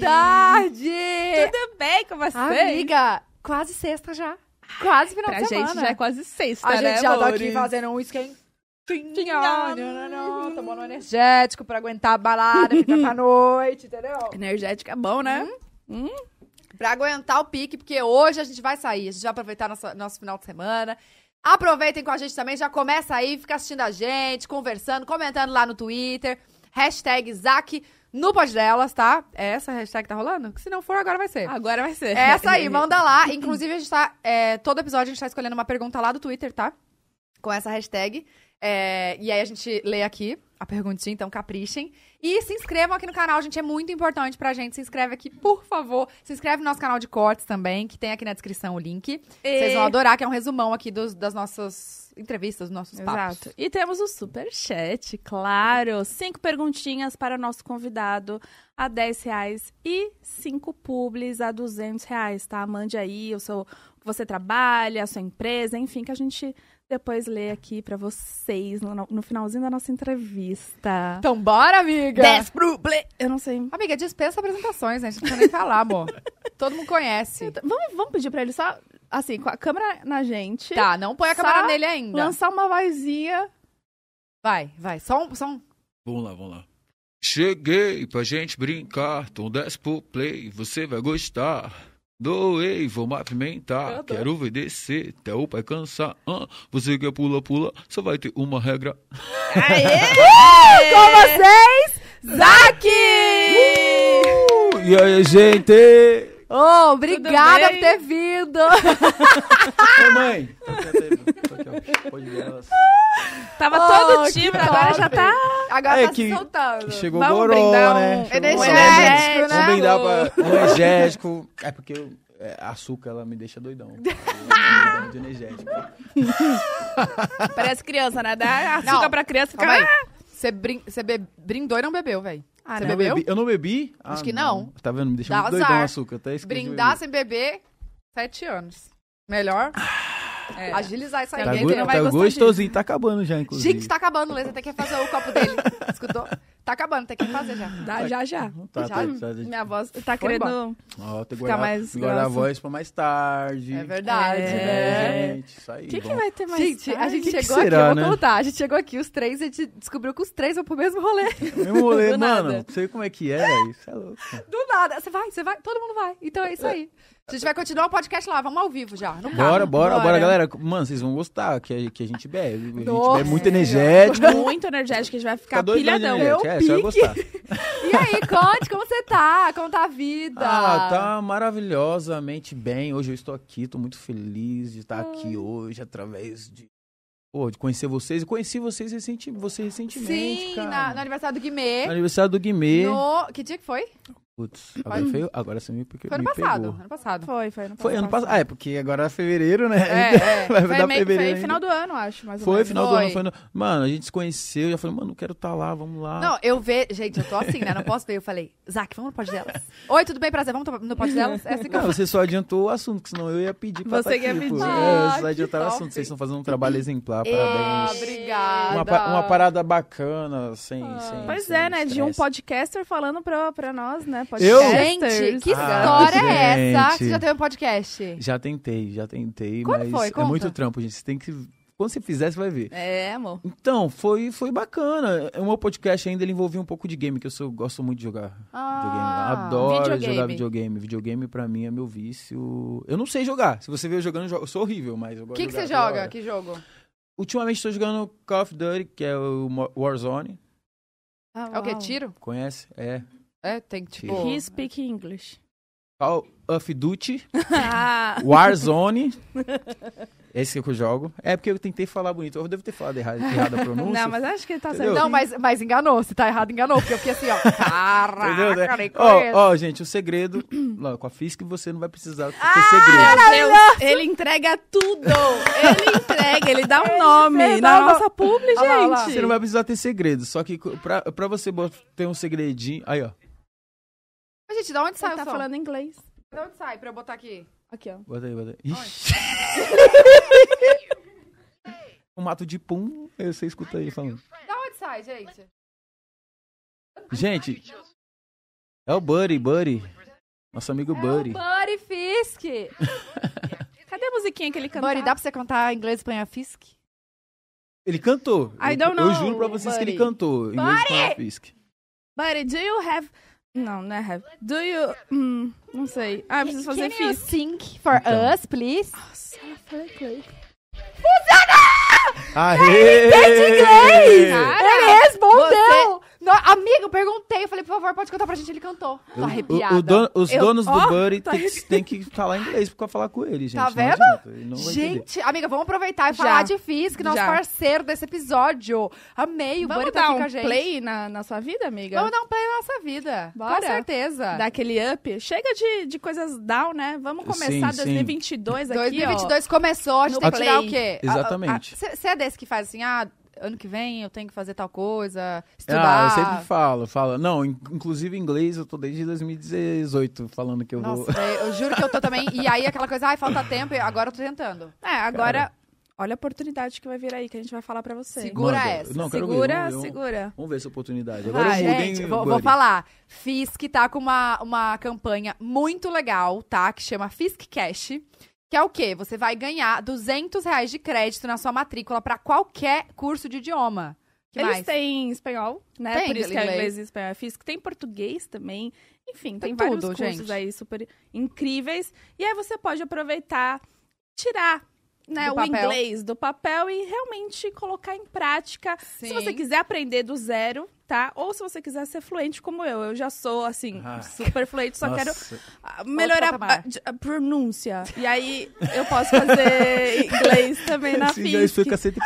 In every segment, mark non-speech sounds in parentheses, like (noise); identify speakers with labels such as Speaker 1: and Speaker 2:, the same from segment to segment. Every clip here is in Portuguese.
Speaker 1: tarde!
Speaker 2: Tudo bem com vocês?
Speaker 1: Amiga, quase sexta já. Quase final
Speaker 2: pra
Speaker 1: de
Speaker 2: gente
Speaker 1: semana.
Speaker 2: já é quase sexta,
Speaker 1: A
Speaker 2: né,
Speaker 1: gente já tá
Speaker 2: amores?
Speaker 1: aqui fazendo um né, esquentinho.
Speaker 2: Tinha.
Speaker 1: Não, não, não. Tomando um energético pra aguentar a balada, ficar
Speaker 2: (laughs)
Speaker 1: pra noite, entendeu? Hum?
Speaker 2: Energética é bom, né?
Speaker 1: Pra aguentar o pique, porque hoje a gente vai sair. A gente vai aproveitar nossa- nosso final de semana. Aproveitem com a gente também. Já começa aí, fica assistindo a gente, conversando, comentando lá no Twitter. Hashtag Zac no pod delas, tá? É essa hashtag que tá rolando? Que se não for, agora vai ser.
Speaker 2: Agora vai ser.
Speaker 1: É
Speaker 2: (laughs)
Speaker 1: Essa aí, manda lá. Inclusive, a gente tá. é, todo episódio a gente tá escolhendo uma pergunta lá do Twitter, tá? Com essa hashtag. É, e aí a gente lê aqui a perguntinha, então caprichem. E se inscrevam aqui no canal, gente. É muito importante pra gente. Se inscreve aqui, por favor. Se inscreve no nosso canal de cortes também, que tem aqui na descrição o link.
Speaker 2: E-
Speaker 1: Vocês vão adorar, que é um resumão aqui dos- das nossas entrevistas, dos nossos papos.
Speaker 2: Exato. E temos o superchat, claro. Cinco perguntinhas para o nosso convidado a 10 reais e cinco publis a 200 reais, tá? Mande aí o seu, o que você trabalha, a sua empresa, enfim, que a gente depois lê aqui pra vocês no, no finalzinho da nossa entrevista.
Speaker 1: Então, bora, amiga!
Speaker 2: publi! Eu não sei.
Speaker 1: Amiga, dispensa apresentações, né? A gente não precisa nem falar, amor. Todo mundo conhece.
Speaker 2: Vamos, vamos pedir pra ele só, assim, com a câmera na gente,
Speaker 1: Tá, não põe a câmera
Speaker 2: Só
Speaker 1: nele ainda.
Speaker 2: lançar uma vozinha.
Speaker 1: Vai, vai. Só um, só um.
Speaker 3: Vamos lá, vamos lá. Cheguei pra gente brincar, então desce pro play, você vai gostar. Doei, vou me apimentar, quero ver descer, até o pai cansar. Ah, você quer pula, pula, só vai ter uma regra.
Speaker 2: Uh,
Speaker 1: Com
Speaker 2: assim?
Speaker 1: vocês, Zaque!
Speaker 3: Uh, E aí, gente?
Speaker 1: Uh!
Speaker 3: Oi,
Speaker 1: Ô, obrigada
Speaker 2: bem?
Speaker 1: por ter vindo!
Speaker 3: mãe. Pode ver elas.
Speaker 2: Tava
Speaker 1: Oh,
Speaker 2: todo
Speaker 1: que
Speaker 2: o time, agora já
Speaker 1: top.
Speaker 2: tá
Speaker 1: (laughs) Agora tá
Speaker 4: É
Speaker 1: se
Speaker 4: que-
Speaker 1: soltando.
Speaker 4: Chegou
Speaker 2: Vamos
Speaker 4: goró,
Speaker 2: brindar um-
Speaker 4: né?
Speaker 1: energético,
Speaker 4: Chegou goró, né?
Speaker 1: né,
Speaker 4: Vamos brindar
Speaker 1: amor?
Speaker 4: pra um energético. É porque eu- é, açúcar, ela me
Speaker 2: (laughs)
Speaker 4: deixa doidão. Eu não gosto de energético.
Speaker 2: Parece criança, né? Dá açúcar
Speaker 1: Não.
Speaker 2: pra criança.
Speaker 1: Calma aí.
Speaker 2: Fica...
Speaker 1: Você brin você be- brindou e não bebeu, velho.
Speaker 2: Ah,
Speaker 1: você
Speaker 2: não.
Speaker 1: bebeu?
Speaker 4: Bebi- Eu não bebi? Ah,
Speaker 1: Acho que não.
Speaker 4: Tá vendo? Me deixa
Speaker 1: Dá
Speaker 4: muito doidão
Speaker 1: azar.
Speaker 4: o açúcar. tá Até esqueci de
Speaker 1: Brindar
Speaker 4: beber.
Speaker 1: sem beber, sete anos. Melhor
Speaker 2: É.
Speaker 1: agilizar isso aí.
Speaker 4: Tá,
Speaker 1: ninguém
Speaker 2: go-
Speaker 1: entendeu, vai
Speaker 4: tá
Speaker 1: gostar
Speaker 4: gostosinho, tá acabando já,
Speaker 1: disso.
Speaker 4: inclusive.
Speaker 1: Gente, tá acabando, Lê. Você até quer fazer o copo dele. Escutou? Tá acabando, tem que fazer já.
Speaker 2: Dá, já, já.
Speaker 4: Tá,
Speaker 1: Já?
Speaker 4: tá, tá, tá.
Speaker 2: Minha voz
Speaker 1: Foi
Speaker 2: tá querendo.
Speaker 4: Ó, tem que guardar,
Speaker 2: mais
Speaker 4: tem que guardar a
Speaker 2: grossa.
Speaker 4: voz pra mais tarde.
Speaker 1: É verdade,
Speaker 2: É.
Speaker 1: né?
Speaker 4: gente. Isso aí.
Speaker 2: O que, que
Speaker 4: vamos-
Speaker 2: vai ter mais?
Speaker 1: Gente, a
Speaker 2: tarde?
Speaker 1: gente
Speaker 4: que que
Speaker 1: chegou
Speaker 4: será,
Speaker 1: aqui, eu
Speaker 4: né?
Speaker 1: vou contar. A gente chegou aqui, os três, a gente descobriu que os três vão pro mesmo rolê. (laughs)
Speaker 4: Mesmo rolê,
Speaker 2: Do
Speaker 4: mano.
Speaker 2: nada.
Speaker 4: Não sei como é que é, velho. Isso é louco.
Speaker 1: Do nada. Você vai, você vai, todo mundo vai. Então é isso aí. A gente vai continuar o podcast lá, vamos ao vivo já. No
Speaker 4: Bora, bora, bora,
Speaker 2: bora.
Speaker 4: galera. Mano, vocês vão gostar que a, que a gente bebe. A gente
Speaker 1: Nossa.
Speaker 4: bebe muito energético.
Speaker 2: é Muito energético, a gente vai ficar
Speaker 4: Fica doido,
Speaker 2: pilhadão.
Speaker 4: né, gente?
Speaker 1: Eu
Speaker 4: É, você vai
Speaker 1: pique.
Speaker 4: gostar.
Speaker 1: E aí, conte como você tá, como tá a vida.
Speaker 4: Ah, tá maravilhosamente bem. Hoje eu estou aqui, tô muito feliz de estar aqui hoje através de pô, de conhecer vocês. Eu conheci vocês recenti... você recentemente,
Speaker 1: Sim,
Speaker 4: cara.
Speaker 1: na, no aniversário do
Speaker 4: No
Speaker 1: Guimê.
Speaker 4: aniversário do Guimê.
Speaker 1: No... Que dia que foi?
Speaker 4: Putz, agora, foi... agora você me, pegue-
Speaker 1: Foi ano
Speaker 4: me
Speaker 1: passado.
Speaker 4: pegou.
Speaker 1: Ano passado.
Speaker 2: Foi, foi.
Speaker 4: Foi ano passado. Ah, é porque agora é fevereiro, né?
Speaker 1: É, é.
Speaker 4: Vai
Speaker 2: Foi, meio-
Speaker 4: dar
Speaker 2: foi
Speaker 4: fevereiro.
Speaker 2: final
Speaker 4: ainda.
Speaker 2: do ano, acho. Mais ou
Speaker 4: Foi
Speaker 2: menos.
Speaker 4: final do
Speaker 1: né? Foi.
Speaker 4: ano. Foi no... Mano, a gente se conheceu. Eu já falei, mano, eu quero estar lá, vamos lá.
Speaker 1: Não, eu vejo. Gente, eu tô assim, né? Não posso ver. Eu falei, Zac, vamos no pod delas. Oi, tudo bem, prazer? Vamos to- no pod delas? É assim que eu
Speaker 4: Não, você só adiantou o assunto, que senão eu ia pedir pra
Speaker 2: Você
Speaker 4: tá
Speaker 2: que ia
Speaker 4: aqui, pô.
Speaker 2: pedir.
Speaker 4: É,
Speaker 1: Ah,
Speaker 4: só adiantar o
Speaker 1: que top.
Speaker 4: assunto. Vocês estão fazendo um trabalho exemplar,
Speaker 1: Ah,
Speaker 4: parabéns.
Speaker 1: obrigada.
Speaker 4: Uma, pa- uma parada bacana, sem,
Speaker 1: Ah,
Speaker 4: sem
Speaker 2: Pois
Speaker 4: sem
Speaker 2: é, né? De um
Speaker 4: estresse.
Speaker 2: podcaster falando pra, pra nós, né?
Speaker 4: Eu?
Speaker 1: Gente,
Speaker 2: Podcasters.
Speaker 1: que
Speaker 4: Ah,
Speaker 1: história é essa?
Speaker 4: gente.
Speaker 1: Você já teve um podcast?
Speaker 4: Já tentei, já tentei,
Speaker 1: Quando
Speaker 4: mas
Speaker 1: foi?
Speaker 4: é
Speaker 1: Conta.
Speaker 4: muito trampo, gente. Você tem que... Quando você fizer, você vai ver.
Speaker 2: É, amor.
Speaker 4: Então, foi, foi bacana. é, O meu podcast ainda ele envolvia um pouco de game, que eu sou- gosto muito de jogar
Speaker 1: Ah,
Speaker 4: videogame. Adoro
Speaker 2: videogame.
Speaker 4: jogar videogame. Videogame, pra mim, é meu vício. Eu não sei jogar. Se você vê eu jogando, eu jogo- eu sou horrível, mas eu
Speaker 1: O
Speaker 4: gosto
Speaker 1: que,
Speaker 4: de
Speaker 1: que
Speaker 4: jogar
Speaker 1: você
Speaker 4: toda
Speaker 1: joga?
Speaker 4: hora.
Speaker 1: Que jogo?
Speaker 4: Ultimamente estou jogando Call of Duty, que é o Mo- Warzone.
Speaker 1: É
Speaker 2: Ah,
Speaker 1: o quê? Tiro?
Speaker 4: Conhece? É.
Speaker 1: É, tem tipo.
Speaker 4: Tiro.
Speaker 2: He speak English.
Speaker 4: Call of Duty,
Speaker 2: (laughs) Ah,
Speaker 4: Warzone. Esse que eu jogo. É porque eu tentei falar bonito. Eu devo ter falado errado, errado
Speaker 2: (laughs)
Speaker 4: a pronúncia.
Speaker 2: não, mas acho que ele tá
Speaker 4: Entendeu?
Speaker 2: certo.
Speaker 1: Não, mas, mas enganou. Se tá errado, enganou. Porque eu fiquei assim,
Speaker 4: (laughs)
Speaker 1: ó.
Speaker 2: ah,
Speaker 4: Entendeu, né?
Speaker 1: Caraca, nem conheço.
Speaker 4: Ó, ó, gente, o
Speaker 2: (clears throat)
Speaker 4: segredo. lá, com a física você não vai precisar ter
Speaker 2: Ah,
Speaker 4: segredo.
Speaker 2: Meu
Speaker 1: (laughs)
Speaker 2: Deus, ele entrega tudo. Ele entrega, ele dá um nome
Speaker 1: fez
Speaker 2: na
Speaker 1: uma-
Speaker 2: nossa publi, gente.
Speaker 1: Olha lá, olha lá.
Speaker 4: Você não vai precisar ter segredo. Só que co- pra, pra você bot- ter um segredinho. Aí, ó.
Speaker 1: Mas, gente, da onde sai
Speaker 2: Ele
Speaker 1: o
Speaker 2: tá
Speaker 1: som?
Speaker 2: falando inglês.
Speaker 1: Da onde sai pra eu botar aqui?
Speaker 2: Aqui, ó.
Speaker 4: Bota aí, bota aí.
Speaker 2: (laughs)
Speaker 4: Ixi. Um mato de pum, aí você escuta aí falando.
Speaker 1: Da onde sai, gente?
Speaker 4: Gente, É o Buddy, Buddy. Nosso amigo
Speaker 2: É o
Speaker 4: Buddy.
Speaker 1: (laughs)
Speaker 2: Buddy Fisk. Cadê a musiquinha que ele cantava?
Speaker 1: Buddy, dá pra você contar inglês, espanhol, fisk?
Speaker 4: Ele cantou.
Speaker 2: I
Speaker 4: Eu-
Speaker 2: don't know,
Speaker 4: Eu juro pra vocês que ele
Speaker 1: buddy.
Speaker 4: cantou. Em inglês com a Fisk.
Speaker 2: Buddy, do you have... Não, não é have. Do you... Hum, não sei. Ah, eu preciso fazer
Speaker 1: Can you
Speaker 2: Fisk.
Speaker 1: sing for
Speaker 4: Então.
Speaker 1: us, please?
Speaker 4: Aê!
Speaker 1: Ah, Ele respondeu! No- amigo, eu perguntei. Eu falei, por favor, pode cantar pra gente. Ele cantou. Tô
Speaker 4: O-
Speaker 1: arrepiada.
Speaker 4: o- o dono- os
Speaker 1: Eu-
Speaker 4: donos
Speaker 1: ó,
Speaker 4: do Buddy
Speaker 1: (laughs) tô
Speaker 4: tem, que- tem que falar inglês pra falar com ele, gente.
Speaker 1: Tá
Speaker 4: Não
Speaker 1: vendo?
Speaker 4: adianta, ele não vai entender.
Speaker 1: Gente, amiga, vamos aproveitar e
Speaker 2: Já.
Speaker 1: falar de Fisk, nosso
Speaker 2: Já.
Speaker 1: parceiro desse episódio. Amei, o Buddy tá
Speaker 2: Vamos dar
Speaker 1: aqui com a
Speaker 2: um
Speaker 1: gente.
Speaker 2: play na, na sua vida, amiga?
Speaker 1: Vamos dar um play na nossa vida. Com
Speaker 2: Bora.
Speaker 1: certeza.
Speaker 2: Dar aquele up. Chega de, de coisas down, né? Vamos começar
Speaker 4: Ah. Sim, sim.
Speaker 2: 2022 aqui, ó.
Speaker 1: 2022 começou, a gente tem
Speaker 2: No
Speaker 1: que tirar o
Speaker 2: play.
Speaker 1: quê?
Speaker 4: Exatamente.
Speaker 1: Você é desse que faz assim, ah, ano que vem eu tenho que fazer tal coisa,
Speaker 4: Ah,
Speaker 1: estudar.
Speaker 4: eu sempre falo, falo. Não, in- inclusive em inglês eu tô desde 2018 falando que eu vou.
Speaker 1: Nossa, daí eu juro que eu tô também. E aí aquela coisa, ai, falta tempo, e agora eu tô tentando.
Speaker 2: É, agora... Olha a oportunidade que vai vir aí, que a gente vai falar pra você.
Speaker 1: Segura. Segura
Speaker 4: Manda.
Speaker 1: essa.
Speaker 4: Não, quero ver,
Speaker 2: segura,
Speaker 4: vamos-
Speaker 2: segura.
Speaker 4: Vamos ver essa oportunidade. Agora
Speaker 1: Vai,
Speaker 4: eu mudei,
Speaker 1: gente,
Speaker 4: hein,
Speaker 1: vou,
Speaker 4: Buddy?
Speaker 1: vou falar. Fisk tá com uma, uma campanha muito legal, tá? Que chama Fisk Cash. Que é o quê? Você vai ganhar 200 reais de crédito na sua matrícula pra qualquer curso de idioma. Que
Speaker 2: Eles
Speaker 1: mais?
Speaker 2: têm espanhol, né?
Speaker 1: Tem
Speaker 2: Por isso que é
Speaker 1: inglês.
Speaker 2: inglês e espanhol é físico. Tem português também. Enfim,
Speaker 1: Tem
Speaker 2: tem, vários
Speaker 1: tudo,
Speaker 2: cursos
Speaker 1: gente.
Speaker 2: aí super incríveis. E aí você pode aproveitar, tirar né,
Speaker 1: Do
Speaker 2: o
Speaker 1: papel.
Speaker 2: inglês do papel e realmente colocar em prática. Se
Speaker 1: Sim.
Speaker 2: você quiser aprender do zero, tá? Ou se você quiser ser fluente como eu. Eu já sou, assim,
Speaker 4: Ah.
Speaker 2: super fluente, só
Speaker 4: (laughs)
Speaker 2: quero
Speaker 4: Nossa.
Speaker 2: ah, melhorar
Speaker 1: patamar.
Speaker 2: a, a pronúncia. E aí eu
Speaker 1: (laughs)
Speaker 2: posso fazer inglês também na
Speaker 4: Esse inglês foi
Speaker 2: FISC.
Speaker 4: cacete e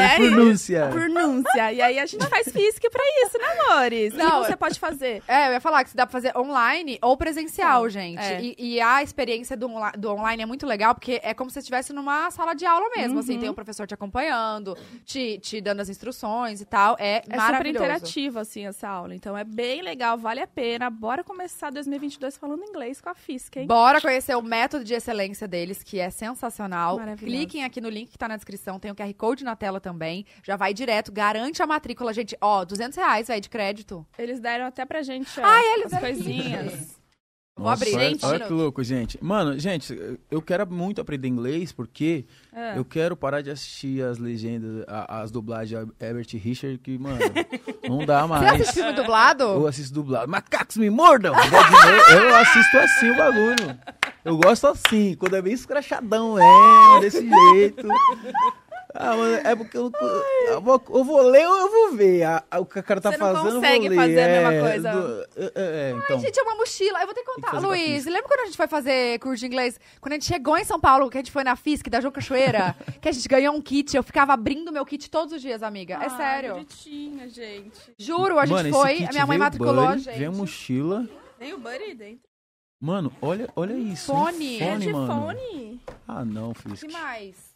Speaker 2: É,
Speaker 4: É,
Speaker 2: é
Speaker 4: pronúncia.
Speaker 2: Pronúncia. E aí a gente faz física pra isso, né, amores?
Speaker 1: Não,
Speaker 2: Não, você pode fazer.
Speaker 1: É, eu ia falar que se dá pra fazer online ou presencial,
Speaker 2: Então,
Speaker 1: gente.
Speaker 2: é.
Speaker 1: E, e a experiência do, onla- do online é muito legal, porque é como se você estivesse numa sala de aula mesmo, assim.
Speaker 2: Uhum.
Speaker 1: Tem o professor te acompanhando, te, te dando as instruções e tal. É,
Speaker 2: É super
Speaker 1: maravilhoso.
Speaker 2: interativa, assim, essa aula. Então é bem legal, vale a pena. Bora começar 2022 falando inglês com a FISC, hein?
Speaker 1: Bora conhecer o método de excelência deles, que é sensacional.
Speaker 2: Maravilhoso.
Speaker 1: Cliquem aqui no link que tá na descrição, tem o QR Code na tela também. Já vai direto, garante a matrícula, gente. Ó, 200 reais, velho, de crédito.
Speaker 2: Eles deram até pra gente, ó,
Speaker 1: Ai, eles
Speaker 2: as
Speaker 1: deram aqui.
Speaker 2: coisinhas.
Speaker 1: Vou abrir.
Speaker 4: olha-
Speaker 1: Gente,
Speaker 4: olha que louco, gente. Mano, gente, eu quero muito aprender inglês porque
Speaker 2: É.
Speaker 4: eu quero parar de assistir as legendas, a- as dublagens de Herbert Richard,
Speaker 2: (laughs)
Speaker 4: que, mano, não dá
Speaker 1: Você
Speaker 4: mais.
Speaker 1: assiste filme dublado?
Speaker 4: Eu assisto dublado. Macacos me mordam! Quer dizer, Eu assisto assim o bagulho. Eu gosto assim, quando é bem escrachadão, é, desse jeito. Ah, mano, é porque eu, eu vou, eu vou ler ou eu vou ver. A- a- o que o cara tá
Speaker 2: Você não
Speaker 4: fazendo, eu
Speaker 2: consegue
Speaker 4: vou ler.
Speaker 2: fazer a
Speaker 4: é,
Speaker 2: mesma coisa.
Speaker 4: do- é, é, então.
Speaker 1: Gente, é uma mochila. Eu vou ter que
Speaker 4: Tem que
Speaker 1: contar.
Speaker 4: fazer com a
Speaker 1: Luiz,
Speaker 4: Fisk.
Speaker 1: lembra quando a gente foi fazer curso de inglês? Quando a gente chegou em São Paulo, que a gente foi na FISC da João
Speaker 4: (laughs)
Speaker 1: Cachoeira, que a gente ganhou um kit. Eu ficava abrindo meu kit todos os dias, amiga. É
Speaker 2: Ai,
Speaker 1: sério.
Speaker 2: Bonitinha, gente.
Speaker 1: Juro, a gente
Speaker 4: Mano, esse
Speaker 1: foi,
Speaker 4: kit
Speaker 1: a minha mãe
Speaker 4: veio um
Speaker 1: matriculou a
Speaker 4: buddy,
Speaker 1: gente.
Speaker 4: Veio mochila.
Speaker 2: Tem o Buddy dentro.
Speaker 4: Mano, olha, olha isso. um
Speaker 1: Fone. É
Speaker 2: é de
Speaker 4: mano.
Speaker 2: fone.
Speaker 4: Ah, não,
Speaker 1: que
Speaker 4: Fisk.
Speaker 1: mais?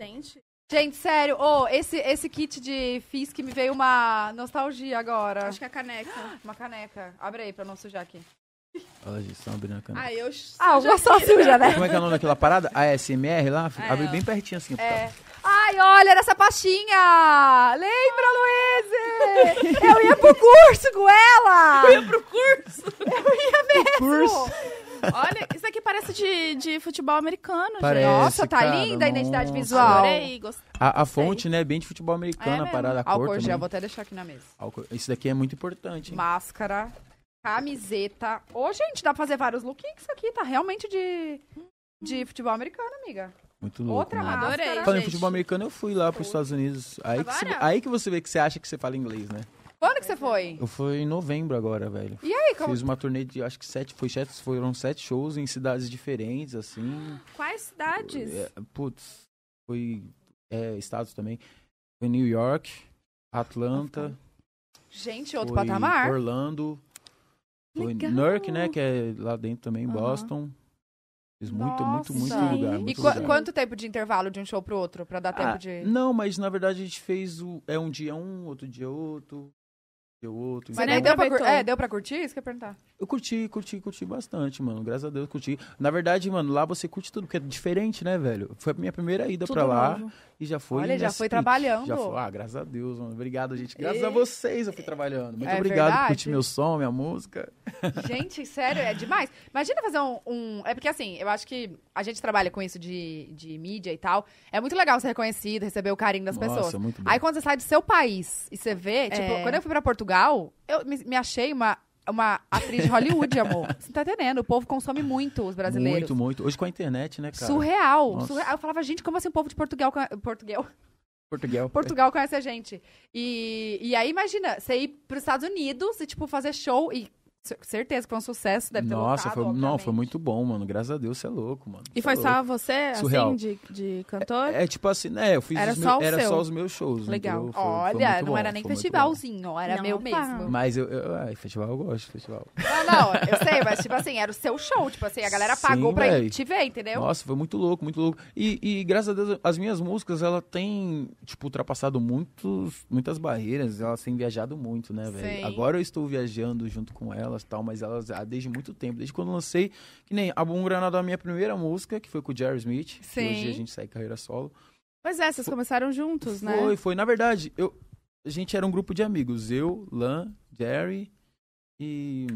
Speaker 2: Gente.
Speaker 1: Gente, sério, ô, esse, esse kit de Fisk me veio uma nostalgia agora.
Speaker 2: Acho que é a caneca.
Speaker 1: Uma caneca. Abre aí pra não sujar aqui.
Speaker 4: Olha, gente, estão abrindo a câmera.
Speaker 2: Ah, eu.
Speaker 1: Ah, uma só suja, (laughs) né?
Speaker 4: Como é que é o nome daquela parada? ASMR lá? Fisk?
Speaker 2: É.
Speaker 4: Abre bem pertinho assim.
Speaker 1: É. Ai, olha, era essa pastinha! Lembra, Luiz? Eu ia pro curso com ela! Eu ia pro
Speaker 4: Curso.
Speaker 2: Olha, isso aqui parece de, de futebol americano,
Speaker 4: Parece,
Speaker 2: gente.
Speaker 1: Nossa, tá
Speaker 4: cara,
Speaker 1: linda a identidade
Speaker 4: nossa.
Speaker 1: visual.
Speaker 2: Adorei, gostei.
Speaker 4: A, a fonte, né, é bem de futebol americano, a parada, a cor
Speaker 1: Álcool
Speaker 4: também.
Speaker 1: gel, vou até deixar aqui na mesa.
Speaker 4: Álcool- Isso daqui é muito importante, hein?
Speaker 1: Máscara, camiseta. Ô, gente, dá pra fazer vários lookinhos isso aqui. Tá realmente de, de futebol americano, amiga.
Speaker 4: Muito louco,
Speaker 1: Outra
Speaker 4: mano.
Speaker 1: máscara.
Speaker 2: Adorei,
Speaker 4: Falando em
Speaker 2: gente.
Speaker 4: futebol americano, eu fui lá pros Estados Unidos. Aí que, você,
Speaker 2: Agora?
Speaker 4: aí que você vê que você acha que você fala inglês, né?
Speaker 1: Quando que você foi?
Speaker 4: Eu fui em novembro agora, velho.
Speaker 1: E aí, como...
Speaker 4: Fiz uma turnê de, acho que sete, foi sete, foram sete shows em cidades diferentes, assim.
Speaker 2: Quais cidades?
Speaker 4: É, putz, foi é, estados também. Foi New York, Atlanta,
Speaker 1: Gente, outro
Speaker 4: foi
Speaker 1: patamar.
Speaker 4: Orlando, foi
Speaker 2: Legal.
Speaker 4: Newark, né, que é lá dentro também,
Speaker 2: Aham.
Speaker 4: Boston. Fiz muito, muito, muito
Speaker 1: Nossa.
Speaker 4: lugar.
Speaker 2: Gente.
Speaker 1: E
Speaker 4: muito
Speaker 1: qua-
Speaker 4: lugar.
Speaker 1: quanto tempo de intervalo de um show pro outro? Pra dar
Speaker 4: Ah,
Speaker 1: tempo de.
Speaker 4: Não, mas na verdade a gente fez o, é um dia um, outro dia outro, dia outro.
Speaker 1: Mas
Speaker 2: Você
Speaker 1: nem
Speaker 4: então-
Speaker 1: deu pra, cur-
Speaker 2: aproveitou.
Speaker 4: é (laughs)
Speaker 1: é, deu pra curtir? Isso que eu ia perguntar.
Speaker 4: Eu curti, curti, curti bastante, mano. Graças a Deus, curti. Na verdade, mano, lá você curte tudo, porque é diferente, né, velho? Foi a minha primeira ida
Speaker 2: Tudo
Speaker 4: pra lá
Speaker 2: novo.
Speaker 4: e já foi.
Speaker 1: Olha, já
Speaker 4: nesse
Speaker 1: foi
Speaker 4: pique.
Speaker 1: trabalhando.
Speaker 4: Já foi. Ah, graças a Deus, mano. Obrigado, gente. Graças
Speaker 1: E-
Speaker 4: a vocês eu fui trabalhando. Muito
Speaker 1: É
Speaker 4: obrigado por
Speaker 1: verdade.
Speaker 4: curtir meu som, minha música.
Speaker 1: Gente, sério, é demais. Imagina fazer um, um- É porque assim, eu acho que a gente trabalha com isso de, de mídia e tal. É muito legal ser reconhecido, receber o carinho das
Speaker 4: Nossa,
Speaker 1: pessoas.
Speaker 4: muito bom.
Speaker 1: Aí quando você sai do seu país e você vê, tipo,
Speaker 2: É.
Speaker 1: quando eu fui pra Portugal, eu me, me achei uma, uma atriz de Hollywood,
Speaker 4: (laughs)
Speaker 1: amor. Você não tá entendendo? O povo consome muito os brasileiros.
Speaker 4: Muito, muito. Hoje com a internet, né, cara?
Speaker 1: Surreal,
Speaker 4: Nossa.
Speaker 1: surreal. Eu falava, gente, como assim o povo de Portugal. conhe- Portugal.
Speaker 4: Portugal.
Speaker 1: Portugal conhece a gente. E, e aí, imagina, você ir pros Estados Unidos e, tipo, fazer show e. c- Certeza que foi um sucesso, deve ter
Speaker 4: Nossa,
Speaker 1: lotado,
Speaker 4: foi, um, não, foi
Speaker 1: obviamente.
Speaker 4: muito bom, mano. Graças a Deus, você é louco, mano.
Speaker 2: E
Speaker 4: Cê
Speaker 2: foi
Speaker 4: é louco.
Speaker 2: só você,
Speaker 4: Surreal.
Speaker 2: assim, de, de cantor?
Speaker 4: É tipo assim, né? Eu fiz
Speaker 2: Era
Speaker 4: os
Speaker 2: só
Speaker 4: meus-
Speaker 2: o
Speaker 4: era
Speaker 2: seu.
Speaker 4: só os meus shows.
Speaker 2: Legal.
Speaker 4: entendeu? Foi- foi
Speaker 1: Olha,
Speaker 4: muito
Speaker 1: não
Speaker 4: bom,
Speaker 1: era nem
Speaker 4: foi muito bom.
Speaker 1: festivalzinho, era
Speaker 2: Não,
Speaker 1: meu
Speaker 2: não
Speaker 1: mesmo.
Speaker 2: tá.
Speaker 4: Mas eu, eu- ai, festival eu gosto, de festival.
Speaker 1: Não, não, eu sei, mas tipo assim, era o seu show, tipo assim, a galera
Speaker 4: Sim,
Speaker 1: pagou pra
Speaker 4: véi.
Speaker 1: ir te ver, entendeu?
Speaker 4: Nossa, foi muito louco, muito louco. E, e, graças a Deus, as minhas músicas, ela tem, tipo, ultrapassado muitos, muitas barreiras, elas têm viajado muito, né,
Speaker 1: Sim.
Speaker 4: velho? Agora eu estou viajando junto com elas tal, mas elas há desde muito tempo, desde quando eu lancei, que nem a Bum Granada, a minha primeira música, que foi com o Jerry Smith, que
Speaker 1: Sim.
Speaker 4: hoje a gente segue carreira solo.
Speaker 2: Pois é, vocês começaram juntos, né?
Speaker 4: Foi, foi. Na verdade, eu, a gente era um grupo de amigos. Eu, Lan, Jerry e.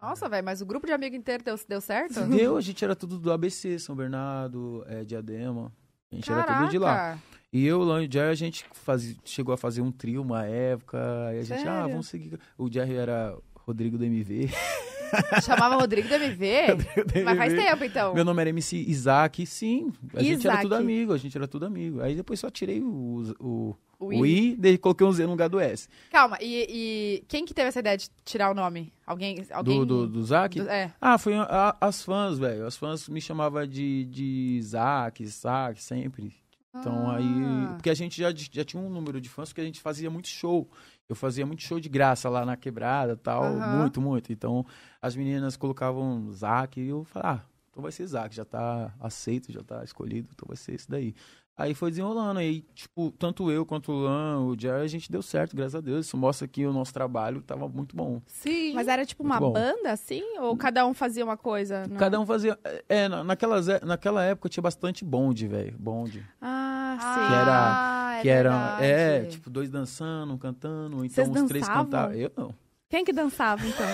Speaker 1: Nossa, velho, mas o grupo de amigo inteiro deu, deu certo?
Speaker 4: Deu, a gente era tudo do ABC, São Bernardo, eh, Diadema. A gente era tudo de lá.
Speaker 1: Caraca.
Speaker 4: E eu, Lan e o Jerry, a gente faz, chegou a fazer um trio uma época. Aí a gente, ah,
Speaker 2: Sério?
Speaker 4: vamos seguir. O Jerry era Rodrigo do (laughs) MV.
Speaker 1: Chamava Rodrigo do
Speaker 4: (laughs)
Speaker 1: MV, mas faz tempo, então.
Speaker 4: Meu nome era MC Isaac, sim. A gente era
Speaker 2: Isaac.
Speaker 4: tudo amigo, a gente era tudo amigo. Aí depois só tirei o, o, o,
Speaker 1: Ui.
Speaker 4: I, daí coloquei um Z no lugar do S.
Speaker 1: Calma, e, e quem que teve essa ideia de tirar o nome? Alguém? alguém...
Speaker 4: Do, do, do Zac?
Speaker 1: do- É.
Speaker 4: Ah, foi a- as fãs, velho. As fãs me chamavam de, de Zac, Sac, sempre. Então
Speaker 1: Ah.
Speaker 4: aí. Porque a gente já, já tinha um número de fãs, porque a gente fazia muito show. Eu fazia muito show de graça lá na quebrada tal.
Speaker 1: Aham.
Speaker 4: Muito, muito. Então as meninas colocavam Zac e eu falava, ah, então vai ser Zac, já tá aceito, já tá escolhido, então vai ser esse daí. Aí foi desenrolando, aí, tipo, tanto eu quanto o Lan, o Jerry, a gente deu certo, graças a Deus. Isso mostra que o nosso trabalho tava muito bom.
Speaker 1: Sim.
Speaker 2: Mas era tipo uma
Speaker 4: Muito bom.
Speaker 2: banda, assim? Ou cada um fazia uma coisa? Não?
Speaker 4: Cada um fazia. É, na- naquelas, é- naquela época tinha bastante bonde, velho. Bonde.
Speaker 2: Ah, sim.
Speaker 4: Que era-
Speaker 1: é
Speaker 2: Ah,
Speaker 4: que era.
Speaker 1: verdade.
Speaker 4: É, tipo, dois dançando, um cantando, ou então
Speaker 2: Vocês
Speaker 4: os três
Speaker 2: dançavam?
Speaker 4: cantavam. Eu não. (laughs)
Speaker 2: Quem que dançava, então?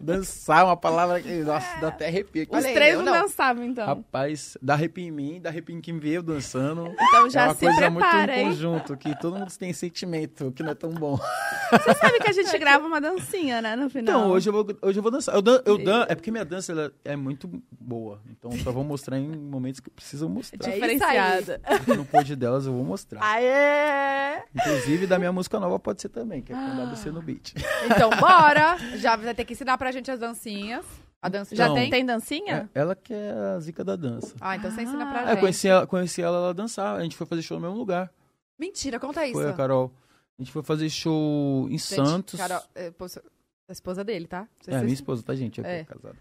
Speaker 4: Dançar é uma palavra que. Nossa, dá até arrepio.
Speaker 2: Os
Speaker 4: Olha aí,
Speaker 2: três
Speaker 4: eu
Speaker 2: não, dançavam, então.
Speaker 4: Rapaz, dá arrepio em mim, dá arrepio em quem vê eu dançando.
Speaker 2: Então (laughs) já
Speaker 4: é uma
Speaker 2: se
Speaker 4: coisa muito
Speaker 2: prepara,
Speaker 4: em
Speaker 2: hein?
Speaker 4: conjunto, que todo mundo tem sentimento, que não é tão bom.
Speaker 2: Você Então sabe que a gente grava uma dancinha, né, no final.
Speaker 4: Então, hoje eu vou, hoje eu vou dançar. Eu dan, eu dan, é porque minha dança ela é muito boa. Então, só vou mostrar em momentos que precisam mostrar.
Speaker 1: É isso aí.
Speaker 2: Diferenciada.
Speaker 4: No pod delas, eu vou mostrar.
Speaker 2: Ah. Aê!
Speaker 4: Inclusive, da minha música nova pode ser também, que é
Speaker 2: Ah.
Speaker 4: quando você no beat.
Speaker 1: Então bora! Já vai ter que ensinar pra gente as dancinhas. A dança já
Speaker 4: Então,
Speaker 1: tem?
Speaker 2: Tem dancinha?
Speaker 4: Ela que é a zica da dança.
Speaker 1: Ah, então você ensina
Speaker 2: Ah,
Speaker 1: pra
Speaker 4: É, eu
Speaker 1: gente.
Speaker 4: conheci ela, conheci ela, ela dançar. A gente foi fazer show no mesmo lugar.
Speaker 1: Mentira, conta isso.
Speaker 4: Foi a Carol. A gente foi fazer show em
Speaker 1: Gente,
Speaker 4: Santos.
Speaker 1: Carol, é, pô, sua- a esposa dele, tá? Não sei
Speaker 4: É,
Speaker 1: se-
Speaker 4: minha esposa, tá, gente? Eu
Speaker 1: É.
Speaker 4: tô casado.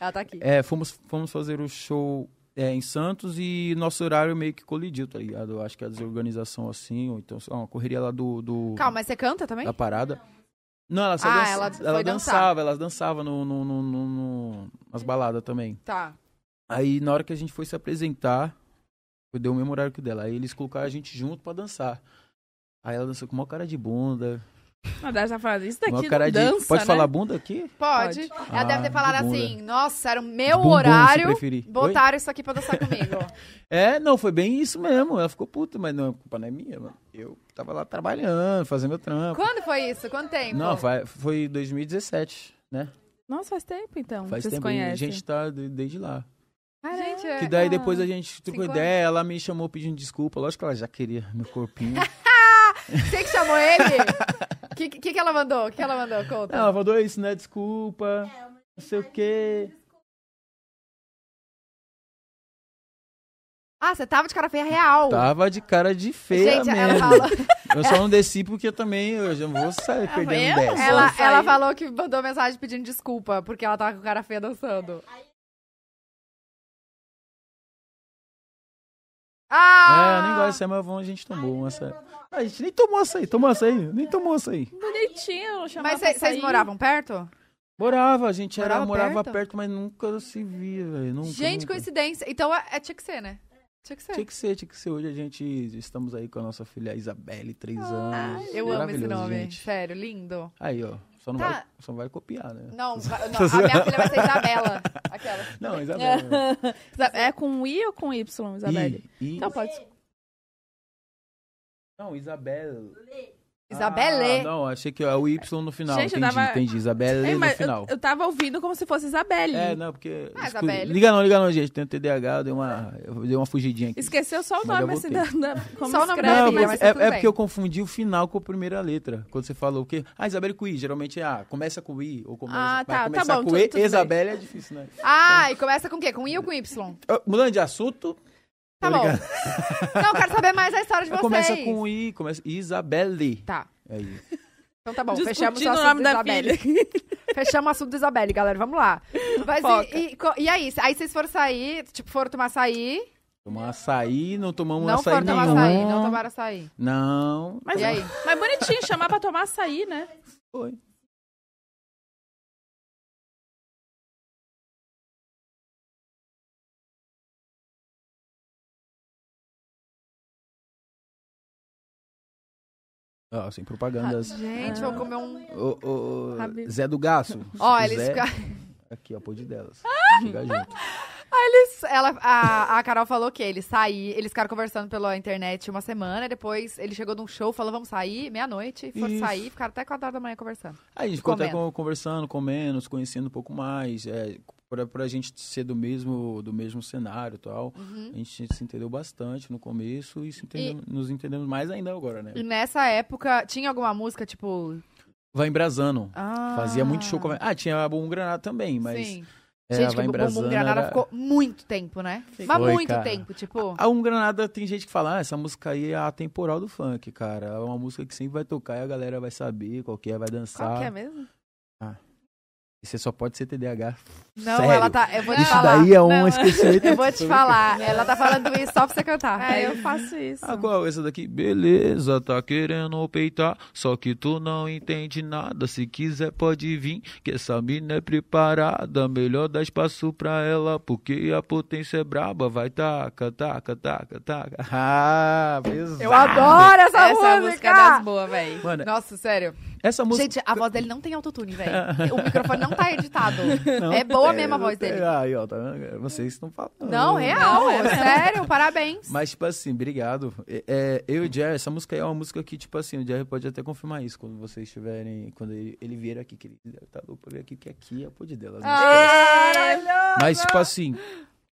Speaker 1: Ela tá aqui.
Speaker 4: É, fomos, fomos fazer o show é, em Santos e nosso horário meio que colidiu, tá ligado? Eu acho que a desorganização assim, ou então, sei lá, uma correria lá do. do
Speaker 1: Calma, mas você canta também?
Speaker 4: da parada. Não, ela só
Speaker 1: Ah,
Speaker 4: dança-
Speaker 1: ela
Speaker 4: ela,
Speaker 1: foi dançar.
Speaker 4: dançava, ela dançava no, no, no, no- no- nas baladas também.
Speaker 1: Tá.
Speaker 4: Aí na hora que a gente foi se apresentar, eu dei o mesmo horário que o dela. Aí eles colocaram a gente junto pra dançar. Aí ela dançou com uma cara de bunda.
Speaker 2: Não, dá já falando. Isso
Speaker 4: É. Uma
Speaker 2: daqui
Speaker 4: cara
Speaker 2: não Ah, dança,
Speaker 4: de. Pode
Speaker 2: né?
Speaker 4: falar bunda aqui?
Speaker 1: Pode. Ela
Speaker 4: Ah,
Speaker 1: deve ter falado
Speaker 4: de bunda.
Speaker 1: assim, nossa, era o meu
Speaker 4: Bumbum, se
Speaker 1: horário,
Speaker 4: preferir. Oi?
Speaker 1: botaram isso aqui pra dançar
Speaker 4: (laughs)
Speaker 1: comigo.
Speaker 4: É, não, foi bem isso mesmo. Ela ficou puta, mas não, a culpa não é minha, mano. Eu tava lá trabalhando, fazendo meu trampo.
Speaker 1: Quando foi isso? Quanto tempo?
Speaker 4: Não, foi, foi 2017, né?
Speaker 2: Nossa, faz tempo, então.
Speaker 4: Faz
Speaker 2: Vocês
Speaker 4: tempo. e A
Speaker 2: conhecem.
Speaker 4: gente tá de- desde lá.
Speaker 1: Gente,
Speaker 4: Que
Speaker 1: é...
Speaker 4: daí depois a gente trocou
Speaker 1: cinco
Speaker 4: ideia, ela me chamou pedindo desculpa. Lógico que ela já queria meu corpinho.
Speaker 1: Você que chamou
Speaker 4: (laughs)
Speaker 1: ele? O que, que, que ela mandou? O que ela mandou? Conta.
Speaker 4: Não, ela mandou isso, né? Desculpa. não sei o quê.
Speaker 1: Ah, você tava de cara feia real.
Speaker 4: Tava de cara de feia
Speaker 1: Gente,
Speaker 4: mesmo.
Speaker 1: ela
Speaker 4: (laughs)
Speaker 1: falou,
Speaker 4: Eu só não desci porque também eu já não vou sair perdendo
Speaker 2: vendo?
Speaker 4: dessa.
Speaker 1: ela,
Speaker 2: Nossa,
Speaker 1: ela
Speaker 2: aí.
Speaker 1: falou que mandou mensagem pedindo desculpa, porque ela tava com cara feia dançando. Ah!
Speaker 4: É, eu nem gosto de sair, mas vamos, a gente tomou uma açaí. A gente nem tomou açaí, tomou açaí, nem tomou açaí.
Speaker 2: Bonitinho, chamar
Speaker 1: Mas
Speaker 2: pra
Speaker 1: cê- vocês
Speaker 2: sair.
Speaker 1: moravam perto?
Speaker 4: Morava, a gente era,
Speaker 1: Morava
Speaker 4: morava,
Speaker 1: perto?
Speaker 4: perto? mas nunca se via, velho. nunca,
Speaker 1: Gente,
Speaker 4: nunca.
Speaker 1: coincidência. Então é, é- tinha que ser, né? Tinha que ser.
Speaker 4: Tinha que ser, tinha que ser. Hoje a gente, estamos aí com a nossa filha Isabelle, três anos.
Speaker 1: Eu amo esse
Speaker 4: Maravilhoso,
Speaker 1: nome.
Speaker 4: gente.
Speaker 1: Sério, lindo.
Speaker 4: Aí, ó, só não,
Speaker 1: Tá.
Speaker 4: vai, só não vai copiar, né?
Speaker 1: Não, vai- não, a minha filha vai ser
Speaker 4: (laughs)
Speaker 1: Isabela. Aquela. (laughs)
Speaker 4: Não, Isabelle.
Speaker 2: Isa- É (laughs) com I ou com Y, Isabelle?
Speaker 4: I, I,
Speaker 2: Então pode ser.
Speaker 4: Não, Isabelle.
Speaker 1: Isabelle.
Speaker 4: Ah, não, achei que é o Y no final.
Speaker 2: Gente, eu
Speaker 4: entendi,
Speaker 2: tava-
Speaker 4: entendi. Isabelle
Speaker 2: Ei,
Speaker 4: no
Speaker 2: mas eu,
Speaker 4: final.
Speaker 2: eu tava ouvindo como se fosse Isabelle.
Speaker 4: É, não, porque.
Speaker 1: Ah,
Speaker 4: escu-
Speaker 1: Isabelle.
Speaker 4: Liga não, liga não, gente. Tem o TDAH, eu dei uma, eu dei uma fugidinha aqui.
Speaker 2: Esqueceu só o
Speaker 4: Mas eu
Speaker 2: nome assim da,
Speaker 4: voltei.
Speaker 2: da- como
Speaker 1: Só o nome da
Speaker 2: escreve. né?
Speaker 1: filha,
Speaker 4: porque-
Speaker 1: mas tá
Speaker 4: é,
Speaker 1: tudo
Speaker 4: é
Speaker 1: bem.
Speaker 4: porque eu confundi o final com a primeira letra. Quando você falou, porque. Ah, Isabelle com I, geralmente é A. Começa com I, ou começa,
Speaker 2: Ah,
Speaker 4: vai
Speaker 2: tá, tá
Speaker 4: começar
Speaker 2: bom,
Speaker 4: com
Speaker 2: tudo-
Speaker 4: E.
Speaker 2: tudo bem.
Speaker 4: Isabelle é difícil, né?
Speaker 1: Ah, e começa com o quê? Com I ou com Y?
Speaker 4: Ah, Mudando de assunto.
Speaker 1: Tá
Speaker 4: Tô
Speaker 1: bom.
Speaker 4: ligado.
Speaker 1: Não, eu quero saber mais a história de vocês.
Speaker 4: Começa com I, começa. Isabelle.
Speaker 1: Tá.
Speaker 4: É isso.
Speaker 1: Então tá bom, fechamos o
Speaker 2: Discutindo o
Speaker 1: assunto
Speaker 2: nome
Speaker 1: da
Speaker 2: da
Speaker 1: Isabelle.
Speaker 2: filha.
Speaker 1: (laughs) Fechamos o assunto da Isabelle, galera. Vamos lá. Mas
Speaker 2: Foca.
Speaker 1: e, e co- e aí? Aí vocês foram sair, tipo, foram tomar açaí.
Speaker 4: Tomamos açaí, não tomamos
Speaker 1: não
Speaker 4: açaí
Speaker 1: foram tomar
Speaker 4: nenhum.
Speaker 1: açaí, não tomaram açaí.
Speaker 4: Não.
Speaker 2: Mas,
Speaker 1: E aí?
Speaker 2: mas bonitinho, chamar pra tomar açaí, né?
Speaker 4: Foi. Ó, sem propagandas.
Speaker 1: Gente,
Speaker 2: Ah.
Speaker 1: vou comer um.
Speaker 4: Ô, ô, ô,
Speaker 2: Rabisco.
Speaker 4: Zé do Gaço. Se
Speaker 1: Ó, eles Ah!
Speaker 4: quiser,
Speaker 1: ficaram.
Speaker 4: Aqui, ó, pôde delas. Chega junto.
Speaker 1: Ela, a, a Carol falou que eles saí, eles ficaram conversando pela internet uma semana, depois ele chegou num show, falou, vamos sair, meia-noite, foram
Speaker 4: Isso.
Speaker 1: sair, ficaram até 4 horas da manhã conversando.
Speaker 4: Aí a gente ficou até
Speaker 1: Comendo.
Speaker 4: con- conversando, comendo, se conhecendo um pouco mais. É, pra, pra gente ser do mesmo, do mesmo cenário e tal.
Speaker 1: Uhum.
Speaker 4: A gente se entendeu bastante no começo e, se entendemos- nos entendemos mais ainda agora, né?
Speaker 1: E nessa época, tinha alguma música, tipo...
Speaker 4: Vai embrasando.
Speaker 1: ah,
Speaker 4: Fazia muito show com a... Ah, tinha a Bumbum Granada também, mas...
Speaker 1: Sim.
Speaker 4: é,
Speaker 1: gente, que
Speaker 4: Vai
Speaker 1: o Bumbum
Speaker 4: Embrasando
Speaker 1: Granada
Speaker 4: era-
Speaker 1: ficou muito tempo, né? Mas
Speaker 4: Foi,
Speaker 1: muito
Speaker 4: cara.
Speaker 1: tempo, tipo...
Speaker 4: A Bumbum Um Granada, tem gente que fala, ah, essa música aí é a temporal do funk, cara. É uma música que sempre vai tocar e a galera vai saber qual que é, vai dançar.
Speaker 2: Qual que é mesmo?
Speaker 4: E você só pode ser TDAH.
Speaker 1: Não,
Speaker 4: Sério?
Speaker 1: ela tá... Eu vou te
Speaker 4: Isso
Speaker 1: falar.
Speaker 4: daí é um
Speaker 2: Não.
Speaker 1: (laughs)
Speaker 4: esquecimento.
Speaker 1: Eu vou te falar. Ela tá falando isso só pra você cantar.
Speaker 2: É, eu faço isso.
Speaker 4: Ah, qual? Essa daqui?
Speaker 3: é Beleza, tá querendo peitar, só que tu não entende nada. Se quiser, pode vir, que essa mina é preparada. Melhor dar espaço pra ela, porque a potência é braba. Vai taca, taca, taca, taca. (laughs)
Speaker 4: Ah, pesado.
Speaker 1: Eu adoro essa,
Speaker 2: Essa
Speaker 1: música!
Speaker 2: música é das boas, véi.
Speaker 4: Mano,
Speaker 1: Nossa, sério.
Speaker 4: essa música...
Speaker 1: Gente, a voz dele não tem autotune,
Speaker 4: (laughs)
Speaker 1: velho. o microfone não tá editado. é boa mesmo a voz dele.
Speaker 4: Aí, ó, tá vendo? Vocês estão falando.
Speaker 1: Não, real,
Speaker 2: Não, é mesmo.
Speaker 1: sério, parabéns.
Speaker 4: Mas, tipo assim, obrigado. É, é, eu e o Jerry, essa música aí é uma música que, tipo assim, o Jerry pode até confirmar isso quando vocês estiverem. Quando ele, ele vier aqui, que ele tá louco pra ver aqui, que aqui é o pod delas. né? Mas, tipo assim,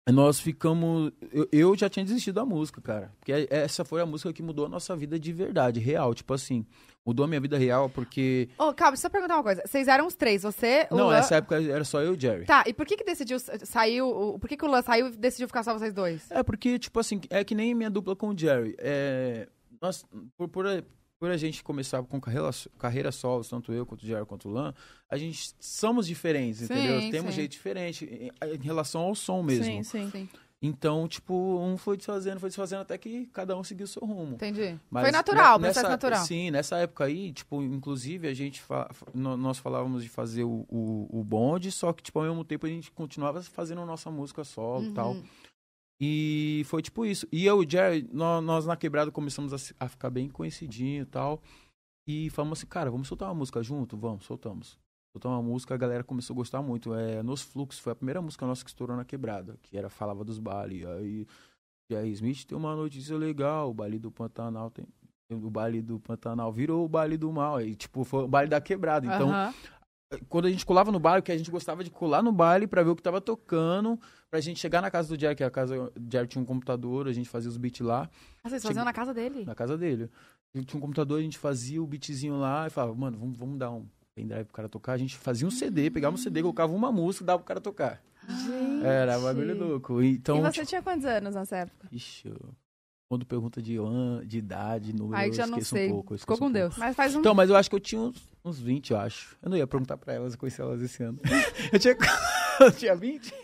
Speaker 4: nós ficamos. Eu, eu já tinha desistido da música, cara. Porque é, essa foi a música que mudou a nossa vida de verdade, real. Tipo assim, mudou a minha vida real, porque.
Speaker 1: Ô, calma, deixa eu só perguntar uma coisa. Vocês eram os três, você, o
Speaker 4: Não, é
Speaker 1: Lan...
Speaker 4: nessa época era só eu e o Jerry.
Speaker 1: Tá, e por que que decidiu, saiu, o- por que que o Lan saiu e decidiu ficar só vocês dois?
Speaker 4: É porque, tipo assim, é que nem minha dupla com o Jerry. É, nós, por, por, a, por a gente começar com carreira, carreira solo, tanto eu quanto o Jerry quanto o Lan, a gente somos diferentes,
Speaker 1: Sim,
Speaker 4: entendeu? Temos um
Speaker 1: sim.
Speaker 4: jeito diferente em, em relação ao som mesmo.
Speaker 2: Sim, sim.
Speaker 4: Então, tipo, um foi desfazendo, foi desfazendo até que cada um seguiu o seu rumo.
Speaker 1: Entendi.
Speaker 4: Mas
Speaker 1: Foi natural,
Speaker 4: ne-
Speaker 1: processo
Speaker 4: nessa-
Speaker 1: natural.
Speaker 4: Sim, nessa época aí, tipo, inclusive a gente, fa- fa- no- nós falávamos de fazer o, o, o bonde, só que, tipo, ao mesmo tempo a gente continuava fazendo a nossa música solo e
Speaker 1: Uhum.
Speaker 4: tal. E foi tipo isso. E eu e o Jerry, nó- nós, na quebrada começamos a, se- a ficar bem conhecidinho e tal. E falamos assim, cara, vamos soltar uma música junto? Vamos, soltamos. Soltamos uma música, a galera começou a gostar muito. É, Nos Fluxos foi a primeira música nossa que estourou na quebrada, que era Falava dos Bali. Aí, Jerry Smith tem uma notícia legal, o Bali do Pantanal tem. O baile do Pantanal virou o baile do mal. E, tipo, foi o baile da quebrada. Então,
Speaker 1: Aham.
Speaker 4: quando a gente colava no baile, que a gente gostava de colar no baile pra ver o que tava tocando, pra gente chegar na casa do Jerry, que é a casa o Jerry tinha um computador, a gente fazia os beats lá,
Speaker 1: Ah, vocês
Speaker 4: chega-
Speaker 1: faziam na casa dele?
Speaker 4: na casa dele. Ele tinha um computador, a gente fazia o beatzinho lá e falava, mano, vamos, vamos dar um pendrive pro cara tocar. A gente fazia um CD, pegava um CD, colocava uma música e dava pro cara tocar.
Speaker 2: Gente.
Speaker 4: Era um bagulho louco. Então,
Speaker 2: E você
Speaker 4: tipo,
Speaker 2: tinha quantos anos nessa época?
Speaker 4: ixi, eu- quando pergunta de, an- de idade, número,
Speaker 1: Aí
Speaker 4: eu
Speaker 1: já não
Speaker 4: esqueço
Speaker 1: sei.
Speaker 4: um pouco. eu
Speaker 1: Ficou com
Speaker 4: esqueço um pouco.
Speaker 1: Deus.
Speaker 2: Mas faz um...
Speaker 4: Então, mas eu acho que eu tinha uns, uns 20, eu acho. Eu não
Speaker 2: (laughs)
Speaker 4: (laughs) ia perguntar pra elas, eu conheci elas esse ano. Eu tinha, eu tinha 20?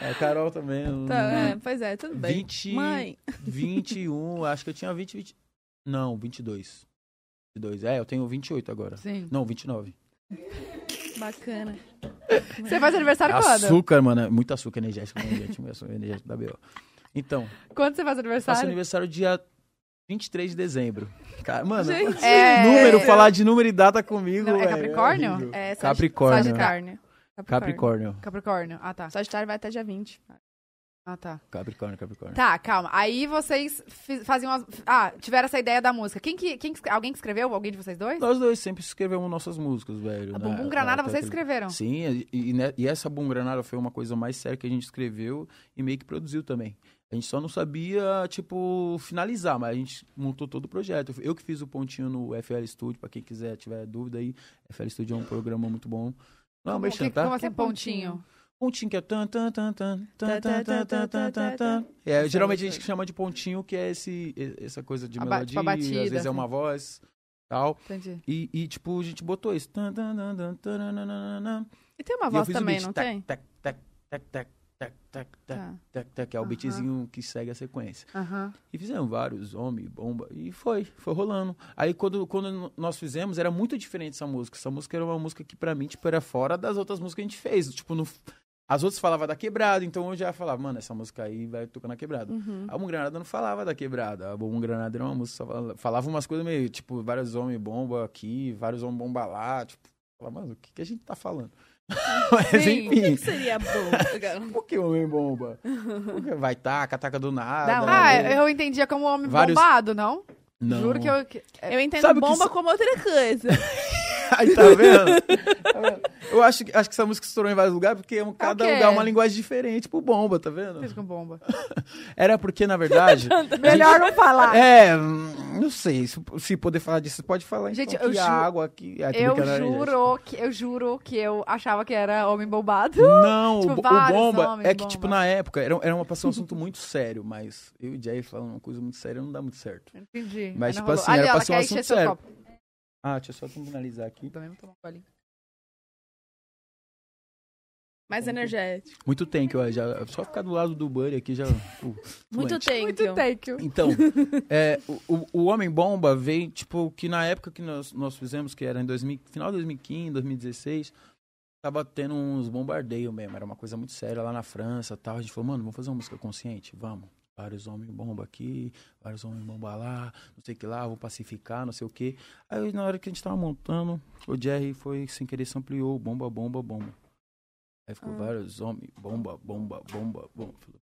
Speaker 4: É, A Carol também. eu
Speaker 2: Tá, é, pois é, tudo bem.
Speaker 4: 20, (laughs)
Speaker 2: Mãe,
Speaker 4: 21, acho que um, eu tinha 20, 20. Não, 22. 22. É, eu tenho 28 agora.
Speaker 1: Sim.
Speaker 4: Não, 29.
Speaker 2: bacana.
Speaker 1: Você faz
Speaker 2: Tá
Speaker 1: aniversário quando?
Speaker 4: Açúcar, mano. é Muito açúcar energético, né, gente? Muito açúcar energético da B.O. Então,
Speaker 1: Quando você faz
Speaker 4: faço
Speaker 1: aniversário?
Speaker 4: aniversário é dia 23 de dezembro. Cara, mano,
Speaker 2: Gente.
Speaker 1: É-
Speaker 4: né? número, falar de número e data comigo.
Speaker 1: Não, é
Speaker 4: velho,
Speaker 1: Capricórnio?
Speaker 4: horrível.
Speaker 2: É, sag-
Speaker 4: Capricórnio.
Speaker 2: Sagitário.
Speaker 4: Capricórnio.
Speaker 1: Capricórnio. Ah, tá.
Speaker 2: Sagitário vai até dia 20.
Speaker 1: Ah, tá.
Speaker 4: Capricórnio, Capricórnio.
Speaker 1: Tá, calma. Aí vocês fiz- faziam as... Ah, tiveram essa ideia da música. Quem que... Quem que... Alguém que escreveu? Alguém de vocês dois?
Speaker 4: Nós dois sempre escrevemos nossas músicas, velho.
Speaker 1: A
Speaker 4: né?
Speaker 1: Bumbum Granada
Speaker 4: Até
Speaker 1: vocês
Speaker 4: aquele-
Speaker 1: escreveram.
Speaker 4: Sim, e, e ne- e essa Bum Granada foi uma coisa mais séria que a gente escreveu e meio que produziu também. A gente só não sabia, tipo, finalizar, mas a gente montou todo o projeto. Eu que fiz o pontinho no FL Studio, pra quem quiser, tiver dúvida aí. FL Studio é um programa muito bom. Não,
Speaker 1: Como-
Speaker 4: mexendo,
Speaker 1: que-
Speaker 4: tá?
Speaker 1: Como assim,
Speaker 2: Que pontinho?
Speaker 1: pontinho?
Speaker 4: Pontinho que é tan, tan, tan, tan, tan, tan, tan, tan, tan, tan, tan. É, geralmente a gente chama de pontinho, que é esse, e- essa coisa de
Speaker 1: A ba-
Speaker 4: melodia,
Speaker 1: tipo a
Speaker 4: às
Speaker 1: batida,
Speaker 4: vezes é
Speaker 1: assim.
Speaker 4: uma voz, tal.
Speaker 1: Entendi.
Speaker 4: E, e, tipo, a gente botou isso. Tan, tan, tan, tan, tarananana.
Speaker 2: E tem uma
Speaker 4: E eu
Speaker 2: voz
Speaker 4: fiz o
Speaker 2: também,
Speaker 4: beat,
Speaker 2: não
Speaker 4: tac,
Speaker 2: tem?
Speaker 4: Tac, tac, tac, tac, tac, tac, tac,
Speaker 2: Tá.
Speaker 4: tac, tac, é o
Speaker 1: Aham.
Speaker 4: beatzinho que segue a sequência.
Speaker 1: Aham.
Speaker 4: E fizemos vários, homem, bomba, e foi, foi rolando. Aí quando, quando nós fizemos, era muito diferente essa música. Essa música era uma música que pra mim, tipo, era fora das outras músicas que a gente fez. Tipo, não- as outras falavam da quebrada, então eu já falava, mano, essa música aí vai tocar na quebrada.
Speaker 2: Uhum.
Speaker 4: A Bom Granada não falava da quebrada. A Bom Granada era uma música, só falava, falava umas coisas meio, tipo, vários homens bomba aqui, vários homens bomba lá, tipo, falava, mano, o que, que a gente tá falando? (laughs) Mas
Speaker 1: Sim.
Speaker 2: O que, que
Speaker 4: enfim,
Speaker 2: seria bom?
Speaker 4: por que homem bomba? Por que vai taca, taca do nada.
Speaker 2: Dá uma-
Speaker 1: Ah,
Speaker 4: né?
Speaker 1: eu entendia como homem
Speaker 4: Vários-
Speaker 1: bombado, não?
Speaker 4: Não.
Speaker 1: Juro que eu... que-
Speaker 2: Eu entendo
Speaker 4: Sabe o que
Speaker 2: bomba
Speaker 4: isso-
Speaker 2: como outra coisa. (laughs)
Speaker 4: (laughs) Aí, tá vendo? Tá vendo? Eu acho que, acho que essa música estourou em vários lugares, porque um- cada
Speaker 1: Ok.
Speaker 4: lugar é uma linguagem diferente pro bomba, tá vendo?
Speaker 1: Fiz com bomba.
Speaker 4: Era porque, na verdade.
Speaker 1: (laughs) Melhor não falar.
Speaker 4: É, hum, não sei. Se, se poder falar disso, pode falar.
Speaker 1: Gente,
Speaker 4: então,
Speaker 1: eu
Speaker 4: que a
Speaker 1: ju-
Speaker 4: água aqui. é tudo
Speaker 1: Eu
Speaker 4: que era energético.
Speaker 1: juro que eu juro que eu achava que era homem bombado.
Speaker 4: Não, o
Speaker 1: Tipo,
Speaker 4: bo- o
Speaker 1: vários
Speaker 4: bomba
Speaker 1: homens
Speaker 4: é que,
Speaker 1: bomba.
Speaker 4: tipo, na época, era, era uma passou um assunto muito sério, mas eu e Jay falando uma coisa muito séria não dá muito certo.
Speaker 1: Entendi.
Speaker 4: Mas,
Speaker 1: Aí não
Speaker 4: tipo
Speaker 1: rolou.
Speaker 4: assim,
Speaker 1: Ali,
Speaker 4: era
Speaker 1: ela
Speaker 4: pra ser um
Speaker 1: quer
Speaker 4: assunto
Speaker 1: encher seu
Speaker 4: sério.
Speaker 1: copo.
Speaker 4: Ah, deixa eu só finalizar aqui.
Speaker 1: Também vou tomar um golinho.
Speaker 2: Mais energético.
Speaker 4: Muito tempo, ó, já só ficar do lado do Buddy aqui já. uh,
Speaker 2: Muito
Speaker 4: fluente.
Speaker 2: tempo.
Speaker 1: Muito thank you.
Speaker 4: Então, é, o, o- o Homem Bomba veio, tipo, que na época que nós, nós fizemos, que era em 2000, final de 2015, 2016, tava tendo uns bombardeios mesmo. Era uma coisa muito séria lá na França e tal. A gente falou, mano, vamos fazer uma música consciente? Vamos. Vários homens bomba aqui, vários homens bomba lá, não sei o que lá, vou pacificar, não sei o que. Aí na hora que a gente tava montando, o Jerry foi, sem querer, sampleou bomba, bomba, bomba. Aí ficou
Speaker 2: Ah.
Speaker 4: vários homens, bomba, bomba, bomba, bomba. Falei,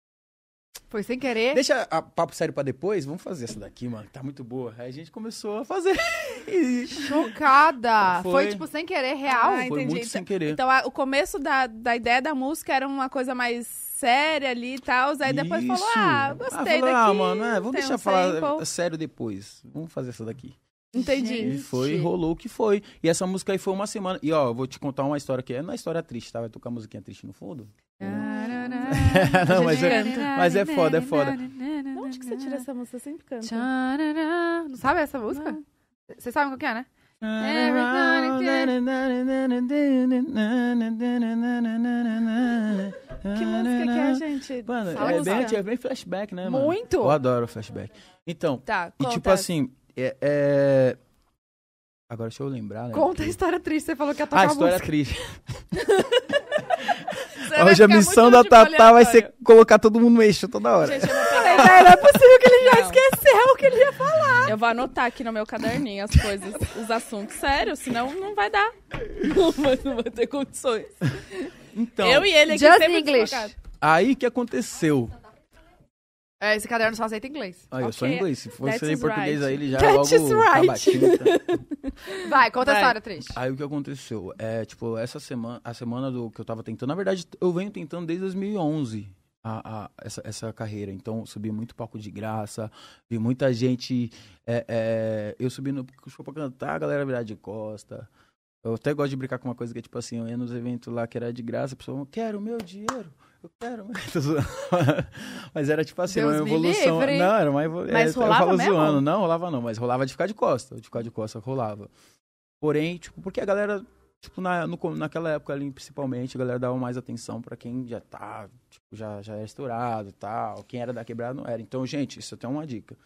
Speaker 1: Foi sem querer.
Speaker 4: Deixa a papo sério pra depois, vamos fazer essa daqui, mano, que tá muito boa. Aí a gente começou a fazer. (laughs) E
Speaker 1: Chocada. Foi.
Speaker 4: Foi.
Speaker 1: tipo sem querer, real.
Speaker 2: Ah,
Speaker 4: foi
Speaker 2: entendi.
Speaker 4: muito sem querer.
Speaker 2: Então, a- o começo da, da ideia da música era uma coisa mais séria ali e tal. Aí depois falou,
Speaker 4: Isso.
Speaker 2: ah, gostei
Speaker 4: falou,
Speaker 2: daqui.
Speaker 4: Ah, mano, é, vamos
Speaker 2: tem
Speaker 4: deixar
Speaker 2: um
Speaker 4: falar
Speaker 2: sample."
Speaker 4: sério depois. Vamos fazer essa daqui.
Speaker 2: Entendi.
Speaker 4: E foi, rolou o que foi. E essa música aí foi uma semana. E ó, eu vou te contar uma história que é não é história triste, tá? Vai tocar musiquinha triste no fundo?
Speaker 1: (laughs)
Speaker 4: Não, mas é- mas é foda, é foda.
Speaker 2: De onde que você tira essa música? Eu sempre canto.
Speaker 1: Tcharará. Não sabe essa música?
Speaker 2: Não.
Speaker 1: Vocês sabem qual que é, né?
Speaker 2: Que música que é, gente?
Speaker 4: Mano,
Speaker 2: Fala
Speaker 4: é
Speaker 2: com
Speaker 4: bem,
Speaker 2: você.
Speaker 4: é bem flashback, né, mano?
Speaker 1: Muito.
Speaker 4: Eu adoro flashback. Então,
Speaker 2: Tá,
Speaker 4: e
Speaker 2: conta.
Speaker 4: tipo assim, é, é- Agora deixa eu lembrar, né?
Speaker 1: Conta a história triste. Você falou que ia tocar
Speaker 4: Ah,
Speaker 1: a
Speaker 4: história
Speaker 1: música.
Speaker 4: triste.
Speaker 2: Você vai
Speaker 4: Hoje a
Speaker 2: ficar
Speaker 4: missão
Speaker 2: muito
Speaker 4: da
Speaker 2: de
Speaker 4: Tatá vai
Speaker 2: aleatório.
Speaker 4: ser colocar todo mundo no eixo toda hora.
Speaker 2: Gente, eu
Speaker 4: (laughs)
Speaker 2: vou
Speaker 1: Falei,
Speaker 2: pegar...
Speaker 1: né? Não é possível que ele já
Speaker 2: Não.
Speaker 1: esqueceu o que ele ia falar.
Speaker 2: Eu vou anotar aqui no meu caderninho as coisas, os assuntos sérios, senão não vai dar. (laughs) Mas não vai ter condições.
Speaker 4: Então,
Speaker 2: eu e ele aqui
Speaker 1: Just
Speaker 2: sempre
Speaker 1: English.
Speaker 2: desfocado.
Speaker 4: aí que aconteceu.
Speaker 1: É, esse caderno só aceita inglês.
Speaker 4: Aí, eu sou
Speaker 2: Ok,
Speaker 4: inglês. Se fosse
Speaker 2: that
Speaker 4: em
Speaker 2: is
Speaker 4: português
Speaker 2: right.
Speaker 4: aí, ele já
Speaker 2: That
Speaker 4: logo
Speaker 2: is right.
Speaker 4: tá
Speaker 1: Vai, conta a
Speaker 2: Vai.
Speaker 1: história triste.
Speaker 4: Aí o que aconteceu? É, tipo, essa semana, a semana do que eu tava tentando, na verdade, eu venho tentando desde 2011 a, a- essa, essa carreira. Então, eu subi muito palco de graça, vi muita gente. é, é, eu subi no show pra cantar, a galera virar de costa. Eu até gosto de brincar com uma coisa que é tipo assim, eu ia nos eventos lá que era de graça, a pessoa, eu quero meu dinheiro, eu quero. meu-" Tô zoando. (laughs) mas era tipo assim,
Speaker 1: Deus
Speaker 4: uma
Speaker 1: me
Speaker 4: evolução.
Speaker 1: livre.
Speaker 4: Não, Ah, era uma evolução.
Speaker 2: Mas rolava
Speaker 4: eu falo
Speaker 2: mesmo?
Speaker 4: zoando, não, rolava não, mas rolava de ficar de costa. De ficar de costa rolava. Porém, tipo, porque a galera, tipo, na, no, com- naquela época ali, principalmente, a galera dava mais atenção pra quem já tá, tipo, já, já era estourado e tal. Quem era da quebrada não era. Então, gente, isso até é uma dica.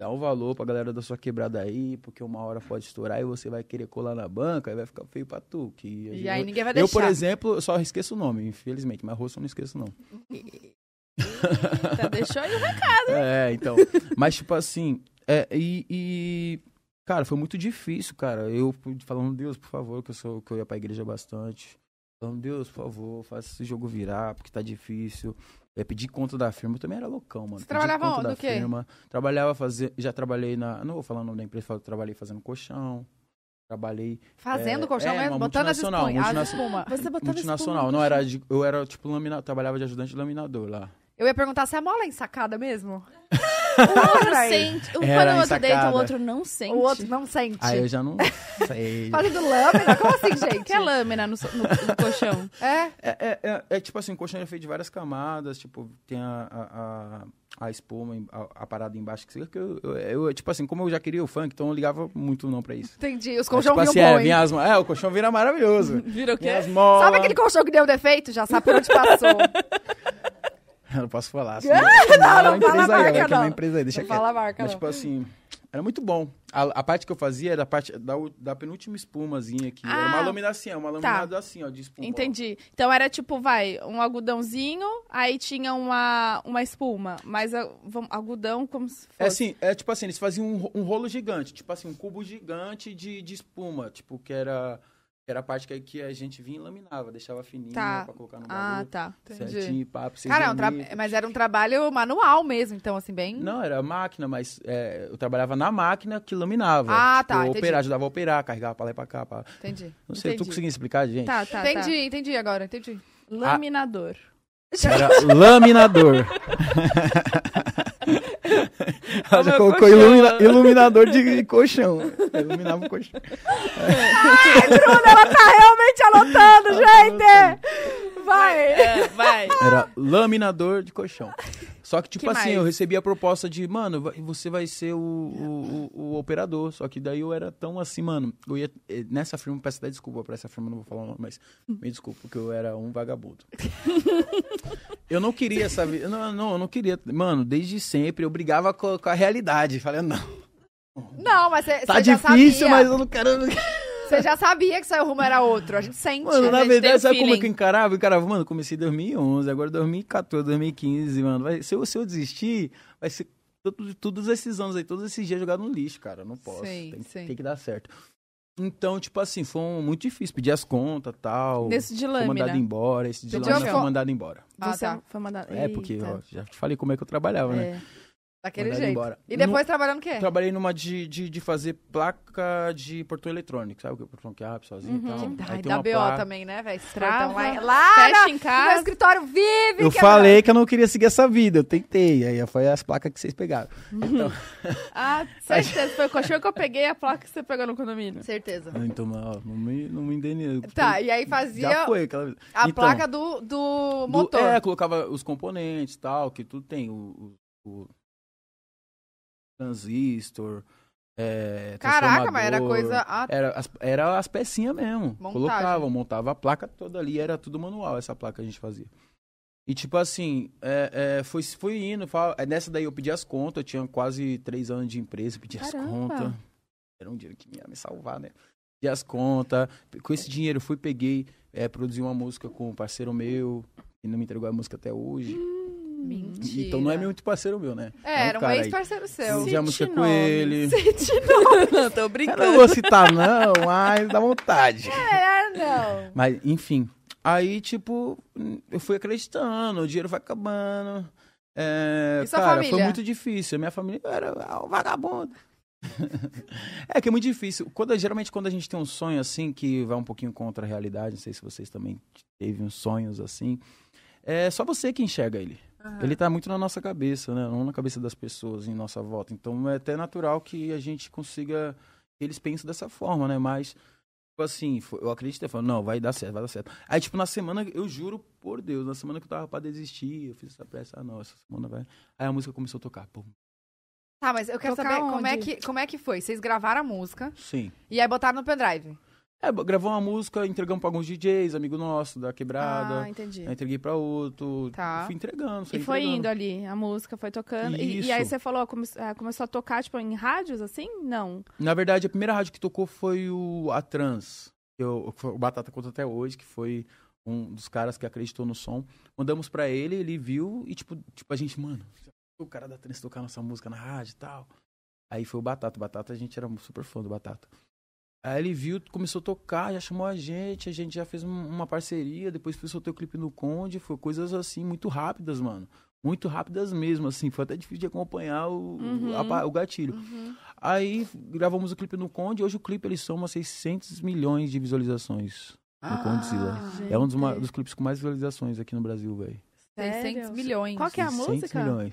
Speaker 4: Dá um valor pra galera da sua quebrada aí, porque uma hora pode estourar e você vai querer colar na banca e vai ficar feio pra tu. Que a gente-
Speaker 1: E aí ninguém vai
Speaker 4: eu,
Speaker 1: deixar.
Speaker 4: por exemplo, eu só esqueço o nome, infelizmente, mas Russo eu não esqueço, não.
Speaker 2: Eita, deixou aí o recado.
Speaker 4: É, então. Mas, tipo assim, é, e, e, Cara, foi muito difícil, cara. Eu falando, Deus, por favor, que eu, sou, que eu ia pra igreja bastante. Falando, Deus, por favor, faça esse jogo virar, porque tá difícil. É, pedir conta da firma, eu também era loucão, mano.
Speaker 1: Você
Speaker 4: Pedir
Speaker 1: trabalhava
Speaker 4: conta
Speaker 1: onde?
Speaker 4: da
Speaker 1: O quê?
Speaker 4: firma. Trabalhava fazer. Já trabalhei na. Não vou falar o nome da empresa, falo que trabalhei fazendo colchão. Trabalhei.
Speaker 1: Fazendo
Speaker 4: É,
Speaker 1: colchão
Speaker 4: é,
Speaker 1: mesmo,
Speaker 4: uma
Speaker 1: botando as
Speaker 4: multinacional,
Speaker 1: espuma. As
Speaker 4: multinacional.
Speaker 1: espuma.
Speaker 2: Você botando
Speaker 4: multinacional. Não, era de- eu era tipo lamina, trabalhava de ajudante de laminador lá.
Speaker 1: Eu ia perguntar se a mola é ensacada mesmo.
Speaker 2: O outro
Speaker 1: Peraí.
Speaker 2: sente. Um
Speaker 4: Era
Speaker 2: quando o
Speaker 4: em
Speaker 2: outro deita, o
Speaker 4: sacada.
Speaker 2: outro não sente.
Speaker 1: O outro não sente.
Speaker 4: Aí Ah,
Speaker 1: (laughs)
Speaker 4: eu já não sei.
Speaker 1: Fazendo lâmina? Como assim, gente?
Speaker 2: (laughs) Que é lâmina no, no, no (laughs) colchão.
Speaker 1: É.
Speaker 4: É, é, é, é tipo assim, o colchão é feito de várias camadas, tipo, tem a, a, a, a espuma, em- a, a parada embaixo. Que, que eu, eu, eu, tipo assim, como eu já queria o funk, então eu ligava muito não pra isso.
Speaker 1: Entendi. Os colchão
Speaker 4: Mas, tipo
Speaker 1: vinham
Speaker 4: assim, é,
Speaker 1: bom, hein?
Speaker 4: minhas, mãos- é, o colchão vira
Speaker 1: (laughs)
Speaker 4: maravilhoso.
Speaker 2: Virou o quê?
Speaker 4: Minhas molas...
Speaker 1: Sabe aquele colchão que deu defeito? Já sabe por onde passou.
Speaker 4: (laughs) Eu não posso falar.
Speaker 1: (laughs)
Speaker 4: senão- senão é uma
Speaker 1: não fala a
Speaker 4: empresa aí,
Speaker 1: marca,
Speaker 4: né, que é uma
Speaker 1: não.
Speaker 4: empresa aí, deixa
Speaker 1: Não
Speaker 4: quieto.
Speaker 1: fala a marca,
Speaker 4: Mas,
Speaker 1: não.
Speaker 4: tipo assim, era muito bom. A, a parte que eu fazia era a parte da, u- da penúltima espumazinha aqui. era uma
Speaker 2: Ah,
Speaker 4: lâmina assim, é uma
Speaker 1: tá.
Speaker 4: laminada assim, ó, de espuma. ó.
Speaker 2: Entendi. Então era tipo, vai, um algodãozinho, aí tinha uma, uma espuma. Mas a- vam- algodão como se fosse.
Speaker 4: É assim, é tipo assim, eles faziam um, ro- um rolo gigante, tipo assim, um cubo gigante de, de espuma, tipo, que era, que era a parte que, que a gente vinha e laminava, deixava fininho
Speaker 2: Tá.
Speaker 4: pra colocar no
Speaker 2: Ah,
Speaker 4: bagulho,
Speaker 2: tá.
Speaker 1: entendi.
Speaker 4: certinho, papo, sem
Speaker 1: Cara, é um tra-
Speaker 4: dormir.
Speaker 1: mas era um trabalho manual mesmo, então, assim, bem.
Speaker 4: Não, era máquina, mas é, eu trabalhava na máquina que laminava.
Speaker 1: Ah,
Speaker 4: tipo,
Speaker 1: tá,
Speaker 4: eu
Speaker 1: entendi.
Speaker 4: operar, ajudava a operar, carregava pra lá e pra cá. Pra...
Speaker 1: Entendi.
Speaker 4: Não sei,
Speaker 2: Entendi.
Speaker 4: tu conseguindo explicar, gente?
Speaker 2: Tá, tá.
Speaker 1: entendi, entendi agora, entendi.
Speaker 2: tá. Laminador.
Speaker 4: Era
Speaker 1: (laughs)
Speaker 4: laminador. (laughs) Ela
Speaker 1: é
Speaker 4: já
Speaker 2: meu
Speaker 4: colocou
Speaker 2: colchão.
Speaker 4: ilumina- iluminador de colchão. Iluminava o colchão.
Speaker 1: tá Realmente
Speaker 4: (laughs)
Speaker 1: anotando,
Speaker 4: tá
Speaker 1: gente! Vai!
Speaker 2: É, vai.
Speaker 4: Era laminador de colchão. Só que, tipo
Speaker 2: Que
Speaker 4: assim,
Speaker 2: mais?
Speaker 4: eu recebi a proposta de, mano, vai- você vai ser o, o, o- o operador. Só que daí eu era tão assim, mano. Eu ia. eh, Nessa firma, peço até desculpa pra essa firma, não vou falar o nome, mas me desculpa, porque eu era um vagabundo. eu não queria essa vida. Não, não, eu não queria. Mano, desde sempre eu brigava co- com, a realidade. Falei, não,
Speaker 1: Não, mas você
Speaker 4: tá
Speaker 1: já
Speaker 4: difícil,
Speaker 1: sabia.
Speaker 4: mas eu não quero.
Speaker 1: Você já sabia que seu rumo era outro. A gente sente.
Speaker 4: Mano,
Speaker 2: a
Speaker 4: na
Speaker 2: gente tem
Speaker 4: verdade,
Speaker 2: o
Speaker 4: sabe como é que eu
Speaker 2: feeling.
Speaker 4: encarava? Eu encarava, mano, comecei em 2011, agora 2014, 2015, mano. Vai, se, eu, se eu desistir, vai ser todo- todos esses anos aí, todos esses dias jogado no lixo, cara. Eu não posso.
Speaker 1: Sim,
Speaker 4: tem, que-
Speaker 1: sim.
Speaker 4: tem que dar certo. Então, tipo assim, foi um- muito difícil. Pedir as contas tal.
Speaker 2: Nesse né? de
Speaker 4: Foi mandado
Speaker 2: lâmina.
Speaker 4: embora, esse de
Speaker 1: Pediu
Speaker 4: lâmina
Speaker 1: as
Speaker 4: foi
Speaker 1: con-
Speaker 4: mandado embora.
Speaker 1: Ah,
Speaker 2: Você
Speaker 1: tá.
Speaker 2: foi mandado.
Speaker 4: É, porque
Speaker 2: Eita.
Speaker 4: ó, já te falei como é que eu trabalhava, né?
Speaker 2: É.
Speaker 1: Daquele
Speaker 4: Mandaram
Speaker 1: jeito.
Speaker 4: embora.
Speaker 1: E depois trabalhando o quê?
Speaker 4: Trabalhei numa de, de, de fazer placa de portão eletrônico, sabe o que é portão que abre sozinho
Speaker 2: Uhum.
Speaker 4: e tal. Aí
Speaker 1: Ai,
Speaker 4: tem
Speaker 1: da
Speaker 4: uma
Speaker 1: BO
Speaker 4: placa-
Speaker 1: também, né, velho?
Speaker 2: Trava.
Speaker 1: Lá, lá
Speaker 2: Fecha
Speaker 1: na-
Speaker 2: em
Speaker 1: no meu
Speaker 2: casa.
Speaker 1: escritório vive.
Speaker 4: Eu
Speaker 1: quebrando.
Speaker 4: falei que eu não queria seguir essa vida, eu tentei. Aí foi as placas que vocês pegaram.
Speaker 2: (laughs) Ah, certeza. Foi o colchão que eu peguei a placa que você pegou no condomínio.
Speaker 1: Certeza.
Speaker 4: Então, ó, não me, não me endenei.
Speaker 1: Tá, e aí fazia
Speaker 4: Já foi aquela vida.
Speaker 1: a
Speaker 4: Então,
Speaker 1: placa do, do
Speaker 4: do-
Speaker 1: motor.
Speaker 4: é, colocava os componentes e tal, que tudo tem. O, o- o transistor, é,
Speaker 1: Caraca, mas era
Speaker 4: transformador.
Speaker 1: coisa. Ah,
Speaker 4: Era as, era as pecinhas mesmo.
Speaker 1: Montagem.
Speaker 4: Colocava, montava a placa toda ali, era tudo manual essa placa que a gente fazia. E tipo assim, é, é, foi, foi indo. fa- é, Nessa daí eu pedi as contas, eu tinha quase três anos de empresa, pedi as
Speaker 2: Caramba.
Speaker 4: contas. Era um dinheiro que ia me salvar, né? Pedi as contas. Com esse dinheiro eu fui, peguei, é, produzi uma música com um parceiro meu, que não me entregou a música até hoje.
Speaker 1: mentira.
Speaker 4: Então não é muito parceiro meu, né?
Speaker 1: É, era um
Speaker 4: cara aí.
Speaker 1: ex-parceiro seu. (laughs)
Speaker 4: Produzi
Speaker 2: Cite
Speaker 4: a música com
Speaker 2: nomes.
Speaker 4: ele.
Speaker 2: Não, tô
Speaker 4: Eu
Speaker 2: brincando.
Speaker 4: não vou citar, não, mas dá vontade.
Speaker 1: É, não.
Speaker 4: Mas, enfim. Aí, tipo, eu fui acreditando, o dinheiro vai acabando. É,
Speaker 1: E sua
Speaker 4: cara, foi
Speaker 1: família?
Speaker 4: muito difícil. Minha família era um vagabundo. (laughs) é que é muito difícil. Quando, geralmente, quando a gente tem um sonho assim, que vai um pouquinho contra a realidade, não sei se vocês também teve uns sonhos assim, é só você que enxerga ele. Ele tá muito na nossa cabeça, né? Não na cabeça das pessoas em nossa volta. Então é até natural que a gente consiga. Eles pensam dessa forma, né? Mas Tipo assim, foi- eu acreditei, falando, não, vai dar certo, vai dar certo. Aí, tipo, na semana, eu juro por Deus, na semana que eu tava pra desistir, eu fiz essa peça, ah, não, essa semana vai. Aí a música começou a tocar, pum.
Speaker 1: Tá, mas eu quero
Speaker 2: Tocar
Speaker 1: saber como é,
Speaker 2: onde?
Speaker 1: que, como é que foi. Vocês gravaram a música
Speaker 4: Sim.
Speaker 1: e aí botaram no pendrive.
Speaker 4: É, bo- gravou uma música, entregamos pra alguns DJs, amigo nosso, da quebrada.
Speaker 2: Ah, entendi.
Speaker 4: Aí entreguei pra outro.
Speaker 1: Tá.
Speaker 4: Fui entregando, fui
Speaker 2: E foi
Speaker 4: entregando.
Speaker 2: indo ali, a música foi tocando. E, e aí
Speaker 4: Isso.
Speaker 2: você falou, come- ah, começou a tocar, tipo, em rádios, assim? Não.
Speaker 4: Na verdade, a primeira rádio que tocou foi o A Trans. que Eu, o Batata conta até hoje, que foi um dos caras que acreditou no som. Mandamos pra ele, ele viu e, tipo, tipo a gente, mano, é o cara da Trans tocar nossa música na rádio e tal. Aí foi o Batata. O Batata, a gente era super fã do Batata. Aí ele viu, começou a tocar, já chamou a gente, a gente já fez um- uma parceria, depois fez o teu clipe no Conde, foi coisas assim, muito rápidas, mano. Muito rápidas mesmo, assim, foi até difícil de acompanhar o,
Speaker 2: Uhum.
Speaker 4: a pa- o gatilho. Aí gravamos o clipe no Conde, hoje o clipe ele soma 600 milhões de visualizações. Ah, No Condzilla.
Speaker 1: Ah,
Speaker 4: É um dos, ma- dos clipes com mais visualizações aqui no Brasil, velho.
Speaker 1: 600
Speaker 2: Sério?
Speaker 1: milhões.
Speaker 2: Qual que é a
Speaker 4: 600
Speaker 2: música?
Speaker 4: milhões.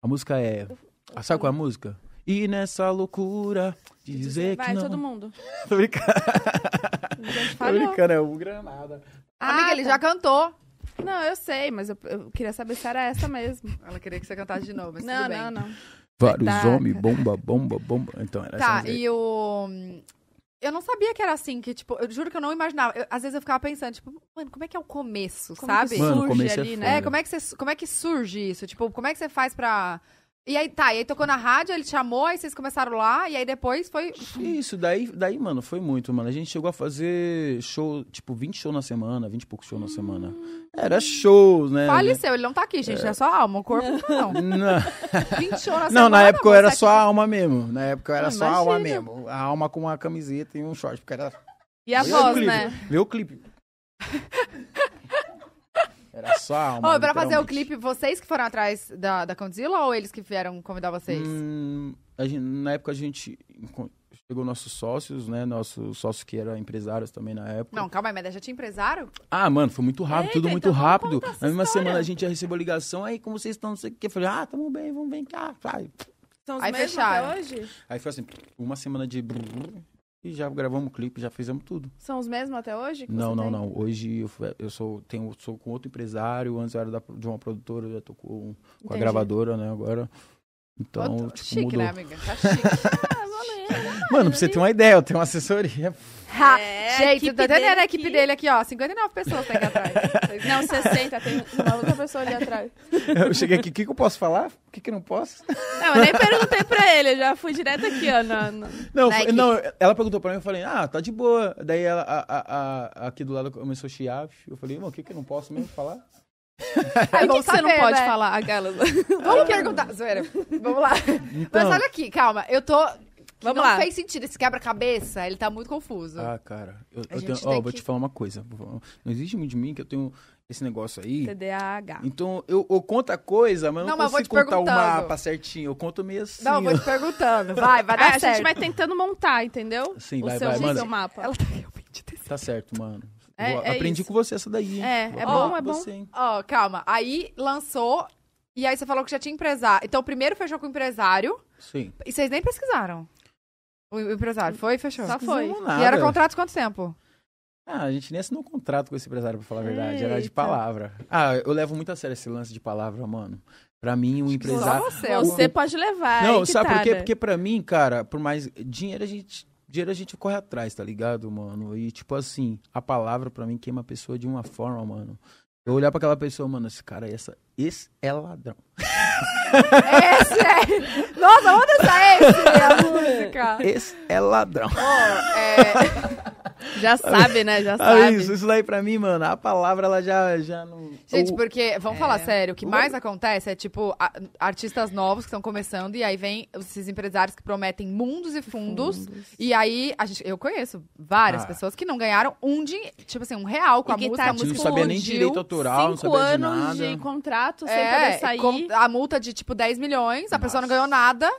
Speaker 4: A música é. Ah, sabe qual é a música? E nessa loucura de dizer
Speaker 2: Vai,
Speaker 4: que não.
Speaker 2: todo
Speaker 4: (laughs)
Speaker 2: mundo.
Speaker 4: Tô brincando,
Speaker 2: Já te
Speaker 4: tô
Speaker 2: falou.
Speaker 4: brincando, é o Granada.
Speaker 1: Amiga,
Speaker 2: Ah,
Speaker 1: ele
Speaker 2: tá.
Speaker 1: já cantou.
Speaker 2: Não, eu sei, mas eu, eu queria saber se era essa mesmo.
Speaker 1: Ela queria que você cantasse de novo, mas
Speaker 2: não,
Speaker 1: tudo bem.
Speaker 2: não, não.
Speaker 4: Vários
Speaker 2: Taca.
Speaker 4: homens, bomba, bomba, bomba. Então era
Speaker 1: Tá,
Speaker 4: essa música.
Speaker 1: e o... Eu não sabia que era assim, que tipo, eu juro que eu não imaginava. Eu- às vezes eu ficava pensando, tipo, mano, como é que é o começo,
Speaker 2: Como
Speaker 1: sabe?
Speaker 2: que
Speaker 4: Mano,
Speaker 2: surge
Speaker 4: começo é
Speaker 2: ali, né?
Speaker 1: É, como é, que você, como é que surge isso? Tipo, como é que você faz pra. E aí, tá, e aí tocou na rádio, ele te chamou, aí vocês começaram lá, e aí depois foi.
Speaker 4: Isso, daí, daí, mano, foi muito, mano. A gente chegou a fazer show, tipo, 20 shows na semana, 20 e poucos shows na semana. Era shows, né?
Speaker 1: Faleceu, ele não tá aqui, gente, é, só a alma, o corpo não.
Speaker 4: Não,
Speaker 1: 20 horas
Speaker 2: é
Speaker 1: na
Speaker 4: não, na
Speaker 1: semana, é
Speaker 4: época eu era
Speaker 1: você
Speaker 4: só a alma mesmo. Na época eu era
Speaker 2: Ah,
Speaker 4: só a alma
Speaker 2: imagina.
Speaker 4: mesmo. A alma com uma camiseta e um short, porque era.
Speaker 2: E a
Speaker 4: Vê o
Speaker 2: voz,
Speaker 4: clipe,
Speaker 2: né?
Speaker 4: Vê o clipe. Era só a alma.
Speaker 1: Ô, pra fazer o
Speaker 4: literalmente.
Speaker 1: clipe, vocês que foram atrás da, da Condzilla ou eles que vieram convidar vocês?
Speaker 4: Hum, a gente- na época a gente encon- chegou nossos sócios, né? Nosso sócio que era empresários também na época.
Speaker 1: Não, calma aí, mas já tinha empresário?
Speaker 4: Ah, mano, foi muito rápido,
Speaker 2: Eita,
Speaker 4: tudo
Speaker 2: então
Speaker 4: muito
Speaker 2: vamos
Speaker 4: rápido.
Speaker 2: contar essa
Speaker 4: Na mesma
Speaker 2: história.
Speaker 4: semana a gente já recebeu ligação, aí como vocês estão, não sei o que. Eu falei, ah, tamo bem, vamos vem cá. Vai.
Speaker 2: São os
Speaker 1: Aí
Speaker 2: mesmos
Speaker 1: fecharam.
Speaker 2: até hoje?
Speaker 4: Aí foi assim, uma semana de. brrr, E já gravamos o clipe, já fizemos tudo.
Speaker 2: São os mesmos até hoje? que
Speaker 4: não,
Speaker 2: você
Speaker 4: não,
Speaker 2: tem?
Speaker 4: não. Hoje eu, fui- eu sou, tenho, sou com outro empresário, antes eu era da- de uma produtora, eu já tô com, com a
Speaker 2: Entendi.
Speaker 4: gravadora, né, agora. Então,
Speaker 1: Ô, tô-
Speaker 4: tipo,
Speaker 1: chique,
Speaker 4: mudou.
Speaker 1: né, amiga? Tá chique.
Speaker 2: Ah, (laughs) valeu.
Speaker 4: Mano, pra você ter uma ideia, eu tenho uma assessoria. (laughs)
Speaker 1: (laughs) Ha!
Speaker 2: É, a
Speaker 1: gente,
Speaker 2: equipe
Speaker 1: tá entendendo
Speaker 2: dele
Speaker 1: a equipe
Speaker 2: aqui.
Speaker 1: dele aqui, ó. 59 pessoas tem aqui atrás. Vocês
Speaker 2: (laughs) Não, 60, tem um uma outra pessoa ali atrás.
Speaker 4: Eu cheguei aqui, o que, que eu posso falar? O que, que eu não posso?
Speaker 2: Não, eu nem perguntei pra ele, eu já fui direto aqui, ó. na- (laughs) na-
Speaker 4: Não,
Speaker 1: Vai
Speaker 4: foi-
Speaker 1: que-
Speaker 4: não, ela perguntou pra mim, eu falei, ah, tá de boa. Daí ela, a, a- a- aqui do lado começou a chiar, eu falei, mano, o que que eu não posso mesmo falar?
Speaker 1: É
Speaker 2: Aí o
Speaker 1: bom
Speaker 2: que, tá é. que você não
Speaker 1: saber,
Speaker 2: pode
Speaker 1: né?
Speaker 2: falar,
Speaker 1: (laughs)
Speaker 2: aquelas?
Speaker 1: Vamos perguntar. (laughs) Zoeira. Vamos lá. Mas
Speaker 4: Então,
Speaker 1: olha aqui, calma. Eu tô.
Speaker 2: Vamos
Speaker 1: não
Speaker 2: lá.
Speaker 1: fez sentido esse quebra-cabeça. Ele tá muito confuso.
Speaker 4: ah, cara, eu, eu
Speaker 1: gente
Speaker 4: tenho,
Speaker 1: tem
Speaker 4: ó, vou
Speaker 1: que-
Speaker 4: te falar uma coisa, vou falar- não existe muito de mim que eu tenho esse negócio aí,
Speaker 2: TDAH.
Speaker 4: então eu, eu conto a coisa, mas eu não,
Speaker 1: Não, mas eu vou
Speaker 4: consigo
Speaker 1: te
Speaker 4: contar o
Speaker 1: perguntando.
Speaker 4: mapa certinho, eu conto meio assim,
Speaker 1: não, eu vou
Speaker 4: ó.
Speaker 1: te perguntando. Vai, (laughs) vai dar
Speaker 2: Ah, a
Speaker 1: certo.
Speaker 2: gente vai tentando montar, entendeu?
Speaker 4: Sim,
Speaker 2: o
Speaker 4: Assim, vai,
Speaker 2: seu,
Speaker 4: vai,
Speaker 2: o
Speaker 4: manda.
Speaker 2: seu mapa.
Speaker 1: Ela tá realmente desse-
Speaker 4: tá certo, mano,
Speaker 2: É-
Speaker 4: Vou-
Speaker 2: é
Speaker 4: aprendi
Speaker 2: isso.
Speaker 4: com você essa daí, hein?
Speaker 2: É,
Speaker 4: Vou
Speaker 2: é
Speaker 4: aprender
Speaker 2: bom, é
Speaker 4: com
Speaker 2: bom.
Speaker 4: você, hein?
Speaker 1: Ó, calma. Aí lançou. E aí você falou que já tinha empresário. Então, primeiro fechou com o empresário.
Speaker 4: Sim.
Speaker 1: E vocês nem pesquisaram. O empresário foi e fechou.
Speaker 2: Só foi.
Speaker 4: Não,
Speaker 1: E era
Speaker 4: nada.
Speaker 1: contrato de quanto tempo?
Speaker 4: Ah, a gente nem assinou um contrato com esse empresário, pra falar a verdade. Era de
Speaker 2: Eita.
Speaker 4: palavra. Ah, eu levo muito a sério esse lance de palavra, mano. Pra mim, um empresário.
Speaker 1: Só você. amor.
Speaker 2: Você pode levar. aí
Speaker 4: Não,
Speaker 2: que
Speaker 4: sabe
Speaker 2: tá,
Speaker 4: por quê?
Speaker 2: né?
Speaker 4: Porque pra mim, cara, por mais. Dinheiro a gente. Dinheiro a gente corre atrás, tá ligado, mano? E, tipo assim, a palavra pra mim queima a pessoa de uma forma, mano. Eu olhar pra aquela pessoa, mano, esse cara, essa, esse é ladrão.
Speaker 1: Esse é... Nossa, onde está
Speaker 2: é
Speaker 4: (laughs)
Speaker 1: esse? A música.
Speaker 4: Esse é ladrão.
Speaker 1: É...
Speaker 2: Já sabe, né? Já
Speaker 4: (laughs) Ah,
Speaker 2: sabe.
Speaker 4: isso, isso daí pra mim, mano, a palavra, ela já, já não.
Speaker 1: Gente, tipo,
Speaker 4: o-
Speaker 1: porque, vamos falar sério, o que
Speaker 4: O-
Speaker 1: mais acontece é, tipo, a- artistas novos que estão começando e aí vem esses empresários que prometem mundos e fundos. E aí, a gente, eu conheço várias
Speaker 4: Ah.
Speaker 1: pessoas que não ganharam um dinheiro, tipo assim, um real com
Speaker 2: E
Speaker 1: a
Speaker 2: que
Speaker 1: música.
Speaker 2: tá
Speaker 1: a
Speaker 4: a gente
Speaker 1: música
Speaker 4: não sabia nem
Speaker 1: explodiu.
Speaker 4: direito autoral, não
Speaker 2: Cinco
Speaker 4: sabia de
Speaker 2: anos
Speaker 4: nada.
Speaker 2: de contrato sem poder
Speaker 1: É,
Speaker 2: sair.
Speaker 1: com a multa de tipo 10 milhões, a pessoa não
Speaker 4: Nossa.
Speaker 1: ganhou nada.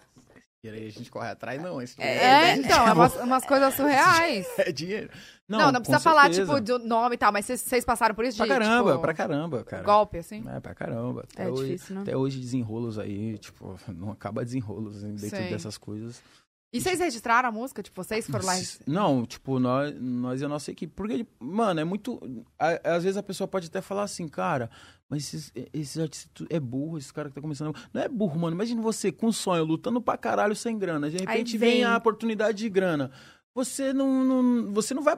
Speaker 4: E aí a gente corre atrás, não. Esse
Speaker 1: É,
Speaker 4: (laughs)
Speaker 1: então, é umas, umas coisas surreais.
Speaker 4: É dinheiro.
Speaker 1: Não, não, precisa falar, tipo,
Speaker 4: de.
Speaker 1: do nome e tal, mas vocês- vocês passaram por isso
Speaker 4: Pra
Speaker 1: de,
Speaker 4: caramba,
Speaker 1: tipo,
Speaker 4: pra caramba, cara.
Speaker 1: golpe, assim?
Speaker 4: É, pra caramba. Até,
Speaker 2: É
Speaker 4: hoje,
Speaker 2: difícil, né?
Speaker 4: até hoje desenrolos aí, tipo, (laughs) não acaba desenrolos né, dentro
Speaker 1: Sim.
Speaker 4: dessas coisas.
Speaker 1: E vocês registraram a música? Tipo, vocês foram lá... e-
Speaker 4: Não, tipo, nós, nós e a nossa equipe. Porque, mano, é muito. a- Às vezes a pessoa pode até falar assim, cara, mas esses, esses artistas tu- é burro, esse cara que tá começando. Não é burro, mano. Imagina você com sonho, lutando pra caralho sem grana. De repente vem,
Speaker 2: vem.
Speaker 4: a oportunidade de grana. você não, não- você não vai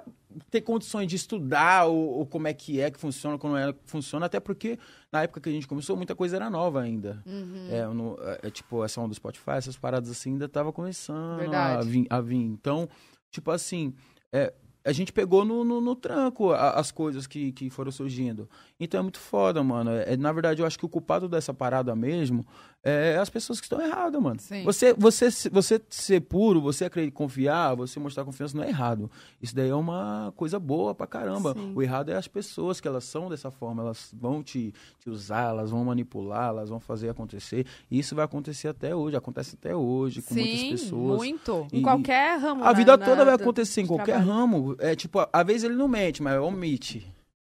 Speaker 4: ter condições de estudar ou, ou como é que é que funciona, como é que funciona, até porque na época que a gente começou, muita coisa era nova ainda.
Speaker 1: Uhum.
Speaker 4: É, eu não- é, é, tipo, essa onda do Spotify, essas paradas assim, ainda tava começando a
Speaker 1: Verdade.
Speaker 4: vir, a vir. Então, tipo assim, é, a gente pegou no, no- no tranco a- as coisas que, que foram surgindo. Então é muito foda, mano. É, na verdade, eu acho que o culpado dessa parada mesmo é as pessoas que estão erradas, mano.
Speaker 1: Sim.
Speaker 4: Você, você, se- você ser puro, você acreditar, confiar, você mostrar confiança não é errado. Isso daí é uma coisa boa pra caramba.
Speaker 2: Sim.
Speaker 4: O errado é as pessoas que elas são dessa forma. Elas vão te, te usar, elas vão manipular, elas vão fazer acontecer. E isso vai acontecer até hoje. Acontece até hoje com Tipo, muitas
Speaker 1: Sim,
Speaker 4: pessoas.
Speaker 1: muito.
Speaker 2: Em
Speaker 4: E-
Speaker 2: qualquer ramo.
Speaker 4: A
Speaker 2: né,
Speaker 4: vida
Speaker 2: na-
Speaker 4: toda vai
Speaker 2: do-
Speaker 4: acontecer em
Speaker 2: de
Speaker 4: qualquer
Speaker 2: trabalho.
Speaker 4: ramo. É tipo, a- às vezes ele não mente, mas é omite.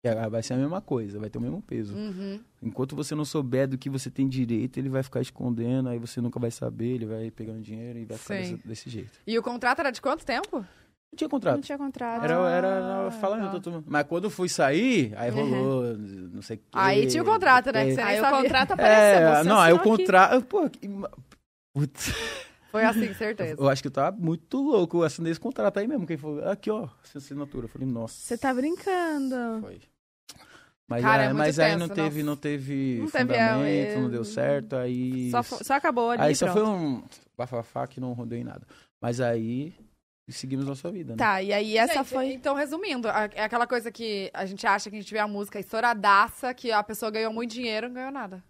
Speaker 4: E a- Vai ser a mesma coisa, vai ter o mesmo peso.
Speaker 1: Uhum.
Speaker 4: Enquanto você não souber do que você tem direito, ele vai ficar escondendo, aí você nunca vai saber, ele vai pegando dinheiro e vai ficar
Speaker 1: Sim.
Speaker 4: desse, desse jeito.
Speaker 1: E o contrato era de quanto tempo?
Speaker 4: Não tinha
Speaker 2: Não
Speaker 4: contrato.
Speaker 2: tinha contrato.
Speaker 4: Era, era,
Speaker 1: Ah,
Speaker 4: era falando,
Speaker 1: tá.
Speaker 4: tô tomando. mas quando eu fui sair, aí
Speaker 2: Uhum.
Speaker 4: rolou, não sei o quê.
Speaker 1: Aí tinha o contrato, né, que
Speaker 4: É.
Speaker 1: você-
Speaker 2: Aí
Speaker 1: nem
Speaker 2: o
Speaker 1: sabia.
Speaker 2: contrato apareceu.
Speaker 4: É,
Speaker 2: você
Speaker 4: não, aí o
Speaker 2: assinou aqui.
Speaker 4: contrato. Pô, que- putz,
Speaker 1: Foi
Speaker 4: (laughs)
Speaker 1: assim, certeza.
Speaker 4: eu acho que eu tava muito louco. Eu assinei esse contrato aí mesmo. Quem falou, "Ah, aqui ó, essa assinatura. Eu falei, nossa.
Speaker 2: Você tá brincando.
Speaker 4: Foi. Mas,
Speaker 1: Cara,
Speaker 4: aí-
Speaker 1: é muito
Speaker 4: mas aí não
Speaker 1: tenso,
Speaker 4: teve,
Speaker 1: nossa.
Speaker 4: não teve
Speaker 2: Não teve, é,
Speaker 4: fundamento, não
Speaker 2: é,
Speaker 4: deu certo, aí...
Speaker 2: Só, fo- só acabou ali.
Speaker 4: aí só
Speaker 2: pronto.
Speaker 4: foi um bafafá que não rodou em nada. Mas aí seguimos nossa vida, né?
Speaker 2: Tá, e aí essa
Speaker 1: Gente,
Speaker 2: foi.
Speaker 1: Então, resumindo, a- é aquela coisa que a gente acha que a gente vê a música estouradaça, que a pessoa ganhou muito dinheiro e não ganhou nada.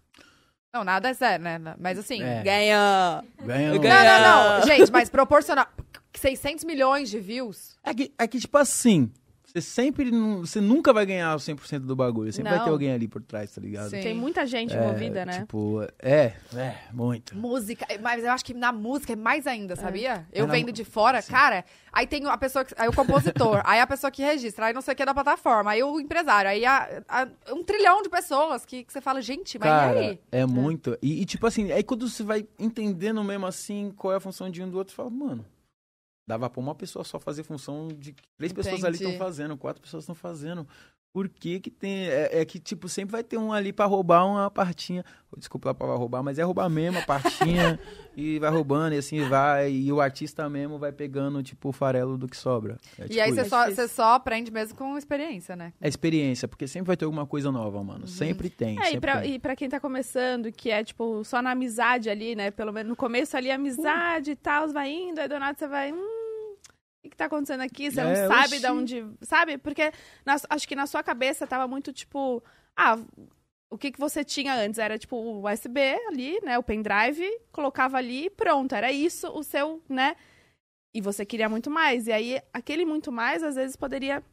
Speaker 1: Não, nada é zero, né? Mas assim.
Speaker 4: É.
Speaker 2: Ganha!
Speaker 4: Ganhou.
Speaker 2: Ganhou.
Speaker 1: Não, não, (laughs)
Speaker 2: É.
Speaker 1: não. Gente, mas proporcional. 600 milhões de views.
Speaker 4: É que, é que, tipo assim, você sempre, não- você nunca vai ganhar o 100% do bagulho, sempre vai
Speaker 2: Não.
Speaker 4: ter alguém ali por trás, tá ligado?
Speaker 1: Sim.
Speaker 2: Tem muita gente
Speaker 4: É,
Speaker 2: envolvida, né?
Speaker 4: Tipo, é, é, muito.
Speaker 1: Música, mas eu acho que na música é mais ainda, sabia? Eu
Speaker 4: É, na
Speaker 1: vendo
Speaker 4: mu-
Speaker 1: de fora, cara, aí tem a pessoa, que, aí o
Speaker 4: (laughs)
Speaker 1: compositor, aí a pessoa que registra, aí não sei o que da plataforma, aí o empresário, aí a- a- um trilhão de pessoas que, que você fala, gente, mas e
Speaker 4: Cara,
Speaker 1: aí?
Speaker 4: é muito. E, e, tipo assim, aí quando você vai entendendo mesmo assim qual é a função de um do outro, você fala, mano, dava pra uma pessoa só fazer função de que três pessoas ali
Speaker 1: Entendi.
Speaker 4: estão fazendo, quatro pessoas estão fazendo. Por que que tem. É, é que, tipo, sempre vai ter um ali pra roubar uma partinha. Desculpa a palavra roubar, mas é roubar mesmo a partinha. e vai roubando, e assim vai. E o artista mesmo vai pegando, tipo, o farelo do que sobra. É,
Speaker 1: e
Speaker 4: tipo
Speaker 1: aí você
Speaker 4: isso.
Speaker 1: só,
Speaker 2: difícil.
Speaker 1: você só aprende mesmo com experiência, né?
Speaker 4: É experiência, porque sempre vai ter alguma coisa nova, mano. Sempre tem.
Speaker 2: É,
Speaker 4: sempre
Speaker 2: e pra,
Speaker 4: tem.
Speaker 2: e pra quem tá começando, que é, tipo, só na amizade ali, né? Pelo menos no começo ali, amizade e tal, vai indo, aí do nada você vai, hum, o que, que tá acontecendo aqui? Você
Speaker 4: É,
Speaker 2: não sabe
Speaker 4: oxi.
Speaker 2: de onde. Sabe? Porque na- acho que na sua cabeça tava muito, tipo, ah, o que, que você tinha antes? Era, tipo, o USB ali, né? O pendrive, colocava ali e pronto. Era isso o seu, né? E você queria muito mais. E aí, aquele muito mais, às vezes, poderia.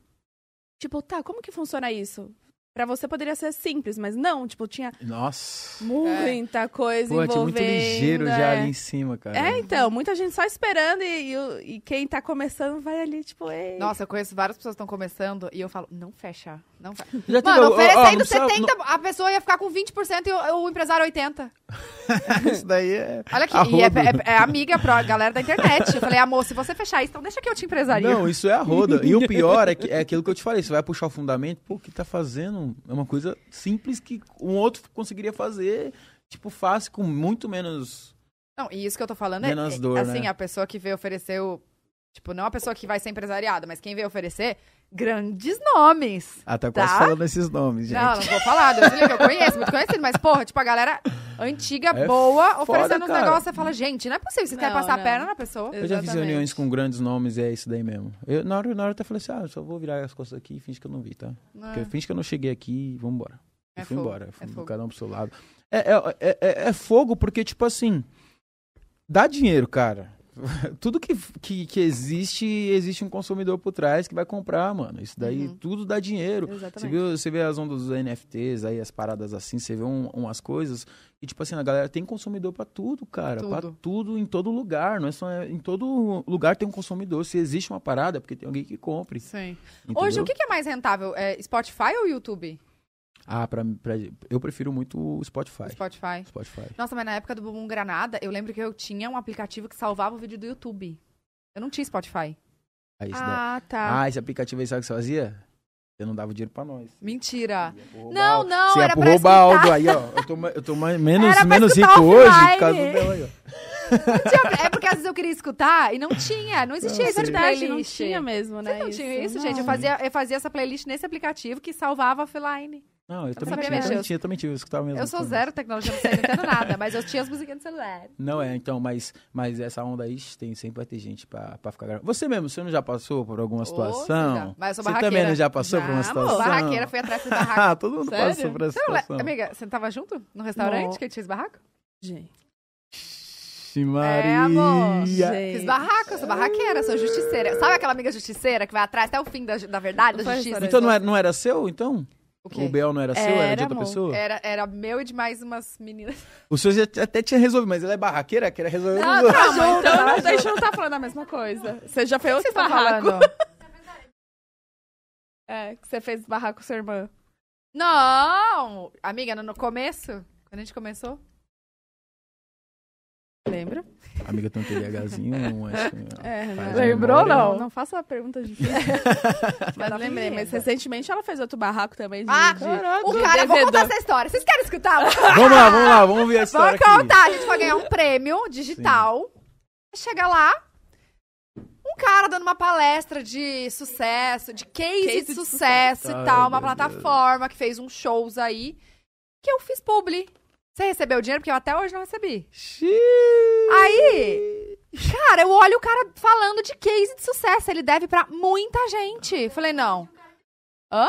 Speaker 2: Tipo, tá, como que funciona isso? Pra você poderia ser simples, mas não, tipo, tinha
Speaker 4: Nossa.
Speaker 2: muita coisa
Speaker 4: Pô, tinha
Speaker 2: envolvendo.
Speaker 4: muito ligeiro já
Speaker 2: é.
Speaker 4: ali em cima, cara.
Speaker 2: É, então, muita gente só esperando e, e o- e quem tá começando vai ali, tipo,
Speaker 4: É.
Speaker 2: ei.
Speaker 1: Nossa, eu conheço várias pessoas que estão começando e eu falo, não fecha, não fecha.
Speaker 4: Já
Speaker 1: Mano,
Speaker 4: algum- tipo, ó, ó, não
Speaker 1: oferecendo
Speaker 4: precisa-
Speaker 1: 70, a pessoa ia ficar com 20% e o, o empresário 80%.
Speaker 4: não- isso daí (laughs) é...
Speaker 1: Olha aqui,
Speaker 4: Arrodo.
Speaker 1: e é, é- é amiga pra galera da internet. Eu falei, amor, se você fechar isso, então deixa que
Speaker 4: (laughs)
Speaker 1: eu te empresario.
Speaker 4: Não, isso é a roda. E o pior é, que, é aquilo que eu te falei. Você vai puxar o fundamento, pô, o que tá fazendo? É uma coisa simples que um outro conseguiria fazer, tipo, fácil, com muito menos...
Speaker 1: Não, e isso que eu tô falando é,
Speaker 4: Menos
Speaker 1: é,
Speaker 4: dor,
Speaker 1: assim,
Speaker 4: né?
Speaker 1: a pessoa que veio oferecer o... Tipo, não a pessoa que vai ser empresariada, mas quem veio oferecer, grandes nomes.
Speaker 4: Ah, tá
Speaker 1: quase Tá. falando
Speaker 4: esses nomes,
Speaker 1: Não, não vou falar, Deus me livre, eu conheço, muito conhecido, mas porra, tipo, a galera antiga,
Speaker 4: É
Speaker 1: boa,
Speaker 4: foda,
Speaker 1: oferecendo uns
Speaker 4: cara.
Speaker 1: negócios, você fala, gente, não é possível, vocês querem
Speaker 2: Não,
Speaker 1: passar
Speaker 2: não.
Speaker 1: a perna na pessoa.
Speaker 4: Eu já fiz
Speaker 2: Exatamente.
Speaker 4: reuniões com grandes nomes e é isso daí mesmo. Eu, na, hora, na hora eu até falei assim, ah, eu só vou virar as costas aqui e finge que eu não vi, tá?
Speaker 1: Ah.
Speaker 4: Porque finge que eu não cheguei aqui e vambora.
Speaker 1: É
Speaker 4: Eu fui
Speaker 1: fogo,
Speaker 4: embora. eu Fui
Speaker 1: é fogo.
Speaker 4: Cada um pro seu lado. É, é, é- é- é fogo porque, tipo assim, dá dinheiro, cara. (laughs) Tudo que, que, que existe, existe um consumidor por trás que vai comprar, mano. Isso daí
Speaker 1: Uhum.
Speaker 4: tudo dá dinheiro. Você,
Speaker 2: Exatamente.
Speaker 4: viu, você vê as ondas dos NFTs aí, as paradas assim, você vê um- umas coisas e, tipo assim, a galera tem consumidor pra tudo, cara. Pra
Speaker 1: Tudo.
Speaker 4: tudo, em todo lugar. Não é só, em todo lugar tem um consumidor. Se existe uma parada, é porque tem alguém que compre.
Speaker 1: Sim. Hoje,
Speaker 4: entendeu?
Speaker 1: o que que é mais rentável? É Spotify ou YouTube?
Speaker 4: Ah, pra, pra- eu prefiro muito o Spotify.
Speaker 1: Spotify.
Speaker 4: Spotify.
Speaker 1: Nossa, mas na época do Bumbum Granada, eu lembro que eu tinha um aplicativo que salvava o vídeo do YouTube. Eu não tinha Spotify.
Speaker 4: Aí, isso daí.
Speaker 2: Ah, tá.
Speaker 4: Ah, esse aplicativo aí, sabe o que você fazia? Você não dava o dinheiro pra nós.
Speaker 1: Mentira.
Speaker 4: Ia pro
Speaker 1: Não,
Speaker 4: Robaldo.
Speaker 1: não,
Speaker 4: Você ia
Speaker 1: era
Speaker 4: pro
Speaker 1: pra
Speaker 4: Robaldo. Aí, ó, eu tô, ma- eu tô ma- menos,
Speaker 1: Era pra
Speaker 4: menos
Speaker 1: escutar
Speaker 4: rico hoje
Speaker 1: offline.
Speaker 4: por causa dela aí, ó.
Speaker 1: tinha- é porque às vezes eu queria escutar e não tinha. Não existia
Speaker 2: É
Speaker 1: essa de
Speaker 2: verdade,
Speaker 1: playlist.
Speaker 2: não tinha mesmo, né?
Speaker 1: Vocês não tinham isso, gente? Eu
Speaker 2: Não.
Speaker 1: fazia, eu fazia essa playlist nesse aplicativo que salvava a Feline.
Speaker 4: Não, eu
Speaker 1: sabia
Speaker 4: também tinha, eu também
Speaker 1: mexer.
Speaker 4: tinha, eu também tinha, eu escutava mesmo.
Speaker 1: Eu sou
Speaker 4: também.
Speaker 1: zero tecnologia, não sei, não entendo nada, mas eu tinha as musiquinhas do celular.
Speaker 4: Não é, então, mas, mas essa onda aí tem, sempre vai ter gente pra, pra ficar gravando. Você mesmo, você não já passou por alguma
Speaker 1: Ô,
Speaker 4: situação?
Speaker 1: já. Mas eu sou
Speaker 4: você
Speaker 1: barraqueira.
Speaker 4: também não já passou por uma
Speaker 2: Já, amor.
Speaker 4: situação? Ah,
Speaker 1: Barraqueira,
Speaker 4: (laughs)
Speaker 1: fui atrás desse barraco.
Speaker 4: Todo mundo
Speaker 2: Sério?
Speaker 4: passou por essa
Speaker 1: Você não le-
Speaker 4: situação.
Speaker 1: Amiga, você não tava junto no restaurante
Speaker 2: Não.
Speaker 1: que ele tinha esse barraco?
Speaker 2: Gente.
Speaker 4: Ixi, Maria.
Speaker 1: É, amor, Fiz
Speaker 2: Gente.
Speaker 1: barraco, eu sou barraqueira, sou justiceira. Sabe aquela amiga justiceira que vai atrás até o fim da, ju- da verdade,
Speaker 2: Não
Speaker 1: da
Speaker 2: foi
Speaker 1: justiça?
Speaker 4: Então não era, não era seu, então?
Speaker 1: O
Speaker 4: O
Speaker 1: quê?
Speaker 4: Bel não era seu? Era, de
Speaker 2: Era,
Speaker 4: outra
Speaker 2: amor.
Speaker 4: pessoa?
Speaker 1: Era, É. era meu e de mais umas meninas.
Speaker 4: O seu já t- até tinha resolvido, mas ela é barraqueira, queria resolver.
Speaker 1: Não,
Speaker 4: tudo.
Speaker 1: tá
Speaker 2: Calma,
Speaker 1: junto,
Speaker 2: então Tá
Speaker 1: tá
Speaker 2: (laughs) não, a gente não tá falando a mesma coisa. Você já fez
Speaker 1: O que
Speaker 2: outro
Speaker 1: vocês estão
Speaker 2: barraco.
Speaker 1: (laughs) falando?
Speaker 2: É, que você fez barraco com sua irmã.
Speaker 1: Não! Amiga, no, no começo, quando a gente começou.
Speaker 2: Lembra?
Speaker 4: Amiga, tem um
Speaker 1: (laughs)
Speaker 4: TDAHzinho, não acho.
Speaker 2: É,
Speaker 4: Faz a
Speaker 2: lembrou ou
Speaker 4: memória.
Speaker 2: não? Não faça uma pergunta difícil.
Speaker 1: Mas
Speaker 2: mas
Speaker 1: não
Speaker 2: lembrei.
Speaker 1: lembra.
Speaker 2: Mas recentemente ela fez outro barraco também de.
Speaker 1: Ah,
Speaker 2: de-
Speaker 1: o
Speaker 2: do
Speaker 1: cara, vou
Speaker 2: devedor.
Speaker 1: contar essa história. Vocês querem escutar?
Speaker 4: Vamos lá, vamos lá, vamos ver a história
Speaker 1: Vamos
Speaker 4: aqui.
Speaker 1: contar, a gente vai ganhar um prêmio digital. Chega lá, um cara dando uma palestra de sucesso, de case,
Speaker 2: Case
Speaker 1: de
Speaker 2: de
Speaker 1: sucesso e
Speaker 4: Ai,
Speaker 1: tal, uma
Speaker 4: meu Deus.
Speaker 1: plataforma que fez uns shows aí, que eu fiz publi. Você recebeu o dinheiro? Porque eu até hoje não recebi.
Speaker 4: Xiii.
Speaker 1: Aí, cara, eu olho o cara falando de case de sucesso. Ele deve pra muita gente. Falei, não. Hã?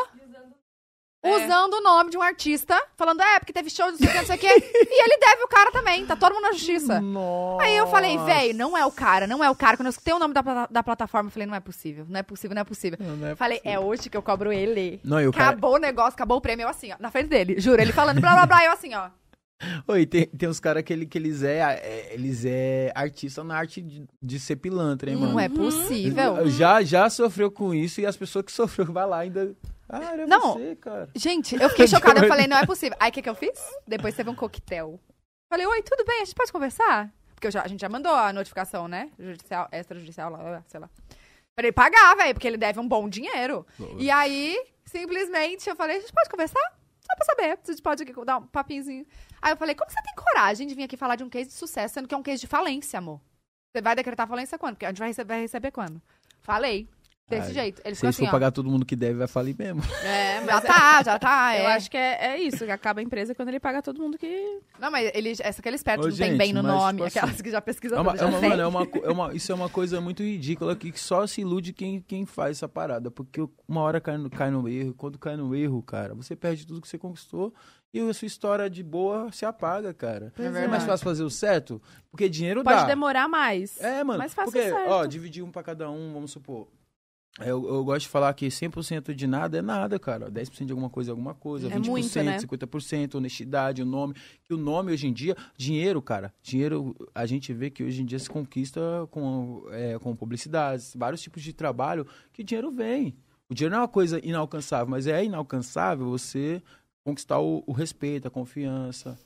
Speaker 2: É.
Speaker 1: Usando o nome de um artista, falando, é, porque teve show, não sei o que, não sei o que. e ele deve o cara também, tá todo mundo na justiça.
Speaker 4: Nossa.
Speaker 1: Aí eu falei, velho, não é o cara, não é o cara. Quando eu escutei o nome da, plata- da plataforma, eu falei, não é possível, não é possível, não é possível.
Speaker 4: Não, não é
Speaker 1: falei, é hoje que eu cobro ele.
Speaker 4: Não, e o cara.
Speaker 1: Acabou o negócio, acabou o prêmio, eu assim, ó, na frente dele, juro. Ele falando blá blá blá, eu assim, ó.
Speaker 4: Oi, tem, tem uns caras que, ele- que eles é, é, eles é artista na arte de, de ser pilantra, hein, mano?
Speaker 1: Não é possível.
Speaker 4: Já, já sofreu com isso e as pessoas que sofreu vai lá ainda. Ah, era
Speaker 1: Não.
Speaker 4: você, cara.
Speaker 1: Gente, eu fiquei chocada. Eu falei, não é possível. Aí o que, que eu fiz? Depois teve um coquetel. Falei, oi, tudo bem? A gente pode conversar? Porque eu já- a gente já mandou a notificação, né? Judicial, extrajudicial, lá, lá, lá, sei lá. Pra ele pagar, velho, porque ele deve um bom dinheiro. E aí, simplesmente, eu falei, a gente pode conversar? Só pra saber, a gente pode aqui dar um papinzinho. Aí eu falei, como você tem coragem de vir aqui falar de um case de sucesso, sendo que é um case de falência, amor? Você vai decretar falência quando? Porque a gente vai receber, vai receber quando? Falei. Desse
Speaker 4: Ai,
Speaker 1: jeito. Ele
Speaker 4: Se
Speaker 1: ficou
Speaker 4: eles
Speaker 1: assim,
Speaker 4: for
Speaker 1: ó.
Speaker 4: pagar todo mundo que deve, vai
Speaker 1: (laughs)
Speaker 4: falir mesmo.
Speaker 1: É, já tá, já tá.
Speaker 2: Eu
Speaker 1: é.
Speaker 2: acho que é, é isso, que acaba a empresa quando ele paga todo mundo que.
Speaker 1: Não, mas ele, essa que ele espera,
Speaker 4: Ô,
Speaker 1: não tem
Speaker 4: gente,
Speaker 1: bem no
Speaker 4: mas,
Speaker 1: nome,
Speaker 4: tipo assim,
Speaker 1: aquelas que já pesquisam
Speaker 4: É uma,
Speaker 1: tudo,
Speaker 4: é
Speaker 1: já
Speaker 4: uma-
Speaker 1: sei.
Speaker 4: mano, é uma co- é uma- isso é uma coisa muito ridícula que só se ilude quem, quem faz essa parada. Porque uma hora cai no, cai no erro. e Quando cai no erro, cara, você perde tudo que você conquistou e a sua história de boa se apaga, cara.
Speaker 1: Pois
Speaker 4: Não
Speaker 1: é.
Speaker 4: é mais fácil fazer o certo? Porque dinheiro
Speaker 2: Pode
Speaker 4: dá.
Speaker 2: demorar mais.
Speaker 4: É, mano.
Speaker 2: Mas faça o
Speaker 4: porque,
Speaker 2: certo.
Speaker 4: ó, dividir um pra cada um, vamos supor. É, Eu, eu gosto de falar que 100% de nada é nada, cara. 10% de alguma coisa é alguma coisa,
Speaker 2: É
Speaker 4: 20%,
Speaker 2: muito, né?
Speaker 4: 50%, honestidade, o nome. Que o nome hoje em dia, dinheiro, cara. Dinheiro, a gente vê que hoje em dia se conquista com, é, com publicidades, vários tipos de trabalho, que o dinheiro vem. O dinheiro não é uma coisa inalcançável, mas é inalcançável você conquistar o, o respeito, a confiança.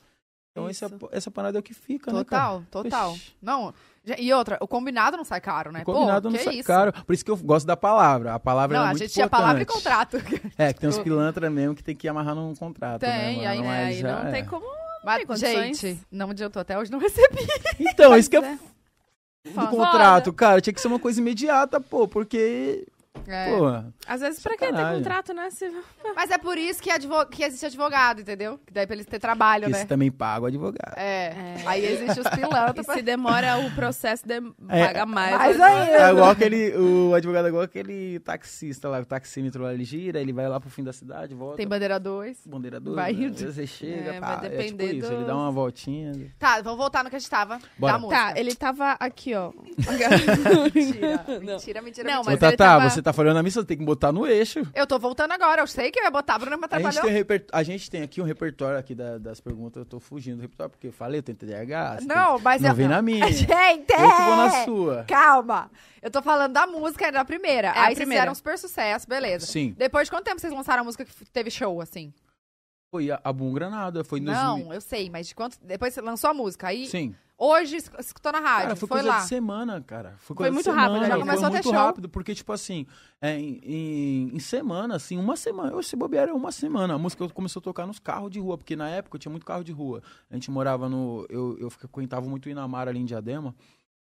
Speaker 4: Então essa,
Speaker 2: Isso.
Speaker 4: essa parada é o que fica, né, cara?
Speaker 1: Total, total.
Speaker 4: Ixi.
Speaker 1: Não, já- e outra, o combinado não sai caro, né?
Speaker 4: O
Speaker 1: Pô,
Speaker 4: combinado não
Speaker 1: que
Speaker 4: sai
Speaker 1: isso?
Speaker 4: caro. Por isso que eu gosto da palavra. A palavra
Speaker 1: Não,
Speaker 4: é
Speaker 1: a
Speaker 4: muito
Speaker 1: gente tinha palavra e
Speaker 4: importante.
Speaker 1: contrato. Tipo,
Speaker 4: É, que tem uns pilantra mesmo que tem que amarrar num contrato, né?
Speaker 1: Tem,
Speaker 4: mano?
Speaker 1: aí,
Speaker 4: Mas
Speaker 1: né,
Speaker 2: Aí
Speaker 4: já
Speaker 2: não
Speaker 4: é.
Speaker 2: tem como. tem
Speaker 1: (laughs) Mas,
Speaker 2: condições?
Speaker 1: gente, não adiantou até hoje, não recebi.
Speaker 4: (laughs) Então, isso que é
Speaker 2: Pois
Speaker 4: f-
Speaker 2: Foda.
Speaker 4: do contrato, cara. Tinha que ser uma coisa imediata, pô, porque,
Speaker 1: É.
Speaker 4: pô...
Speaker 2: Às vezes, pra quem tem
Speaker 4: é Sacanagem.
Speaker 2: contrato, né? Se...
Speaker 1: Mas é por isso que, advo- que existe advogado, entendeu? Que daí pra eles terem trabalho,
Speaker 4: Porque
Speaker 1: né?
Speaker 4: você também paga o advogado.
Speaker 1: É.
Speaker 2: É.
Speaker 1: Aí existe os pilantras.
Speaker 2: (laughs) E
Speaker 1: pra-
Speaker 2: se demora o processo, de...
Speaker 4: (laughs) É,
Speaker 2: paga mais.
Speaker 1: Mas
Speaker 4: É
Speaker 1: aí.
Speaker 4: igual aquele... O advogado é igual aquele taxista lá. O taxímetro lá, ele gira, ele vai lá pro fim da cidade, volta...
Speaker 1: Tem bandeira 2.
Speaker 4: Bandeira 2,
Speaker 1: Vai
Speaker 4: né?
Speaker 1: indo.
Speaker 4: Às vezes você chega,
Speaker 2: É,
Speaker 4: pá,
Speaker 2: vai
Speaker 4: é tipo
Speaker 2: depender
Speaker 4: isso, ele
Speaker 2: do-
Speaker 4: dá uma voltinha.
Speaker 1: Tá, vamos voltar no que a gente tava.
Speaker 4: Bora.
Speaker 1: Da música. (laughs)
Speaker 2: Tá, ele tava aqui, ó.
Speaker 1: Mentira,
Speaker 2: Não.
Speaker 1: mentira, mentira.
Speaker 2: Não,
Speaker 1: mentira.
Speaker 4: Ô,
Speaker 2: mas
Speaker 4: Tatá,
Speaker 2: ele tava-
Speaker 4: você tá falando a missa, tem que botar no eixo.
Speaker 1: Eu tô voltando agora, eu sei que eu ia botar, a Bruna me
Speaker 4: A gente,
Speaker 1: atrapalhou.
Speaker 4: tem um reper- a gente tem aqui um repertório aqui da- das perguntas, eu tô fugindo do repertório, porque eu falei, eu tenho TDAH. você
Speaker 1: Não, mas
Speaker 4: Não
Speaker 1: eu...
Speaker 4: vem na minha.
Speaker 1: (laughs) Gente! é.
Speaker 4: tem- Eu que vou na sua.
Speaker 1: Calma! Eu tô falando da música da primeira.
Speaker 2: É, a
Speaker 1: Aí vocês
Speaker 2: primeira.
Speaker 1: fizeram um super sucesso, beleza.
Speaker 4: Sim.
Speaker 1: Depois de quanto tempo vocês lançaram a música que f- teve show, assim?
Speaker 4: Foi a, a Boom Granada, foi em
Speaker 1: Não,
Speaker 4: 2000.
Speaker 1: eu sei, mas de quanto. Depois você lançou a música. Aí
Speaker 4: Sim.
Speaker 1: Hoje esc- escutou na rádio,
Speaker 4: Cara, foi,
Speaker 1: foi
Speaker 4: coisa
Speaker 1: lá.
Speaker 4: de semana, cara. Foi,
Speaker 2: Foi
Speaker 4: coisa de
Speaker 2: muito
Speaker 4: semana,
Speaker 2: rápido, já começou
Speaker 4: foi
Speaker 1: a ter
Speaker 4: muito
Speaker 1: show.
Speaker 4: rápido, porque, tipo assim, é, em, em- em semana, assim, uma semana, eu se bobear era uma semana, a música começou a tocar nos carros de rua, porque na época tinha muito carro de rua. A gente morava no, eu, eu frequentava muito Inamara ali em Diadema,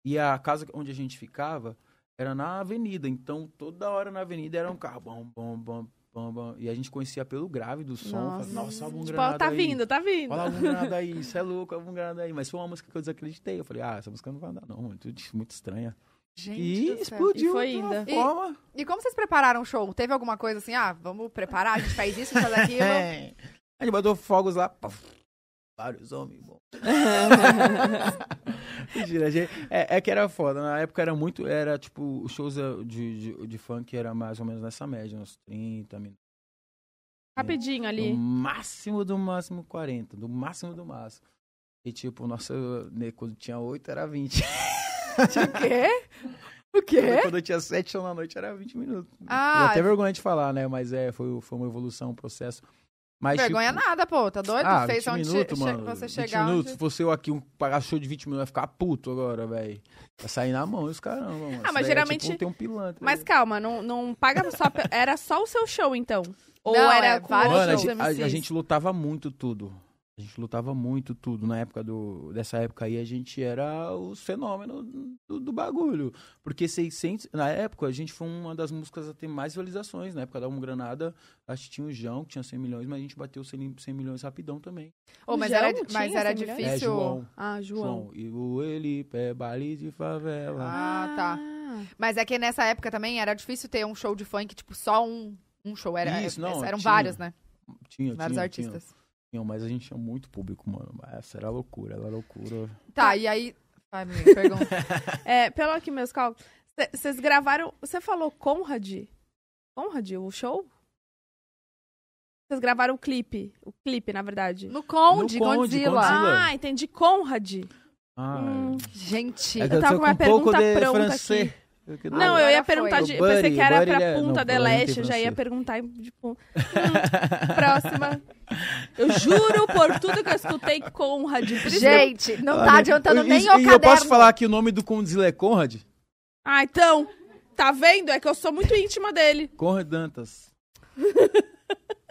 Speaker 4: e a casa onde a gente ficava era na avenida, então toda hora na avenida era um carro, bom, bom, bom, bom, bom, e a gente conhecia pelo grave do som,
Speaker 2: Nossa.
Speaker 4: falava, nossa, algum
Speaker 2: Tipo, ó,
Speaker 4: granada
Speaker 2: tá
Speaker 4: Um aí.
Speaker 2: vindo, tá vindo.
Speaker 4: Olha lá, um granada aí, isso é louco, algum granada aí. Mas foi uma música que eu desacreditei. Eu falei, ah, essa música não vai andar, não. Muito, muito estranha.
Speaker 1: Gente
Speaker 4: e
Speaker 1: do céu.
Speaker 4: explodiu.
Speaker 2: E foi
Speaker 4: de
Speaker 2: ainda.
Speaker 4: uma
Speaker 1: E-
Speaker 4: Forma.
Speaker 1: E como vocês prepararam o show? Teve alguma coisa assim, ah, vamos preparar, a gente faz isso, a
Speaker 4: (laughs)
Speaker 1: gente faz aquilo?
Speaker 4: É. A gente botou fogos lá. paf, vários homens. Bom. Mentira, gente. É, é que era foda. Na época era muito. Era tipo, os shows eh, de, de, de funk era mais ou menos nessa média, uns 30 minutos.
Speaker 2: Rapidinho
Speaker 4: Do
Speaker 2: ali.
Speaker 4: máximo do máximo 40. Do máximo do máximo. E tipo, nossa, né, quando tinha 8 era 20.
Speaker 1: O quê? O quê?
Speaker 4: Quando eu tinha sete shows na noite era 20 minutos.
Speaker 1: É? Ah,
Speaker 4: eu até vergonha de falar, né? Mas é, foi, foi uma evolução, um processo. Mas, tipo,
Speaker 1: Vergonha nada, pô, tá doido?
Speaker 4: Ah,
Speaker 1: Fez
Speaker 4: 20
Speaker 1: onde
Speaker 4: minutos,
Speaker 1: che-
Speaker 4: mano.
Speaker 1: você
Speaker 4: 20
Speaker 1: chegar
Speaker 4: minutos. Se
Speaker 1: onde...
Speaker 4: você eu aqui um, pagar show de 20 minutos, vai ficar puto agora, velho. Vai sair na mão, os caramba,
Speaker 1: Ah,
Speaker 4: mano. Isso
Speaker 2: mas
Speaker 4: daí é
Speaker 2: geralmente-
Speaker 4: tipo, tem um pilantra.
Speaker 2: Mas calma, não, não paga só. pe- Era só o seu show, então? Ou
Speaker 1: Não,
Speaker 2: era
Speaker 1: é
Speaker 2: com
Speaker 1: vários
Speaker 4: Mano, a,
Speaker 2: outros
Speaker 1: shows.
Speaker 4: gente, a- a
Speaker 2: MCs?
Speaker 4: gente lutava muito tudo. A gente lutava muito tudo. Na época do, dessa época aí, a gente era o fenômeno do, do bagulho. Porque 600... Na época, a gente foi uma das músicas a ter mais visualizações. Na época da Um Granada, acho que tinha o João, que tinha 100 milhões, mas a gente bateu 100, 100 milhões rapidão também.
Speaker 1: Ô, mas
Speaker 2: Já é um
Speaker 1: era,
Speaker 2: não tinha
Speaker 1: mas era
Speaker 2: essa mulher?
Speaker 1: difícil...
Speaker 4: É, João.
Speaker 2: Ah, João.
Speaker 4: João. E o Eli, pé, bali de favela.
Speaker 1: Ah, tá. Mas é que nessa época também era difícil ter um show de funk, tipo, só um, um show. Era,
Speaker 4: Isso, não,
Speaker 1: eram
Speaker 4: tinha.
Speaker 1: vários, né?
Speaker 4: tinha,
Speaker 1: Vários
Speaker 4: tinha,
Speaker 1: artistas.
Speaker 4: tinha. Mas a gente tinha muito público, mano. Essa era loucura, era loucura.
Speaker 1: Tá, e aí. Ai, amiga, pergunta.
Speaker 2: É, pelo aqui meus cálculos. Vocês gravaram. Você falou Conrad? Conrad, o show? Vocês gravaram o clipe. O clipe, na verdade.
Speaker 1: (laughs) No Conde,
Speaker 4: No Conde,
Speaker 1: Godzilla.
Speaker 4: Godzilla.
Speaker 2: Ah, entendi. Conrad.
Speaker 4: Ah,
Speaker 2: Hum.
Speaker 1: Gente.
Speaker 4: É que
Speaker 2: Eu
Speaker 4: eu
Speaker 2: tava
Speaker 4: tô
Speaker 2: com
Speaker 4: com
Speaker 2: uma
Speaker 4: um pouco
Speaker 2: pergunta
Speaker 4: de
Speaker 2: pronta
Speaker 4: francês.
Speaker 2: Não,
Speaker 1: Agora
Speaker 2: eu ia
Speaker 1: foi.
Speaker 2: perguntar de.
Speaker 4: O
Speaker 2: eu pensei
Speaker 4: Buddy,
Speaker 2: que
Speaker 4: o
Speaker 2: era
Speaker 4: Buddy,
Speaker 2: pra
Speaker 4: ele é- não,
Speaker 2: Punta
Speaker 4: o
Speaker 2: de
Speaker 4: Buddy não tem
Speaker 2: Leste, eu já ia
Speaker 4: francês.
Speaker 2: perguntar. e, Tipo, hum,
Speaker 4: (laughs)
Speaker 2: próxima. Eu juro por tudo que eu escutei Conrad. Por isso que eu-
Speaker 1: Gente, não tá adiantando
Speaker 4: e,
Speaker 1: nem
Speaker 4: e,
Speaker 1: o caderno.
Speaker 4: eu posso falar que o nome do Condzilla é Conrad?
Speaker 2: Ah, então. Tá vendo? É que eu sou muito íntima dele.
Speaker 4: Conrad Dantas.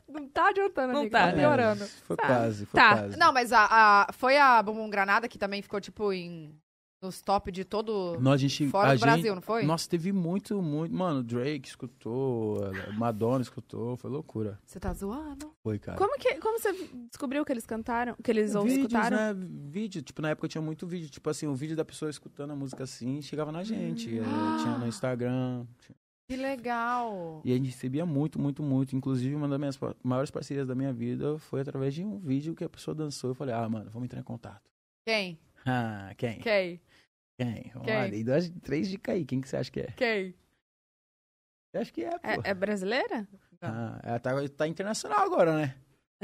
Speaker 1: Não tá adiantando,
Speaker 2: Não
Speaker 1: amiga.
Speaker 2: tá,
Speaker 1: Tá,
Speaker 2: né?
Speaker 1: piorando.
Speaker 4: É, Foi quase, foi
Speaker 2: tá.
Speaker 4: quase.
Speaker 1: Não, mas a, a- foi a Bumbum Granada que também ficou, tipo, em, nos top de todo.
Speaker 4: Nós, a gente,
Speaker 1: fora
Speaker 4: a
Speaker 1: do
Speaker 4: gente,
Speaker 1: Brasil, não foi?
Speaker 4: Nossa, teve muito, muito. Mano, Drake escutou, Madonna escutou, foi loucura.
Speaker 1: Você tá zoando?
Speaker 4: Foi, cara.
Speaker 2: Como, que, como você descobriu que eles cantaram? Que eles ou
Speaker 4: Vídeos,
Speaker 2: escutaram?
Speaker 4: né? Vídeo, tipo, na época tinha muito vídeo. Tipo assim, o vídeo da pessoa escutando a música assim, chegava na gente.
Speaker 1: Hum.
Speaker 4: eh, Tinha no Instagram.
Speaker 1: Que legal.
Speaker 4: E a gente recebia muito, muito, muito. Inclusive, uma das minhas pa- maiores parcerias da minha vida foi através de um vídeo que a pessoa dançou. Eu falei, ah, mano, vamos entrar em contato. (laughs)
Speaker 1: Quem?
Speaker 4: Ah, quem?
Speaker 1: Quem?
Speaker 4: Quem? Vamos
Speaker 1: Quem?
Speaker 4: lá, dei duas, três dicas aí. Quem que você acha que é?
Speaker 1: Quem?
Speaker 4: Eu acho que é, pô.
Speaker 2: É, é brasileira?
Speaker 4: Ah, ela tá, tá internacional agora, né?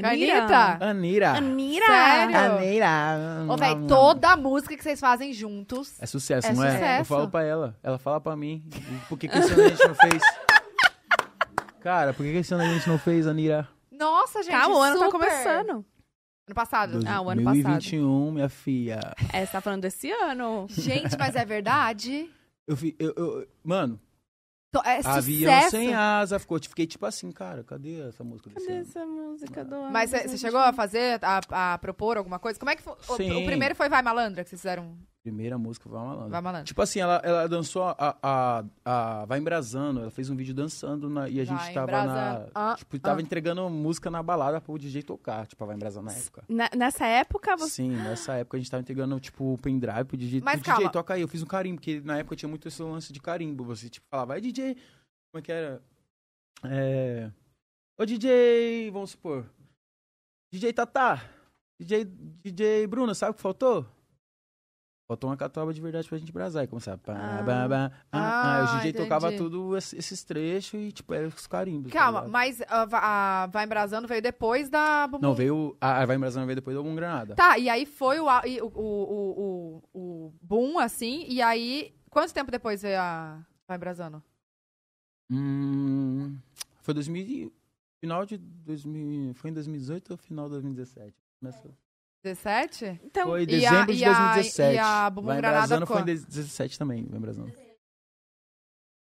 Speaker 4: Ah,
Speaker 1: Anitta?
Speaker 4: Anira.
Speaker 2: Anira!
Speaker 1: Sério?
Speaker 4: Anira.
Speaker 1: Ô, véi, toda música que vocês fazem juntos.
Speaker 4: É sucesso,
Speaker 1: É
Speaker 4: não é?
Speaker 1: sucesso.
Speaker 4: Eu falo pra ela. Ela fala pra mim. E Por que, que esse ano a gente não fez? Cara, por que, que esse ano a gente não fez, Anira?
Speaker 1: Nossa, gente.
Speaker 2: Calma, o ano tá
Speaker 1: super.
Speaker 2: começando.
Speaker 1: Ano passado.
Speaker 2: Ah, o ano
Speaker 4: 2021, minha filha.
Speaker 2: É, você tá falando desse ano.
Speaker 1: Gente, mas é verdade.
Speaker 4: Eu, fi- eu, eu- mano,
Speaker 1: Tô- É
Speaker 4: avião
Speaker 1: sucesso.
Speaker 4: sem asa. Ficou, fiquei tipo assim, cara, cadê essa música desse
Speaker 2: Cadê
Speaker 4: ano?
Speaker 2: essa música do ano?
Speaker 1: Mas você chegou a fazer, a, a propor alguma coisa? Como é que foi? O- O,
Speaker 4: Sim.
Speaker 1: primeiro foi Vai Malandra, que vocês fizeram um
Speaker 4: Primeira música, vai malandro.
Speaker 1: Vai Malandra.
Speaker 4: Tipo assim, ela, ela dançou a, a, a- Vai Embrasando, ela fez um vídeo dançando na- e a gente
Speaker 1: Vai
Speaker 4: tava
Speaker 1: Embrasando.
Speaker 4: na.
Speaker 1: Ah,
Speaker 4: tipo, tava
Speaker 1: ah.
Speaker 4: entregando música na balada pro DJ tocar, tipo, a Vai Embrasando na época.
Speaker 2: Na- nessa época, você...
Speaker 4: Sim, nessa época a gente tava entregando, tipo, o pendrive pro DJ.
Speaker 1: Mas
Speaker 4: "Ô,
Speaker 1: calma.
Speaker 4: DJ, toca aí. Eu fiz um carimbo, porque na época tinha muito esse lance de carimbo. Você, tipo, falava, vai, DJ. Como é que era? É... Ô, DJ, vamos supor. DJ Tatá. DJ, DJ Bruna, sabe o que faltou? Faltou uma catuaba de verdade pra gente brasar. E começava... pá,
Speaker 2: Ah.
Speaker 4: bá, bá, ah, ah. E
Speaker 1: Ah,
Speaker 4: o DJ tocava
Speaker 1: entendi.
Speaker 4: tudo es- esses trechos e, tipo, eram os carimbos. tá
Speaker 1: Calma,
Speaker 4: ligado?
Speaker 1: mas ah, va- a Vai Embrasando veio depois da Bumbum.
Speaker 4: Não, veio... A a Vai Embrasando veio depois do Algum Granada.
Speaker 1: Tá, e aí foi o, a- e o, o, o, o, o boom, assim, e aí... Quanto tempo depois veio a Vai Embrasando?
Speaker 4: Hum, foi 2000, e- final de 2000, foi em 2018 ou final de 2017? Começou.
Speaker 1: 17?
Speaker 2: Então,
Speaker 4: Foi em
Speaker 1: Então, e a-
Speaker 4: dezembro de
Speaker 1: e a-
Speaker 4: 2017.
Speaker 1: e a Bumbum
Speaker 4: Vai em
Speaker 1: Granada
Speaker 4: Brasano foi em
Speaker 1: quando?
Speaker 4: 17 também, vai em Brasano.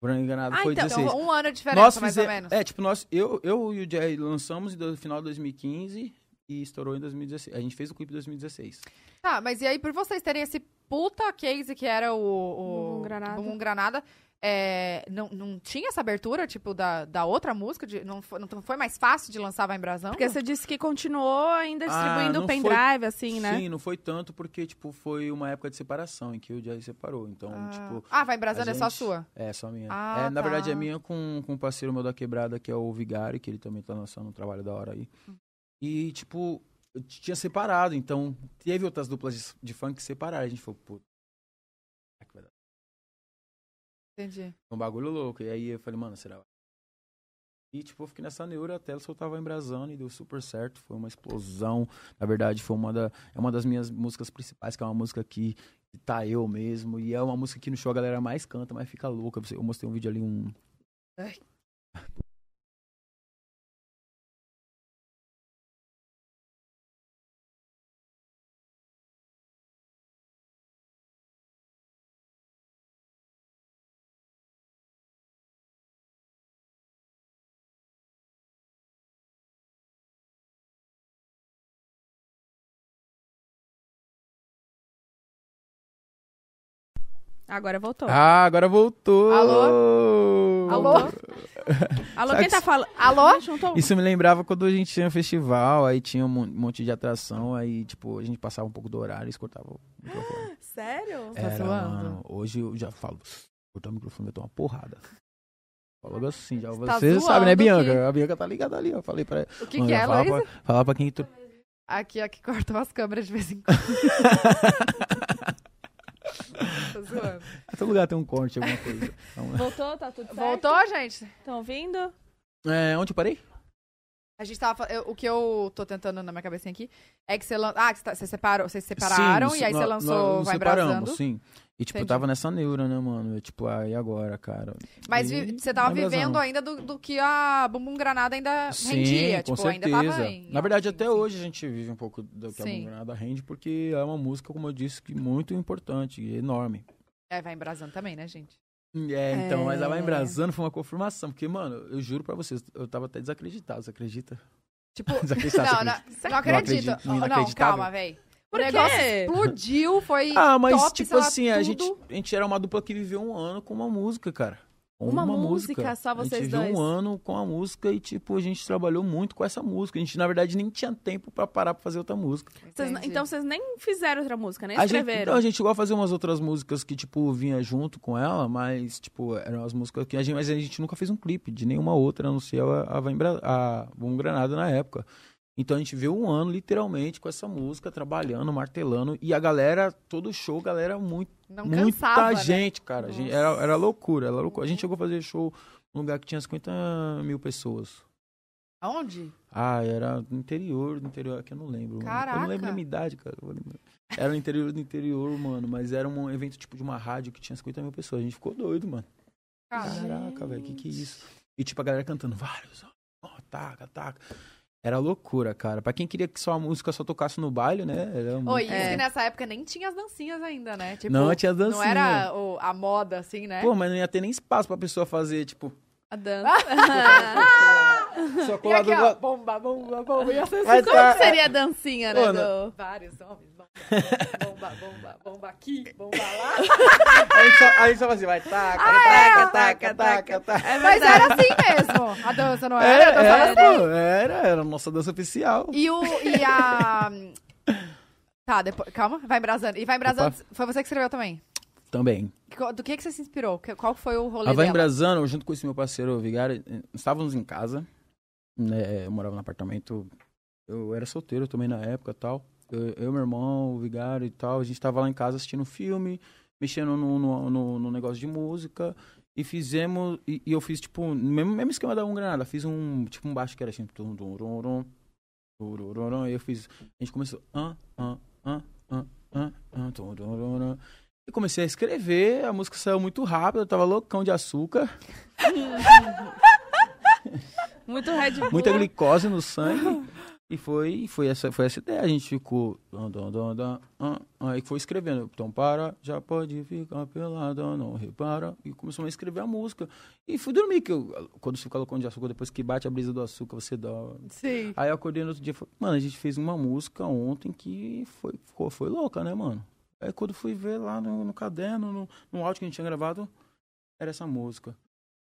Speaker 4: Branco Granada
Speaker 2: Ah,
Speaker 4: foi em
Speaker 2: então,
Speaker 4: 16.
Speaker 1: Então, um ano de diferença,
Speaker 4: Nós
Speaker 1: mais
Speaker 4: fizemos.
Speaker 1: ou menos.
Speaker 4: É, tipo, nós, eu, eu e o Jerry lançamos no final de 2015 e estourou em 2016. A gente fez o clipe em 2016.
Speaker 1: Tá, mas e aí, por vocês terem esse puta case que era o. o
Speaker 2: Bumbum Granada.
Speaker 1: Bumbum Granada, é, não, não tinha essa abertura, tipo, da, da outra música? de- não, foi, não foi mais fácil de lançar Vai em Brasão?
Speaker 2: Porque você disse que continuou ainda
Speaker 4: Ah,
Speaker 2: distribuindo o
Speaker 4: não
Speaker 2: pendrive, assim, né?
Speaker 4: Sim, não foi tanto porque, tipo, foi uma época de separação em que o Jerry separou. Então,
Speaker 1: ah,
Speaker 4: tipo,
Speaker 1: ah, Vai em Brasão é só
Speaker 4: gente-
Speaker 1: sua.
Speaker 4: é só minha.
Speaker 1: Ah,
Speaker 4: é,
Speaker 1: tá.
Speaker 4: na verdade, é minha com, com um parceiro meu da Quebrada, que é o Vigari, que ele também tá lançando um trabalho da hora aí.
Speaker 1: Hum.
Speaker 4: E, tipo, eu t- tinha separado, então teve outras duplas de, de funk que separaram. A gente falou, pô, será que vai dar
Speaker 1: Entendi.
Speaker 4: um bagulho louco. E aí eu falei, mano, será? E, tipo, eu fiquei nessa neura até ela soltava em Brasano e deu super certo. Foi uma explosão. Na verdade, foi uma, da, é uma das minhas músicas principais, que é uma música que tá eu mesmo. E é uma música que no show a galera mais canta, mas fica louca. Eu mostrei um vídeo ali, um.
Speaker 1: Ai.
Speaker 2: Agora voltou.
Speaker 4: Ah, agora voltou!
Speaker 1: Alô? Alô?
Speaker 2: Alô,
Speaker 4: sabe
Speaker 2: quem
Speaker 4: que
Speaker 2: tá
Speaker 4: se-
Speaker 2: falando?
Speaker 1: Alô?
Speaker 2: Juntou?
Speaker 4: Isso me lembrava quando a gente tinha festival, aí tinha um mon- monte de atração, aí, tipo, a gente passava um pouco do horário e escutava o microfone.
Speaker 2: Sério?
Speaker 1: Você tá zoando?
Speaker 4: hoje eu já falo, cortar o microfone, eu tomo uma porrada. Fala logo assim, já
Speaker 1: Você tá
Speaker 4: você sabe, né,
Speaker 1: zoando
Speaker 4: Bianca?
Speaker 1: que-
Speaker 4: A Bianca tá ligada ali, eu falei pra ela.
Speaker 1: O que,
Speaker 4: Mano,
Speaker 1: que
Speaker 4: já
Speaker 1: é,
Speaker 4: fala
Speaker 1: Luísa?
Speaker 4: pra- Falar pra quem tu... (laughs)
Speaker 1: Aqui, aqui cortam as câmeras de vez em quando. Tô
Speaker 2: (laughs)
Speaker 1: zoando.
Speaker 4: Todo lugar tem um corte, alguma coisa. Então,
Speaker 2: Voltou? Tá tudo certo?
Speaker 1: Voltou, gente?
Speaker 2: Estão ouvindo?
Speaker 4: é, onde eu parei?
Speaker 1: A gente tava. fa- eu- o que eu tô tentando na minha cabecinha aqui é que você lan... Ah, que você tá- vocês separou, vocês separaram
Speaker 4: Sim,
Speaker 1: e aí
Speaker 4: nó-
Speaker 1: você
Speaker 4: nós
Speaker 1: lançou
Speaker 4: nos
Speaker 1: Vai
Speaker 4: separamos,
Speaker 1: Brasando.
Speaker 4: sim. E, tipo, eu
Speaker 1: Entendi.
Speaker 4: tava nessa neura, né, mano? Eu, tipo, ah, e agora, cara?
Speaker 1: Mas
Speaker 4: E
Speaker 1: vi- você tava
Speaker 4: Vai Brasando.
Speaker 1: vivendo ainda do, do que a Bumbum Granada ainda rendia.
Speaker 4: com
Speaker 1: tipo,
Speaker 4: certeza.
Speaker 1: ainda tava em-
Speaker 4: Na verdade,
Speaker 1: Sim,
Speaker 4: até
Speaker 1: sim.
Speaker 4: hoje a gente vive um pouco do que
Speaker 1: Sim.
Speaker 4: a Granada rende, porque é uma música, como eu disse, que muito importante e enorme.
Speaker 1: É, vai embrasando também, né, gente?
Speaker 4: É, então, mas ela
Speaker 2: É.
Speaker 4: em Brasano foi uma confirmação, porque, mano, eu juro pra vocês, eu tava até desacreditado, você acredita? (laughs)
Speaker 1: Tipo,
Speaker 4: Desacreditado,
Speaker 1: não,
Speaker 4: você
Speaker 1: não, não
Speaker 4: acredita?
Speaker 1: acredito.
Speaker 4: acredito,
Speaker 1: Não,
Speaker 4: inacreditável.
Speaker 1: calma, véi.
Speaker 2: Por
Speaker 1: o negócio
Speaker 2: quê?
Speaker 1: explodiu, foi.
Speaker 4: Ah, mas,
Speaker 1: top,
Speaker 4: tipo
Speaker 1: sei lá,
Speaker 4: assim, a
Speaker 1: tudo.
Speaker 4: gente, a gente era uma dupla que viveu um ano com uma música, cara. Com
Speaker 2: Uma música, só
Speaker 4: A
Speaker 2: vocês
Speaker 4: gente viveu
Speaker 2: dois.
Speaker 4: um ano com a música e, tipo, a gente trabalhou muito com essa música. A gente, na verdade, nem tinha tempo pra parar pra fazer outra música.
Speaker 2: Vocês n-
Speaker 1: Entendi.
Speaker 2: então vocês nem fizeram outra música, nem
Speaker 4: A gente, então,
Speaker 2: escreveram.
Speaker 4: a gente igual fazer umas outras músicas que, tipo, vinha junto com ela, mas, tipo, eram as músicas que a gente... Mas a gente nunca fez um clipe de nenhuma outra, a não ser a, a, Vai Embra- a Bom Granada na época. Então a gente veio um ano, literalmente, com essa música, trabalhando, martelando. E a galera, todo show, galera, muito,
Speaker 1: Não cansava.
Speaker 4: muita
Speaker 1: né?
Speaker 4: gente, cara. A gente-
Speaker 1: Nossa.
Speaker 4: era, era loucura, era loucura. A gente chegou a fazer show num lugar que tinha 50 mil pessoas.
Speaker 1: Aonde?
Speaker 4: Ah, era no interior, do interior, que eu não lembro. mano. Eu
Speaker 1: Caraca.
Speaker 4: não lembro a minha idade, cara. eu vou lembrar. Era no interior do interior, mano, mas era um evento tipo de uma rádio que tinha 50 mil pessoas. A gente ficou doido, mano.
Speaker 1: Cara,
Speaker 4: Caraca, velho, que que é isso? E tipo, a galera cantando vários, ó, ó, taca, taca. Era loucura, cara. Pra quem queria que só a música só tocasse no baile, né? Era muito-
Speaker 1: Oi, isso
Speaker 2: É.
Speaker 1: que nessa época nem tinha as dancinhas ainda, né? Tipo,
Speaker 4: não, tinha dancinha.
Speaker 1: não era o- a moda, assim, né?
Speaker 4: Pô, mas não ia ter nem espaço pra pessoa fazer, tipo,
Speaker 2: A dança.
Speaker 4: só
Speaker 1: e
Speaker 4: colar
Speaker 1: aqui,
Speaker 4: do...
Speaker 1: ó, bomba, bomba, bomba. Ia ser
Speaker 4: Vai
Speaker 1: assim,
Speaker 2: Como
Speaker 4: tá-
Speaker 2: que seria a dancinha, né?
Speaker 4: Ô,
Speaker 2: do-
Speaker 1: vários homens. Bomba, bomba, bomba, bomba aqui, bomba lá.
Speaker 4: A gente só, a gente só fazia, vai, taca,
Speaker 1: Ah, é,
Speaker 4: taca, taca, taca, taca.
Speaker 2: É
Speaker 1: Mas
Speaker 2: verdade.
Speaker 1: era assim mesmo. A dança, não era? Eu
Speaker 4: Era,
Speaker 1: dançava
Speaker 4: era,
Speaker 1: assim.
Speaker 4: pô, era, era a nossa dança oficial.
Speaker 1: E o. E a. Tá, depois. Calma, vai embrasando. E vai embrasando. Foi você que escreveu também.
Speaker 4: Também.
Speaker 1: Co- Do que, que você se inspirou? Que- Qual foi o rolê
Speaker 4: A Van
Speaker 1: dela?
Speaker 4: Brasano, junto com esse meu parceiro Vigário, eh, estávamos em casa. Né, eu morava no apartamento. Eu era solteiro também na época e tal. Eu, eu, meu irmão, o Vigário e tal. A gente estava lá em casa assistindo um filme, mexendo no, no, no- no negócio de música. E fizemos. E, e eu fiz, tipo, no mesmo, mesmo esquema da Um Granada. Fiz um tipo um baixo que era assim. Tum, tum, tum, tum, turururu, e eu fiz. A gente começou. ah, ah, ah, ah, ah, ah, turururu. E comecei a escrever, a música saiu muito rápido, eu tava loucão de açúcar, (laughs)
Speaker 2: Muito Red Bull.
Speaker 4: muita glicose no sangue. E foi, foi, essa, foi essa ideia. A gente ficou. dun, dun, dun, dun, ah, ah, Aí foi escrevendo. Então para, já pode ficar pelada, não repara. E começou a escrever a música. E fui dormir, que eu, quando se colocou de açúcar, depois que bate a brisa do açúcar, você dá.
Speaker 1: Sim.
Speaker 4: Aí eu acordei no outro dia e falei, mano, a gente fez uma música ontem que foi, ficou, foi louca, né, mano? Aí quando fui ver lá no, no caderno, no, no áudio que a gente tinha gravado, era essa música.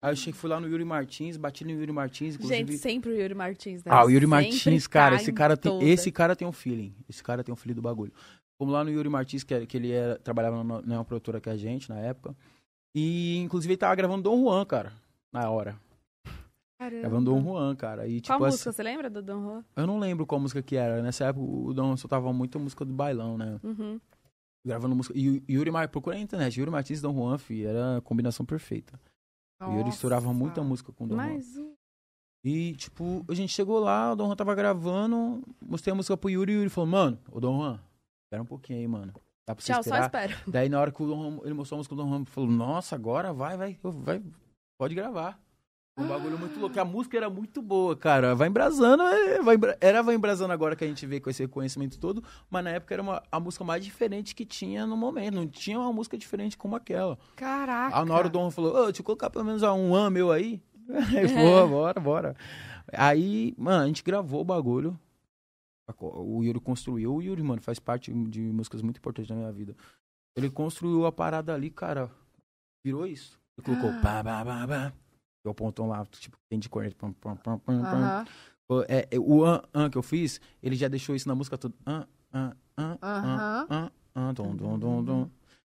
Speaker 4: Aí eu cheguei, fui lá no Yuri Martins, bati no Yuri Martins, inclusive.
Speaker 2: Gente, sempre o Yuri Martins, né?
Speaker 4: Ah, o Yuri
Speaker 2: Sempre
Speaker 4: Martins, cara,
Speaker 2: tá
Speaker 4: esse
Speaker 2: em
Speaker 4: cara, tem,
Speaker 2: todas.
Speaker 4: esse cara tem um feeling. Esse cara tem um feeling do bagulho. Como lá no Yuri Martins, que, era- que ele era- trabalhava numa, numa produtora que é a gente, na época. E, inclusive, ele tava gravando Dom Juan, cara, na hora. Gravando Dom Juan, cara. E, tipo,
Speaker 2: Uhum. Qual
Speaker 4: assim,
Speaker 2: música? Você lembra do Don Juan?
Speaker 4: eu não lembro qual música que era. Nessa época, o Dom soltava muito a música do bailão, né?
Speaker 2: Uhum.
Speaker 4: Gravando música. E o Yuri Martins, procura na internet. Yuri Martins e Dom Juan, fi, era a combinação perfeita. E ele misturava muita música com o Dom Juan.
Speaker 2: Mais um.
Speaker 4: E, tipo, a gente chegou lá, o Dom Juan tava gravando, mostrei a música pro Yuri e o Yuri falou, mano, ô Dom Juan, espera um pouquinho aí, mano. Dá pra você
Speaker 2: Tchau, só
Speaker 4: esperar?
Speaker 2: espero.
Speaker 4: (laughs) Daí na hora que o Dom Juan, ele mostrou a música do Dom Juan, falou, nossa, agora vai, vai, vai, pode gravar. Um bagulho muito louco, que a música era muito boa, cara. Vai embrasando, é, vai embra- era vai embrasando agora que a gente vê com esse reconhecimento todo, mas na época era uma- a música mais diferente que tinha no momento. Não tinha uma música diferente como aquela.
Speaker 1: Caraca.
Speaker 4: Aí Ah, na hora o Dom falou, ô, deixa eu colocar pelo menos um ano meu aí. (laughs) Aí,
Speaker 1: É.
Speaker 4: pô, bora, bora. Aí, mano, a gente gravou o bagulho. O Yuri construiu. O Yuri, mano, faz parte de músicas muito importantes da minha vida. Ele construiu a parada ali, cara. Virou isso. Ele colocou
Speaker 1: Ah.
Speaker 4: pá, pá, pá, pá. E o pontão lá, tipo, tem de corneta. Pam, pam, pam, pam, pam.
Speaker 1: Aham.
Speaker 4: Pô, é, é, o an, an que eu fiz, ele já deixou isso na música toda. An, an, an,
Speaker 1: Aham.
Speaker 4: an, an, an, Ah, dom, dom, dom, dom.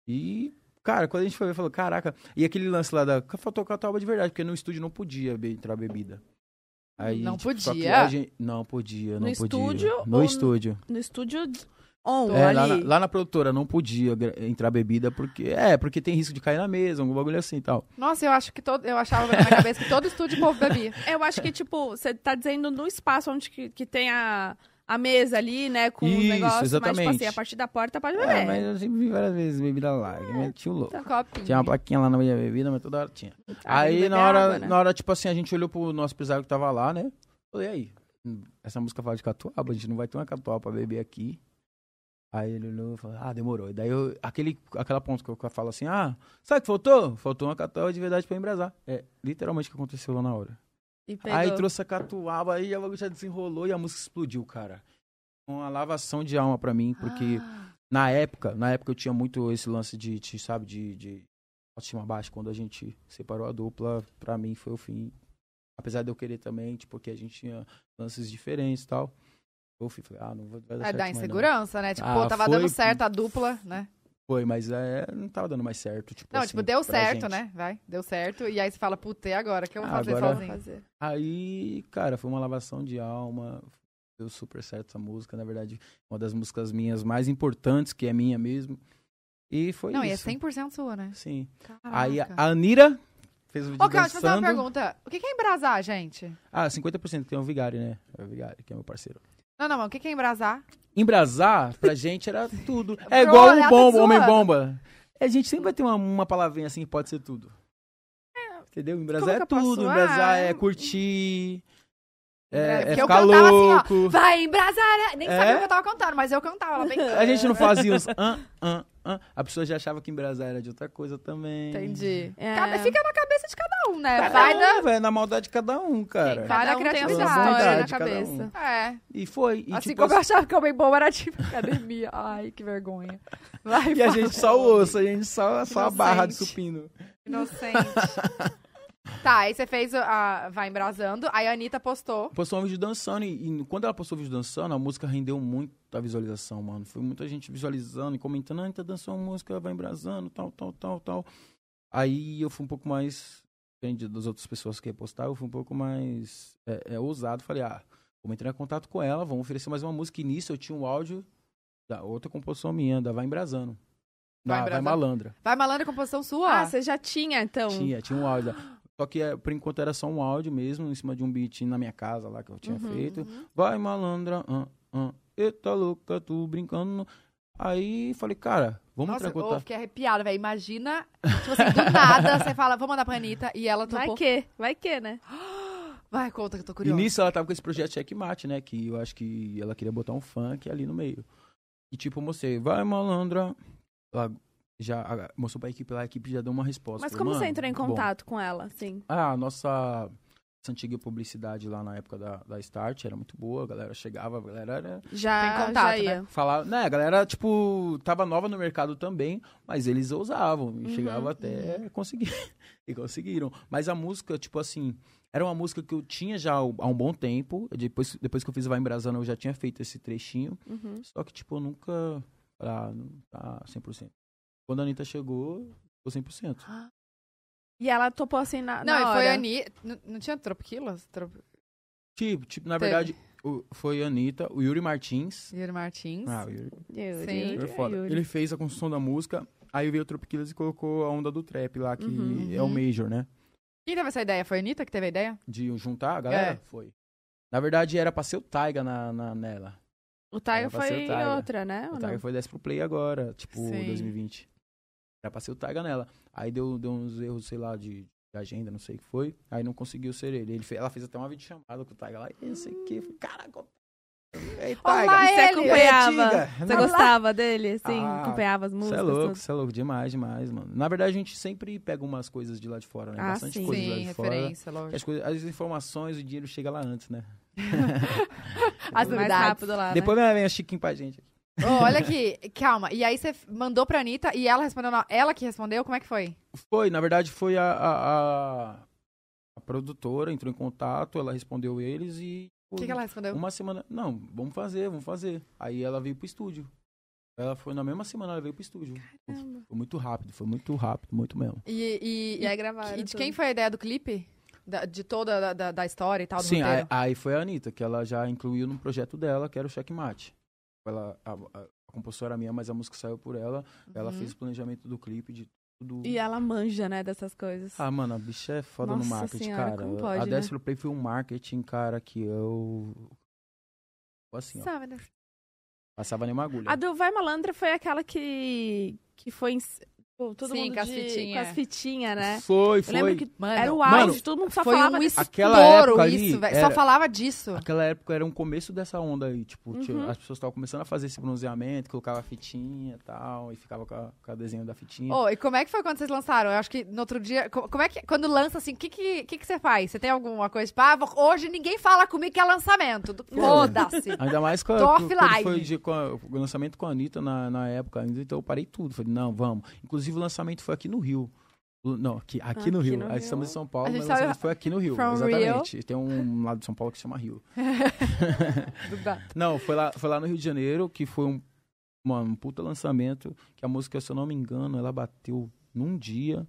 Speaker 4: E, cara, quando a gente foi ver, falou, caraca. E aquele lance lá da. Faltou catuaba de verdade, porque no estúdio não podia be- entrar bebida. Aí,
Speaker 1: Não
Speaker 4: tipo, só que
Speaker 1: podia?
Speaker 4: a gente- não podia, não
Speaker 2: No
Speaker 4: podia.
Speaker 2: estúdio
Speaker 4: No
Speaker 2: ou-
Speaker 4: estúdio.
Speaker 2: No estúdio on,
Speaker 4: É, lá, na,
Speaker 2: ali.
Speaker 4: lá na produtora não podia gra- entrar bebida, porque. É, porque tem risco de cair na mesa, algum bagulho assim e tal.
Speaker 1: Nossa, eu acho que todo. Eu achava na minha cabeça que todo estúdio o povo bebia.
Speaker 2: (laughs) Eu acho que, tipo, você tá dizendo no espaço onde que, que tem a, a mesa ali, né, com os
Speaker 4: Isso,
Speaker 2: negócios. Mas, tipo
Speaker 4: exatamente.
Speaker 2: assim, a partir da porta pode beber.
Speaker 4: É, mas eu sempre vi várias vezes bebida lá, que meti o louco.
Speaker 1: Um copinho.
Speaker 4: Tinha uma plaquinha lá na minha bebida, mas toda hora tinha.
Speaker 2: Ah, tem que
Speaker 4: Aí
Speaker 2: beber
Speaker 4: na hora,
Speaker 2: água, né?
Speaker 4: na hora, tipo assim, a gente olhou pro nosso empresário que tava lá, né? Falei, e aí? hum, Essa música fala de catuaba, a gente não vai ter uma catuaba pra beber aqui. Aí ele olhou e falou, ah, demorou. E daí eu, aquele, aquela ponta que eu falo assim, ah, sabe o que faltou? Faltou uma catuaba de verdade pra embrasar. É, literalmente o que aconteceu lá na hora.
Speaker 2: E pegou.
Speaker 4: Aí trouxe a catuaba, aí a bagulho já desenrolou e a música explodiu, cara. Uma lavação de alma pra mim,
Speaker 2: Ah.
Speaker 4: porque
Speaker 1: Ah.
Speaker 4: na época, na época eu tinha muito esse lance de, de, sabe, de, de autoestima baixa. Quando a gente separou a dupla, pra mim foi o fim. Apesar de eu querer também, tipo, porque a gente tinha lances diferentes e tal. Eu fui, falei, ah, não vai vai dar
Speaker 1: É,
Speaker 4: certo
Speaker 1: dá
Speaker 4: mais não.
Speaker 1: insegurança, né? Tipo,
Speaker 4: Ah,
Speaker 1: pô, tava
Speaker 4: foi-
Speaker 1: dando certo a dupla, né?
Speaker 4: Foi, mas é, não tava dando mais certo. Tipo,
Speaker 1: Não,
Speaker 4: assim,
Speaker 1: tipo, deu
Speaker 4: pra
Speaker 1: certo,
Speaker 4: gente.
Speaker 1: né? Vai, deu certo. E aí você fala, puta, e agora? O que eu vou
Speaker 4: Ah,
Speaker 1: fazer
Speaker 4: agora-
Speaker 1: sozinho?
Speaker 2: fazer.
Speaker 4: Aí, cara, foi uma lavação de alma. Deu super certo essa música. Na verdade, uma das músicas minhas mais importantes, que é minha mesmo. E foi
Speaker 1: Não,
Speaker 4: isso.
Speaker 1: e é 100% sua, né?
Speaker 4: Sim.
Speaker 1: Caraca.
Speaker 4: Aí a Anira fez o vídeo
Speaker 1: Ô, Carlos, deixa eu fazer uma
Speaker 4: dançando.
Speaker 1: pergunta. O que que é embrasar, gente?
Speaker 4: Ah, 50% que tem o Vigari, né? É o Vigari, que é meu parceiro.
Speaker 1: Não, não, mas o que que é embrasar?
Speaker 4: Embrasar, pra (laughs) gente, era tudo. É
Speaker 1: Bro,
Speaker 4: igual
Speaker 1: ela
Speaker 4: um
Speaker 1: tá
Speaker 4: bomba,
Speaker 1: zoando.
Speaker 4: homem-bomba. A gente sempre vai ter uma, uma palavrinha assim que pode ser tudo. Entendeu? Embrasar
Speaker 1: Como que
Speaker 4: é
Speaker 1: eu posso?
Speaker 4: tudo.
Speaker 1: Ah,
Speaker 4: Embrasar
Speaker 1: é-
Speaker 4: é curtir.
Speaker 1: É,
Speaker 4: É, é
Speaker 1: porque eu
Speaker 4: ficar
Speaker 1: cantava assim, ó,
Speaker 4: louco.
Speaker 1: Vai embrasar! né? Nem sabia
Speaker 4: É?
Speaker 1: o que eu tava cantando, mas eu cantava lá bem. É.
Speaker 4: A gente não
Speaker 1: (laughs)
Speaker 4: fazia uns an, an, an. A pessoa já achava que embrasar era de outra coisa também.
Speaker 1: Entendi.
Speaker 2: É.
Speaker 1: Cada- Fica na cabeça de cada um, né?
Speaker 4: Cada
Speaker 1: Vai
Speaker 4: um,
Speaker 1: da.
Speaker 4: velho, na maldade de cada um, cara.
Speaker 1: Vai
Speaker 2: Cada
Speaker 1: da
Speaker 2: um tem a sua
Speaker 1: criatividade.
Speaker 2: história na
Speaker 4: Cada um.
Speaker 2: cabeça.
Speaker 1: É.
Speaker 4: E foi. E,
Speaker 1: assim
Speaker 4: tipo,
Speaker 1: como eu achava que eu bem boa era tipo academia. Ai, que vergonha. Vai,
Speaker 4: E a
Speaker 1: fala.
Speaker 4: gente só o osso, a gente só, só a
Speaker 1: Inocente.
Speaker 4: barra de supino.
Speaker 1: Inocente. tá, aí você fez a. Vai embrasando. Aí a Anitta postou.
Speaker 4: Postou um vídeo dançando e, e quando ela postou o vídeo dançando, a música rendeu muita visualização, mano. Foi muita gente visualizando e comentando, ah, então dançou uma música, vai embrasando, tal, tal, tal, tal. Aí eu fui um pouco mais, diferente das outras pessoas que postaram, eu fui um pouco mais é, é, ousado. Falei, ah, vamos entrar em contato com ela, vamos oferecer mais uma música. E nisso eu tinha um áudio da outra composição minha, da Vai Embrasando.
Speaker 1: Vai
Speaker 4: Da Vai
Speaker 1: Embrasando?
Speaker 4: Malandra.
Speaker 1: Vai malandro é composição sua.
Speaker 2: Ah, você já tinha, então.
Speaker 4: Tinha, tinha um
Speaker 2: (gasps)
Speaker 4: áudio. lá. Só que eh, por enquanto era só um áudio mesmo, em cima de um beat na minha casa lá que eu tinha
Speaker 2: Uhum,
Speaker 4: feito.
Speaker 1: uhum.
Speaker 4: Vai, malandra, ah, ah, eita louca, tu brincando. no-" Aí falei, cara, vamos tá?"
Speaker 1: Nossa,
Speaker 4: entrar
Speaker 1: eu
Speaker 4: em contato.
Speaker 1: fiquei arrepiada, velho. Imagina, tipo assim, do nada, você fala, vamos mandar pra Anitta. E ela
Speaker 2: Vai
Speaker 1: topou.
Speaker 2: que, vai que, né?
Speaker 1: Vai, conta que eu tô
Speaker 4: E
Speaker 1: curiosa.
Speaker 4: nisso ela tava com esse projeto Checkmate, né? Que eu acho que ela queria botar um funk ali no meio. E tipo, eu mostrei, vai malandra. Ela já a- mostrou pra equipe lá, a equipe já deu uma resposta.
Speaker 2: Mas
Speaker 4: Falei,
Speaker 2: como você
Speaker 4: "Mano,
Speaker 2: entrou em
Speaker 4: muito bom."
Speaker 2: contato com ela, assim? sim?
Speaker 4: Ah, a nossa essa antiga publicidade lá na época da, da Start era muito boa, a galera chegava, a galera era...
Speaker 2: Já,
Speaker 1: Tem contato,
Speaker 2: já ia.
Speaker 4: Falava, né, a galera, tipo, tava nova no mercado também, mas eles ousavam e
Speaker 2: Uhum,
Speaker 4: chegava até conseguir. (laughs) e conseguiram. Mas a música, tipo assim, era uma música que eu tinha já há um bom tempo. Depois, depois que eu fiz Vai Embrasando, eu já tinha feito esse trechinho.
Speaker 2: Uhum.
Speaker 4: Só que, tipo, eu nunca. Ah, não tá 100%. Quando a Anitta chegou, ficou 100%.
Speaker 2: E ela topou assim na,
Speaker 1: Não,
Speaker 2: na
Speaker 1: e
Speaker 2: hora.
Speaker 1: foi a Anitta. N- Não tinha Tropiquilas? Trop...
Speaker 4: Tipo, tipo na
Speaker 1: Teve.
Speaker 4: verdade, o- foi a Anitta, o Yuri Martins.
Speaker 1: Yuri Martins.
Speaker 4: Ah, o Yuri,
Speaker 2: Yuri,
Speaker 1: Sim.
Speaker 2: Yuri,
Speaker 4: Ele é foda.
Speaker 2: Yuri.
Speaker 4: Ele fez a construção da música, aí veio o Tropiquilas e colocou a onda do trap lá, que
Speaker 2: Uhum.
Speaker 4: é o Major, né?
Speaker 1: Quem teve essa ideia? Foi a Anitta que teve a ideia?
Speaker 4: De juntar a galera?
Speaker 1: É.
Speaker 4: Foi. Na verdade, era pra ser o Taiga na, na- nela.
Speaker 2: O Taiga
Speaker 4: Era pra ser
Speaker 2: foi
Speaker 4: o Taiga.
Speaker 2: outra, né?
Speaker 4: o
Speaker 2: Ou
Speaker 4: Taiga
Speaker 2: não?
Speaker 4: foi 10 pro play agora, tipo,
Speaker 1: Sim.
Speaker 4: 2020. Era pra ser o Taiga nela. Aí deu, deu uns erros, sei lá, de, de agenda, não sei o que foi. Aí não conseguiu ser ele. ele fez, ela fez até uma videochamada com o Taiga lá. E não sei o que. Caraca, o Taiga. é Ei,
Speaker 1: lá
Speaker 4: Taiga.
Speaker 1: ele,
Speaker 2: Você
Speaker 4: Tiga.
Speaker 2: acompanhava?
Speaker 4: Vamos
Speaker 2: Você
Speaker 4: lá.
Speaker 2: gostava dele? Sim,
Speaker 4: Ah,
Speaker 2: acompanhava as
Speaker 4: Você
Speaker 2: músicas?
Speaker 4: é louco,
Speaker 2: tudo?
Speaker 4: você é louco demais, demais, mano. Na verdade, a gente sempre pega umas coisas de lá de fora, né?
Speaker 2: Ah,
Speaker 4: Bastante
Speaker 2: sim.
Speaker 4: coisa de lá
Speaker 1: Sim,
Speaker 4: de fora.
Speaker 1: referência, lógico.
Speaker 4: As, coisas, as informações, o dinheiro chega lá antes, né?
Speaker 1: (laughs) As
Speaker 2: Mais
Speaker 1: novidades.
Speaker 2: rápido lá, né?
Speaker 4: Depois vem a Chiquinho pra gente.
Speaker 1: Ô, Oh, olha aqui, calma. E aí você f- mandou pra Anitta e ela respondeu. na- Ela que respondeu? Como é que foi?
Speaker 4: Foi, na verdade, foi a, a, a- a produtora, entrou em contato, ela respondeu eles e.
Speaker 1: O que, que ela respondeu?
Speaker 4: Uma semana. Não, vamos fazer, vamos fazer. Aí ela veio pro estúdio. Ela foi na mesma semana, ela veio pro estúdio.
Speaker 2: Caramba.
Speaker 4: Foi muito rápido, foi muito rápido, muito mesmo.
Speaker 1: E, e,
Speaker 2: E aí
Speaker 1: e,
Speaker 2: gravaram.
Speaker 1: e de
Speaker 2: tudo.
Speaker 1: quem foi a ideia do clipe? Da- de toda da, da, da história e tal, do
Speaker 4: Sim, aí,
Speaker 1: roteiro?
Speaker 4: aí foi a Anitta, que ela já incluiu no projeto dela, que era o Checkmate. Ela, a, a, a compositora era minha, mas a música saiu por ela. Ela
Speaker 1: Uhum.
Speaker 4: fez o planejamento do clipe, de tudo.
Speaker 2: E ela manja, né, dessas coisas.
Speaker 4: Ah, mano, a bicha é foda
Speaker 2: Nossa
Speaker 4: no marketing,
Speaker 2: senhora,
Speaker 4: cara.
Speaker 2: como pode,
Speaker 4: a
Speaker 2: né?
Speaker 4: Destro Play foi um marketing, cara, que eu. Assim, ó.
Speaker 1: Sabe, né?
Speaker 4: Passava nenhuma agulha.
Speaker 2: A do Vai Malandra foi aquela que, que foi em... Pô, todo
Speaker 1: Sim,
Speaker 2: mundo
Speaker 1: com as
Speaker 2: de-
Speaker 1: fitinhas.
Speaker 2: com as fitinhas, né?
Speaker 4: Foi,
Speaker 2: Eu
Speaker 4: foi.
Speaker 2: lembro que
Speaker 1: Mano,
Speaker 2: era o
Speaker 4: Mano,
Speaker 2: auge, todo mundo só
Speaker 1: foi
Speaker 2: falava
Speaker 1: um
Speaker 2: desse...
Speaker 4: Aquela
Speaker 1: estouro
Speaker 4: época ali
Speaker 1: isso, velho. Só
Speaker 4: era-
Speaker 1: falava disso.
Speaker 4: Aquela época era um começo dessa onda aí, tipo, tinha-
Speaker 2: Uhum.
Speaker 4: as pessoas estavam começando a fazer esse bronzeamento, colocava a fitinha e tal, e ficava com, a, com a desenho da fitinha.
Speaker 1: Ô, e como é que foi quando vocês lançaram? Eu acho que no outro dia. co- Como é que. Quando lança assim, o que, que, que, que você faz? Você tem alguma coisa? Tipo, ah, vou- hoje ninguém fala comigo que é lançamento. Do- (laughs) Foda-se.
Speaker 4: Ainda mais com a-
Speaker 1: Tô
Speaker 4: com-
Speaker 1: offline.
Speaker 4: quando foi o, dia- com a- o lançamento com a Anitta na, na época ainda, então eu parei tudo. Falei, não, vamos. Inclusive o lançamento foi aqui no Rio. L- Não, aqui,
Speaker 1: Ah,
Speaker 4: aqui
Speaker 2: Aqui
Speaker 4: no Rio.
Speaker 2: no
Speaker 4: Aí
Speaker 2: Rio.
Speaker 4: estamos em São Paulo,
Speaker 1: A
Speaker 4: mas
Speaker 1: gente
Speaker 4: o
Speaker 1: sabe-
Speaker 4: lançamento foi aqui no Rio.
Speaker 1: From
Speaker 4: exatamente. Tem um lado de São Paulo que se chama Rio. Não, foi lá, foi lá no Rio de Janeiro, que foi um, mano, um puta lançamento, que a música, se eu não me engano, ela bateu num dia,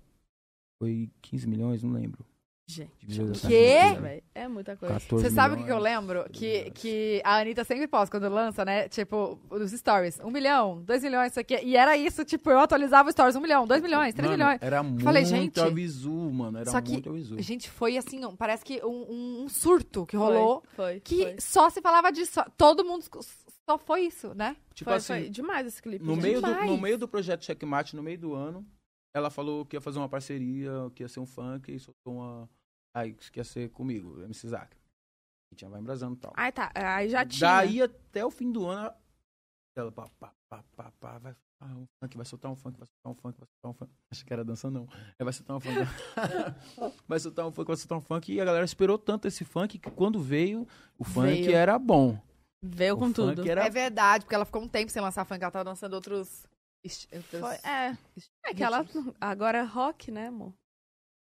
Speaker 4: foi 15 milhões, não lembro. assim,
Speaker 2: Gente,
Speaker 4: De visualização.
Speaker 1: Quê?
Speaker 2: velho, é muita coisa.
Speaker 4: 14
Speaker 1: Você sabe o que, que eu
Speaker 4: milhões.
Speaker 1: lembro? Que,
Speaker 4: milhões.
Speaker 1: que a Anitta sempre posta quando lança, né? Tipo, os stories. Um milhão, dois milhões, isso aqui. E era isso, tipo, eu atualizava os stories. Um milhão, dois milhões, três
Speaker 4: Mano,
Speaker 1: milhões.
Speaker 4: Era muito
Speaker 1: Falei, gente,
Speaker 4: aviso, mano. Era
Speaker 1: só que-
Speaker 4: muito aviso.
Speaker 1: Gente, foi assim, um- parece que um, um- um surto que
Speaker 2: Foi,
Speaker 1: rolou.
Speaker 2: Foi,
Speaker 1: Que
Speaker 4: Tipo
Speaker 2: foi.
Speaker 1: só se falava disso. só- Todo mundo. Só foi isso, né?
Speaker 4: Tipo
Speaker 2: Foi,
Speaker 4: assim,
Speaker 2: foi demais esse clipe.
Speaker 4: No
Speaker 2: gente.
Speaker 4: meio, do,
Speaker 1: Demais.
Speaker 4: no meio do projeto Checkmate, no meio do ano, ela falou que ia fazer uma parceria, que ia ser um funk, e soltou uma. Aí que ia ser comigo, MC Zac. E tinha vai embrasando e tal.
Speaker 2: Ai, tá. Aí já tinha.
Speaker 4: Daí até o fim do ano, ela. Pá, pá, pá, pá, pá, vai soltar um funk, vai soltar um funk, vai soltar um funk, vai soltar um funk. Acho que era dança, não. É, vai soltar um
Speaker 2: (laughs)
Speaker 4: funk. vai soltar um funk, vai soltar um funk. E a galera esperou tanto esse funk que quando veio, o funk
Speaker 2: Veio.
Speaker 4: era bom.
Speaker 2: Veio com
Speaker 4: o funk
Speaker 2: tudo.
Speaker 4: era
Speaker 1: É verdade, porque ela ficou um tempo sem lançar funk. Ela tava lançando outros. esti- outros-
Speaker 2: Foi, é. É que ela. Agora é rock, né, amor?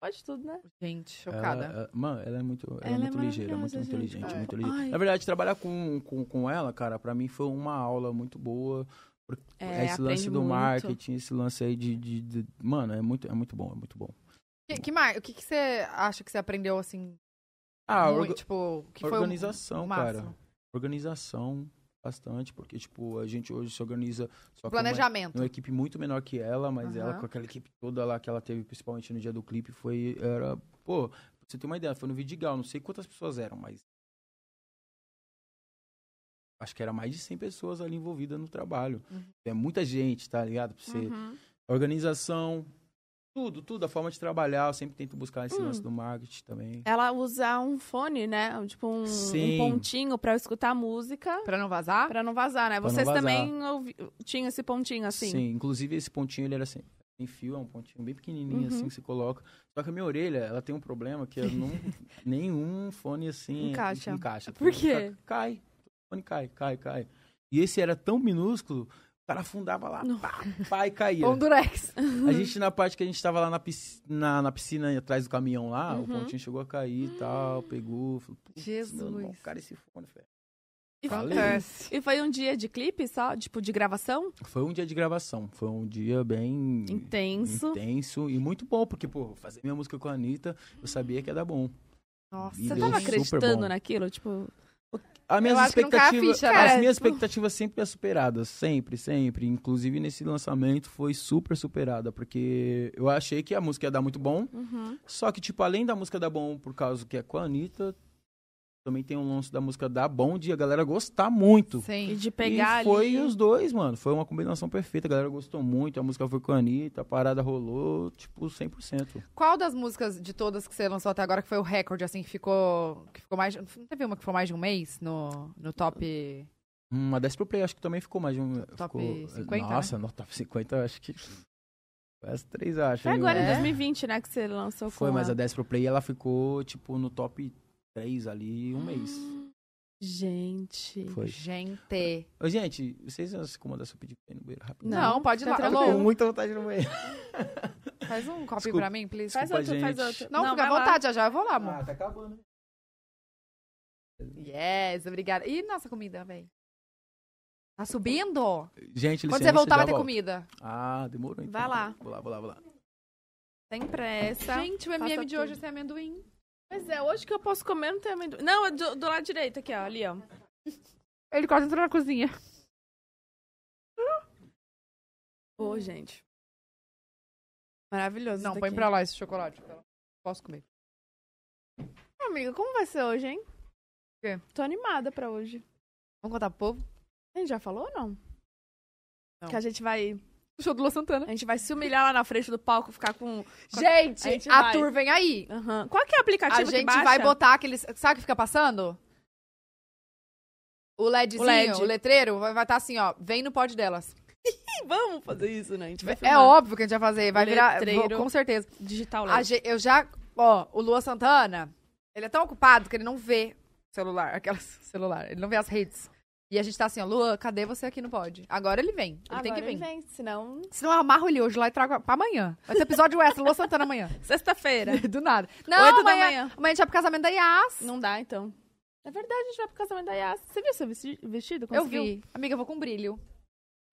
Speaker 2: Pode tudo, né?
Speaker 1: Gente, chocada.
Speaker 4: Ela, ela- mano, ela é muito, ela é
Speaker 2: Ela é
Speaker 4: muito ligeira, muito
Speaker 2: maravilhosa, gente.
Speaker 4: inteligente, é muito
Speaker 2: Ai.
Speaker 4: ligeira. Na verdade, trabalhar com, com, com ela, cara, pra mim foi uma aula muito boa. porque
Speaker 2: É,
Speaker 4: esse
Speaker 2: aprende
Speaker 4: lance do
Speaker 2: muito.
Speaker 4: marketing, esse lance aí de, de- de- Mano, é muito, é muito bom, é muito bom.
Speaker 1: Que, que mais? O que, que você acha que você aprendeu assim?
Speaker 4: Ah,
Speaker 1: muito,
Speaker 4: orga-
Speaker 1: tipo, que foi o-
Speaker 4: organização,
Speaker 1: o máximo?
Speaker 4: cara. Organização, bastante, porque, tipo, a gente hoje se organiza só com uma-
Speaker 1: Planejamento.
Speaker 4: uma equipe muito menor que ela, mas ela
Speaker 1: Aham.
Speaker 4: com aquela equipe toda lá que ela teve, principalmente no dia do clipe, foi. Era. Pô, pra você ter uma ideia, foi no Vidigal, não sei quantas pessoas eram, mas. Acho que era mais de 100 pessoas ali envolvidas no trabalho.
Speaker 1: Uhum.
Speaker 2: Uhum.
Speaker 4: É muita gente, tá ligado? Pra você. Organização, Tudo, tudo. A forma de trabalhar, eu sempre tento buscar
Speaker 1: Hum.
Speaker 4: esse lance do marketing também.
Speaker 2: Ela usa um fone, né? Tipo um, um
Speaker 4: Sim.
Speaker 2: pontinho pra eu escutar a música
Speaker 1: Pra não vazar?
Speaker 2: pra não vazar, né?
Speaker 4: Pra não
Speaker 2: Vocês
Speaker 4: vazar.
Speaker 2: também ouvi... tinham esse pontinho assim.
Speaker 4: Sim, inclusive esse pontinho ele era assim, tem fio, é um pontinho bem
Speaker 2: Uhum.
Speaker 4: pequenininho assim que você coloca. Só que a minha orelha, ela tem um problema que eu
Speaker 2: (laughs)
Speaker 4: não, nenhum fone assim
Speaker 2: Encaixa.
Speaker 4: encaixa.
Speaker 2: Por quê?
Speaker 4: Fica- Cai. O fone cai, cai, cai. E esse era tão minúsculo, o cara afundava lá, pá, pá, e é. caía.
Speaker 1: Ou um durex.
Speaker 4: A gente, na parte que a gente tava lá na piscina, na, na piscina atrás do caminhão lá, o
Speaker 2: Uhum.
Speaker 4: pontinho chegou a cair e tal, pegou, falou, putz, meu irmão,
Speaker 1: Jesus.
Speaker 4: cara, esse fone, velho.
Speaker 2: E-
Speaker 1: Acontece.
Speaker 2: E foi um dia de clipe só? Tipo, de gravação?
Speaker 4: Foi um dia de gravação, foi um dia bem...
Speaker 2: Intenso.
Speaker 4: Intenso e muito bom, porque, pô, fazer minha música com a Anitta, eu sabia que ia dar bom.
Speaker 1: Nossa,
Speaker 4: E
Speaker 2: Você
Speaker 4: deu
Speaker 2: tava
Speaker 4: super
Speaker 2: acreditando
Speaker 4: bom.
Speaker 2: naquilo? Tipo,
Speaker 4: As minhas
Speaker 1: acho que não cai a
Speaker 4: expectativas,
Speaker 1: ficha, né?
Speaker 4: as
Speaker 1: É,
Speaker 4: minhas
Speaker 1: tipo-
Speaker 4: expectativas sempre é superadas, sempre, sempre. Inclusive nesse lançamento foi super superada, porque eu achei que a música ia dar muito bom,
Speaker 2: uhum.
Speaker 4: só que tipo além da música dar bom por causa que é com a Anitta, também tem um lance da música dar bom de a galera gostar muito.
Speaker 2: e
Speaker 1: Sim.
Speaker 2: de pegar
Speaker 4: e foi
Speaker 2: ali.
Speaker 4: os dois, mano. Foi uma combinação perfeita. A galera gostou muito, a música foi com a Anitta, a parada rolou, tipo, 100%.
Speaker 1: Qual das músicas de todas que você lançou até agora que foi o recorde, assim, que ficou. Que ficou mais. Não teve uma que ficou mais de um mês no, no top.
Speaker 4: Hum, a 10 pro play acho que também ficou mais de um.
Speaker 1: Top
Speaker 4: ficou-
Speaker 1: 50,
Speaker 4: Nossa, no top 50 eu acho que. Quase três, eu acho.
Speaker 2: Foi
Speaker 4: viu?
Speaker 2: agora em
Speaker 1: É?
Speaker 2: 2020, né? Que você lançou
Speaker 4: Foi,
Speaker 2: com
Speaker 4: mas a
Speaker 2: a...
Speaker 4: 10 pro play ela ficou, tipo, no top 3 ali um mês.
Speaker 2: Gente.
Speaker 4: Foi.
Speaker 1: Gente.
Speaker 4: Ô, gente, vocês não se incomodam se eu pedir pra ir no banheiro rapidinho?
Speaker 1: Não, tá
Speaker 2: Não,
Speaker 1: pode ir lá.
Speaker 2: fica
Speaker 4: Eu tô com
Speaker 1: Alô,
Speaker 2: tranquilo.
Speaker 4: muita vontade no banheiro.
Speaker 1: faz um copy
Speaker 4: Desculpa.
Speaker 1: pra mim, please.
Speaker 2: Faz
Speaker 4: Desculpa,
Speaker 2: outro, faz
Speaker 4: gente.
Speaker 2: outro.
Speaker 1: Não, fica à
Speaker 2: vai lá.
Speaker 1: vontade, já já eu vou lá, amor.
Speaker 4: tá acabando.
Speaker 1: Yes, obrigada. Ih, nossa comida, véi. Tá subindo?
Speaker 4: Gente, licença,
Speaker 1: Quando você voltar,
Speaker 4: já
Speaker 1: vai ter
Speaker 4: volto.
Speaker 1: comida.
Speaker 4: Ah, demorou então.
Speaker 2: Vai lá.
Speaker 4: Vou lá, vou lá, vou lá.
Speaker 2: Sem pressa.
Speaker 1: Gente, o
Speaker 2: Faça
Speaker 1: MM de hoje é
Speaker 2: tudo.
Speaker 1: sem amendoim.
Speaker 2: Mas é, hoje que eu posso comer não tem amendoim. Não, é do, do lado direito aqui, ó. Ali, ó.
Speaker 1: Ele quase entrou na cozinha.
Speaker 2: Ô, gente. Maravilhoso.
Speaker 1: Não,
Speaker 2: isso
Speaker 1: põe
Speaker 2: daqui.
Speaker 1: pra lá esse chocolate. Posso comer.
Speaker 2: Ah, Amiga, como vai ser hoje, hein?
Speaker 1: quê?
Speaker 2: Tô animada pra hoje.
Speaker 1: Vamos contar pro povo?
Speaker 2: A gente já falou ou não?
Speaker 1: Não.
Speaker 2: Que a gente vai.
Speaker 1: O show do Lua Santana.
Speaker 2: A gente vai se humilhar lá na frente do palco, ficar com.
Speaker 1: Gente,
Speaker 2: A gente
Speaker 1: a
Speaker 2: vai.
Speaker 1: tour vem aí.
Speaker 2: Aham. Qual que é o aplicativo
Speaker 1: A
Speaker 2: que
Speaker 1: gente
Speaker 2: baixa?
Speaker 1: vai botar aqueles... Sabe o que fica passando? O LEDzinho, o,
Speaker 2: O LED.
Speaker 1: letreiro, vai estar assim, ó. Vem no pod delas.
Speaker 2: Ih, Vamos fazer isso, né? A gente vai
Speaker 1: É
Speaker 2: filmar.
Speaker 1: óbvio que a gente vai fazer. Vai virar...
Speaker 2: Letreiro.
Speaker 1: Com certeza.
Speaker 2: Digital
Speaker 1: A
Speaker 2: LED.
Speaker 1: ge- eu já. Ó, o Lua Santana, ele é tão ocupado que ele não vê celular, (laughs) aquelas celular, ele não vê as redes. E a gente tá assim, ó, Lua, cadê você aqui no pod? Agora ele vem. Ele tem que
Speaker 2: Agora
Speaker 1: vir.
Speaker 2: ele vem, senão.
Speaker 1: Senão eu amarro ele hoje lá e trago pra amanhã. Vai ser episódio extra, Lua Santana
Speaker 2: (laughs)
Speaker 1: amanhã.
Speaker 2: Sexta-feira.
Speaker 1: Do nada.
Speaker 2: É. Oito
Speaker 1: Não,
Speaker 2: da
Speaker 1: amanhã,
Speaker 2: manhã.
Speaker 1: amanhã a gente vai pro casamento da Yas.
Speaker 2: Não dá, então. Na verdade, a gente vai pro casamento da Yas. Você viu seu vesti- vestido?
Speaker 1: Eu
Speaker 2: Conseguiu?
Speaker 1: vi. Amiga, eu vou com brilho.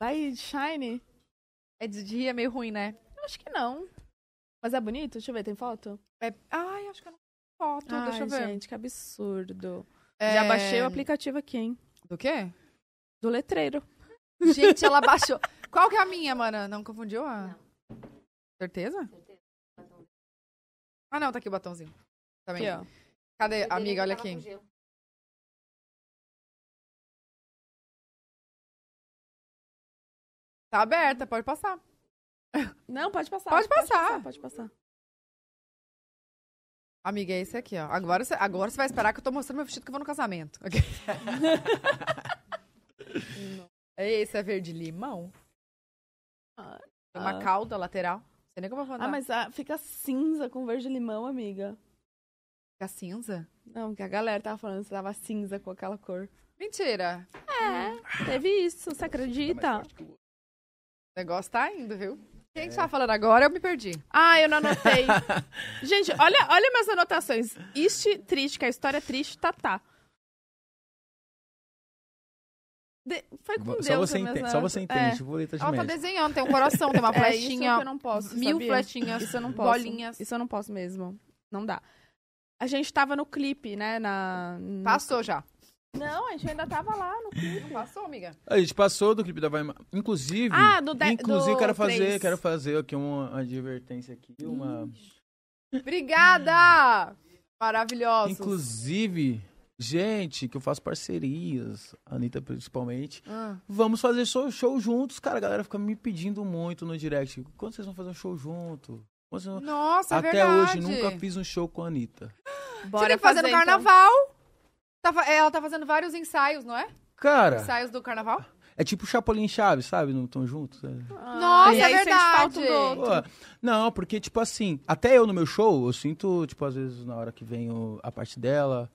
Speaker 2: Vai, shiny?
Speaker 1: É de dia, é meio ruim, né?
Speaker 2: Eu acho que não. Mas é bonito? Deixa eu ver, tem foto?
Speaker 1: É- Ai, acho que eu não tenho foto.
Speaker 2: Ai,
Speaker 1: deixa eu ver.
Speaker 2: gente, que absurdo.
Speaker 1: É...
Speaker 2: Já baixei o aplicativo aqui, hein?
Speaker 1: Do quê?
Speaker 2: Do letreiro.
Speaker 1: Gente, (laughs) ela baixou. Qual que é a minha, mana? Não confundiu a. Certeza? Ah, não, tá aqui o batomzinho. Também.
Speaker 2: Aqui, ó.
Speaker 1: Cadê, amiga? Olha aqui. Tá aberta, pode passar.
Speaker 2: Não, pode passar.
Speaker 1: Pode passar.
Speaker 2: Pode passar.
Speaker 1: Amiga, é esse aqui, ó. Agora você, agora você vai esperar que eu tô mostrando meu vestido que eu vou no casamento.
Speaker 2: (laughs)
Speaker 1: Ok? esse é verde limão.
Speaker 2: Ah,
Speaker 1: Tem uma
Speaker 2: ah.
Speaker 1: cauda lateral. Não sei nem como eu vou andar.
Speaker 2: Ah, mas ah, fica cinza com verde limão, amiga.
Speaker 1: Fica cinza?
Speaker 2: Não, que a galera tava falando que tava cinza com aquela cor.
Speaker 1: Mentira.
Speaker 2: É, teve isso, você
Speaker 4: Tá,
Speaker 2: acredita?
Speaker 1: O negócio tá indo, viu?
Speaker 2: É.
Speaker 1: Quem que tá falando agora, eu me perdi.
Speaker 2: Ah, eu não
Speaker 4: (laughs)
Speaker 2: anotei. Gente, olha, olha minhas anotações. Este triste, que a história é triste, tá, tá. De- Foi com
Speaker 4: Só
Speaker 2: Deus É.
Speaker 4: você,
Speaker 2: minhas
Speaker 4: entende, só você
Speaker 2: anotações.
Speaker 4: entende, tipo, letra de
Speaker 1: Ela tá
Speaker 4: médico.
Speaker 1: desenhando, tem um coração, tem uma
Speaker 2: (laughs) É, é isso que
Speaker 1: flechinha.
Speaker 2: eu não posso,
Speaker 1: mil
Speaker 2: sabia?
Speaker 1: flechinhas.
Speaker 2: Isso eu não posso.
Speaker 1: Bolinhas.
Speaker 2: Isso eu não posso mesmo. Não dá. A gente tava no clipe, né? Na... no-
Speaker 1: Passou já.
Speaker 2: Não, a gente ainda tava lá no
Speaker 4: (laughs)
Speaker 2: clipe.
Speaker 1: Não passou, amiga?
Speaker 4: A gente passou do clipe da Vai... Ma- Inclusive,
Speaker 2: Ah, do de-
Speaker 4: inclusive
Speaker 2: do
Speaker 4: quero fazer,
Speaker 2: três.
Speaker 4: quero fazer aqui um, uma uma advertência aqui, uma
Speaker 1: Obrigada!
Speaker 2: Hum.
Speaker 1: Maravilhosos.
Speaker 4: Inclusive, gente, que eu faço parcerias, a Anitta principalmente.
Speaker 1: Ah,
Speaker 4: Vamos fazer show, show juntos, cara. A galera fica me pedindo muito no direct. Quando vocês vão fazer um show junto? Mas eu-
Speaker 1: Nossa, é
Speaker 4: até
Speaker 1: verdade.
Speaker 4: hoje nunca fiz um show com a Anitta.
Speaker 1: Você tem que fazer no
Speaker 2: então.
Speaker 1: carnaval. Tá fa- ela tá fazendo vários ensaios, não é?
Speaker 4: Cara,
Speaker 1: Ensaios do carnaval.
Speaker 4: é tipo Chapolin e Chaves, sabe? Não estão juntos? é.
Speaker 1: Nossa,
Speaker 2: Ah. e
Speaker 1: é
Speaker 2: aí sente falta
Speaker 1: verdade.
Speaker 2: do outro.
Speaker 4: Pô, não, porque, tipo assim, até eu no meu show, eu sinto, tipo, às vezes na hora que vem o- a parte dela.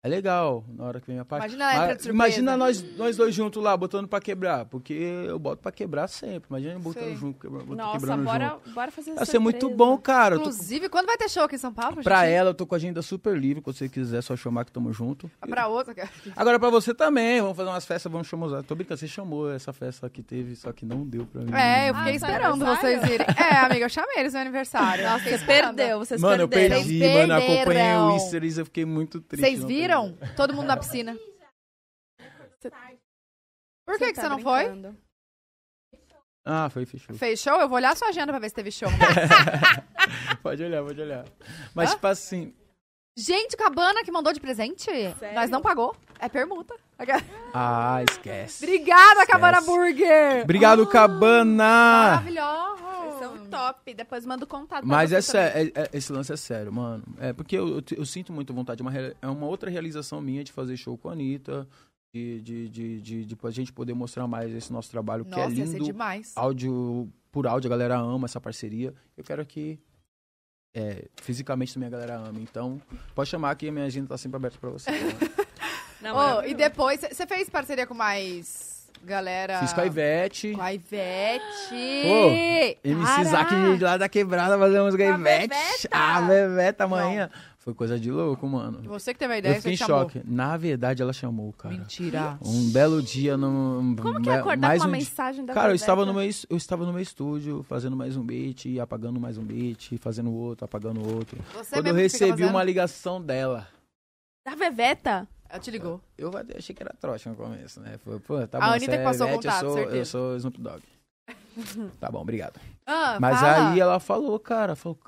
Speaker 4: É legal, na hora que vem a parte.
Speaker 1: Imagina ela entra
Speaker 4: Mas
Speaker 1: de é surpresa.
Speaker 4: Imagina nós, nós dois juntos lá, botando pra quebrar. Porque eu boto pra quebrar sempre. Imagina eu botando
Speaker 1: Sim.
Speaker 4: junto, quebra- botando,
Speaker 2: Nossa,
Speaker 4: quebrando
Speaker 2: bora,
Speaker 4: junto.
Speaker 2: bora fazer
Speaker 4: Vai ser
Speaker 2: surpresa.
Speaker 4: muito bom, cara. Eu tô-
Speaker 1: Inclusive, quando vai ter show aqui em São Paulo?
Speaker 4: pra
Speaker 1: gente?
Speaker 4: ela, eu tô com a agenda super livre. Quando você quiser, é só chamar que tamo junto.
Speaker 1: Ah, Pra outra. cara.
Speaker 4: Agora pra você também. Vamos fazer umas festas, vamos chamar. os- Tô brincando, você chamou essa festa que teve, só que não deu pra mim.
Speaker 1: É, eu fiquei
Speaker 2: seu
Speaker 1: esperando
Speaker 2: Ah, tá aniversário?
Speaker 1: vocês irem. É, amiga, eu chamei eles no aniversário. Nossa,
Speaker 2: Vocês perdeu, vocês
Speaker 4: Mano, eu
Speaker 2: perderam.
Speaker 4: perdi,
Speaker 1: Vocês
Speaker 4: mano. Eu acompanhei
Speaker 1: perderam.
Speaker 4: o Easter Eggs, eu fiquei muito triste.
Speaker 1: Vocês
Speaker 4: não
Speaker 1: viram? Todo mundo na piscina. Por que, que
Speaker 2: tá
Speaker 1: você não foi?
Speaker 4: Ah, foi, fechou. (laughs)
Speaker 1: Fez show? Eu vou olhar a sua agenda pra ver se teve
Speaker 2: (laughs)
Speaker 1: show.
Speaker 4: pode olhar, pode olhar. Mas,
Speaker 1: Hã?
Speaker 4: tipo assim.
Speaker 1: Gente, Cabana que mandou de presente, nós não pagou. É
Speaker 2: (laughs)
Speaker 1: permuta.
Speaker 4: Ah, esquece.
Speaker 1: Obrigada, Cabana
Speaker 4: Esquece.
Speaker 1: Burger!
Speaker 4: Obrigado, Cabana!
Speaker 1: Maravilhosa!
Speaker 2: São top. Depois manda o contato. pra
Speaker 4: Mas
Speaker 2: você
Speaker 4: é sério, é- é- esse lance é sério, mano. É porque eu, eu, eu sinto muito vontade. É uma, rea- é uma outra realização minha de fazer show com a Anitta, de, de, de, de, de a gente poder mostrar mais esse nosso trabalho, que é
Speaker 1: Nossa, ia ser
Speaker 4: lindo.
Speaker 1: demais.
Speaker 4: áudio por áudio, a galera ama essa parceria. Eu quero que é, fisicamente também a galera ama. Então, pode chamar que a minha agenda tá sempre aberta
Speaker 1: (laughs)
Speaker 4: pra você. né?
Speaker 2: Não,
Speaker 1: Ô,
Speaker 2: maravilhoso.
Speaker 1: e depois, você fez parceria com mais galera...
Speaker 4: Fiz com a Ivete,
Speaker 1: Com a Ivete!
Speaker 4: Pô, MC
Speaker 1: Cara!
Speaker 4: Isaac de lá da quebrada fazer uns com a
Speaker 2: Com a
Speaker 4: Ivete.
Speaker 2: Bebeta.
Speaker 4: A Bebeta amanhã. Foi coisa de louco, mano.
Speaker 1: Você que teve a ideia,
Speaker 4: Eu fiquei em
Speaker 1: você que chamou.
Speaker 4: choque. Na verdade, ela chamou, cara.
Speaker 1: Mentira.
Speaker 4: Um belo dia no.
Speaker 2: Como que é acordar
Speaker 4: mais
Speaker 2: com uma
Speaker 4: um di-
Speaker 2: mensagem da
Speaker 4: Cara, eu
Speaker 2: Roberta?
Speaker 4: estava, no meu, es- eu estava no meu estúdio fazendo mais um beat, apagando mais um beat, fazendo outro, apagando outro.
Speaker 1: Você
Speaker 4: Quando eu
Speaker 1: mesmo que fica
Speaker 4: recebi
Speaker 1: fazendo?
Speaker 4: uma ligação dela.
Speaker 2: Da Veveta?
Speaker 1: Ela Ah, te ligou.
Speaker 4: Eu achei que era trote no começo, né? Foi, pô, tá
Speaker 1: A
Speaker 4: bom,
Speaker 1: Anitta
Speaker 4: você
Speaker 1: que
Speaker 4: é
Speaker 1: passou o
Speaker 4: Ivete,
Speaker 1: contato,
Speaker 4: eu sou,
Speaker 1: certeza.
Speaker 4: Eu sou Snoop
Speaker 1: (laughs)
Speaker 4: Dogg. tá bom, obrigado.
Speaker 1: Ah,
Speaker 4: Mas
Speaker 1: fala.
Speaker 4: aí ela falou, cara, falou,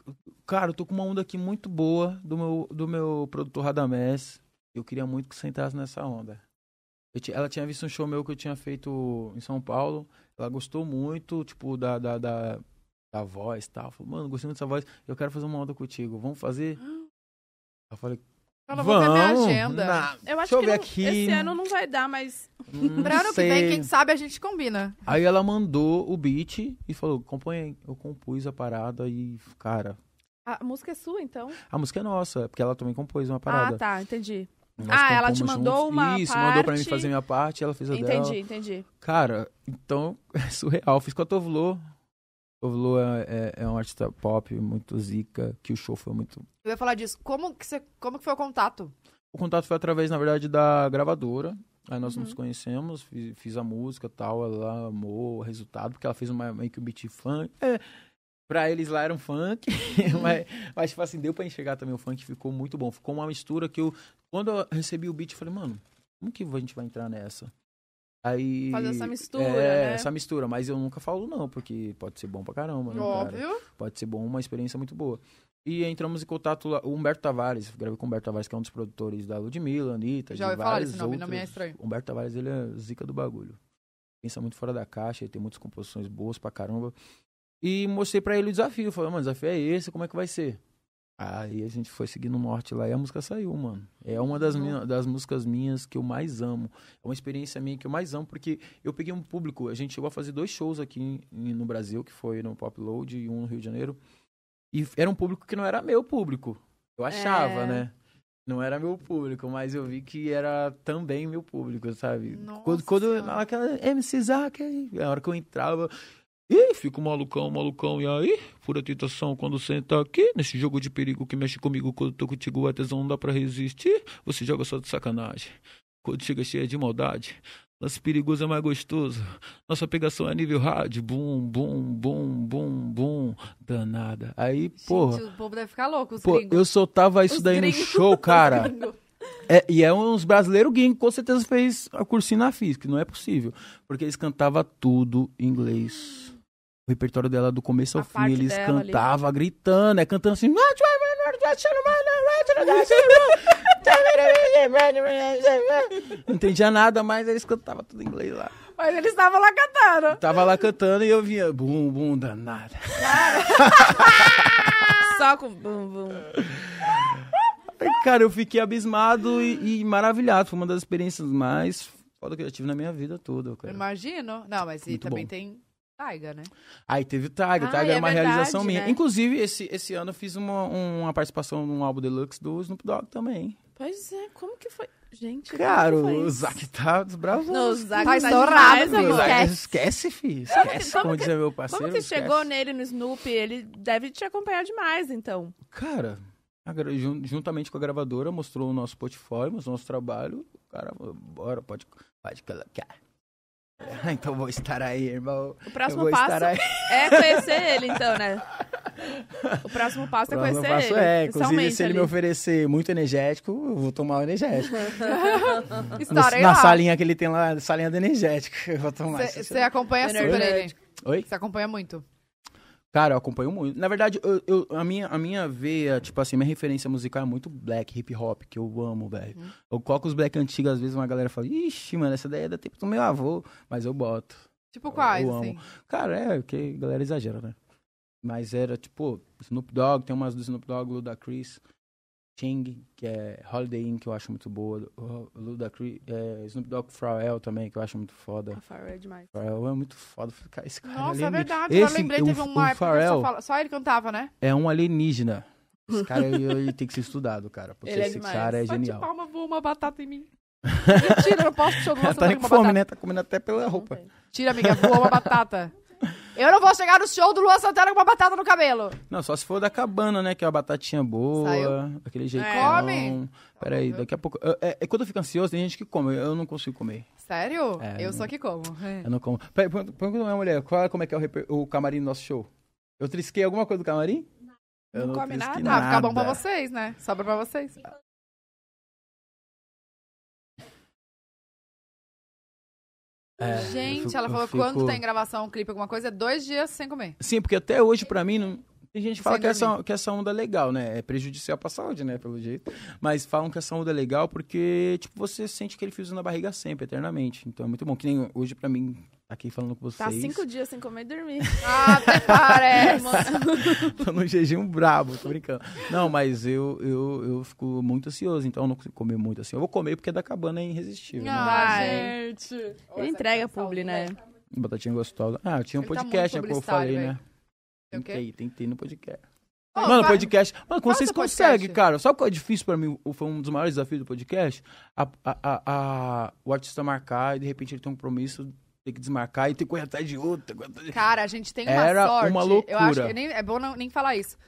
Speaker 4: cara, eu tô com uma onda aqui muito boa do meu, do meu produtor Radamés. Eu queria muito que você entrasse nessa onda. Eu ti- ela tinha visto um show meu que eu tinha feito em São Paulo. Ela gostou muito, tipo, da, da, da, da voz e tal. Falou, mano, gostei muito dessa voz. Eu quero fazer uma onda contigo. Vamos fazer? Eu falei,
Speaker 1: Fala, vou
Speaker 4: vamos.
Speaker 1: ver minha agenda.
Speaker 4: na-
Speaker 2: Eu
Speaker 4: Deixa
Speaker 2: acho
Speaker 4: eu
Speaker 2: que
Speaker 4: ver
Speaker 2: não-
Speaker 4: aqui.
Speaker 2: esse ano não vai dar, mas...
Speaker 4: Hum,
Speaker 1: Pra ano que
Speaker 4: sei.
Speaker 1: vem, quem sabe a gente combina.
Speaker 4: Aí ela mandou o beat e falou: compõe aí. Eu compus a parada e, cara,
Speaker 2: A música é sua, então?
Speaker 4: a música é nossa, porque ela também compôs uma parada.
Speaker 2: Ah, tá. Entendi.
Speaker 4: Nós
Speaker 2: Ah, ela te
Speaker 4: compomos
Speaker 2: mandou uma
Speaker 4: Isso, mandou pra mim
Speaker 2: parte.
Speaker 4: fazer minha parte, ela fez a dela.
Speaker 2: Entendi, entendi.
Speaker 4: Cara, então (laughs) é surreal. Fiz com a Tovlo. Tovlo é, é- é um artista pop muito zica, que o show foi muito.
Speaker 1: Eu ia falar disso. Como que, você, como que foi o contato?
Speaker 4: O contato foi através, na verdade, da gravadora. Aí nós
Speaker 2: Uhum.
Speaker 4: nos conhecemos, fiz, fiz a música e tal, ela amou o resultado, porque ela fez uma, meio que um beat funk. É, pra eles lá era um funk, (laughs)
Speaker 2: Uhum.
Speaker 4: mas, mas, tipo assim, deu pra enxergar também o funk, ficou muito bom. Ficou uma mistura que eu, quando eu recebi o beat, eu falei, mano, como que a gente vai entrar nessa? Aí...
Speaker 2: Fazer essa mistura,
Speaker 4: É,
Speaker 2: né?
Speaker 4: essa mistura, mas eu nunca falo não, porque pode ser bom pra caramba, né, cara?
Speaker 1: Óbvio.
Speaker 4: pode ser bom, uma experiência muito boa. E entramos em contato lá, o Humberto Tavares, gravei com o Humberto Tavares, que é um dos produtores da Ludmilla, Anitta,
Speaker 1: Já
Speaker 4: de
Speaker 1: ouvi falar
Speaker 4: vários
Speaker 1: desse nome, não
Speaker 4: outros.
Speaker 1: me é estranho.
Speaker 4: Humberto Tavares, ele é zica do bagulho. Pensa muito fora da caixa, ele tem muitas composições boas pra caramba. E mostrei pra ele o desafio, falei, mano, o desafio é esse, como é que vai ser? Aí a gente foi seguindo o norte lá e a música saiu, mano. É uma
Speaker 1: Uhum.
Speaker 4: das, minha- das músicas minhas que eu mais amo. É uma experiência minha que eu mais amo, porque eu peguei um público, a gente chegou a fazer dois shows aqui em- em- no Brasil, que foi no Pop Load e um no Rio de Janeiro. E f- era um público que não era meu público. Eu achava,
Speaker 2: É.
Speaker 4: né? Não era meu público, mas eu vi que era também meu público, sabe?
Speaker 1: Nossa
Speaker 4: Quando, quando
Speaker 1: Senhora.
Speaker 4: aquela MC Zac, aí, na hora que eu entrava, Ih, fico malucão, um malucão, e aí? Pura tentação quando senta aqui. Nesse jogo de perigo que mexe comigo, quando tô contigo, a tesão não dá pra resistir. Você joga só de sacanagem. Quando chega cheia de maldade. Lance perigoso é mais gostoso. Nossa pegação é nível rádio. Bum, bum, bum, bum, bum. Danada. Aí, porra.
Speaker 1: Gente, o povo deve ficar louco, os
Speaker 4: Pô,
Speaker 1: gringos.
Speaker 4: eu soltava isso
Speaker 2: Os
Speaker 4: daí no
Speaker 2: gringos.
Speaker 4: show, cara.
Speaker 2: Gringo.
Speaker 4: É, e é uns brasileiros gringos, com certeza fez a cursinho na FISC, não é possível. Porque eles cantavam tudo em inglês. O repertório dela do começo ao
Speaker 2: A
Speaker 4: fim,
Speaker 2: parte
Speaker 4: eles
Speaker 2: dela ali.
Speaker 4: cantavam, gritando, é cantando assim. (laughs) Não entendia nada, mas eles cantavam tudo em inglês lá.
Speaker 2: Mas eles estavam lá cantando.
Speaker 4: Tava lá cantando e eu vinha, bum, bum, danada.
Speaker 2: Só com bum bum.
Speaker 4: Aí, Cara, eu fiquei abismado e, e maravilhado. Foi uma das experiências mais foda que eu já tive na minha vida toda, cara.
Speaker 1: Imagino. Não, mas e
Speaker 4: Muito
Speaker 1: também
Speaker 4: bom.
Speaker 1: tem taiga, né?
Speaker 4: Aí teve o Tiger,
Speaker 2: Ah,
Speaker 4: o Tiger
Speaker 2: é
Speaker 4: era uma
Speaker 2: verdade,
Speaker 4: realização minha.
Speaker 2: né?
Speaker 4: Inclusive, esse, esse ano eu fiz uma, um, uma participação num álbum deluxe do Snoop Dogg também.
Speaker 2: Pois é, como que foi? Gente,
Speaker 4: Cara,
Speaker 2: como que foi
Speaker 4: o
Speaker 2: isso?
Speaker 4: Zac tá desbravando.
Speaker 2: No, o
Speaker 1: Tá
Speaker 2: Zac tá
Speaker 1: estourado,
Speaker 2: demais,
Speaker 1: filho.
Speaker 2: amor.
Speaker 1: Zac
Speaker 4: Zac, esquece, filho. Esquece, como,
Speaker 2: como que-
Speaker 4: dizer meu parceiro.
Speaker 2: Como que
Speaker 4: esquece.
Speaker 2: chegou né? nele no Snoop? Ele deve te acompanhar demais, então.
Speaker 4: Cara, a gra- jun- juntamente com a gravadora, mostrou o nosso portfólio, mostrou o nosso trabalho. Cara, bora, pode, pode colocar. (laughs) Então vou estar aí, irmão.
Speaker 2: O
Speaker 4: eu
Speaker 2: próximo
Speaker 4: vou
Speaker 2: passo
Speaker 4: estar aí.
Speaker 2: é conhecer ele, então, né? O próximo passo é
Speaker 4: Próximo
Speaker 2: conhecer
Speaker 4: passo
Speaker 2: ele.
Speaker 4: é, inclusive,
Speaker 2: pessoalmente
Speaker 4: se ele me
Speaker 2: ali.
Speaker 4: oferecer muito energético, eu vou tomar o energético. No-
Speaker 1: Estourei
Speaker 4: na
Speaker 1: lá.
Speaker 4: salinha é que ele tem lá, salinha do energético. (laughs) Eu vou tomar. essa
Speaker 1: Você
Speaker 4: salinha.
Speaker 1: acompanha super ele.
Speaker 4: Oi?
Speaker 1: Você acompanha muito.
Speaker 4: Cara, eu acompanho muito. Na verdade, eu, eu- a, minha, a minha veia, tipo assim, minha referência musical é muito black, hip hop, que eu amo, velho. Eu coloco os black antigos, às vezes uma galera fala, ixi, mano, essa daí é da tempo do meu avô, mas eu boto.
Speaker 1: Tipo quais,
Speaker 4: eu amo.
Speaker 1: assim?
Speaker 4: Cara, é, porque a galera exagera, né? Mas era, tipo, Snoop Dogg, tem umas do Snoop Dogg, Luda Chris, Ching, que é Holiday Inn, que eu acho muito boa, Lu- Luda Chris, é, Snoop Dogg Pharrell também, que eu acho muito foda.
Speaker 2: Ah, Pharrell é (laughs) demais.
Speaker 4: Pharrell é muito foda, cara, esse cara
Speaker 1: Nossa, é
Speaker 4: alienígena.
Speaker 1: verdade.
Speaker 4: Esse,
Speaker 1: Agora lembrei,
Speaker 4: o-
Speaker 1: teve
Speaker 4: o
Speaker 1: uma época que
Speaker 4: Pharrell-
Speaker 1: só, fala- só ele cantava, né?
Speaker 4: é um alienígena. Esse cara ele, ele tem que ser estudado, cara. Porque
Speaker 2: Ele é
Speaker 4: esse
Speaker 2: demais.
Speaker 4: cara é
Speaker 1: Bate
Speaker 4: genial.
Speaker 1: palma, voa uma batata em
Speaker 4: (laughs)
Speaker 1: mim. Mentira, eu não posso jogar você
Speaker 4: tá
Speaker 1: tá
Speaker 4: com
Speaker 1: uma
Speaker 4: fome,
Speaker 1: batata.
Speaker 4: né? Tá comendo até pela roupa.
Speaker 1: Tira, amiga, voa uma batata. Eu não vou chegar no show do Luan Santana com uma batata no cabelo.
Speaker 4: Não, só se for da cabana, né? Que é uma batatinha boa,
Speaker 1: Saiu. É.
Speaker 4: aquele jeito.
Speaker 1: Come. Tá
Speaker 4: Peraí, daqui a pouco. eu- é, é quando eu fico ansioso, tem gente que come. Eu não consigo comer.
Speaker 1: Sério?
Speaker 4: É,
Speaker 1: eu
Speaker 4: não-
Speaker 1: só que como. É.
Speaker 4: Eu não como. Peraí, pergunta pergunta pra minha mulher, qual, como é que é o, reper- o camarim do nosso show? Eu trisquei alguma coisa do camarim? Eu
Speaker 2: Não come
Speaker 4: trisquei
Speaker 1: Ah, fica bom pra vocês, né? Sobra pra vocês.
Speaker 4: É, eu
Speaker 1: Gente,
Speaker 4: fico-
Speaker 1: ela
Speaker 4: eu
Speaker 1: falou
Speaker 4: fico-
Speaker 1: quando tem gravação, um clipe, alguma coisa, é dois dias sem
Speaker 4: (laughs)
Speaker 1: comer.
Speaker 4: Sim, porque até hoje, pra mim, não... tem gente que fala
Speaker 1: Sem
Speaker 4: que essa, que essa onda é legal, né? É prejudicial pra saúde, né? Pelo jeito. Mas falam que essa onda é legal porque, tipo, você sente aquele fiozinho na barriga sempre, eternamente. Então é muito bom. Que nem hoje, pra mim, aqui falando com vocês.
Speaker 2: Tá
Speaker 4: (laughs)
Speaker 2: cinco dias sem comer e dormir.
Speaker 1: Ah, até
Speaker 4: É.
Speaker 1: parece.
Speaker 4: tô num jejum brabo, tô brincando. Não, mas eu, eu, eu fico muito ansioso, então eu não consigo comer muito assim. Eu vou comer porque é da cabana é irresistível. né?
Speaker 1: Ah,
Speaker 2: Vai.
Speaker 1: gente.
Speaker 2: Ele entrega publi, né?
Speaker 4: Batatinha gostosa. Ah, eu tinha um
Speaker 1: Ele tá muito
Speaker 4: podcast, né? Como eu
Speaker 1: publicitário,
Speaker 4: falei,
Speaker 1: velho.
Speaker 4: né?
Speaker 1: Tem
Speaker 4: Tem
Speaker 1: o quê?
Speaker 4: que ir, tem que ter no podcast.
Speaker 1: Ô,
Speaker 4: Mano,
Speaker 1: vai-
Speaker 4: podcast. Mano, quando
Speaker 1: Faz
Speaker 4: vocês
Speaker 1: o podcast.
Speaker 4: conseguem, cara. Sabe qual é difícil pra mim? O- Foi um dos maiores desafios do podcast? A, a- a- a- o artista marcar e de repente ele tem um compromisso, tem que desmarcar e tem que correr atrás de outro. tem que correr atrás de-
Speaker 1: Cara, a gente tem uma
Speaker 4: Era
Speaker 1: sorte.
Speaker 4: uma
Speaker 1: Eu acho
Speaker 4: loucura.
Speaker 1: que nem, é bom não, nem falar isso.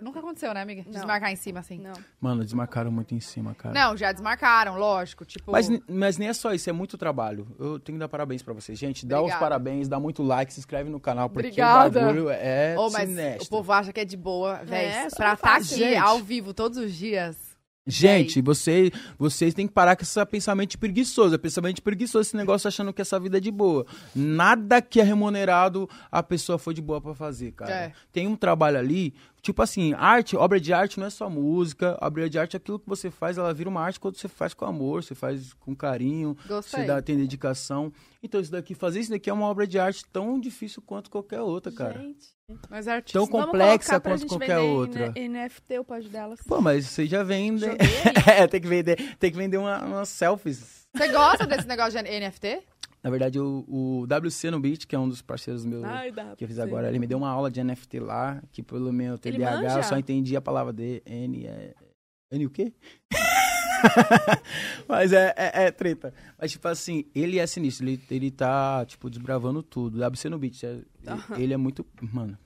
Speaker 1: Nunca aconteceu, né, amiga?
Speaker 2: Não.
Speaker 1: Desmarcar em cima, assim. Não,
Speaker 2: Não.
Speaker 4: Mano, desmarcaram muito em cima, cara.
Speaker 1: já desmarcaram, lógico. Tipo,
Speaker 4: Mas, n- mas nem é só isso, é muito trabalho. Eu tenho que dar parabéns pra vocês. Gente, dá os
Speaker 1: Obrigada.
Speaker 4: parabéns, dá muito like, se inscreve no canal, porque
Speaker 1: Obrigada.
Speaker 4: o bagulho é
Speaker 1: Ô, mas
Speaker 4: sinistro.
Speaker 1: o povo acha que é de boa, velho.
Speaker 2: É, só
Speaker 1: pra
Speaker 2: não
Speaker 1: estar
Speaker 2: faz,
Speaker 1: aqui
Speaker 4: gente.
Speaker 1: ao vivo todos os dias.
Speaker 4: Gente, vocês, vocês têm que parar com esse pensamento de preguiçoso. É pensamento de preguiçoso esse negócio achando que essa vida é de boa. Nada que é remunerado a pessoa foi de boa pra fazer, cara.
Speaker 1: É.
Speaker 4: Tem um trabalho ali, tipo assim, arte, obra de arte não é só música. Obra de arte é aquilo que você faz, ela vira uma arte quando você faz com amor, você faz com carinho,
Speaker 1: Gostei.
Speaker 4: você dá, tem dedicação. Então isso daqui, fazer isso daqui é uma obra de arte tão difícil quanto qualquer outra, cara.
Speaker 2: Gente.
Speaker 1: Mas é artista.
Speaker 4: Tão
Speaker 2: Vamos
Speaker 4: complexa
Speaker 2: colocar pra
Speaker 4: quanto
Speaker 2: gente
Speaker 4: qualquer
Speaker 2: vender em
Speaker 4: outra.
Speaker 2: N- NFT, o pódio delas.
Speaker 4: Pô, mas você já vende.
Speaker 2: Joguei aí.
Speaker 4: (laughs) é, tem que vender, tem que vender uma- umas selfies.
Speaker 1: Você gosta desse negócio de NFT?
Speaker 4: Na verdade, o, o WC no Beat, que é um dos parceiros
Speaker 2: (laughs)
Speaker 4: meus
Speaker 2: Ai, dá
Speaker 4: que eu fiz
Speaker 2: pra você.
Speaker 4: agora, ele me deu uma aula de NFT lá, que pelo meu TDAH
Speaker 2: manja?
Speaker 4: eu só entendi a palavra de N. É, N
Speaker 2: (laughs)
Speaker 4: o quê? Mas é, é, é treta. Mas, tipo assim, ele é sinistro. Ele, ele tá, tipo, desbravando tudo. WC no Beat. é- Ele é muito. Mano.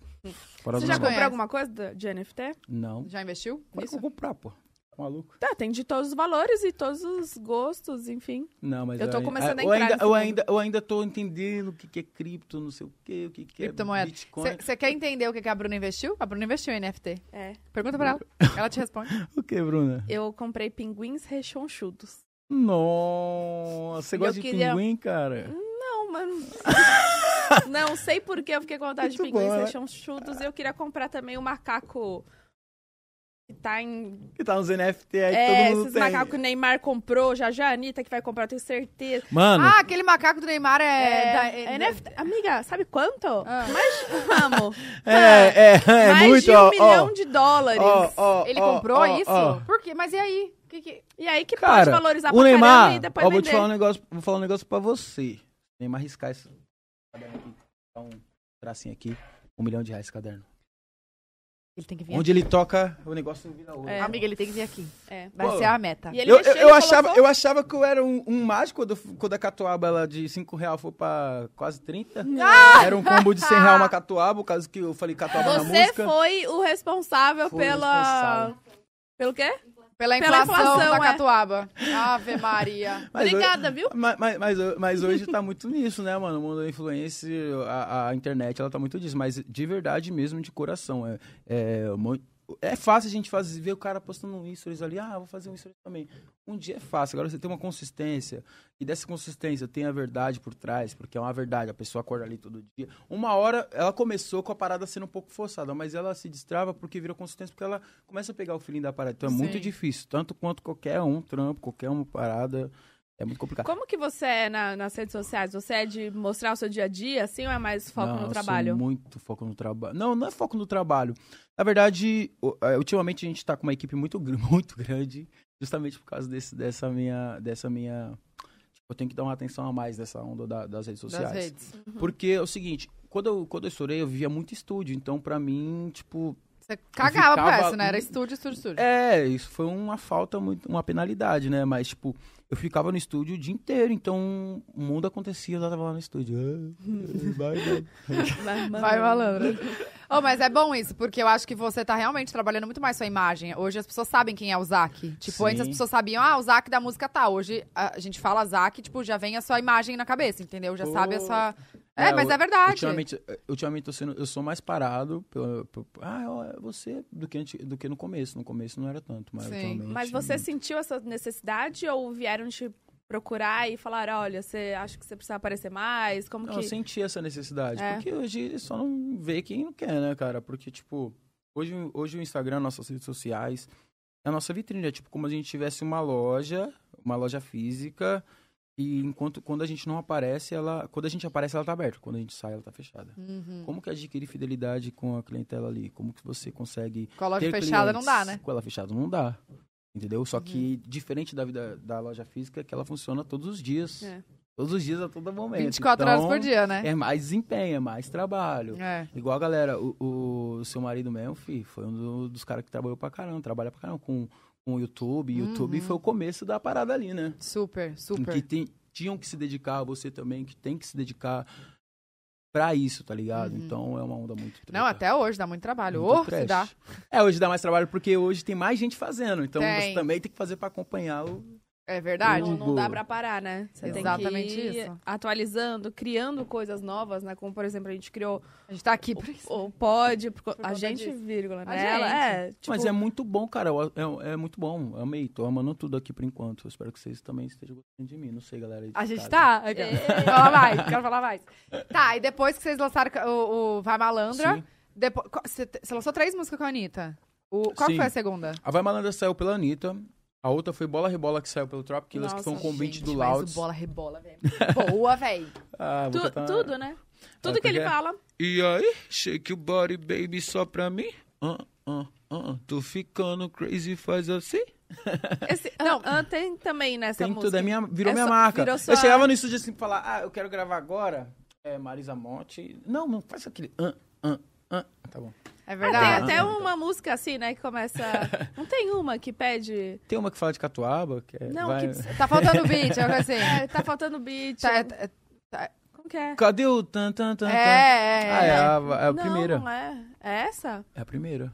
Speaker 4: Fora
Speaker 2: Você
Speaker 4: do
Speaker 2: já
Speaker 4: normal.
Speaker 2: comprou alguma coisa da- de NFT?
Speaker 4: Não.
Speaker 1: Já investiu?
Speaker 4: Como é que eu
Speaker 1: nisso?
Speaker 4: vou comprar, pô? Maluco.
Speaker 2: Tá, tem de todos os valores e todos os gostos, enfim.
Speaker 4: Não, mas
Speaker 2: Eu tô
Speaker 4: ai-
Speaker 2: começando a
Speaker 4: eu
Speaker 2: entrar
Speaker 4: ainda,
Speaker 2: nesse
Speaker 4: eu
Speaker 2: mundo.
Speaker 4: ainda Eu ainda tô entendendo o que, que é cripto, não sei o quê, o que, que é
Speaker 1: Criptomoeda.
Speaker 4: Bitcoin.
Speaker 1: Você quer entender o que que a Bruna investiu? A Bruna investiu em NFT.
Speaker 2: É.
Speaker 1: Pergunta pra ela. Ela te
Speaker 4: (laughs)
Speaker 1: responde.
Speaker 4: O que, Bruna?
Speaker 2: Eu comprei pinguins rechonchudos.
Speaker 4: Nossa, você
Speaker 2: Eu
Speaker 4: gosta de
Speaker 2: queria- Hum?
Speaker 4: pinguim, cara?
Speaker 2: Não,
Speaker 4: (laughs)
Speaker 2: mano. não sei por que eu fiquei com vontade de
Speaker 4: Muito
Speaker 2: pinguins
Speaker 4: bom, né?
Speaker 2: rechonchudos. E eu queria comprar também o macaco um que tá em
Speaker 4: Que tá uns NFT aí
Speaker 2: É,
Speaker 4: que todo mundo
Speaker 2: esses
Speaker 4: tem.
Speaker 2: macacos que o Neymar comprou, já já a Anitta que vai comprar, eu tenho certeza.
Speaker 4: Mano,
Speaker 1: Ah, aquele macaco do Neymar é. da- é-
Speaker 2: NFT. Amiga, sabe quanto?
Speaker 1: Ah.
Speaker 2: Mas vamos.
Speaker 4: é, é, (laughs) é,
Speaker 2: mais
Speaker 4: muito,
Speaker 2: de um
Speaker 4: ó, ó,
Speaker 2: milhão de dólares.
Speaker 4: ó, ó,
Speaker 1: Ele
Speaker 4: ó,
Speaker 1: comprou
Speaker 4: ó,
Speaker 1: isso?
Speaker 4: ó.
Speaker 1: Por quê? Mas e aí? Que que-
Speaker 2: E aí que pode
Speaker 4: Cara,
Speaker 2: valorizar pra
Speaker 4: o Neymar,
Speaker 2: caramba e depois
Speaker 4: ó, vou
Speaker 2: vender.
Speaker 4: te falar um negócio, vou falar um negócio pra você. Neymar riscar esse caderno aqui, dá um tracinho aqui, um milhão de reais esse caderno.
Speaker 1: Ele tem que vir
Speaker 4: Onde ele toca, o negócio vira outro.
Speaker 1: aqui.
Speaker 2: É.
Speaker 1: Amiga, ele tem que vir aqui.
Speaker 2: É.
Speaker 1: Vai
Speaker 4: Pô.
Speaker 1: ser a meta.
Speaker 2: E ele
Speaker 4: Eu,
Speaker 2: mexeu,
Speaker 4: eu- eu
Speaker 2: ele
Speaker 4: achava,
Speaker 2: colocou-
Speaker 4: eu achava que eu era um, um mágico quando, eu fu- quando a catuaba ela de 5 real foi pra quase 30. Era um combo de 100 real
Speaker 2: (laughs)
Speaker 4: uma catuaba, o caso que eu falei catuaba na
Speaker 2: Você
Speaker 4: música.
Speaker 2: foi o responsável
Speaker 4: Fui
Speaker 2: pela...
Speaker 4: responsável.
Speaker 2: Pelo quê?
Speaker 1: Pela
Speaker 2: Pela
Speaker 1: inflação,
Speaker 2: inflação,
Speaker 1: da
Speaker 2: é.
Speaker 1: catuaba.
Speaker 2: (laughs)
Speaker 1: Ave Maria.
Speaker 4: Mas eu-
Speaker 2: Obrigada, viu?
Speaker 4: Mas, mas, mas, mas hoje tá muito nisso, né, mano? O mundo da influencer, a, a internet, ela tá muito disso. Mas de verdade mesmo, de coração. É, é, mo- é fácil a gente fazer, ver o cara postando um stories ali. Ah, vou fazer um stories também. Um dia é fácil. Agora você tem uma consistência. E dessa consistência tem a verdade por trás, porque é uma verdade. A pessoa acorda ali todo dia. Uma hora, ela começou com a parada sendo um pouco forçada, mas ela se destrava porque vira consistência, porque ela começa a pegar o feeling da parada. Então é muito
Speaker 1: Sim.
Speaker 4: difícil. Tanto quanto qualquer um trampo, qualquer uma parada. É muito complicado.
Speaker 2: Como que você é na- nas redes sociais? Você é de mostrar o seu dia a dia, assim, ou é mais foco
Speaker 4: Não, eu
Speaker 2: no
Speaker 4: sou
Speaker 2: trabalho? (laughs)
Speaker 4: muito foco no trabalho. Não, não é foco no trabalho. Na verdade, o- eh, ultimamente a gente tá com uma equipe muito, gr- (laughs) muito grande, justamente por causa desse, dessa minha. Dessa minha... Tipo, eu tenho que dar uma atenção a mais dessa onda da- das redes sociais.
Speaker 1: Das redes.
Speaker 2: uhum.
Speaker 4: Porque é o seguinte, quando eu, quando eu estourei, eu vivia muito estúdio. Então, pra mim, tipo,
Speaker 1: Você cagava
Speaker 4: ficava-
Speaker 1: pra essa, né? Era estúdio, estúdio,
Speaker 2: Uhum.
Speaker 1: estúdio.
Speaker 4: é, isso foi uma falta, muito, uma penalidade, né? Mas, tipo, eu ficava no estúdio o dia inteiro, então o mundo acontecia, eu tava lá no estúdio.
Speaker 2: (laughs)
Speaker 4: Ah, Vai, vai.
Speaker 2: É,
Speaker 1: Vai malandro. oh, mas é bom isso, porque eu acho que você tá realmente trabalhando muito mais sua imagem. Hoje as pessoas sabem quem é o Zac. Tipo,
Speaker 4: Sim.
Speaker 1: antes as pessoas sabiam, ah, o Zac da música tal. Hoje a gente fala Zac, tipo, já vem a sua imagem na cabeça, entendeu? Já
Speaker 4: Pô.
Speaker 1: sabe a sua. É,
Speaker 4: É,
Speaker 1: mas
Speaker 4: o-
Speaker 1: é verdade.
Speaker 4: Ultimamente, eh, ultimamente eu, sendo, eu sou mais parado. pela- por- ah, ó, é você do que, anti- do que no começo. No começo não era tanto, mas
Speaker 1: Sim.
Speaker 4: ultimamente.
Speaker 2: Mas você sentiu essa necessidade ou vieram te procurar e falaram, olha, você acha que você precisa aparecer mais? Como
Speaker 4: Não,
Speaker 2: que...
Speaker 4: eu senti essa necessidade.
Speaker 2: É.
Speaker 4: Porque hoje só não vê quem não quer, né, cara? Porque, tipo, hoje, hoje o Instagram, nossas redes sociais, é a nossa vitrine. É tipo como a gente tivesse uma loja, uma loja física. E enquanto quando a gente não aparece, ela. Quando a gente aparece, ela tá aberta. Quando a gente sai, ela tá
Speaker 2: Hum.
Speaker 4: fechada.
Speaker 1: Uhum.
Speaker 4: Como que adquire fidelidade com a clientela ali? Como que você consegue
Speaker 1: Com a loja
Speaker 4: ter
Speaker 1: fechada não
Speaker 4: clientes
Speaker 1: dá, né? Uhum.
Speaker 4: Com ela fechada não dá. Entendeu? Só que diferente da vida da loja física, é que ela funciona todos os dias.
Speaker 2: É.
Speaker 4: Todos os dias, a todo momento.
Speaker 1: 24 horas por
Speaker 4: Então,
Speaker 1: dia, né?
Speaker 4: É mais desempenho, é mais trabalho.
Speaker 1: É.
Speaker 4: Igual a galera, o, o seu marido mesmo, fi, foi um do- dos caras que trabalhou pra caramba, trabalha pra caramba com com o YouTube. YouTube foi o começo da parada ali, né?
Speaker 1: Super,
Speaker 4: Em
Speaker 1: Uhum. super.
Speaker 4: Que tem- tinham que se dedicar, você também, que tem que se dedicar pra isso, tá ligado? Então é uma onda muito
Speaker 1: Uhum. Não,
Speaker 4: treta.
Speaker 1: até hoje dá muito trabalho.
Speaker 4: Muito
Speaker 1: Ô, se
Speaker 4: trash.
Speaker 1: dá.
Speaker 4: É, hoje dá mais trabalho porque hoje tem mais gente fazendo. Então
Speaker 1: Tem.
Speaker 4: você também tem que fazer pra acompanhar o.
Speaker 1: É verdade.
Speaker 2: Ah, Não, não
Speaker 4: Digo-
Speaker 2: dá pra parar, né? Você tem
Speaker 1: Exatamente
Speaker 2: que ir
Speaker 1: isso.
Speaker 2: atualizando, criando coisas novas, né? Como, por exemplo, a gente criou
Speaker 1: A gente tá aqui pra isso.
Speaker 2: o pod, por co- a
Speaker 1: conta
Speaker 2: gente,
Speaker 1: disso.
Speaker 2: vírgula,
Speaker 1: A
Speaker 2: né? Ela,
Speaker 1: gente.
Speaker 2: é, tipo,
Speaker 4: Mas é muito bom, cara. eu- É, é muito bom. Amei. Tô amando tudo aqui por enquanto. Eu espero que vocês também estejam gostando de mim. Não sei, galera. aí de
Speaker 1: A gente
Speaker 4: casa.
Speaker 1: tá.
Speaker 2: É.
Speaker 1: Fala mais, quero falar mais. Tá, e depois que vocês lançaram o, o Vai Malandra,
Speaker 4: Sim.
Speaker 1: depois, qual- você te- você lançou três músicas com a Anitta. O, qual que
Speaker 4: Sim.
Speaker 1: foi a segunda?
Speaker 4: A Vai Malandra saiu pela Anitta. A outra foi Bola Rebola que saiu pelo Trap Killers, que foi um
Speaker 2: Nossa,
Speaker 4: convite
Speaker 1: Gente,
Speaker 4: do
Speaker 1: mas
Speaker 4: Louds.
Speaker 1: o bola rebola, velho. Boa, velho.
Speaker 4: Ah, vou
Speaker 2: tu-
Speaker 4: cantar-
Speaker 2: tudo, né? Tudo
Speaker 4: tá
Speaker 2: que ele
Speaker 4: ligado?
Speaker 2: fala.
Speaker 3: E aí, shake o body, baby, só pra mim? Ah, ah, ah, tô ficando crazy, faz assim.
Speaker 2: Esse, não, tem também nessa
Speaker 4: Tem
Speaker 2: música.
Speaker 4: tudo. É minha, virou
Speaker 2: É
Speaker 4: minha
Speaker 2: só-
Speaker 4: marca.
Speaker 2: virou sua-
Speaker 4: Eu chegava no estúdio assim pra falar, ah, eu quero gravar agora. É Marisa Monte. Não, não faz aquele. Ah, ah, ah. Tá bom.
Speaker 1: É
Speaker 2: Ah,
Speaker 1: verdade.
Speaker 2: tem
Speaker 4: Verdade.
Speaker 2: até uma música assim, né? Que começa.
Speaker 4: (laughs)
Speaker 2: Não tem uma que pede.
Speaker 4: Tem uma que fala de catuaba, que é.
Speaker 2: Não,
Speaker 4: vai-
Speaker 2: que.
Speaker 1: Tá faltando beat, é uma coisa assim.
Speaker 2: É, tá faltando beat.
Speaker 1: Tá, é, tá-
Speaker 2: Como que é?
Speaker 4: Cadê o tan tan
Speaker 1: é,
Speaker 4: tan? tan? Ah,
Speaker 1: é,
Speaker 4: é,
Speaker 1: é.
Speaker 4: a, é a
Speaker 2: não,
Speaker 4: primeira.
Speaker 2: Não é. É essa?
Speaker 4: É a primeira.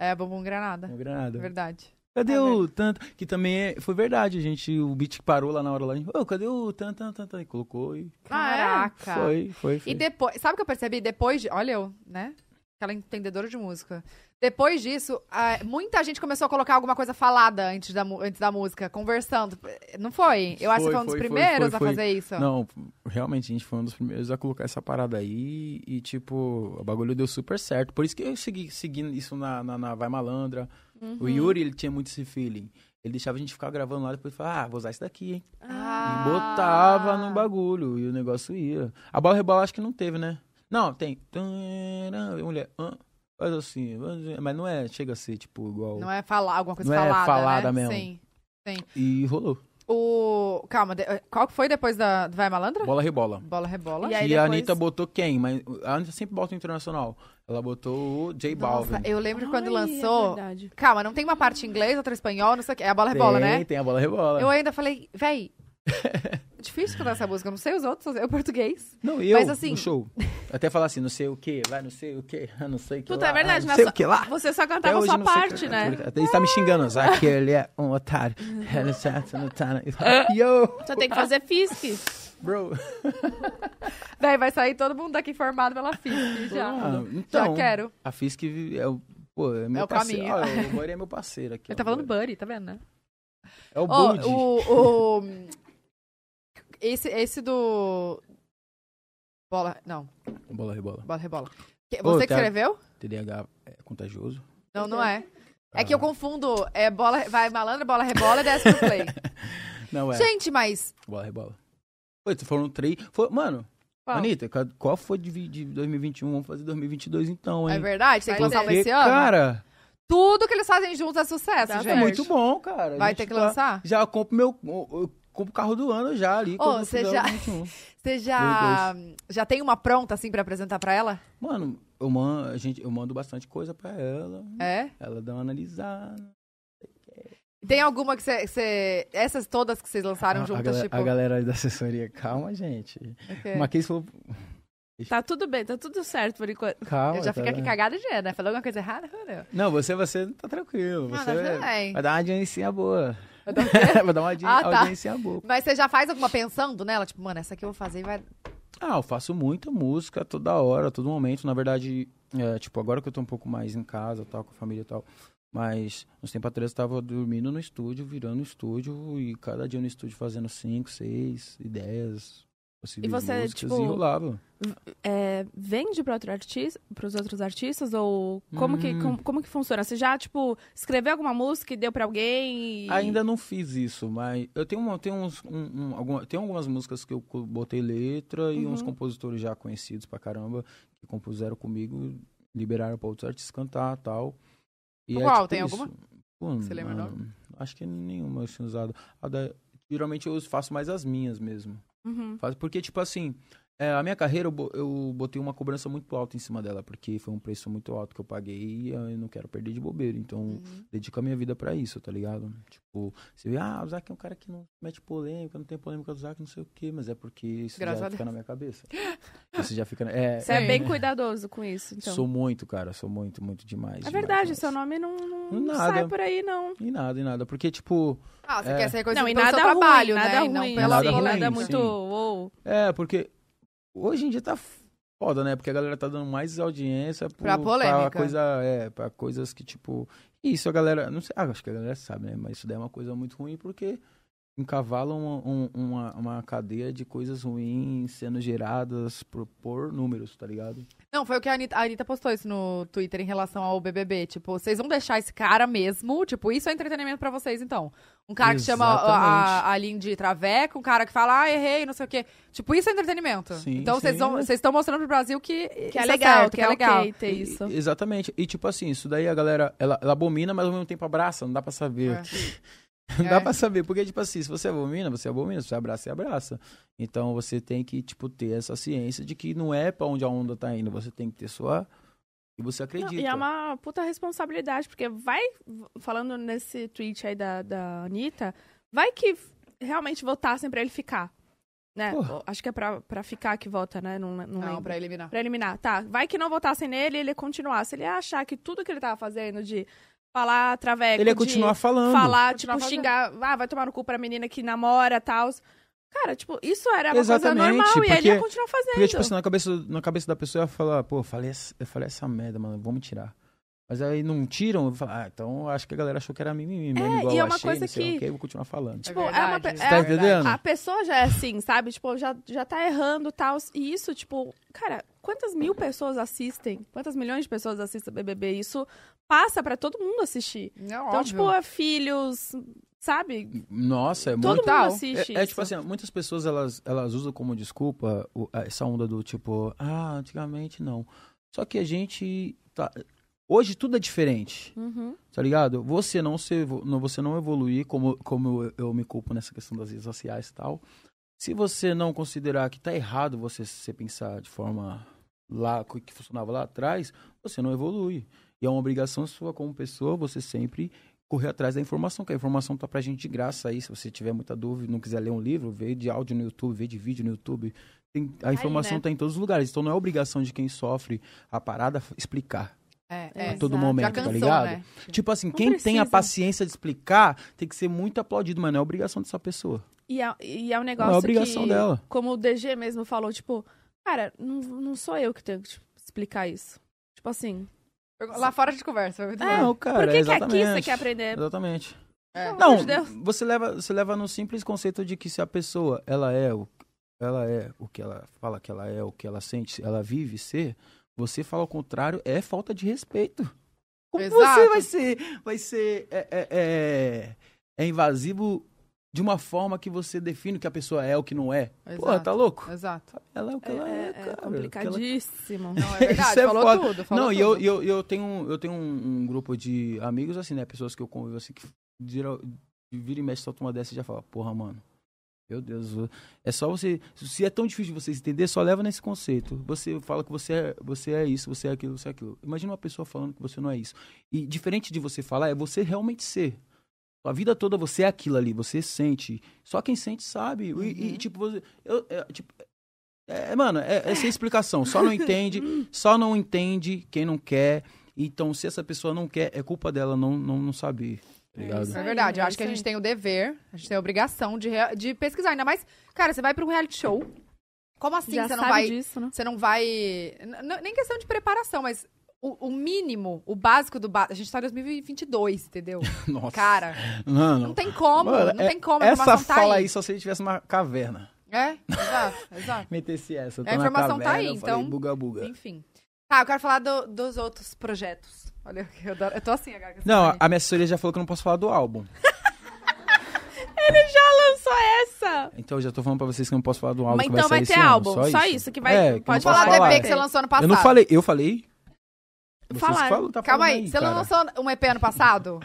Speaker 1: É, bumbum granada.
Speaker 4: Não granada.
Speaker 1: Verdade.
Speaker 4: Cadê
Speaker 1: Tá
Speaker 4: o tanto? Que também é, foi verdade, a gente. O beat que parou lá na hora lá. a gente, Ô, cadê o tan tan tan tan? E colocou e.
Speaker 2: Ah,
Speaker 1: Caraca.
Speaker 4: Foi, foi, foi.
Speaker 1: E depois, sabe o que eu percebi? Depois de. Olha eu, né? Aquela entendedora de música. Depois disso, ah, muita gente começou a colocar alguma coisa falada antes da, mu- antes da música, conversando. Não foi? Eu acho que
Speaker 4: Foi,
Speaker 1: foi um dos
Speaker 4: foi, foi,
Speaker 1: primeiros
Speaker 4: foi, foi.
Speaker 1: a fazer isso.
Speaker 4: Não, realmente, a gente foi um dos primeiros a colocar essa parada aí e, tipo, o bagulho deu super certo. Por isso que eu segui seguindo isso na, na, na Vai Malandra,
Speaker 1: Uhum.
Speaker 4: O Yuri, ele tinha muito esse feeling. Ele deixava a gente ficar gravando lá, depois falava, ah, vou usar isso daqui, hein?
Speaker 2: Ah,
Speaker 1: Ah.
Speaker 4: E botava no bagulho, e o negócio ia. A bola rebal acho que não teve, né? Não, tem. Tanana, Mulher, hã? faz assim, mas não é, chega a ser, tipo, igual.
Speaker 1: Não é falar, alguma coisa
Speaker 4: Não é
Speaker 1: falada,
Speaker 4: falada
Speaker 1: né?
Speaker 4: mesmo.
Speaker 1: Sim.
Speaker 4: E rolou.
Speaker 1: O... Calma, de- qual que foi depois da do Vai Malandra?
Speaker 4: Bola rebola.
Speaker 1: Bola rebola.
Speaker 2: E aí
Speaker 4: e
Speaker 2: depois-
Speaker 4: a Anitta botou quem? Mas a Anitta sempre bota o internacional. Ela botou o J Balvin.
Speaker 1: Nossa, eu lembro quando
Speaker 2: Ai, É
Speaker 1: lançou...
Speaker 2: verdade.
Speaker 1: Calma, não tem uma parte em inglês, outra em espanhol, não sei o que. É a bola rebola,
Speaker 4: tem,
Speaker 1: né?
Speaker 4: Tem a bola rebola.
Speaker 1: Eu ainda falei, véi...
Speaker 4: (laughs)
Speaker 1: Difícil escutar essa música, eu não sei os outros, eu português.
Speaker 4: Não, e eu,
Speaker 1: Mas, assim-
Speaker 4: no show. Até falar assim, não sei o que, vai, não sei o que, (laughs) não sei o que
Speaker 2: Puta,
Speaker 4: lá,
Speaker 2: é verdade.
Speaker 4: ah,
Speaker 2: na
Speaker 4: Não sei
Speaker 2: sua-
Speaker 4: o que lá.
Speaker 1: tá
Speaker 2: Você só
Speaker 4: Até
Speaker 2: cantava a
Speaker 4: hoje
Speaker 2: sua
Speaker 4: não sei-
Speaker 2: parte, né?
Speaker 4: Ele tá me
Speaker 1: (laughs)
Speaker 4: xingando, sabe? Que ele é um otário. Ele é um otário. Yo,
Speaker 2: Você tem que fazer fisque.
Speaker 4: bro.
Speaker 1: Véi, vai sair todo mundo daqui formado pela FISC,
Speaker 4: (laughs)
Speaker 1: já.
Speaker 4: Ah, então,
Speaker 1: já quero.
Speaker 4: a Fisk é o... Pô, é meu
Speaker 1: É o
Speaker 4: parceiro.
Speaker 1: caminho. (laughs)
Speaker 4: Ah, o Buddy é meu parceiro aqui.
Speaker 1: Ele
Speaker 4: ó.
Speaker 1: tá falando Buddy, tá vendo, né?
Speaker 4: É o
Speaker 1: Ó,
Speaker 4: Bud.
Speaker 1: o, o- Esse, esse do... Bola... Não,
Speaker 4: Bola rebola.
Speaker 1: bola rebola. Que-
Speaker 4: Ô,
Speaker 1: Você que
Speaker 4: tá-
Speaker 1: escreveu?
Speaker 4: TDAH é contagioso.
Speaker 1: Não, não é. É
Speaker 4: Ah.
Speaker 1: que eu confundo é bola, vai malandra, bola rebola e desce pro
Speaker 4: (laughs)
Speaker 1: play.
Speaker 4: Não é.
Speaker 1: Gente, mas
Speaker 4: Bola rebola. Foi, foram três. Foi, mano,
Speaker 2: Qual?
Speaker 4: Anitta, ca- qual foi de, vi- de 2021? Vamos fazer 2022 então, hein?
Speaker 1: é verdade, tem que
Speaker 2: Vai
Speaker 1: lançar
Speaker 2: ter.
Speaker 1: uma esse ano.
Speaker 4: Cara,
Speaker 1: Tudo que eles fazem juntos é sucesso,
Speaker 2: Dá
Speaker 1: gente.
Speaker 4: é muito bom, cara. A
Speaker 1: Vai
Speaker 4: gente
Speaker 1: ter que
Speaker 4: tá-
Speaker 1: lançar?
Speaker 4: Já compro meu. Eu compro o carro do ano já ali. quando eu
Speaker 1: você
Speaker 4: fizer o
Speaker 1: já-
Speaker 4: 2021.
Speaker 1: Você já, já tem uma pronta assim pra apresentar pra ela?
Speaker 4: Mano, eu mando, a gente, eu mando bastante coisa pra ela.
Speaker 1: É.
Speaker 4: Ela dá uma analisada.
Speaker 1: Tem alguma que você- você essas todas que vocês lançaram
Speaker 4: a, a
Speaker 1: juntas,
Speaker 4: galera,
Speaker 1: tipo, É.
Speaker 4: a galera da assessoria, calma, gente.
Speaker 1: o quê?
Speaker 4: O Marquês falou,
Speaker 2: Tá tudo bem, tá tudo certo por enquanto.
Speaker 4: calma.
Speaker 1: eu já
Speaker 4: tá
Speaker 1: fico aqui
Speaker 4: vendo?
Speaker 1: cagada de né? Falou alguma coisa errada? Ah, não.
Speaker 4: Não, você, você tá tranquilo.
Speaker 1: Ah,
Speaker 4: Você
Speaker 1: tá
Speaker 4: é- vai,
Speaker 1: tudo bem.
Speaker 4: vai dar uma audiência boa.
Speaker 1: Vai dar o
Speaker 4: (laughs) vai dar uma audi-
Speaker 1: Ah, tá.
Speaker 4: audiência boa.
Speaker 1: Mas você já faz alguma pensando nela? Tipo, mano, essa aqui eu vou fazer e vai.
Speaker 4: Ah, eu faço muita música toda hora, todo momento. Na verdade, é, tipo, agora que eu tô um pouco mais em casa, tal, com a família e tal. Mas uns tempos atrás eu tava dormindo no estúdio, virando no estúdio, e cada dia no estúdio fazendo cinco, seis ideias,
Speaker 2: E
Speaker 4: possíveis
Speaker 2: você,
Speaker 4: músicas,
Speaker 2: tipo,
Speaker 4: e rolava.
Speaker 2: É, vende para outro artista, pros outros artistas? Ou como, que,
Speaker 4: Hum.
Speaker 2: com- como que funciona? Você já, tipo, escreveu alguma música e deu pra alguém? e-
Speaker 4: Ainda não fiz isso, mas eu tenho, uma, tenho, uns, um, um, alguma- tem algumas músicas que eu co- botei letra e uns
Speaker 2: Uhum.
Speaker 4: compositores já conhecidos pra caramba que compuseram comigo, liberaram pra outros artistas cantar tal. E
Speaker 1: Qual?
Speaker 4: tipo
Speaker 1: Tem
Speaker 4: isso.
Speaker 1: alguma?
Speaker 4: Pô,
Speaker 1: Você lembra o
Speaker 4: ah, Acho que nenhuma assim usada. A da- Geralmente eu faço mais as minhas mesmo.
Speaker 2: Uhum.
Speaker 4: Faz- Porque, tipo assim, é, a minha carreira eu, bo- eu botei uma cobrança muito alta em cima dela, porque foi um preço muito alto que eu paguei e ah, eu não quero perder de bobeira. Então,
Speaker 1: Hum."
Speaker 4: dedico a minha vida pra isso, tá ligado? Tipo, você vê, ah, o Zac é um cara que não mete polêmica, não tem polêmica do Zac, não sei o quê, mas é porque isso
Speaker 1: Graças a
Speaker 4: já fica na
Speaker 2: (laughs)
Speaker 4: minha cabeça. Isso já fica na. É,
Speaker 2: Você é bem cuidadoso com isso, então.
Speaker 4: Sou muito, cara, sou muito, muito
Speaker 2: É
Speaker 4: demais. demais,
Speaker 2: verdade,
Speaker 4: demais.
Speaker 2: seu nome não, não
Speaker 4: Nada.
Speaker 2: sai por aí, não.
Speaker 4: E nada, e nada. Porque, tipo,
Speaker 1: Ah, você
Speaker 4: É.
Speaker 1: quer ser coisa
Speaker 2: não,
Speaker 1: do
Speaker 2: e
Speaker 1: seu
Speaker 2: nada
Speaker 1: trabalho,
Speaker 2: ruim,
Speaker 1: né?
Speaker 2: nada
Speaker 1: E não
Speaker 2: ruim,
Speaker 1: pela né?
Speaker 2: sim,
Speaker 4: vida.
Speaker 2: nada
Speaker 4: Sim.
Speaker 2: muito... uou.
Speaker 4: É, porque hoje em dia tá foda, né? Porque a galera tá dando mais audiência pro,
Speaker 1: Pra polêmica.
Speaker 4: coisa, é, pra coisas que, tipo. Isso a galera. Não sei, ah, acho que a galera sabe, né? Mas isso daí é uma coisa muito ruim porque encavalam um- um- uma, uma cadeia de coisas ruins sendo geradas por, por números, tá ligado?
Speaker 1: Não, foi o que a Anitta, a Anitta postou isso no Twitter em relação ao BBB. Tipo, vocês vão deixar esse cara mesmo? Tipo, isso é entretenimento pra vocês, então. Um cara que chama a,
Speaker 4: Exatamente.
Speaker 1: a Aline de Traveco, um cara que fala, ah, errei, não sei o quê. Tipo, isso é entretenimento.
Speaker 4: Sim,
Speaker 1: então, vocês
Speaker 4: sim.
Speaker 1: vão- vocês estão mostrando pro Brasil que,
Speaker 2: Que
Speaker 1: isso tá
Speaker 2: é legal,
Speaker 1: certo,
Speaker 2: que é
Speaker 1: legal.
Speaker 2: ok ter isso.
Speaker 4: E- exatamente. E, tipo assim, isso daí a galera, ela, ela abomina, mas ao mesmo tempo abraça, não dá pra saber.
Speaker 1: É.
Speaker 4: (laughs) Não dá
Speaker 1: É.
Speaker 4: pra saber, porque, tipo assim, se você abomina, você abomina, se você abraça, você abraça. Então você tem que, tipo, ter essa ciência de que não é pra onde a onda tá indo, você tem que ter sua. E você
Speaker 2: Não,
Speaker 4: acredita.
Speaker 2: e é uma puta responsabilidade, porque vai, falando nesse tweet aí da, da Anitta, vai que realmente votassem pra ele ficar, né?
Speaker 4: Porra.
Speaker 2: Ou- Acho que é pra, pra ficar que vota, né? Não, não,
Speaker 1: Não,
Speaker 2: lembro.
Speaker 1: pra eliminar.
Speaker 2: Pra eliminar, tá. Vai que não votassem nele e ele continuasse. Ele ia achar que tudo que ele tava fazendo de falar traveco,
Speaker 4: Ele ia
Speaker 2: de
Speaker 4: continuar falando.
Speaker 2: falar,
Speaker 1: Continuar
Speaker 2: tipo,
Speaker 1: fazendo.
Speaker 2: xingar, ah, vai tomar no cu pra menina que namora, tal. Cara, tipo, isso era uma
Speaker 4: Exatamente,
Speaker 2: coisa normal e ele ia
Speaker 4: porque- tipo,
Speaker 2: continuar fazendo.
Speaker 4: Porque, tipo assim, na cabeça, na cabeça da pessoa ia falar, pô, eu falei, essa- eu falei essa merda, mano, vou me tirar. Mas aí não tiram, eu falo, ah, então acho que a galera achou que era mimimi mesmo,
Speaker 2: É,
Speaker 4: igual
Speaker 2: e é
Speaker 4: eu
Speaker 2: uma
Speaker 4: achei,
Speaker 2: coisa
Speaker 4: não sei
Speaker 2: que-
Speaker 4: o quê, eu vou continuar falando.
Speaker 2: Tipo, é, uma...
Speaker 1: verdade,
Speaker 2: pe-
Speaker 1: isso
Speaker 2: é-
Speaker 4: tá entendendo?
Speaker 2: A pessoa já é assim, sabe? Tipo, já, já tá errando e tal. E isso, tipo, cara, quantas mil pessoas assistem? Quantas milhões de pessoas assistem BBB? Isso passa pra todo mundo assistir.
Speaker 1: É
Speaker 2: Então,
Speaker 1: óbvio.
Speaker 2: tipo, é filhos, sabe?
Speaker 4: Nossa, é
Speaker 2: Todo
Speaker 4: muito...
Speaker 2: mundo
Speaker 1: Total.
Speaker 2: assiste
Speaker 4: É, é tipo
Speaker 2: isso.
Speaker 4: assim, muitas pessoas elas, elas usam como desculpa o- a- essa onda do tipo, ah, antigamente não. Só que a gente tá... Hoje tudo é diferente.
Speaker 2: Uhum.
Speaker 4: tá ligado? Você não se evo- não- você não evoluir como como eu, eu me culpo nessa questão das redes sociais e tal. Se você não considerar que tá errado você se pensar de forma lá co- que funcionava lá atrás, você não evolui. E é uma obrigação sua como pessoa você sempre correr atrás da informação, que a informação tá pra gente de graça aí. Se você tiver muita dúvida, não quiser ler um livro, vê de áudio no YouTube, vê de vídeo no YouTube. Tem- a informação
Speaker 2: né?
Speaker 4: tá em todos os lugares, então não é obrigação de quem sofre a parada f- explicar
Speaker 1: É,
Speaker 2: É.
Speaker 1: é.
Speaker 4: a todo
Speaker 2: Exato.
Speaker 4: momento,
Speaker 1: Já
Speaker 4: tá
Speaker 1: cansou,
Speaker 4: ligado?
Speaker 1: né?
Speaker 4: Tipo assim,
Speaker 2: Não
Speaker 4: quem tem a
Speaker 2: precisa.
Speaker 4: paciência de explicar tem que ser muito aplaudido, mas não é obrigação dessa pessoa.
Speaker 2: E é, e é um
Speaker 4: Não
Speaker 2: negócio
Speaker 4: é obrigação
Speaker 2: que,
Speaker 4: dela.
Speaker 2: como o DG mesmo falou, tipo, cara, não, não sou eu que tenho que te explicar isso. Tipo assim,
Speaker 1: Lá fora de conversa. vai muito bom.
Speaker 4: não, cara,
Speaker 2: É, por que, que aqui
Speaker 4: exatamente.
Speaker 2: você quer aprender?
Speaker 4: Exatamente.
Speaker 1: É.
Speaker 2: Pelo
Speaker 4: Não,
Speaker 2: amor de Deus.
Speaker 4: você leva, você leva no simples conceito de que se a pessoa, ela é o ela é o que ela fala que ela é, o que ela sente, ela vive ser, você fala o contrário, é falta de respeito. Como você
Speaker 1: Exato.
Speaker 4: vai ser, vai ser é, é, é- é invasivo de uma forma que você define o que a pessoa é, o que não é? Pô,
Speaker 1: Exato.
Speaker 4: tá louco?
Speaker 1: Exato.
Speaker 4: Ela é o que ela é,
Speaker 2: É, é,
Speaker 4: cara.
Speaker 2: é
Speaker 4: o que ela-
Speaker 2: complicadíssimo.
Speaker 1: Não, é verdade.
Speaker 4: (laughs) Isso é
Speaker 1: falou
Speaker 4: foda.
Speaker 1: tudo. Falou
Speaker 4: Não, e eu,
Speaker 1: tudo.
Speaker 4: e eu, e eu tenho, eu tenho um, um grupo de amigos, assim, né? Pessoas que eu convivo, assim, que vira, vira e mexe, solta uma dessa e já fala, porra, mano. Meu Deus, é só você. Se é tão difícil de você entender, só leva nesse conceito. Você fala que você é, você é isso, você é aquilo, você é aquilo. Imagina uma pessoa falando que você não é isso. E diferente de você falar, é você realmente ser. A vida toda você é aquilo ali, você sente. Só quem sente sabe. E- E,
Speaker 1: Uhum.
Speaker 4: tipo, você. Eu, é, tipo, é, mano, é, é sem explicação. Só não entende, só não entende quem não quer. Então, se essa pessoa não quer, é culpa dela não, não, não saber. Tá
Speaker 2: É
Speaker 4: ligado?
Speaker 2: isso
Speaker 1: É
Speaker 2: aí,
Speaker 1: verdade, eu
Speaker 2: é
Speaker 1: acho que a
Speaker 2: isso
Speaker 1: gente
Speaker 2: aí.
Speaker 1: tem o dever, a gente tem a obrigação de, rea- de pesquisar. Ainda mais, cara, você vai pra um reality show. Como assim
Speaker 2: Já
Speaker 1: você não
Speaker 2: sabe
Speaker 1: vai.
Speaker 2: disso, né?
Speaker 1: Você não vai. n- n- Nem questão de preparação, mas o, o mínimo, o básico do básico. A gente tá em 2022, entendeu?
Speaker 4: (laughs) Nossa.
Speaker 1: Cara,
Speaker 4: Mano,
Speaker 1: não tem como,
Speaker 4: Mano,
Speaker 1: não
Speaker 4: é-
Speaker 1: tem como. Então, a
Speaker 4: essa
Speaker 1: informação tá
Speaker 4: fala
Speaker 1: aí.
Speaker 4: aí só se ele tivesse uma caverna.
Speaker 1: É, exato,
Speaker 4: (laughs)
Speaker 1: exato.
Speaker 4: Metesse essa. eu tô
Speaker 1: A
Speaker 4: na
Speaker 1: informação tá
Speaker 4: caverna,
Speaker 1: aí,
Speaker 4: eu falei,
Speaker 1: então.
Speaker 4: Buga, buga.
Speaker 1: Enfim. Tá, eu quero falar do- dos outros projetos. Olha, (laughs) eu, adoro- eu tô assim agora. com esse
Speaker 4: Não,
Speaker 1: nome.
Speaker 4: a minha assessoria já falou que eu não posso falar do álbum.
Speaker 2: Ele já lançou essa!
Speaker 4: Então eu já tô falando pra vocês que eu não posso falar do álbum.
Speaker 2: Mas
Speaker 4: que
Speaker 2: então
Speaker 4: vai,
Speaker 2: vai
Speaker 4: sair
Speaker 2: ter
Speaker 4: esse ano,
Speaker 2: álbum,
Speaker 4: Só,
Speaker 2: só
Speaker 4: isso.
Speaker 2: isso que vai-
Speaker 4: É, que eu
Speaker 2: pode
Speaker 4: não
Speaker 1: Vamos falar
Speaker 4: posso
Speaker 1: do
Speaker 4: falar.
Speaker 1: EP que você lançou ano passado.
Speaker 4: Eu não falei, eu falei. Vocês
Speaker 2: Falaram.
Speaker 4: que falam, tá
Speaker 1: Calma
Speaker 4: falando
Speaker 1: aí, você
Speaker 4: cara.
Speaker 1: lançou um EP ano
Speaker 4: (laughs)
Speaker 1: passado?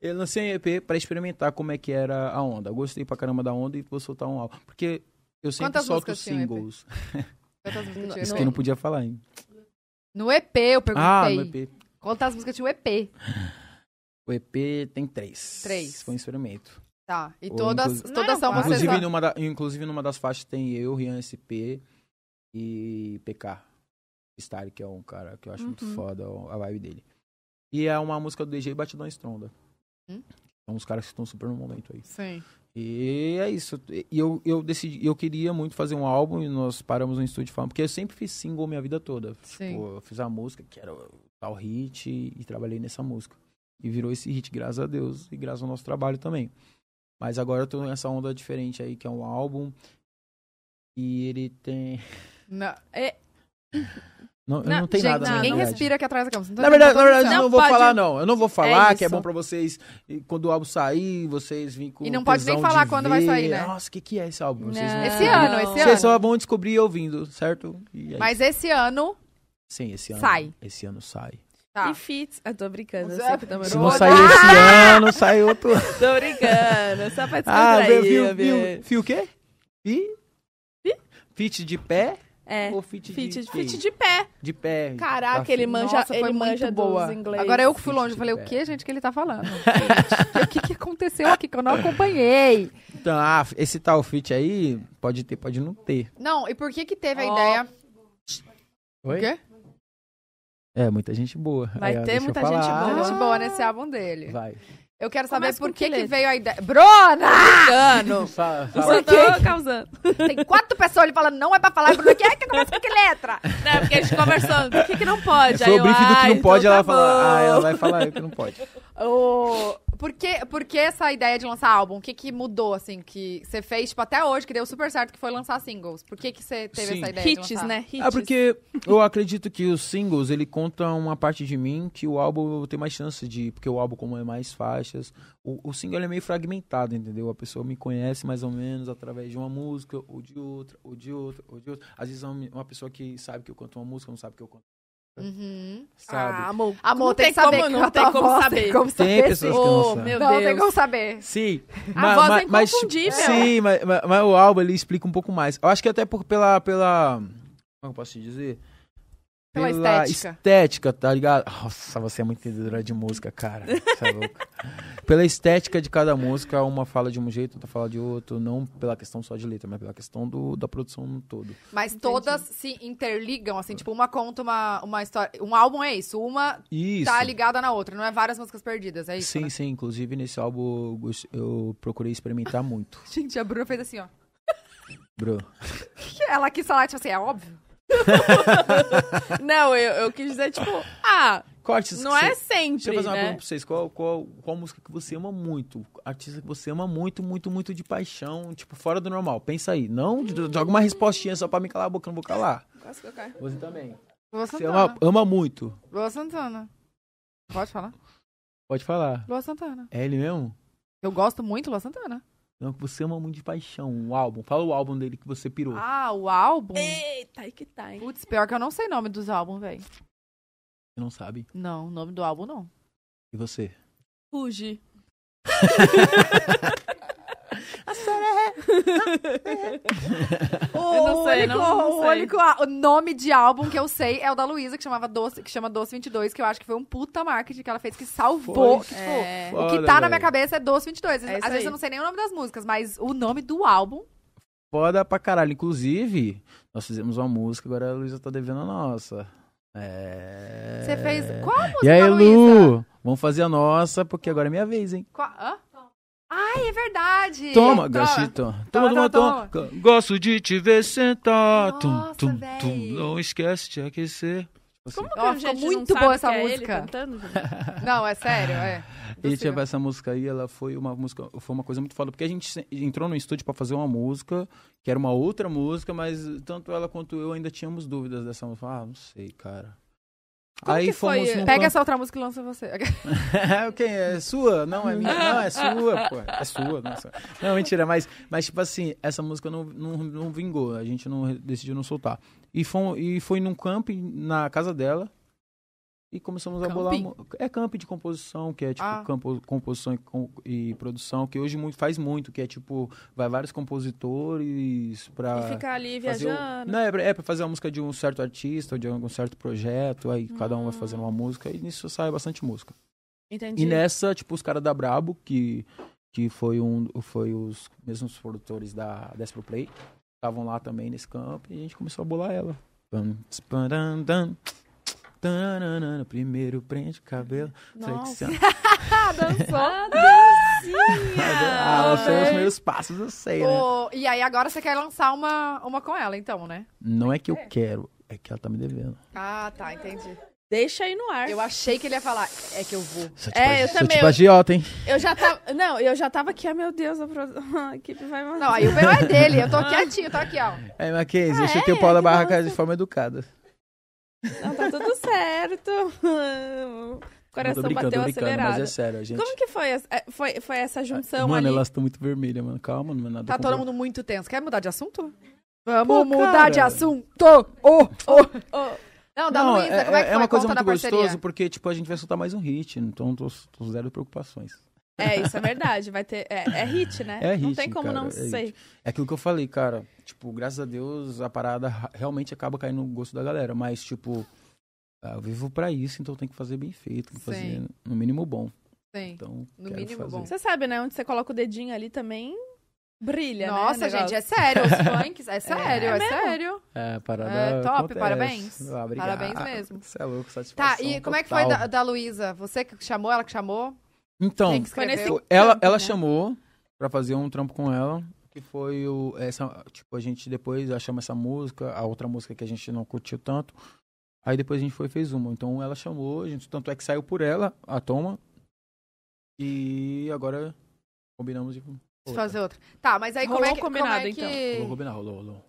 Speaker 4: Eu lancei um EP pra experimentar como é que era a onda. Eu Gostei pra caramba da onda e vou soltar um álbum. Porque eu sempre
Speaker 1: Quantas
Speaker 4: solto
Speaker 1: músicas tinha o EP?
Speaker 4: singles.
Speaker 1: Quantas músicas tinha?
Speaker 4: Isso
Speaker 1: no-
Speaker 4: que eu não podia falar, hein?
Speaker 1: No EP eu
Speaker 4: Ah,
Speaker 1: perguntei.
Speaker 4: no EP.
Speaker 1: Quantas músicas tinha um o EP?
Speaker 4: O EP tem três.
Speaker 1: Três.
Speaker 4: Foi um experimento.
Speaker 1: Tá. E
Speaker 4: Ou
Speaker 1: todas,
Speaker 4: inclusi-
Speaker 1: todas são
Speaker 2: Não, é
Speaker 1: vocês.
Speaker 4: Inclusive
Speaker 1: lá.
Speaker 4: numa, da- inclusive, numa das faixas tem eu, Rian SP e PK. Star, que é um cara que eu acho muito
Speaker 2: Uhum.
Speaker 4: foda o- a vibe dele. E é uma música do DJ Batidão Estronda.
Speaker 1: Hum?
Speaker 4: São uns caras que estão super no momento aí.
Speaker 1: Sim.
Speaker 4: E é isso. E eu, eu decidi, eu queria muito fazer um álbum e nós paramos no estúdio falando, porque eu sempre fiz single minha vida toda.
Speaker 1: Sim.
Speaker 4: Tipo, eu fiz a música, que era o tal hit, e trabalhei nessa música. E virou esse hit, graças a Deus, e graças ao nosso trabalho também. Mas agora eu tô nessa onda diferente aí, que é um álbum. E ele tem. (laughs)
Speaker 1: Na- é,
Speaker 4: Não, eu
Speaker 2: Não,
Speaker 4: não tem
Speaker 1: gente,
Speaker 4: nada. na
Speaker 1: ninguém
Speaker 4: verdade.
Speaker 1: respira aqui atrás da cama. Não tô
Speaker 4: Na verdade,
Speaker 1: entendendo
Speaker 4: na verdade, eu
Speaker 1: nada.
Speaker 4: não
Speaker 2: Não
Speaker 4: vou
Speaker 2: pode-
Speaker 4: falar, não. Eu não vou falar, que é
Speaker 2: isso.
Speaker 4: bom pra vocês. e Quando o álbum sair, vocês vêm com.
Speaker 1: E não pode nem
Speaker 4: tesão de
Speaker 1: falar quando vai
Speaker 4: ver.
Speaker 1: sair, né?
Speaker 4: Nossa, o que, que é esse álbum? Vocês
Speaker 2: Não.
Speaker 4: vão
Speaker 1: Esse
Speaker 4: descobrir.
Speaker 1: ano,
Speaker 2: Não.
Speaker 1: esse ano.
Speaker 4: Vocês só vão descobrir ouvindo, certo? E é
Speaker 1: Mas esse ano.
Speaker 4: isso. Sim, esse ano.
Speaker 1: sai.
Speaker 4: Esse ano sai.
Speaker 1: Tá.
Speaker 2: E fit. Eu tô brincando, eu
Speaker 1: Zé-
Speaker 2: sei que tá demorou.
Speaker 4: Se não
Speaker 1: Droga.
Speaker 4: sair esse ano,
Speaker 2: (laughs)
Speaker 4: sai outro.
Speaker 2: Tô brincando, só pra
Speaker 4: Ah,
Speaker 2: descontrair.
Speaker 4: viu, viu,
Speaker 2: Bia.
Speaker 4: viu, viu o quê? Fi? Fit de pé
Speaker 2: É,
Speaker 4: ou fit de
Speaker 2: fit,
Speaker 4: de,
Speaker 2: fit de pé.
Speaker 4: de pé?
Speaker 2: Caraca,
Speaker 4: Tá,
Speaker 2: ele
Speaker 4: fi-
Speaker 2: manja,
Speaker 1: Nossa,
Speaker 2: ele
Speaker 1: foi
Speaker 2: manja
Speaker 1: muito boa.
Speaker 2: dos inglês.
Speaker 1: Agora eu que fui
Speaker 4: Gente,
Speaker 1: longe. Eu falei, o
Speaker 4: é.
Speaker 1: que, gente, que ele tá
Speaker 4: (laughs)
Speaker 1: falando? Gente, o que, que aconteceu aqui que eu não acompanhei?
Speaker 4: Então, ah, esse tal fit aí pode ter, pode não ter.
Speaker 1: Não, e por que que teve a
Speaker 2: Ó.
Speaker 1: ideia...
Speaker 4: Oi?
Speaker 1: O quê?
Speaker 4: É, muita gente boa.
Speaker 2: Vai
Speaker 4: ó,
Speaker 2: ter
Speaker 4: deixa eu
Speaker 2: muita gente
Speaker 4: falar.
Speaker 1: Muita
Speaker 2: boa.
Speaker 1: gente boa nesse álbum dele.
Speaker 4: Vai.
Speaker 1: Eu quero saber
Speaker 2: Começa com
Speaker 1: por que,
Speaker 2: que
Speaker 1: que
Speaker 2: letra?
Speaker 1: veio a ideia. Bruna!
Speaker 2: Cano.
Speaker 4: Fala,
Speaker 2: Só
Speaker 4: fala.
Speaker 2: tô causando.
Speaker 1: Tem quatro pessoas ali falando, não é pra falar. Bruna, que é que começa com que letra?
Speaker 2: Não, porque a gente conversando. Por que, que não pode?
Speaker 4: Foi É o briefing do que não pode, ela
Speaker 2: falou.
Speaker 4: fala. Ah, ela vai falar o que não pode.
Speaker 1: O- Por, que, por que essa ideia de lançar álbum? O que, que mudou, assim, que você fez, tipo, até hoje, que deu super certo, que foi lançar singles? Por que que você teve
Speaker 3: Sim.
Speaker 1: essa ideia de
Speaker 2: Hits,
Speaker 1: lançar?
Speaker 2: né? Hits.
Speaker 4: Ah, porque eu acredito que os singles, ele conta uma parte de mim que o álbum eu tenho mais chance de... Porque o álbum, como é mais faixas, o, o single ele é meio fragmentado, entendeu? A pessoa me conhece mais ou menos através de uma música, ou de outra, ou de outra, ou de outra. Às vezes uma, uma pessoa que sabe que eu canto uma música não sabe que eu canto,
Speaker 1: Uhum.
Speaker 4: sabe?
Speaker 2: Ah, amor.
Speaker 1: Amor,
Speaker 2: não
Speaker 1: tem,
Speaker 2: tem,
Speaker 1: que saber.
Speaker 2: como,
Speaker 1: cantar
Speaker 2: não tem como
Speaker 1: a voz,
Speaker 2: saber.
Speaker 1: Tem como
Speaker 4: Tem
Speaker 1: saber.
Speaker 4: pessoas
Speaker 1: sim.
Speaker 4: que não
Speaker 2: Oh,
Speaker 4: sabem.
Speaker 2: meu
Speaker 1: Não, tem
Speaker 2: Deus.
Speaker 1: como saber.
Speaker 4: Sim.
Speaker 2: A
Speaker 4: ma-
Speaker 2: voz
Speaker 4: ma-
Speaker 2: é
Speaker 4: mas,
Speaker 2: inconfundível.
Speaker 4: Sim, mas, mas- mas o álbum ele explica um pouco mais. Eu acho que até por pela. pela como eu posso te dizer?
Speaker 1: Pela estética.
Speaker 4: estética, tá ligado? Nossa, você é muito entendedora de música, cara. Você é louca. pela estética de cada música, uma fala de um jeito, outra fala de outro. Não pela questão só de letra, mas pela questão do, da produção no todo.
Speaker 1: Mas todas se interligam, assim, tipo, uma conta uma, uma história. Um álbum é isso, uma
Speaker 4: Isso.
Speaker 1: tá ligada na outra, não é várias músicas perdidas, é isso?
Speaker 4: sim,
Speaker 1: né?
Speaker 4: sim. Inclusive, nesse álbum eu gost- eu procurei experimentar muito,
Speaker 1: Gente, a Bruna fez assim, ó.
Speaker 4: bro.
Speaker 1: Ela quis falar, tipo assim, é óbvio.
Speaker 2: Não, eu, eu quis dizer, tipo, ah,
Speaker 4: Cortes
Speaker 2: não
Speaker 4: que você-
Speaker 2: é
Speaker 4: Deixa eu
Speaker 2: sempre,
Speaker 4: fazer uma
Speaker 2: né?
Speaker 4: pergunta pra vocês. Qual, qual, qual música que você ama muito? Artista que você ama muito, muito, muito de paixão, tipo, fora do normal. Pensa aí. Não j- joga uma respostinha só pra me calar a boca, eu não vou calar.
Speaker 2: Hum.
Speaker 4: Você também.
Speaker 1: Lua
Speaker 4: Você
Speaker 1: Santana.
Speaker 4: ama, ama muito.
Speaker 1: Lua Santana. Pode falar?
Speaker 4: Pode falar.
Speaker 1: Lua Santana.
Speaker 4: É ele mesmo?
Speaker 1: Eu gosto muito de Lua Santana.
Speaker 4: Não, que você ama muito de paixão. Um álbum. Fala o álbum dele que você pirou.
Speaker 1: Ah, o álbum?
Speaker 2: Eita, aí que tá, hein?
Speaker 1: Putz, pior que eu não sei nome dos álbuns, velho.
Speaker 4: Você não sabe.
Speaker 1: Não, nome do álbum não.
Speaker 4: E você?
Speaker 2: Fuji.
Speaker 1: O
Speaker 2: não sei,
Speaker 1: único,
Speaker 2: não- não
Speaker 1: o
Speaker 2: sei.
Speaker 1: único á- o nome de álbum que eu sei é o da Luísa, que chamava Doce, que chama Doce 22, que eu acho que foi um puta marketing que ela fez que salvou.
Speaker 4: Foi.
Speaker 1: que, tipo,
Speaker 2: É.
Speaker 1: O que
Speaker 4: Foda,
Speaker 1: tá na minha
Speaker 4: velho.
Speaker 1: cabeça é Doce 22.
Speaker 2: É
Speaker 1: Às
Speaker 2: isso
Speaker 1: vezes
Speaker 2: aí.
Speaker 1: eu não sei nem o nome das músicas, mas o nome do álbum.
Speaker 4: Foda pra caralho. Inclusive, nós fizemos uma música, agora a Luísa tá devendo a nossa. É.
Speaker 1: Você fez. Qual a música
Speaker 4: E aí,
Speaker 1: da Luísa?
Speaker 4: Lu? Vamos fazer a nossa, porque agora é minha vez, hein?
Speaker 1: Qual- hã? Ai, é verdade!
Speaker 4: Toma, Garcia, toma. Toma,
Speaker 1: Toma,
Speaker 4: toma,
Speaker 1: toma,
Speaker 4: toma.
Speaker 3: Gosto de te ver sentar.
Speaker 1: Nossa,
Speaker 3: tum, tum,
Speaker 1: véi.
Speaker 3: tum. Não esquece de aquecer.
Speaker 4: Tipo
Speaker 2: Como
Speaker 4: assim,
Speaker 1: Ó,
Speaker 2: que
Speaker 1: ficou
Speaker 2: gente não
Speaker 1: muito
Speaker 2: sabe
Speaker 1: boa
Speaker 2: que
Speaker 1: essa
Speaker 2: é ele
Speaker 1: música.
Speaker 2: cantando, gente?
Speaker 1: Não, é sério, é. Do
Speaker 4: E tipo,
Speaker 1: Ciro.
Speaker 4: essa música aí, ela foi uma música, foi uma coisa muito foda, porque a gente se- entrou no estúdio pra fazer uma música, que era uma outra música, mas tanto ela quanto eu ainda tínhamos dúvidas dessa música. Ah, não sei, cara.
Speaker 2: Como
Speaker 4: aí
Speaker 2: que foi?
Speaker 4: fomos no
Speaker 1: Pega essa outra música e lança você.
Speaker 4: É, (laughs) ok, é sua? Não, é minha. Não, é sua, pô. É sua, nossa. Não, mentira, mas, mas tipo assim, essa música não, não, não vingou, a gente não re- decidiu não soltar. E foi, e foi num camping na casa dela e começamos a bolar.
Speaker 1: Camping?
Speaker 4: mu- É camping de composição, que é tipo
Speaker 1: Ah.
Speaker 4: campo, composição e, com- e produção, que hoje muito, faz muito, que é tipo, vai vários compositores pra.
Speaker 2: E ficar ali
Speaker 4: Ah, fazer o-
Speaker 2: viajando.
Speaker 4: Não, é pra, é pra fazer uma música de um certo artista, ou de algum certo projeto, aí cada um vai fazendo uma música e nisso sai bastante música.
Speaker 2: Entendi.
Speaker 4: E nessa, tipo, os caras da Brabo, que, que foi, um, foi os mesmos produtores da Despro Play, estavam lá também nesse campo e a gente começou a bolar ela. Pam, tss, param, dam, tss, tananana, Primeiro prende o cabelo.
Speaker 2: (laughs) Nossa.
Speaker 4: flexão.
Speaker 2: Ah, dançou. Ah, dancinha.
Speaker 4: Ah, os seus
Speaker 2: velho.
Speaker 4: primeiros passos eu sei, né?
Speaker 1: Ô, e aí agora você quer lançar uma, uma com ela, então, né?
Speaker 4: Não é que eu quero, é que ela tá me devendo.
Speaker 1: Ah, tá, entendi.
Speaker 2: Deixa aí no ar.
Speaker 1: Eu achei que ele ia falar, é que eu vou.
Speaker 4: Sou
Speaker 2: É, eu
Speaker 4: agi- sou
Speaker 2: também,
Speaker 4: tipo
Speaker 2: eu- (laughs)
Speaker 4: agiota, hein?
Speaker 2: Eu já tava. Não, eu já tava aqui, ah, meu Deus, a, pro- (laughs) a equipe vai
Speaker 1: Não,
Speaker 2: mandar.
Speaker 1: aí o meu é dele, eu tô quietinho, tô aqui, ó.
Speaker 4: É, Mackenzie,
Speaker 2: Ah,
Speaker 4: eu chutei
Speaker 2: é?
Speaker 4: o pau da
Speaker 2: Que
Speaker 4: barraca
Speaker 2: dança.
Speaker 4: de forma educada.
Speaker 2: Não, tá tudo certo. O
Speaker 4: Não,
Speaker 2: coração
Speaker 4: tô
Speaker 2: bateu
Speaker 4: brincando, tô brincando, mas
Speaker 2: acelerado.
Speaker 4: é sério, a gente. Ah,
Speaker 2: Como que foi essa, é, foi, foi essa junção
Speaker 4: mano,
Speaker 2: ali?
Speaker 4: elas estão muito vermelhas, mano. Calma, não é nada
Speaker 1: Tá
Speaker 4: com-
Speaker 1: todo mundo muito tenso. Quer mudar de assunto? Vamos
Speaker 4: Pô,
Speaker 1: mudar
Speaker 4: cara.
Speaker 1: de assunto! Oh, oh.
Speaker 2: Ô,
Speaker 1: Não, da
Speaker 4: Não,
Speaker 1: Luísa,
Speaker 4: é,
Speaker 1: como é que
Speaker 4: é
Speaker 1: foi?
Speaker 4: uma coisa
Speaker 1: Conta
Speaker 4: muito
Speaker 1: da parceria.
Speaker 4: gostosa, porque, tipo, a gente vai soltar mais um hit, então tô, tô zero preocupações.
Speaker 2: É, isso é verdade. Vai ter. É, é hit, né?
Speaker 4: É
Speaker 2: não
Speaker 4: hit,
Speaker 2: tem como
Speaker 4: cara,
Speaker 2: não
Speaker 4: é
Speaker 2: ser.
Speaker 4: hit. É aquilo que eu falei, cara. Tipo, graças a Deus, a parada ra- realmente acaba caindo no gosto da galera. Mas, tipo, ah, eu vivo pra isso, então tem que fazer bem feito. Tem que fazer,
Speaker 1: Sim.
Speaker 4: no mínimo, bom.
Speaker 1: Sim.
Speaker 4: Então,
Speaker 1: No
Speaker 4: quero
Speaker 1: mínimo,
Speaker 4: fazer.
Speaker 1: bom.
Speaker 2: Você sabe, né? Onde você coloca o dedinho ali também brilha.
Speaker 1: Nossa,
Speaker 2: né, o negócio.
Speaker 1: gente, é sério. Os
Speaker 4: (laughs)
Speaker 1: funks, é sério, é,
Speaker 2: mesmo?
Speaker 1: sério.
Speaker 4: É, a parada
Speaker 1: É, top,
Speaker 4: acontece.
Speaker 1: parabéns.
Speaker 4: Ah, obrigado.
Speaker 1: Parabéns mesmo.
Speaker 4: Você é louco, satisfação
Speaker 1: Tá, e como é que foi
Speaker 4: total.
Speaker 1: da, da Luísa? Você que chamou, ela que chamou?
Speaker 4: Então,
Speaker 1: Quem que
Speaker 2: Foi nesse-
Speaker 1: escreveu?
Speaker 4: ela,
Speaker 2: trampo,
Speaker 4: ela
Speaker 2: né?
Speaker 4: chamou pra fazer um trampo com ela. Que foi o. Essa, tipo, a gente depois achamos essa música, a outra música que a gente não curtiu tanto. Aí depois a gente foi e fez uma. Então ela chamou, a gente, tanto é que saiu por ela, a toma. E agora combinamos de.
Speaker 1: Deixa eu fazer outra. Tá, mas aí como
Speaker 2: Rolou
Speaker 1: é que...
Speaker 2: um combinado,
Speaker 1: como é que...
Speaker 4: Rolou, combinar, rolou, rolou.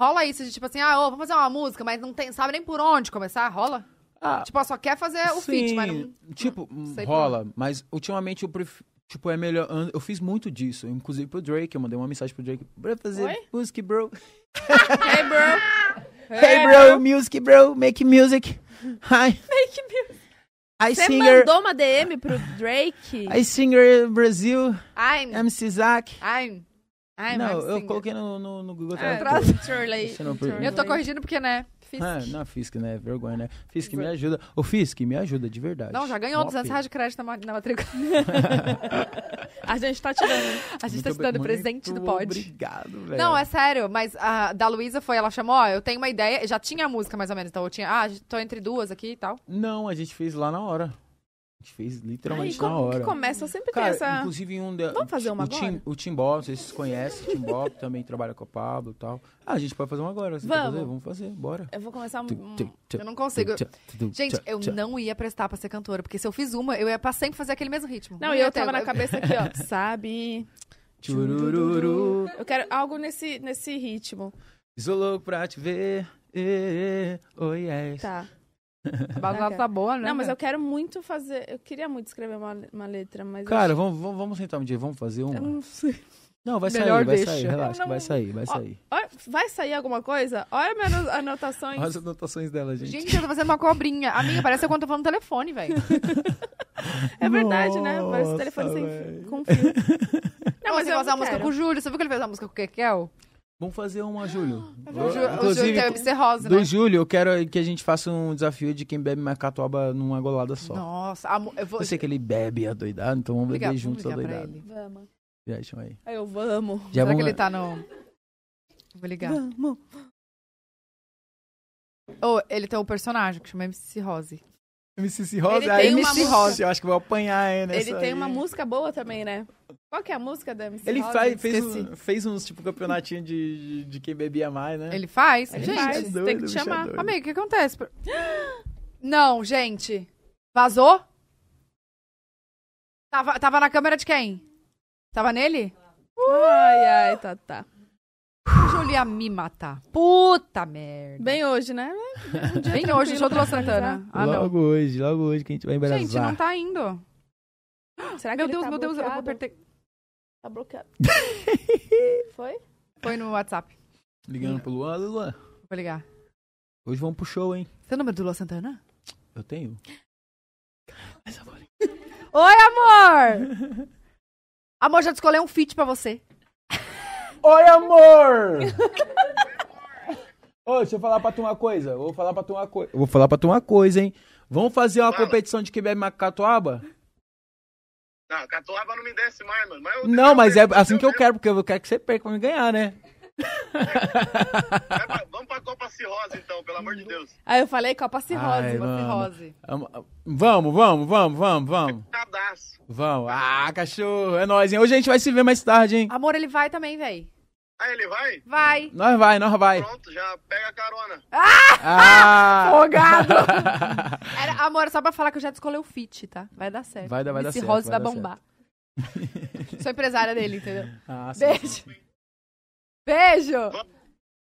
Speaker 1: Rola isso de tipo assim, ah, ô, vamos fazer uma música, mas não tem, sabe nem por onde começar? Rola?
Speaker 4: Ah,
Speaker 1: Tipo, ó, só quer fazer o feat, mas não...
Speaker 4: Sim, Tipo,
Speaker 1: sei pra
Speaker 4: rola, mas ultimamente eu prefiro. Tipo, é melhor. Eu fiz muito disso, inclusive pro Drake. Eu mandei uma mensagem pro Drake. Bora fazer
Speaker 2: Oi?
Speaker 4: music, bro.
Speaker 2: Hey, bro. É,
Speaker 4: Hey, bro, music, bro. Make music. Hi.
Speaker 2: Make music.
Speaker 4: I
Speaker 2: Você
Speaker 4: singer.
Speaker 2: mandou uma DM pro Drake?
Speaker 4: I singer Brasil.
Speaker 1: I'm...
Speaker 4: MC Zack.
Speaker 1: I'm... I'm...
Speaker 4: não,
Speaker 1: I'm
Speaker 4: eu
Speaker 1: singer.
Speaker 4: coloquei no, no, no Google
Speaker 2: Ah,
Speaker 4: Tradutor.
Speaker 2: Shirley.
Speaker 4: Você não foi-
Speaker 1: Eu tô corrigindo porque, né? Fiz...
Speaker 4: Ah, não, Fisk, né? Vergonha, né? Fisk, me ajuda. Ô, Fisk, me ajuda, de verdade.
Speaker 1: Não, já ganhou
Speaker 4: Mó
Speaker 1: 200
Speaker 4: pena.
Speaker 1: reais de crédito na ma- na matrícula.
Speaker 2: A gente tá tirando.
Speaker 1: A gente
Speaker 4: Muito
Speaker 1: tá te dando
Speaker 4: obri-
Speaker 1: presente do
Speaker 4: muito
Speaker 1: pod.
Speaker 4: Obrigado, velho.
Speaker 1: Não, é sério, mas a da Luísa foi, ela chamou, ó, eu tenho uma ideia, já tinha a música mais ou menos, então eu tinha, ah, tô entre duas aqui e tal.
Speaker 4: Não, a gente fez lá na hora. A gente fez literalmente
Speaker 2: Ai,
Speaker 4: na
Speaker 2: como que
Speaker 4: hora.
Speaker 2: começa? Eu sempre tenho
Speaker 4: Cara,
Speaker 2: essa.
Speaker 4: inclusive um da,
Speaker 2: Vamos fazer uma
Speaker 4: o Tim,
Speaker 2: agora?
Speaker 4: o Timbó, vocês conhecem, o Timbó também trabalha com a Pablo e tal. Ah, a gente pode fazer uma agora. Vocês
Speaker 2: Vamos.
Speaker 4: querem Fazer? Vamos fazer, bora.
Speaker 2: Eu vou começar um.
Speaker 1: Eu não Hum, consigo. Gente, eu não ia prestar pra ser cantora, porque se eu fiz uma, eu ia pra sempre fazer aquele mesmo ritmo.
Speaker 2: Não, e
Speaker 1: ia
Speaker 2: eu
Speaker 1: ter-
Speaker 2: tava na cabeça aqui, ó.
Speaker 1: (laughs)
Speaker 2: Sabe?
Speaker 4: Tchurururu,
Speaker 2: Eu quero algo nesse, nesse ritmo.
Speaker 4: isolou é pra te ver. eh, eh, Oh, yes.
Speaker 2: Tá.
Speaker 1: A balada tá boa, né?
Speaker 2: Não, mas eu quero muito fazer. Eu queria muito escrever uma, uma letra, mas. eu
Speaker 4: Cara, vamos, vamos, vamos sentar um dia, vamos fazer
Speaker 2: acho- eu
Speaker 4: uma.
Speaker 2: não sei.
Speaker 4: Não, vai sair,
Speaker 1: Melhor
Speaker 4: vai sair,
Speaker 1: deixa.
Speaker 4: relaxa,
Speaker 2: Eu não-
Speaker 4: vai sair, vai
Speaker 2: Ó,
Speaker 4: sair.
Speaker 2: Olha, vai sair alguma coisa? Olha minhas anotações.
Speaker 4: Olha as anotações dela, gente.
Speaker 1: Gente, eu tô fazendo uma cobrinha. Amiga, parece quando eu tô falando no telefone, velho.
Speaker 2: É verdade, né? Parece
Speaker 4: Nossa,
Speaker 2: o telefone sem
Speaker 4: velho.
Speaker 2: fio- com fio.
Speaker 1: Não, mas eu vou fazer uma música com o
Speaker 2: quero.
Speaker 1: Júlio. Você viu que ele fez uma música com o Kekel?
Speaker 4: Vamos fazer uma, Júlio.
Speaker 1: Ah, O Júlio, o Júlio
Speaker 4: Inclusive,
Speaker 1: teve que ser rosa,
Speaker 4: Do
Speaker 1: né?
Speaker 4: Júlio, eu quero que a gente faça um desafio de quem bebe mais catuaba numa golada só.
Speaker 1: Nossa, a mu- eu vou...
Speaker 4: Eu sei que ele bebe adoidado, então vamos
Speaker 1: Obrigada,
Speaker 4: beber
Speaker 1: vamos
Speaker 4: juntos
Speaker 1: ligar pra
Speaker 4: adoidado.
Speaker 1: ele.
Speaker 2: Vamos.
Speaker 4: Já, chama aí.
Speaker 2: Aí eu vamos.
Speaker 4: Já
Speaker 1: Será
Speaker 4: vamos...
Speaker 1: que ele tá no... Vou ligar.
Speaker 2: Vamos.
Speaker 1: Ô, ele tem o personagem que chama MC Rose.
Speaker 4: MC Cirrose?
Speaker 2: Ele
Speaker 4: Ah,
Speaker 2: tem
Speaker 1: uma
Speaker 4: MC
Speaker 1: música.
Speaker 4: Cirrose, Eu acho que vou apanhar, hein, nessa
Speaker 2: Ele tem
Speaker 4: aí.
Speaker 2: uma música boa também, né? Qual que é a música da MC
Speaker 4: Ele
Speaker 2: Rosa?
Speaker 4: faz- fez,
Speaker 1: esqueci.
Speaker 4: um- fez uns, tipo, campeonatinho de, de, de quem bebia mais, né?
Speaker 1: Ele faz?
Speaker 2: Ele
Speaker 1: gente,
Speaker 2: faz.
Speaker 4: Bicho é
Speaker 2: tem que
Speaker 4: bicho
Speaker 2: chamar.
Speaker 4: doido.
Speaker 1: amigo, o que acontece? Não, gente. Vazou? Tava, tava na câmera de quem? Tava nele?
Speaker 2: Ai, ai, tá, tá.
Speaker 1: O Júlio ia me matar. Puta merda.
Speaker 2: Bem hoje, né?
Speaker 1: Vem hoje, show do Los Santana. Ah, não.
Speaker 4: logo hoje, logo hoje que a gente vai embrasar.
Speaker 1: Gente, não tá indo.
Speaker 2: Será que
Speaker 1: Meu
Speaker 2: ele
Speaker 1: Deus,
Speaker 2: tá
Speaker 1: meu Deus, eu vou
Speaker 2: bloqueado?
Speaker 1: apertei.
Speaker 2: Tá
Speaker 1: (laughs)
Speaker 2: bloqueado. Foi?
Speaker 1: Foi no WhatsApp.
Speaker 4: Ligando pro Luan, alô, Luan,
Speaker 1: Vou ligar.
Speaker 4: hoje vamos pro show, hein?
Speaker 1: Seu número do Luan Santana?
Speaker 4: Eu tenho. Mas agora...
Speaker 1: Oi, amor! (laughs) Amor, já escolheu um feat pra você.
Speaker 4: Oi, amor! (laughs) Ô, deixa eu falar pra tu uma coisa. Vou falar pra tu uma coisa. Vou falar pra tu uma coisa, hein? Vamos fazer uma competição de quem bebe mais catuaba?
Speaker 5: Não, catuaba não me desce mais, mano. Mas eu-
Speaker 4: Não,
Speaker 5: eu-
Speaker 4: mas é assim
Speaker 5: eu-
Speaker 4: que eu
Speaker 5: eu-
Speaker 4: quero, porque eu quero que você perca pra me ganhar, né?
Speaker 5: (laughs) Vai pra- Vamos pra Copa Cirrose, então, pelo amor de Deus.
Speaker 2: Aí eu falei Copa Cirrose.
Speaker 4: Ai, mano.
Speaker 1: Rose.
Speaker 4: Vamos, vamos, vamos, vamos, vamos.
Speaker 5: Tadaço.
Speaker 4: Vamos. Ah, cachorro, é nóis, hein? Hoje a gente vai se ver mais tarde, hein?
Speaker 1: Amor, ele vai também, véi.
Speaker 5: Aí ele vai?
Speaker 1: Vai.
Speaker 4: Nós vai, nós vai.
Speaker 5: Pronto, já pega a carona.
Speaker 1: (laughs)
Speaker 4: Ah!
Speaker 1: Fogado!
Speaker 4: (laughs)
Speaker 1: Era, amor, só pra falar que eu já descolei o fit, tá? Vai dar certo.
Speaker 4: Vai dar- vai dar
Speaker 1: Miss
Speaker 4: certo,
Speaker 1: Rose
Speaker 4: vai
Speaker 1: vai,
Speaker 4: dar
Speaker 1: bombar. (laughs)
Speaker 4: (laughs)
Speaker 1: Sou empresária dele, entendeu?
Speaker 4: Ah, sim.
Speaker 1: Beijo. Beijo.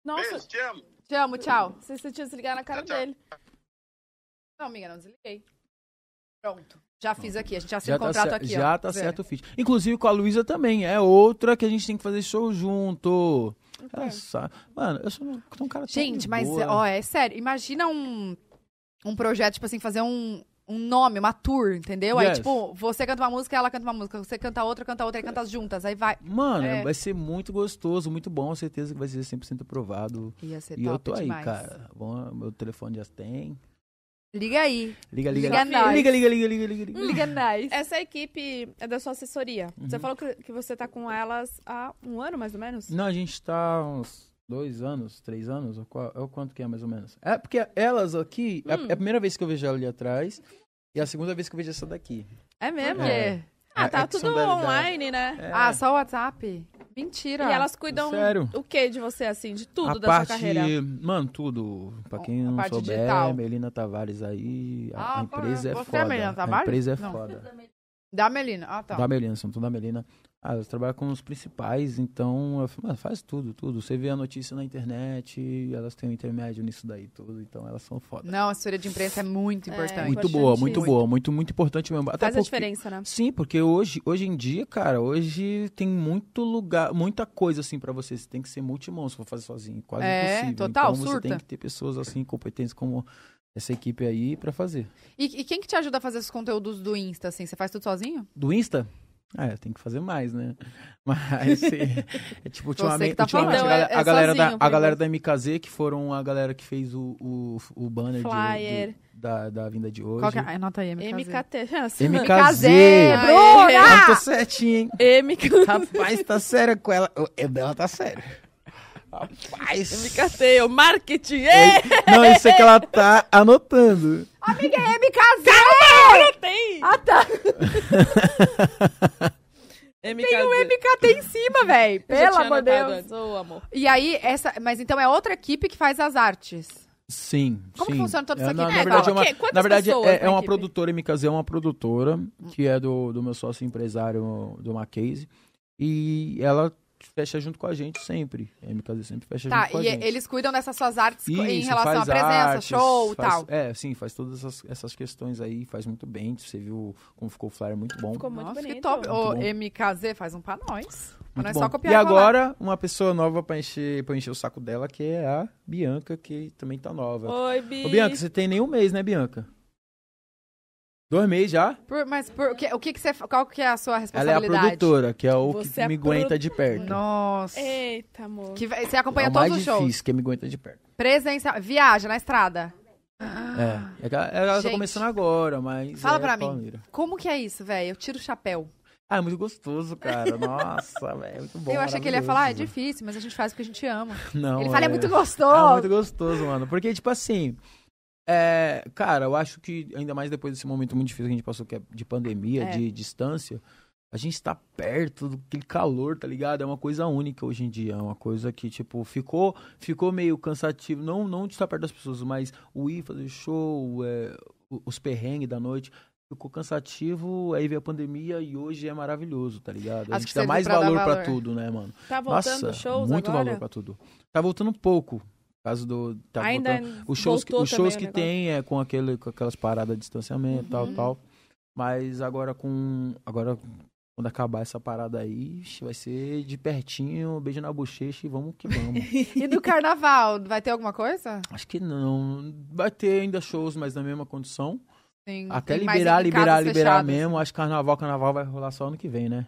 Speaker 2: Nossa,
Speaker 5: Beijo, te amo.
Speaker 1: Te amo, tchau.
Speaker 2: você se tinha desligado na cara
Speaker 5: Tchau,
Speaker 2: (laughs)
Speaker 5: tchau.
Speaker 2: dele.
Speaker 1: Não, amiga, não desliguei. Pronto. Já fiz aqui, a gente já
Speaker 4: Já
Speaker 1: assinou o
Speaker 4: tá,
Speaker 1: contrato
Speaker 4: cer-
Speaker 1: aqui, ó.
Speaker 4: já tá
Speaker 1: Vê.
Speaker 4: certo o feat. Inclusive com a Luísa também. É outra que a gente tem que fazer show junto. Ela sabe. Mano, eu sou um, um cara tão
Speaker 1: Então. Gente,
Speaker 4: de
Speaker 1: mas,
Speaker 4: boa.
Speaker 1: ó, é sério. Imagina um, um projeto, tipo assim, fazer um, um nome, uma tour, entendeu? Aí,
Speaker 4: Yes.
Speaker 1: tipo, você canta uma música, ela canta uma música. Você canta outra, canta outra, aí canta as juntas. Aí vai.
Speaker 4: Mano,
Speaker 1: é.
Speaker 4: vai ser muito gostoso, muito bom. Certeza que vai ser 100% aprovado.
Speaker 1: Ia ser
Speaker 4: E
Speaker 1: top
Speaker 4: eu tô aí,
Speaker 1: demais.
Speaker 4: cara. Bom, meu telefone já tem.
Speaker 1: Liga aí.
Speaker 4: Liga, liga,
Speaker 1: Liga
Speaker 4: liga.
Speaker 1: nós.
Speaker 4: Liga, liga, liga, liga, liga, liga.
Speaker 1: Liga nós.
Speaker 2: Essa equipe é da sua assessoria.
Speaker 4: Uhum.
Speaker 2: Você falou que, que você tá com elas há um ano, mais ou menos?
Speaker 4: Não, a gente tá uns dois anos, três anos, ou qual, ou quanto que é mais ou menos. É porque elas é aqui, é a- é a primeira vez que eu vejo ela ali atrás e a segunda vez que eu vejo essa daqui.
Speaker 2: É mesmo?
Speaker 1: É.
Speaker 2: Ah, tá
Speaker 4: É que
Speaker 2: tudo
Speaker 4: solidariedade.
Speaker 2: online, né?
Speaker 4: É.
Speaker 1: Ah, só o WhatsApp? Mentira.
Speaker 2: E elas cuidam
Speaker 4: Sério?
Speaker 2: o que de você, assim? De tudo
Speaker 4: a
Speaker 2: da
Speaker 4: parte,
Speaker 2: sua carreira?
Speaker 4: mano, tudo. Pra quem
Speaker 1: A
Speaker 4: não
Speaker 1: parte
Speaker 4: souber,
Speaker 1: digital.
Speaker 4: Melina Tavares aí, a, a
Speaker 1: Ah,
Speaker 4: empresa é
Speaker 1: você é
Speaker 4: foda.
Speaker 1: Melina
Speaker 4: a
Speaker 1: Tavares?
Speaker 4: empresa é
Speaker 1: Não.
Speaker 4: foda.
Speaker 1: Da Melina. Ah, tá.
Speaker 4: Da Melina, são tudo da Melina. Ah, eu trabalho com os principais, então, eu falo, mano, faz tudo, tudo. Você vê a notícia na internet, elas têm um intermédio nisso daí tudo, então elas são foda.
Speaker 1: Não, a assessoria de imprensa é muito
Speaker 2: É,
Speaker 1: importante.
Speaker 4: muito boa, muito
Speaker 2: importantíssimo.
Speaker 4: boa, muito, muito importante mesmo. Até
Speaker 2: Faz a
Speaker 4: porque-
Speaker 2: diferença, né?
Speaker 4: Sim, porque hoje, hoje em dia, cara, hoje tem muito lugar, muita coisa assim pra você. Você tem que ser multimão se for fazer sozinho, quase
Speaker 1: É,
Speaker 4: impossível.
Speaker 1: total,
Speaker 4: então
Speaker 1: surta.
Speaker 4: você tem que ter pessoas assim competentes como essa equipe aí pra fazer.
Speaker 1: E, e quem que te ajuda a fazer esses conteúdos do Insta, assim? Você faz tudo sozinho?
Speaker 4: Do Insta? Ah, é, tem que fazer mais, né? (laughs) Mas é, é, tipo,
Speaker 1: Você que
Speaker 4: ultimamente,
Speaker 1: tá
Speaker 4: ultimamente
Speaker 2: falando.
Speaker 4: a, galera-
Speaker 2: Então, é- é
Speaker 4: a galera da,
Speaker 2: sozinho,
Speaker 4: a galera da MKZ, que foram a galera que fez o, o, o banner de-
Speaker 2: Flyer.
Speaker 4: do- da, da vinda de hoje.
Speaker 1: Qual que é? Ai, Anota aí, MKZ.
Speaker 2: (laughs) MKT. (laughs)
Speaker 4: MKZ!
Speaker 1: MKZ.
Speaker 2: Bruna!
Speaker 4: Ah, tô certinho, hein?
Speaker 2: MKT.
Speaker 4: Rapaz, tá séria com ela. O- é dela tá séria. Rapaz.
Speaker 2: MKT, o marketing.
Speaker 4: Não, isso é que ela tá anotando.
Speaker 1: Amiga, é MKZ!
Speaker 2: Tem!
Speaker 1: Ah, tá.
Speaker 2: MKT.
Speaker 1: Tem um MKT em cima, velho. Pelo amor de Deus.
Speaker 2: Ô, amor.
Speaker 1: E aí, essa... Mas então é outra equipe que faz as artes.
Speaker 4: Sim.
Speaker 1: Como que
Speaker 4: sim.
Speaker 1: funciona toda
Speaker 4: É,
Speaker 1: essa
Speaker 4: na-
Speaker 1: equipe?
Speaker 4: Na
Speaker 1: É,
Speaker 4: verdade, é
Speaker 2: fala,
Speaker 4: uma,
Speaker 2: que- quantas
Speaker 4: na verdade é-
Speaker 2: pessoas
Speaker 4: é,
Speaker 2: na
Speaker 4: uma
Speaker 2: equipe?
Speaker 4: produtora, MKZ é uma produtora, que é do, do meu sócio empresário, do Mackenzie. E ela fecha junto com a gente sempre. A MKZ sempre fecha
Speaker 1: Tá,
Speaker 4: junto com a
Speaker 1: e
Speaker 4: gente.
Speaker 1: eles cuidam dessas suas artes co- em
Speaker 4: Isso,
Speaker 1: relação à
Speaker 4: faz
Speaker 1: presença,
Speaker 4: artes,
Speaker 1: show e
Speaker 4: faz-
Speaker 1: tal.
Speaker 4: É, sim, faz todas essas, essas questões aí, faz muito bem. Você viu como ficou o flyer, muito bom.
Speaker 2: Ficou muito
Speaker 1: Nossa,
Speaker 2: bonito.
Speaker 1: que top. Ô,
Speaker 4: bom.
Speaker 1: MKZ, faz um pra nós. Pra
Speaker 4: Muito
Speaker 1: nós
Speaker 4: bom.
Speaker 1: é só copiar
Speaker 4: e
Speaker 1: colar.
Speaker 4: agora, uma pessoa nova pra encher, pra encher o saco dela, que é a Bianca, que também tá nova.
Speaker 2: Oi, Bi.
Speaker 4: Ô, Bianca, você tem nem um mês, né, Bianca? Dois meses já?
Speaker 1: Por- mas por- o que, o que, que você. Qual que é a sua
Speaker 4: Ela é a
Speaker 1: responsabilidade?
Speaker 4: produtora, que é o
Speaker 2: Você
Speaker 4: que
Speaker 2: é a
Speaker 4: me aguenta de perto.
Speaker 1: Nossa.
Speaker 2: Eita, amor.
Speaker 1: Que vai- você
Speaker 4: é
Speaker 1: acompanha
Speaker 4: o mais
Speaker 1: todos os
Speaker 4: difícil,
Speaker 1: shows.
Speaker 4: que me aguenta de perto.
Speaker 1: Presencial. Viaja na estrada.
Speaker 4: É. É que Ela, ela tá
Speaker 1: Ah. Gente.
Speaker 4: começando agora, mas.
Speaker 1: Fala
Speaker 4: é
Speaker 1: pra mim.
Speaker 4: palmeira.
Speaker 1: Como que é isso, velho? Eu tiro o chapéu.
Speaker 4: Ah, é muito gostoso,
Speaker 1: (laughs)
Speaker 4: cara. Nossa, velho. É muito bom.
Speaker 1: eu achei que ele ia falar, ah, é
Speaker 4: maravilhoso.
Speaker 1: difícil, mas a gente faz o que a gente ama.
Speaker 4: Não,
Speaker 1: ele fala, é, muito gostoso.
Speaker 4: É muito gostoso, mano. Porque, tipo assim. é, cara, eu acho que ainda mais depois desse momento muito difícil que a gente passou, que é de pandemia,
Speaker 2: É.
Speaker 4: de distância, a gente tá perto do aquele calor, tá ligado? É uma coisa única hoje em dia. É uma coisa que, tipo, ficou, ficou meio cansativo. Não, não de estar perto das pessoas, mas o ir fazer show, é, o- os perrengues da noite. Ficou cansativo, aí veio a pandemia e hoje é maravilhoso, tá ligado? A
Speaker 1: Acho que
Speaker 4: gente dá
Speaker 1: serviu
Speaker 4: mais
Speaker 1: pra dar
Speaker 4: valor pra
Speaker 1: valor.
Speaker 4: tudo, né, mano?
Speaker 2: Tá voltando
Speaker 4: Nossa,
Speaker 2: shows
Speaker 4: muito
Speaker 2: agora?
Speaker 4: valor pra tudo. Tá voltando pouco. Caso do. Tá
Speaker 2: Ainda é
Speaker 4: voltando. Os shows, que,
Speaker 2: voltou
Speaker 4: os shows
Speaker 2: também
Speaker 4: que
Speaker 2: o negócio. Uhum.
Speaker 4: tem é com, aquele, com aquelas paradas de distanciamento e tal, tal. Mas agora com. Agora, quando acabar essa parada aí, ixi, vai ser de pertinho, beijo na bochecha e vamos que vamos.
Speaker 2: (laughs)
Speaker 1: E do carnaval, vai ter alguma coisa?
Speaker 4: Acho que não. Vai ter ainda shows, mas na mesma condição.
Speaker 1: Sim,
Speaker 4: Até
Speaker 1: tem mais
Speaker 4: liberar,
Speaker 1: em
Speaker 4: liberar,
Speaker 1: casas
Speaker 4: liberar
Speaker 1: fechadas.
Speaker 4: mesmo. Acho que carnaval, carnaval vai rolar só ano que vem, né?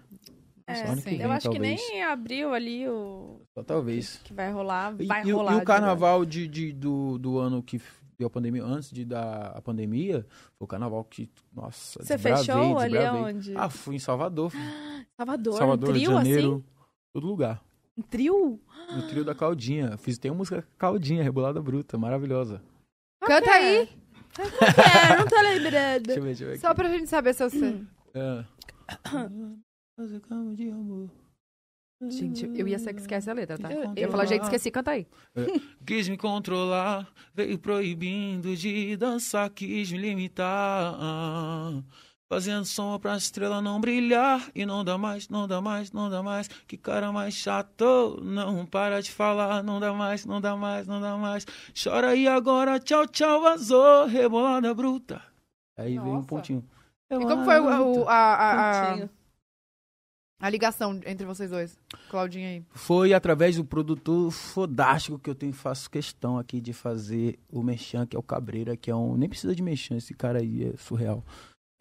Speaker 2: É,
Speaker 4: Só ano
Speaker 1: sim.
Speaker 4: que
Speaker 2: eu
Speaker 4: vem,
Speaker 2: acho
Speaker 4: talvez.
Speaker 2: que nem abriu ali o
Speaker 4: Só talvez.
Speaker 2: que vai rolar.
Speaker 4: E,
Speaker 2: Vai
Speaker 4: e o-
Speaker 2: rolar.
Speaker 4: e o
Speaker 2: de
Speaker 4: carnaval de, de- do, do ano que f- deu a pandemia, antes de dar a pandemia, foi o carnaval que, nossa,
Speaker 2: Você
Speaker 4: desbravei,
Speaker 2: fechou ali
Speaker 4: desbravei.
Speaker 2: aonde?
Speaker 4: Ah, fui em Salvador.
Speaker 2: Salvador,
Speaker 4: Salvador,
Speaker 2: um trio
Speaker 4: Rio de Janeiro. Todo lugar.
Speaker 2: assim? Um trio?
Speaker 4: No trio da Caldinha. Fiz, tem uma música com a Caldinha, Rebolada Bruta, maravilhosa.
Speaker 1: Canta aí,
Speaker 2: Ah, (laughs) É, não tô
Speaker 4: Deixa
Speaker 2: lembrando.
Speaker 4: eu ver, deixa eu ver.
Speaker 1: só pra gente saber se eu sei.
Speaker 2: (coughs)
Speaker 4: É. Fazer cama de amor.
Speaker 1: Gente, eu ia ser que esquece a letra, tá?
Speaker 4: Eu-
Speaker 1: Eu, ia
Speaker 4: eu-
Speaker 1: falar, gente, esqueci, canta aí.
Speaker 3: Quis me controlar, veio proibindo de dançar, quis me limitar. Fazendo sombra pra estrela não brilhar. E não dá mais, não dá mais, não dá mais. Que cara mais chato, não para de falar. Não dá mais, não dá mais, não dá mais. Chora aí agora, tchau, tchau, vazou, rebolada bruta.
Speaker 4: Aí veio um
Speaker 1: Nossa.
Speaker 4: pontinho.
Speaker 1: E como foi o- o- a, a- a-
Speaker 4: Ah,
Speaker 2: Curtinho.
Speaker 1: a ligação entre vocês dois? Claudinha aí.
Speaker 4: Foi através do produtor fodástico que eu tenho, faço questão aqui de fazer o Merchan, que é o Cabreira, que é um. Nem precisa de Merchan, esse cara aí é surreal.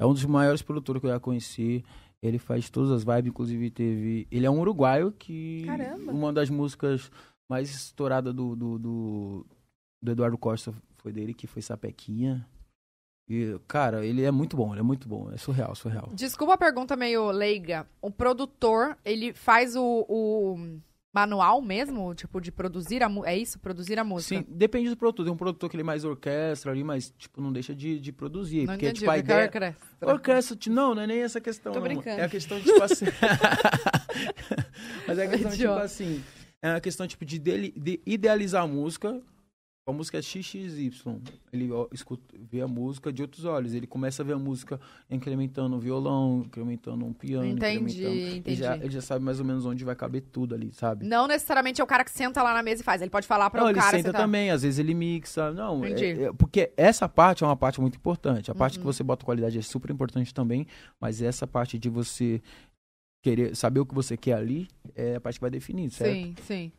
Speaker 4: É um dos maiores produtores que eu já conheci. Ele faz todas as vibes, inclusive teve. Ele é um uruguaio que.
Speaker 2: Caramba.
Speaker 4: Uma das músicas mais estouradas do, do, do, do Eduardo Costa foi dele, que foi Sapequinha. E, cara, ele é muito bom, ele é muito bom. É surreal, surreal.
Speaker 1: Desculpa a pergunta meio leiga. O produtor, ele faz o, o- manual mesmo? Tipo, de produzir a música? É isso? Produzir a música?
Speaker 4: Sim, depende do produtor. Tem um produtor que ele mais orquestra ali, mas, tipo, não deixa de, de produzir.
Speaker 1: Não
Speaker 4: porque,
Speaker 1: entendi.
Speaker 4: tipo, a
Speaker 1: o que que
Speaker 4: ideia...
Speaker 1: era-
Speaker 4: Orquestra, ti- não, não é nem essa questão.
Speaker 6: Tô
Speaker 4: não, mano.
Speaker 6: brincando.
Speaker 4: É a
Speaker 1: (laughs)
Speaker 4: questão, tipo assim. (laughs) Mas é a questão, tipo
Speaker 1: Idiota.
Speaker 4: assim. É a questão, tipo, de, dele- de idealizar a música. A música é XXY. Ele ó, escuta, vê a música de outros olhos. Ele começa a ver a música incrementando um violão, incrementando um piano.
Speaker 1: Entendi,
Speaker 4: incrementando- Ele já,
Speaker 1: entendi.
Speaker 4: ele já sabe mais ou menos onde vai caber tudo ali, sabe?
Speaker 1: Não necessariamente é o cara que senta lá na mesa e faz. Ele pode falar pra
Speaker 4: Não,
Speaker 1: o
Speaker 4: ele
Speaker 1: cara
Speaker 4: senta
Speaker 1: sentar-
Speaker 4: também, às vezes ele mixa. Não, é-
Speaker 1: Entendi. Uhum.
Speaker 4: é- porque essa parte é uma parte muito importante. A parte que você bota qualidade é super importante também, mas essa parte de você querer saber o que você quer ali é a parte que vai definir, certo?
Speaker 1: Sim, sim.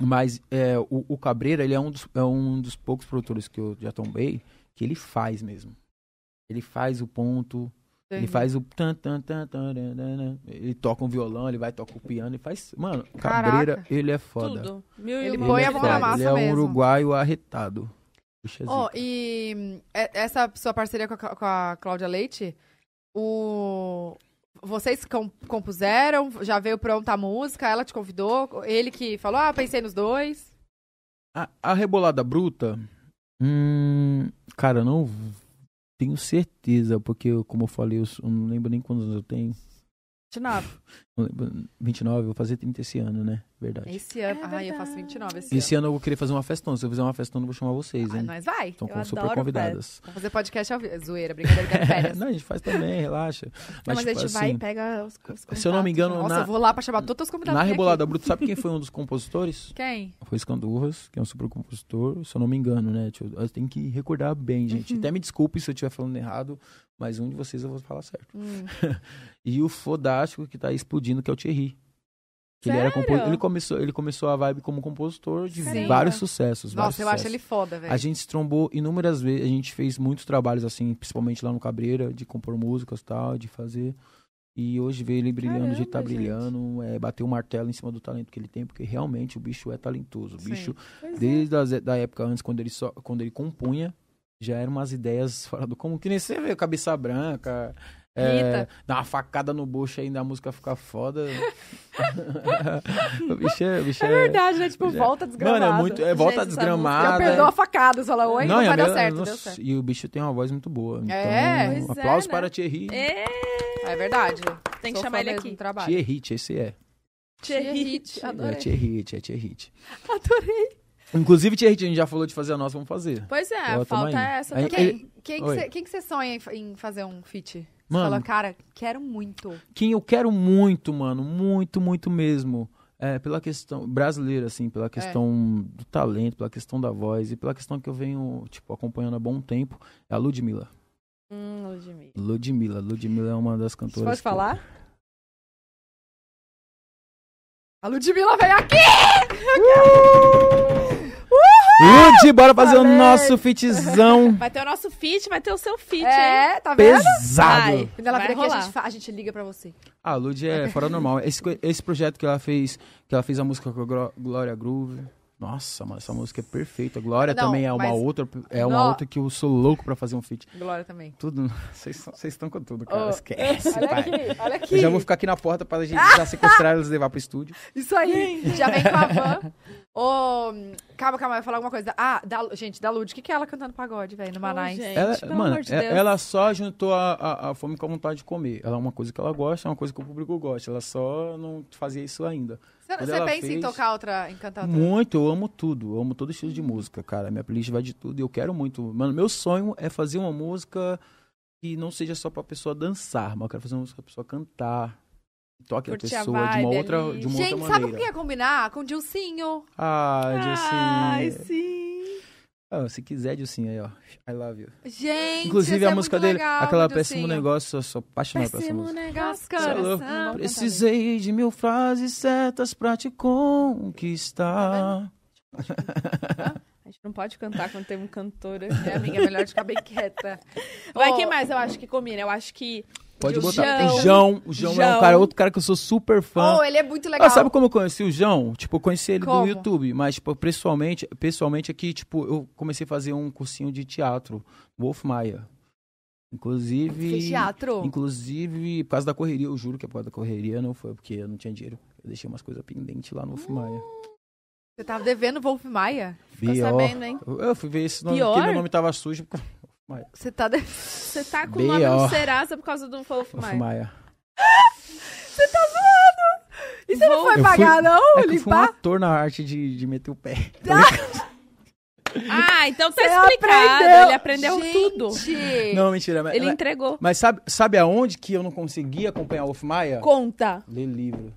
Speaker 4: Mas é, o, o Cabreira, ele é um, dos, é um dos poucos produtores que eu já tombei que ele faz mesmo. Ele faz o ponto, ele
Speaker 1: Entendi.
Speaker 4: faz o tan, tan, tan, tan, tan, tan, tan. ele toca um violão, ele vai toca o piano, ele faz, mano, Cabreira,
Speaker 1: Caraca.
Speaker 4: ele é foda.
Speaker 6: Tudo. Mil e
Speaker 1: Ele
Speaker 6: uma
Speaker 1: põe
Speaker 4: é
Speaker 1: a mão na
Speaker 4: foda,
Speaker 1: massa
Speaker 4: Ele é um
Speaker 1: mesmo.
Speaker 4: uruguaio arretado. Puxa
Speaker 1: Ó,
Speaker 4: zica.
Speaker 1: e hum, é- essa sua parceria com a, Cla- com a Cláudia Leite, o... vocês com- compuseram, já veio pronta a música, ela te convidou, ele que falou, ah, pensei nos dois.
Speaker 4: A, a rebolada bruta. Hum, cara, eu não tenho certeza, porque, eu, como eu falei, eu sou- eu não lembro nem quantos anos eu tenho.
Speaker 2: 29.
Speaker 4: Não lembro, 29, eu vou fazer 30 esse ano, né? Verdade.
Speaker 1: Esse ano,
Speaker 2: É
Speaker 1: ai, eu faço
Speaker 2: verdade.
Speaker 1: 29 esse,
Speaker 4: Esse ano eu vou querer fazer uma festona. Se eu fizer uma festona, eu vou chamar vocês,
Speaker 1: ano.
Speaker 4: hein?
Speaker 1: Ah, nós vai.
Speaker 4: Estão
Speaker 2: eu
Speaker 4: com super
Speaker 2: adoro
Speaker 4: convidadas.
Speaker 1: Vamos fazer podcast ao vivo. É Zoeira, brincadeira, quero
Speaker 4: (laughs)
Speaker 1: férias.
Speaker 4: não, a gente faz também, relaxa.
Speaker 2: Não,
Speaker 4: Mas,
Speaker 2: mas é a
Speaker 4: tipo,
Speaker 2: gente vai e
Speaker 4: assim,
Speaker 2: pega os, os
Speaker 4: se eu não
Speaker 2: contatos.
Speaker 4: me engano,
Speaker 1: Tá então. Nossa, eu
Speaker 4: na,
Speaker 1: vou lá pra chamar todos os convidados.
Speaker 4: na
Speaker 1: que tem
Speaker 4: rebolada bruta, sabe quem foi um dos compositores?
Speaker 1: (laughs) aqui. Quem?
Speaker 4: Foi Escandurras, que é um super compositor, se eu não me engano, né? Deixa Eu, eu tenho que recordar bem, gente.
Speaker 1: Uhum.
Speaker 4: Até me desculpe se eu estiver falando errado, mas um de vocês eu vou falar certo.
Speaker 1: Hum.
Speaker 4: (laughs) E o fodástico que tá explodindo, que é o Thierry. Que Ele, era
Speaker 6: Sério?
Speaker 4: compo- ele, começou, ele começou a vibe como compositor de
Speaker 1: Sim.
Speaker 4: vários sucessos. vários
Speaker 1: Nossa, eu acho
Speaker 4: sucessos.
Speaker 1: ele foda,
Speaker 4: A
Speaker 1: velho.
Speaker 4: gente se trombou inúmeras vezes, a gente fez muitos trabalhos assim, principalmente lá no Cabreira, de compor músicas e tal, de fazer. E hoje ver ele brilhando, de estar
Speaker 2: Caramba, gente.
Speaker 4: brilhando, é, bater o martelo em cima do talento que ele tem, porque realmente o bicho é talentoso. O
Speaker 1: Sim.
Speaker 4: bicho,
Speaker 2: Pois é.
Speaker 4: desde as e- da época antes, quando ele, só, quando ele compunha, já eram umas ideias (laughs) fora do comum, que nem você vê, cabeça branca. É,
Speaker 1: Rita.
Speaker 4: dá uma facada no bucho ainda, a música fica foda. (laughs) o bicho é, o bicho
Speaker 2: É verdade, né? Tipo,
Speaker 4: Pois é.
Speaker 2: volta desgramado.
Speaker 4: Mano, é muito. É volta
Speaker 6: Gente, essa
Speaker 4: desgramada.
Speaker 1: eu perdoo a facada, você fala, oi, não, vai
Speaker 4: e a
Speaker 1: dar
Speaker 4: minha-
Speaker 1: certo, deu
Speaker 4: nossa,
Speaker 1: certo.
Speaker 4: E o bicho tem uma voz muito boa. Então,
Speaker 1: É,
Speaker 2: pois é, (laughs)
Speaker 4: aplausos
Speaker 2: né?
Speaker 4: para Thierry.
Speaker 6: É,
Speaker 1: É verdade.
Speaker 6: Tem que
Speaker 1: Sou
Speaker 6: chamar
Speaker 1: fã
Speaker 6: ele
Speaker 1: mesmo
Speaker 6: aqui.
Speaker 1: do Trabalho.
Speaker 4: Thierry, esse é.
Speaker 6: Thierry.
Speaker 2: Thierry.
Speaker 4: É
Speaker 6: Adorei.
Speaker 4: Thierry, é Thierry.
Speaker 2: Adorei.
Speaker 4: Inclusive, Thierry, a gente já falou de fazer a nossa, vamos fazer.
Speaker 2: Pois é,
Speaker 4: Ó, tamo
Speaker 2: a falta
Speaker 4: aí.
Speaker 2: é essa
Speaker 4: Aí-
Speaker 2: também.
Speaker 1: Quem, quem, que
Speaker 4: Oi.
Speaker 1: cê- quem que você sonha em, fa- em fazer um feat? Você
Speaker 4: Mano.
Speaker 1: fala, cara, quero muito.
Speaker 4: Quem eu quero muito, mano, muito, muito mesmo. É, pela questão brasileira, assim, pela questão do talento, pela questão da voz e pela questão que eu venho, tipo, acompanhando há bom tempo, é a Ludmilla.
Speaker 6: Hum, Ludmilla.
Speaker 4: Ludmilla, Ludmilla é uma das
Speaker 2: Você
Speaker 4: cantoras.
Speaker 2: pode
Speaker 4: que-
Speaker 2: falar?
Speaker 1: A Ludmilla veio aqui!
Speaker 4: Uh! Lud, bora fazer
Speaker 2: Falei.
Speaker 4: o nosso fitzão
Speaker 6: Vai ter o nosso feat, vai ter o seu feat, hein?
Speaker 1: É, tá vendo?
Speaker 4: pesado.
Speaker 6: Vai.
Speaker 1: Quando ela
Speaker 6: Vai
Speaker 1: vir aqui, a
Speaker 6: rolar.
Speaker 1: gente, fa- a gente liga pra você.
Speaker 4: Ah, Lud é fora do normal. Esse, co- esse projeto que ela fez, que ela fez a música com a Glo- Glória Groove. Nossa, mano, essa música é perfeita. Glória
Speaker 1: Não,
Speaker 4: também é uma
Speaker 1: mas-
Speaker 4: outra, é uma
Speaker 1: Nó.
Speaker 4: outra que eu sou louco pra fazer um feat.
Speaker 1: Glória também.
Speaker 4: Tudo, (laughs) vocês são- vocês estão com tudo, cara.
Speaker 1: Ô, (laughs)
Speaker 4: Esquece,
Speaker 1: Olha
Speaker 4: pai.
Speaker 1: aqui, olha aqui.
Speaker 4: Eu já vou ficar aqui na porta para a gente já sequestrar eles e levar pro estúdio.
Speaker 1: Isso aí. Já vem com a van. Ô, hum, calma, calma, eu ia falar alguma coisa. Ah, da, gente, da Lud, o que, que é ela cantando pagode, velho, no Manais?
Speaker 6: gente.
Speaker 4: Ela,
Speaker 2: pelo
Speaker 4: mano,
Speaker 2: amor de
Speaker 4: é-
Speaker 2: Deus.
Speaker 4: ela só juntou a, a- a fome com a vontade de comer. Ela é uma coisa que ela gosta, é uma coisa que o público gosta. Ela só não fazia isso ainda.
Speaker 1: Você
Speaker 4: Quando
Speaker 1: você
Speaker 4: ela
Speaker 1: pensa em
Speaker 4: fez-
Speaker 1: tocar outra, em cantar outra?
Speaker 4: Muito, eu amo tudo. Eu amo todo estilo de música, cara. Minha playlist vai de tudo. e Eu quero muito. Mano, meu sonho é fazer uma música que não seja só pra pessoa dançar, mas eu quero fazer uma música pra pessoa cantar. que Toque
Speaker 6: Curtir a
Speaker 4: a pessoa de uma
Speaker 6: vibe
Speaker 4: outra,
Speaker 6: ali.
Speaker 4: de uma
Speaker 1: Gente,
Speaker 4: outra
Speaker 1: sabe o
Speaker 4: maneira.
Speaker 1: que é? ia combinar? Com o Dilcinho.
Speaker 4: Ah,
Speaker 2: Ai,
Speaker 4: Justin.
Speaker 2: sim.
Speaker 4: Ah, se quiser, Justin, aí, ó. I love you.
Speaker 1: Gente,
Speaker 4: Inclusive,
Speaker 1: ia
Speaker 4: a
Speaker 1: ser
Speaker 4: música
Speaker 1: muito
Speaker 4: dele,
Speaker 1: legal,
Speaker 4: aquela
Speaker 1: com o
Speaker 4: Péssimo
Speaker 1: Dilcinho.
Speaker 4: Negócio, eu sou apaixonado por essa música.
Speaker 1: Nossa,
Speaker 2: negócio. tá
Speaker 4: Cê é louco.
Speaker 2: coração.
Speaker 4: Precisei de mil frases certas pra te conquistar.
Speaker 6: A gente não pode cantar quando tem um cantor.
Speaker 1: É, amiga, é melhor ficar bem
Speaker 4: (laughs)
Speaker 1: quieta.
Speaker 6: (laughs) Vai,
Speaker 1: Ô,
Speaker 6: quem mais eu acho que combina? Eu acho que.
Speaker 4: Pode
Speaker 6: E o
Speaker 4: botar.
Speaker 6: Jão?
Speaker 4: O Jão, o Jão é um
Speaker 6: Jão.
Speaker 4: cara, outro cara que eu sou super fã.
Speaker 1: Oh, ele é muito legal.
Speaker 4: Ah, sabe como eu conheci o João? Tipo, eu conheci ele
Speaker 1: Como?
Speaker 4: do YouTube, mas, tipo, pessoalmente, pessoalmente aqui, tipo, eu comecei a fazer um cursinho de teatro, Wolf Maia.
Speaker 1: Fiz
Speaker 4: Inclusive.
Speaker 1: teatro.
Speaker 4: Inclusive, por causa da correria, eu juro que é por causa da correria, não foi porque eu não tinha dinheiro. Eu deixei umas coisas pendentes lá no Wolf Maia.
Speaker 1: Você tava devendo Wolf Maia?
Speaker 6: Ficou Hum, sabendo, hein?
Speaker 4: Eu fui ver esse nome,
Speaker 6: Pior?
Speaker 4: porque meu nome tava sujo.
Speaker 1: Você tá (laughs) devendo.
Speaker 6: Você tá com o nome
Speaker 4: B.O..
Speaker 6: no Serasa por causa do Wolf
Speaker 4: Wolf
Speaker 6: Maia.
Speaker 4: Maia.
Speaker 1: E você não foi
Speaker 4: Eu
Speaker 1: pagar,
Speaker 4: fui-
Speaker 1: não?
Speaker 4: É que eu fui um
Speaker 1: limpar?
Speaker 4: ator na arte de, de meter o pé.
Speaker 6: Ah, então tá
Speaker 1: Você
Speaker 6: explicado.
Speaker 1: aprendeu.
Speaker 6: Ele aprendeu tudo.
Speaker 1: Gente!
Speaker 4: Não, mentira. Mas,
Speaker 6: Ele
Speaker 4: mas-
Speaker 6: entregou.
Speaker 4: mas sabe, sabe aonde que eu não conseguia acompanhar o Wolf Maia?
Speaker 6: Conta.
Speaker 4: Ler livro.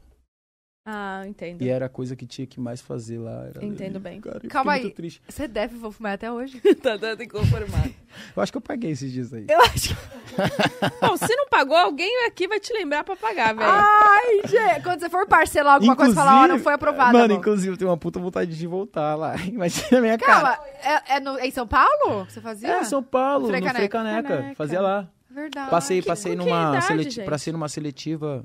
Speaker 6: Ah, entendo.
Speaker 4: E era a coisa que tinha que mais fazer lá. era ler
Speaker 6: Entendo
Speaker 4: livro,
Speaker 6: bem.
Speaker 4: cara. Eu
Speaker 1: Calma
Speaker 4: fiquei
Speaker 1: aí.
Speaker 4: muito triste.
Speaker 1: Você deve Wolf Maia até hoje?
Speaker 6: (laughs)
Speaker 4: é.
Speaker 6: tá dando inconformado.
Speaker 4: Eu acho que eu paguei esses dias aí.
Speaker 6: Eu acho que... Bom, se não pagou, alguém aqui vai te lembrar pra pagar, velho.
Speaker 1: Ai, gente! Quando você for parcelar alguma coisa, falar, ó, não
Speaker 4: Inclusive-
Speaker 1: foi aprovada.
Speaker 4: Mano,
Speaker 1: amor.
Speaker 4: inclusive, eu tenho uma puta vontade de voltar lá. (laughs) Imagina a minha cara.
Speaker 1: Calma, é, é no- é em São Paulo que você fazia?
Speaker 4: É, São Paulo,
Speaker 1: Frei
Speaker 4: no Frei Caneca.
Speaker 6: Caneca.
Speaker 4: Fazia lá.
Speaker 1: Verdade.
Speaker 4: passei
Speaker 6: Ah, que-
Speaker 4: passei
Speaker 6: com que
Speaker 4: numa
Speaker 6: idade,
Speaker 4: seleti-
Speaker 6: gente?
Speaker 4: passei numa seletiva.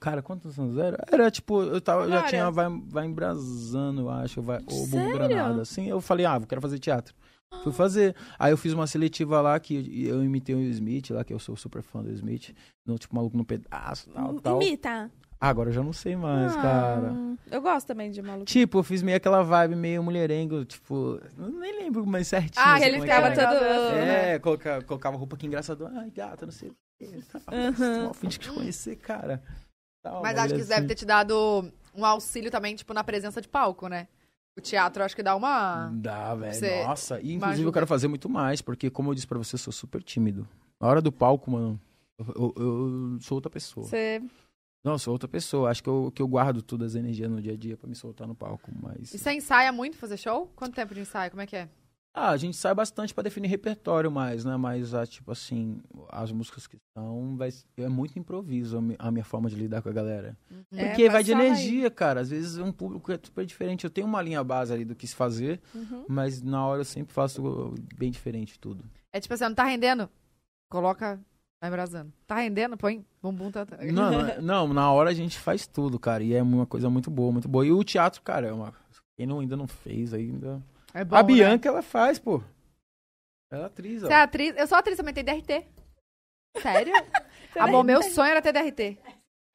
Speaker 4: Cara, quantos anos era? Era tipo, eu tava, já
Speaker 6: Cara.
Speaker 4: tinha vai, vai embrasando, eu acho, vai, ou
Speaker 6: Sério? Ah.
Speaker 4: Bugranada. Assim, eu falei, ah, eu quero fazer teatro. Fui fazer. Aí eu fiz uma seletiva lá que eu imitei o Smith lá, que eu sou super fã do Smith. No, tipo, maluco no pedaço, tal, tal.
Speaker 6: Imita.
Speaker 4: Ah, agora eu já não sei mais,
Speaker 6: Ah,
Speaker 4: cara.
Speaker 6: Eu gosto também de maluco.
Speaker 4: Tipo, eu fiz meio aquela vibe meio mulherengo, tipo, eu nem lembro mais certinho.
Speaker 1: Ah,
Speaker 4: assim,
Speaker 1: que ele
Speaker 4: como é
Speaker 1: ficava
Speaker 4: era.
Speaker 1: todo-
Speaker 6: né?
Speaker 4: É, coloca- colocava roupa que engraçado. Ai, gata, não sei o que.
Speaker 6: Aham.
Speaker 4: Uhum. Finge que te conhecer, cara. Tal,
Speaker 1: Mas
Speaker 4: uma
Speaker 1: acho que
Speaker 4: mulher
Speaker 1: isso deve
Speaker 4: assim.
Speaker 1: ter te dado um auxílio também, tipo, na presença de palco, né? O teatro acho que dá uma.
Speaker 4: Dá, velho.
Speaker 1: Ah. Você-
Speaker 4: Nossa. E,
Speaker 1: uma
Speaker 4: inclusive,
Speaker 1: ajuda.
Speaker 4: eu quero fazer muito mais, porque, como eu disse pra você, eu sou super tímido. Na hora do palco, mano, eu, eu- eu sou outra pessoa.
Speaker 6: Você...
Speaker 4: Não, eu sou outra pessoa. Acho que eu, que eu guardo todas as energias no dia a dia pra me soltar no palco, mas...
Speaker 6: é-
Speaker 1: E você ensaia muito fazer show? Quanto tempo de ensaio? Como é que é?
Speaker 4: Ah, a gente sai bastante pra definir repertório mais, né? Mas, ah, tipo assim, as músicas que estão, vai, é muito improviso a mi- a minha forma de lidar com a galera.
Speaker 6: É,
Speaker 4: Porque vai de
Speaker 6: passar aí.
Speaker 4: energia, cara. Às vezes um público é super diferente. Eu tenho uma linha base ali do que se fazer,
Speaker 6: Uhum.
Speaker 4: mas na hora eu sempre faço bem diferente
Speaker 1: (laughs)
Speaker 4: tudo.
Speaker 1: É tipo assim, ó, não tá rendendo? Coloca. Vai embrasando. Tá rendendo? Põe bumbum. Tá...
Speaker 4: Não, não, é- não, na hora a gente faz tudo, cara. E é uma coisa muito boa, muito boa. E o teatro, cara, é uma... Quem não, ainda não fez ainda...
Speaker 1: É bom,
Speaker 4: a
Speaker 1: né?
Speaker 4: Bianca, ela faz, pô. Ela é atriz, ó.
Speaker 1: Você é atriz? Eu sou atriz também, tem DRT. Sério? Amor, meu sonho era ter DRT.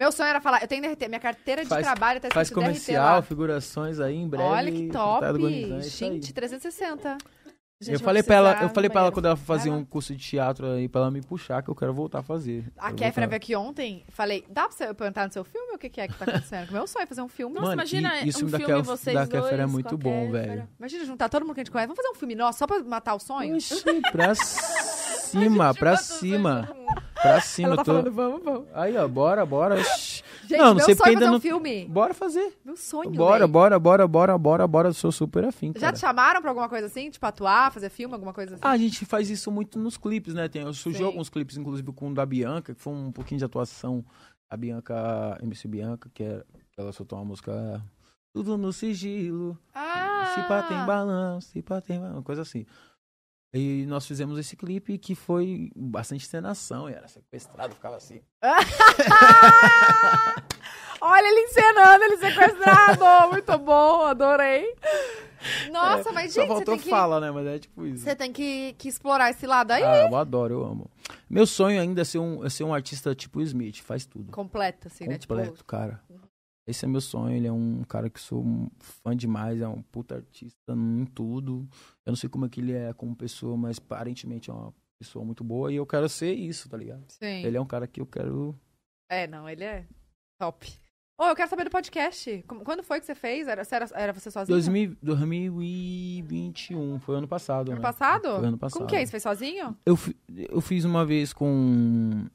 Speaker 1: Meu sonho era falar, eu tenho DRT, minha carteira de
Speaker 4: Faz-
Speaker 1: trabalho tá escrito
Speaker 4: Faz
Speaker 1: DRT lá.
Speaker 4: comercial, figurações aí em breve.
Speaker 1: Olha que
Speaker 4: tá
Speaker 1: top!
Speaker 4: organizando, é isso aí.
Speaker 1: Gente, 360.
Speaker 6: Gente,
Speaker 4: eu
Speaker 6: vou
Speaker 4: falei pra ela,
Speaker 6: precisar
Speaker 4: eu falei
Speaker 6: no
Speaker 4: para ela
Speaker 6: banheiro.
Speaker 4: quando ela fazia
Speaker 6: Vai lá.
Speaker 4: um curso de teatro aí pra ela me puxar que eu quero voltar a fazer.
Speaker 1: A
Speaker 4: Quero
Speaker 1: Kéfera
Speaker 4: voltar.
Speaker 1: veio aqui ontem, falei, dá pra você pra eu entrar no seu filme? O que, que é que tá acontecendo? (laughs) Que Meu sonho é fazer um filme.
Speaker 6: Nossa,
Speaker 4: Mano,
Speaker 6: imagina
Speaker 4: e- e o
Speaker 6: um
Speaker 4: filme da
Speaker 6: filme
Speaker 4: Kéfera-
Speaker 6: vocês
Speaker 4: da
Speaker 6: dois
Speaker 4: Kéfera é
Speaker 6: com a
Speaker 4: muito bom,
Speaker 6: Kéfera.
Speaker 4: velho.
Speaker 1: Imagina juntar todo mundo que a gente conhece. Vamos fazer um filme nosso só pra matar o sonho?
Speaker 4: Oxi,
Speaker 6: (laughs)
Speaker 4: pra cima, pra cima. Pra cima,
Speaker 6: Ela tá
Speaker 4: tô-
Speaker 6: falando, vamos, vamos.
Speaker 4: Aí, ó, bora, bora. oxi.
Speaker 1: Gente,
Speaker 4: não, não
Speaker 1: meu
Speaker 4: sei porque
Speaker 1: sonho é
Speaker 4: ainda
Speaker 1: fazer um
Speaker 4: não.
Speaker 1: filme.
Speaker 4: Bora fazer.
Speaker 1: Meu sonho,
Speaker 4: Bora,
Speaker 1: velho.
Speaker 4: bora, bora, bora, bora, bora. Eu sou super afim.
Speaker 1: Já
Speaker 4: Cara.
Speaker 1: te chamaram pra alguma coisa assim? Tipo, atuar, fazer filme, alguma coisa assim?
Speaker 4: Ah, a gente faz isso muito nos clipes, né? Tem, surgiu
Speaker 1: Sim.
Speaker 4: alguns clipes, inclusive com o da Bianca, que foi um pouquinho de atuação. A Bianca, MC Bianca, que é, ela soltou uma música. Tudo no sigilo.
Speaker 1: Ah!
Speaker 4: Se pá tem balão, se pá tem balão, coisa assim. E nós fizemos esse clipe que foi bastante encenação, e era sequestrado, ficava assim.
Speaker 1: Olha ele encenando, ele
Speaker 4: (laughs)
Speaker 1: sequestrado! Muito bom, adorei. Nossa, mas
Speaker 4: É, Só
Speaker 1: gente, você
Speaker 4: faltou
Speaker 1: tem, que,
Speaker 4: fala, né? Mas é tipo isso.
Speaker 1: você é tem que, que explorar esse lado aí.
Speaker 4: Ah, eu adoro, eu amo. Meu sonho ainda é ser um, é ser um artista tipo Smith, faz tudo.
Speaker 1: Completo, assim, né?
Speaker 4: completo,
Speaker 1: Tipo,
Speaker 4: cara. Esse é meu sonho, ele é um cara que sou um fã demais, é um puta artista em tudo. Eu não sei como é que ele é como pessoa, mas aparentemente é uma pessoa muito boa e eu quero ser isso, tá ligado?
Speaker 1: sim.
Speaker 4: Ele é um cara que eu quero.
Speaker 1: É, não, ele é top. Ô, eu quero saber do podcast. Como- Quando foi que você fez? Era, você, era, era você sozinho?
Speaker 4: 2000, 2021, foi ano passado.
Speaker 1: Ano
Speaker 4: né?
Speaker 1: passado?
Speaker 4: Foi ano passado.
Speaker 1: Como que é isso? Fez sozinho?
Speaker 4: Eu, fi- eu fiz uma vez com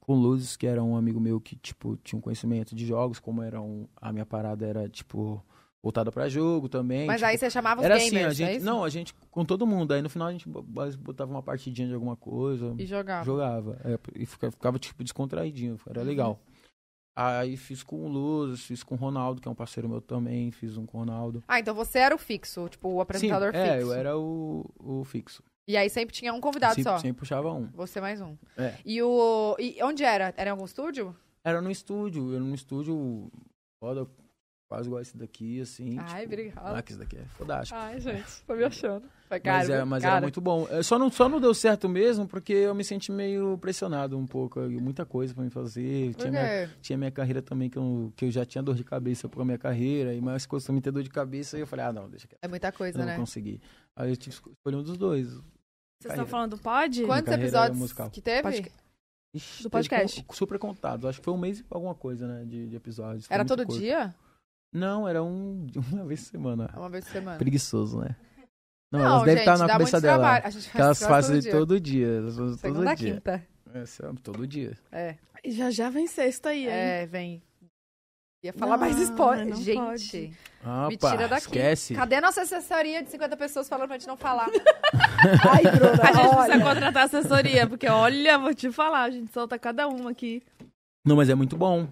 Speaker 4: com o Luzes, que era um amigo meu que, tipo, tinha um conhecimento de jogos, como era um, a minha parada era, tipo, voltada pra jogo também.
Speaker 1: Mas
Speaker 4: tipo,
Speaker 1: aí você chamava os
Speaker 4: Era
Speaker 1: gamers,
Speaker 4: assim, a
Speaker 1: é
Speaker 4: gente.
Speaker 1: isso?
Speaker 4: não, a gente com todo mundo. Aí no final a gente bo- botava uma partidinha de alguma coisa,
Speaker 1: E jogava.
Speaker 4: jogava. é, e fica- ficava, tipo, descontraidinho. Era
Speaker 1: Uhum.
Speaker 4: legal. Aí fiz com o Luz, fiz com o Ronaldo, que é um parceiro meu também, fiz um com o Ronaldo.
Speaker 1: Ah, então você era o fixo, tipo, o
Speaker 4: Sim,
Speaker 1: apresentador
Speaker 4: é,
Speaker 1: fixo.
Speaker 4: eu era o, o fixo.
Speaker 1: E aí sempre tinha um convidado
Speaker 4: sempre,
Speaker 1: só.
Speaker 4: sempre puxava um.
Speaker 1: Você mais um.
Speaker 4: É.
Speaker 1: E o. E onde era? Era em algum estúdio?
Speaker 4: Era no estúdio, era num estúdio foda, Quase igual esse daqui, assim.
Speaker 1: Ai,
Speaker 4: tipo,
Speaker 1: obrigada.
Speaker 4: Ah, que esse daqui é fodástico.
Speaker 1: Ai, gente, tô me achando. Foi caro.
Speaker 4: mas é, mas era muito bom. É, Só não, só não deu certo mesmo porque eu me senti meio pressionado um pouco. e Muita coisa pra me fazer. Tinha minha, tinha minha carreira também, que eu, que eu já tinha dor de cabeça pra minha carreira. E mais coisas também ter dor de cabeça. E eu falei, ah, não, deixa quieto.
Speaker 1: É muita
Speaker 4: Eu
Speaker 1: coisa,
Speaker 4: não
Speaker 1: né?
Speaker 4: consegui. Aí eu tive que escolher um dos dois.
Speaker 2: Vocês
Speaker 4: Carreira.
Speaker 2: estão falando do pod?
Speaker 1: Quantos
Speaker 4: carreira
Speaker 1: episódios
Speaker 4: musical.
Speaker 1: que teve?
Speaker 2: Pode-
Speaker 4: Ixi,
Speaker 2: Do
Speaker 4: teve
Speaker 2: podcast.
Speaker 4: con- super contado. Acho que foi um mês e alguma coisa, né? De, de episódios. Foi
Speaker 1: Era
Speaker 4: muita
Speaker 1: todo
Speaker 4: coisa.
Speaker 1: dia?
Speaker 4: Não, era um, (laughs) uma vez por semana.
Speaker 1: Uma vez por semana.
Speaker 4: Preguiçoso, né? Não, elas devem
Speaker 1: gente,
Speaker 4: estar na
Speaker 1: dá
Speaker 4: cabeça
Speaker 1: muito
Speaker 4: dela.
Speaker 1: trabalho. A gente
Speaker 4: Que elas
Speaker 1: faz
Speaker 4: fazem
Speaker 1: dia.
Speaker 4: todo dia. Elas fazem
Speaker 1: Segunda
Speaker 4: todo
Speaker 1: a
Speaker 4: dia.
Speaker 1: quinta.
Speaker 4: É, isso é todo dia.
Speaker 1: É.
Speaker 6: E já já vem sexta aí, hein?
Speaker 1: É, vem. Ia falar
Speaker 2: Não,
Speaker 1: mais spoiler.
Speaker 2: não
Speaker 1: gente,
Speaker 2: pode.
Speaker 4: Ah,
Speaker 1: Me
Speaker 4: pá,
Speaker 1: tira daqui.
Speaker 4: esquece.
Speaker 1: cadê nossa assessoria de 50 pessoas falando pra gente não
Speaker 4: (laughs)
Speaker 1: falar?
Speaker 6: Ai, Bruna,
Speaker 2: A gente
Speaker 6: olha.
Speaker 2: precisa contratar assessoria, porque olha, vou te falar, a gente solta cada uma aqui.
Speaker 4: Não, mas é muito bom.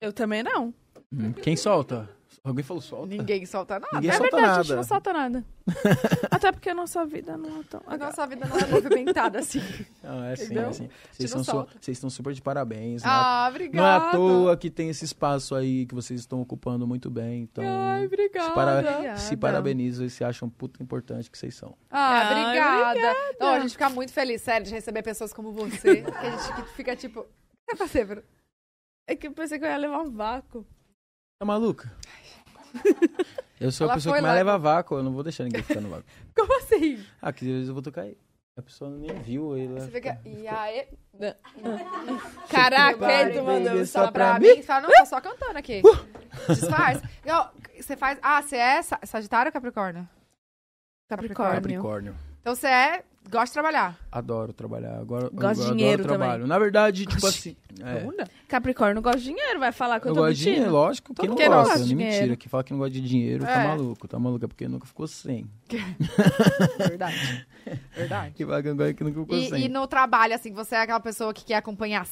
Speaker 2: Eu também não.
Speaker 4: Hum, Quem solta? Alguém falou solta.
Speaker 1: Ninguém solta nada.
Speaker 4: Ninguém
Speaker 2: é
Speaker 4: solta
Speaker 2: verdade, a gente
Speaker 4: nada.
Speaker 2: não solta
Speaker 4: (laughs)
Speaker 2: nada. Até porque a nossa vida não é tão.
Speaker 1: A nossa vida não é movimentada assim.
Speaker 4: Ah, é assim,
Speaker 1: Entendeu?
Speaker 4: é assim. Vocês
Speaker 1: não
Speaker 4: são, su-
Speaker 1: solta.
Speaker 4: vocês estão super de parabéns. né?
Speaker 1: Ah,
Speaker 4: (laughs) Não é
Speaker 1: obrigada.
Speaker 4: à toa que tem esse espaço aí que vocês estão ocupando muito bem. Então,
Speaker 1: Ai,
Speaker 4: se,
Speaker 1: obrigada.
Speaker 4: para... se
Speaker 2: Obrigada.
Speaker 4: parabenizo e se acham puta importante que vocês são.
Speaker 1: Ah,
Speaker 2: Ai,
Speaker 1: obrigada. Não, a gente fica muito feliz, sério, de receber pessoas como você. que a gente que fica tipo. O que vai fazer, Bruno?
Speaker 6: É que eu pensei que eu ia levar um vácuo.
Speaker 4: Tá maluca? Eu sou
Speaker 1: Ela
Speaker 4: a pessoa
Speaker 1: foi
Speaker 4: que mais
Speaker 1: lá.
Speaker 4: leva vácuo, eu não vou deixar ninguém ficar no vácuo.
Speaker 1: Como assim?
Speaker 4: Ah, que às vezes eu vou tocar aí. A pessoa nem viu né? ele.
Speaker 1: Você fica. E aí? (laughs)
Speaker 6: Caraca,
Speaker 1: Vai,
Speaker 6: aí tu mandou
Speaker 4: baby,
Speaker 6: um
Speaker 4: só
Speaker 1: Só
Speaker 6: salve.
Speaker 4: pra
Speaker 1: pra
Speaker 4: mim?
Speaker 1: mim? Uh! Você fala, não, tá só cantando aqui. Disfarce. Não, você faz. Ah, você é sa- Sagitário ou Capricórnio?
Speaker 2: Capricórnio.
Speaker 4: É Capricórnio.
Speaker 1: Então você é. Gosta de trabalhar.
Speaker 4: Adoro trabalhar. Agora,
Speaker 2: Gosto de
Speaker 4: eu
Speaker 2: dinheiro
Speaker 4: adoro trabalho. Na verdade, tipo assim. é,
Speaker 2: Bruna. Capricórnio não gosta de dinheiro, vai falar que eu,
Speaker 4: eu
Speaker 2: tô
Speaker 4: gosto de dinheiro,
Speaker 2: mentindo.
Speaker 4: lógico. Quem
Speaker 2: Todo
Speaker 4: não
Speaker 2: mundo
Speaker 4: gosta?
Speaker 2: gosta de
Speaker 4: Mentira.
Speaker 2: dinheiro.
Speaker 4: Quem fala que não gosta de dinheiro tá
Speaker 1: É.
Speaker 4: maluco. Tá maluco. É porque nunca ficou sem.
Speaker 1: Verdade. (laughs) Verdade.
Speaker 4: Que vagão é que nunca ficou sem.
Speaker 1: E, e no trabalho, assim, você é aquela pessoa que quer acompanhar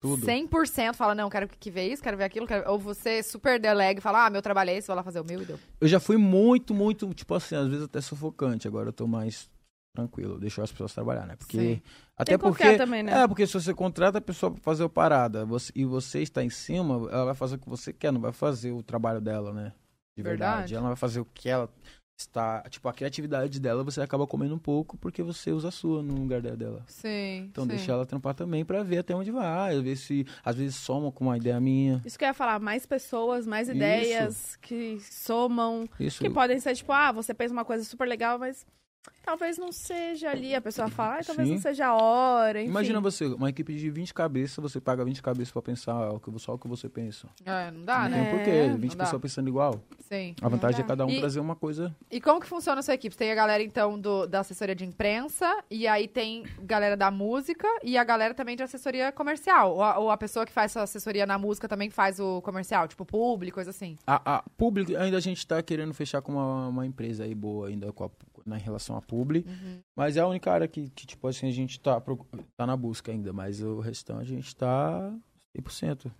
Speaker 4: Tudo.
Speaker 1: 100%, fala, não, quero que ver isso, quero ver aquilo, quero... ou você é super delega e fala, ah, meu trabalho é esse, vou lá fazer o meu e deu.
Speaker 4: Eu já fui muito, muito, tipo assim, às vezes até sufocante. Agora eu tô mais tranquilo. Deixo as pessoas trabalhar, né? Porque.
Speaker 1: Sim.
Speaker 4: Até
Speaker 2: Tem que
Speaker 4: porque.
Speaker 2: confiar também, né?
Speaker 4: É, porque se você contrata a pessoa pra fazer a parada você- e você está em cima, ela vai fazer o que você quer, não vai fazer o trabalho dela, né? De verdade.
Speaker 1: Verdade.
Speaker 4: Ela vai fazer o que ela está. Tipo, a criatividade dela você acaba comendo um pouco porque você usa a sua no lugar da dela.
Speaker 1: Sim.
Speaker 4: Então deixa ela trampar também pra ver até onde vai, ver se às vezes soma com uma ideia minha.
Speaker 2: Isso que eu ia falar, mais pessoas, mais
Speaker 4: Isso.
Speaker 2: ideias que somam.
Speaker 4: Isso.
Speaker 2: Que podem ser tipo, ah, você pensa uma coisa super legal, mas talvez não seja ali. A pessoa fala, ah, talvez
Speaker 4: Sim.
Speaker 2: não seja a hora. Enfim.
Speaker 4: Imagina você, uma equipe de 20 cabeças, você paga 20 cabeças pra pensar o que- só o que você pensa.
Speaker 1: É, não dá,
Speaker 4: Ah, não tem
Speaker 1: né?
Speaker 4: porquê,
Speaker 1: não
Speaker 4: 20
Speaker 1: dá.
Speaker 4: pessoas pensando igual.
Speaker 1: Sim.
Speaker 4: A vantagem é
Speaker 2: dá.
Speaker 4: cada um
Speaker 1: E-
Speaker 4: trazer uma coisa.
Speaker 1: E como que funciona a sua equipe? Tem a galera, então, do, da assessoria de imprensa, e aí tem galera da música, e a galera também de assessoria comercial. Ou a, ou a pessoa que faz sua assessoria na música também faz o comercial, tipo público, coisa assim.
Speaker 4: A, a público, ainda a gente tá querendo fechar com uma, uma empresa aí boa ainda com a, na em relação à publi. Mas é a única área que, que, tipo assim, a gente tá, procu- tá na busca ainda. Mas o restante a gente tá 100%.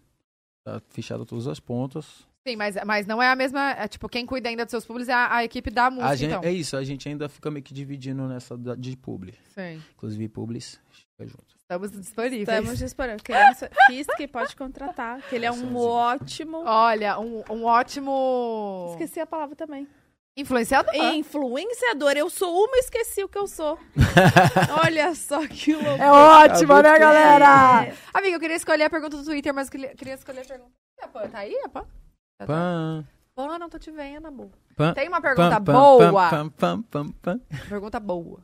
Speaker 4: Tá fechado todas as pontas.
Speaker 1: Sim, mas, mas não é a mesma. é, tipo, quem cuida ainda dos seus públicos é a, a equipe da música,
Speaker 4: A gente,
Speaker 1: então.
Speaker 4: É isso, a gente ainda fica meio que dividindo nessa da- de publi.
Speaker 1: Sim.
Speaker 4: Inclusive, publis, fica junto.
Speaker 1: Estamos disponíveis.
Speaker 2: Estamos esperando. Queremos Fisk um que pode contratar. Que ele é um
Speaker 4: Sozinho.
Speaker 2: ótimo.
Speaker 1: Olha, um, um ótimo.
Speaker 2: Esqueci a palavra também.
Speaker 1: Influenciador.
Speaker 4: Ah.
Speaker 2: Influenciador. Eu sou uma, esqueci o que eu
Speaker 4: (laughs)
Speaker 2: sou. Olha só que louco.
Speaker 1: É ótima,
Speaker 4: Acabou
Speaker 1: né,
Speaker 4: de
Speaker 1: galera? Amiga, eu queria escolher a pergunta do Twitter, mas eu queria- queria escolher a pergunta. A Pan, tá aí, a Pan? Tá, tá.
Speaker 4: Pam,
Speaker 1: Pan, não tô te vendo, amor.
Speaker 4: pam,
Speaker 1: Tem uma
Speaker 4: pam,
Speaker 1: pergunta
Speaker 4: pam,
Speaker 1: boa.
Speaker 4: pam, pam, pam, pam.
Speaker 1: Pergunta boa.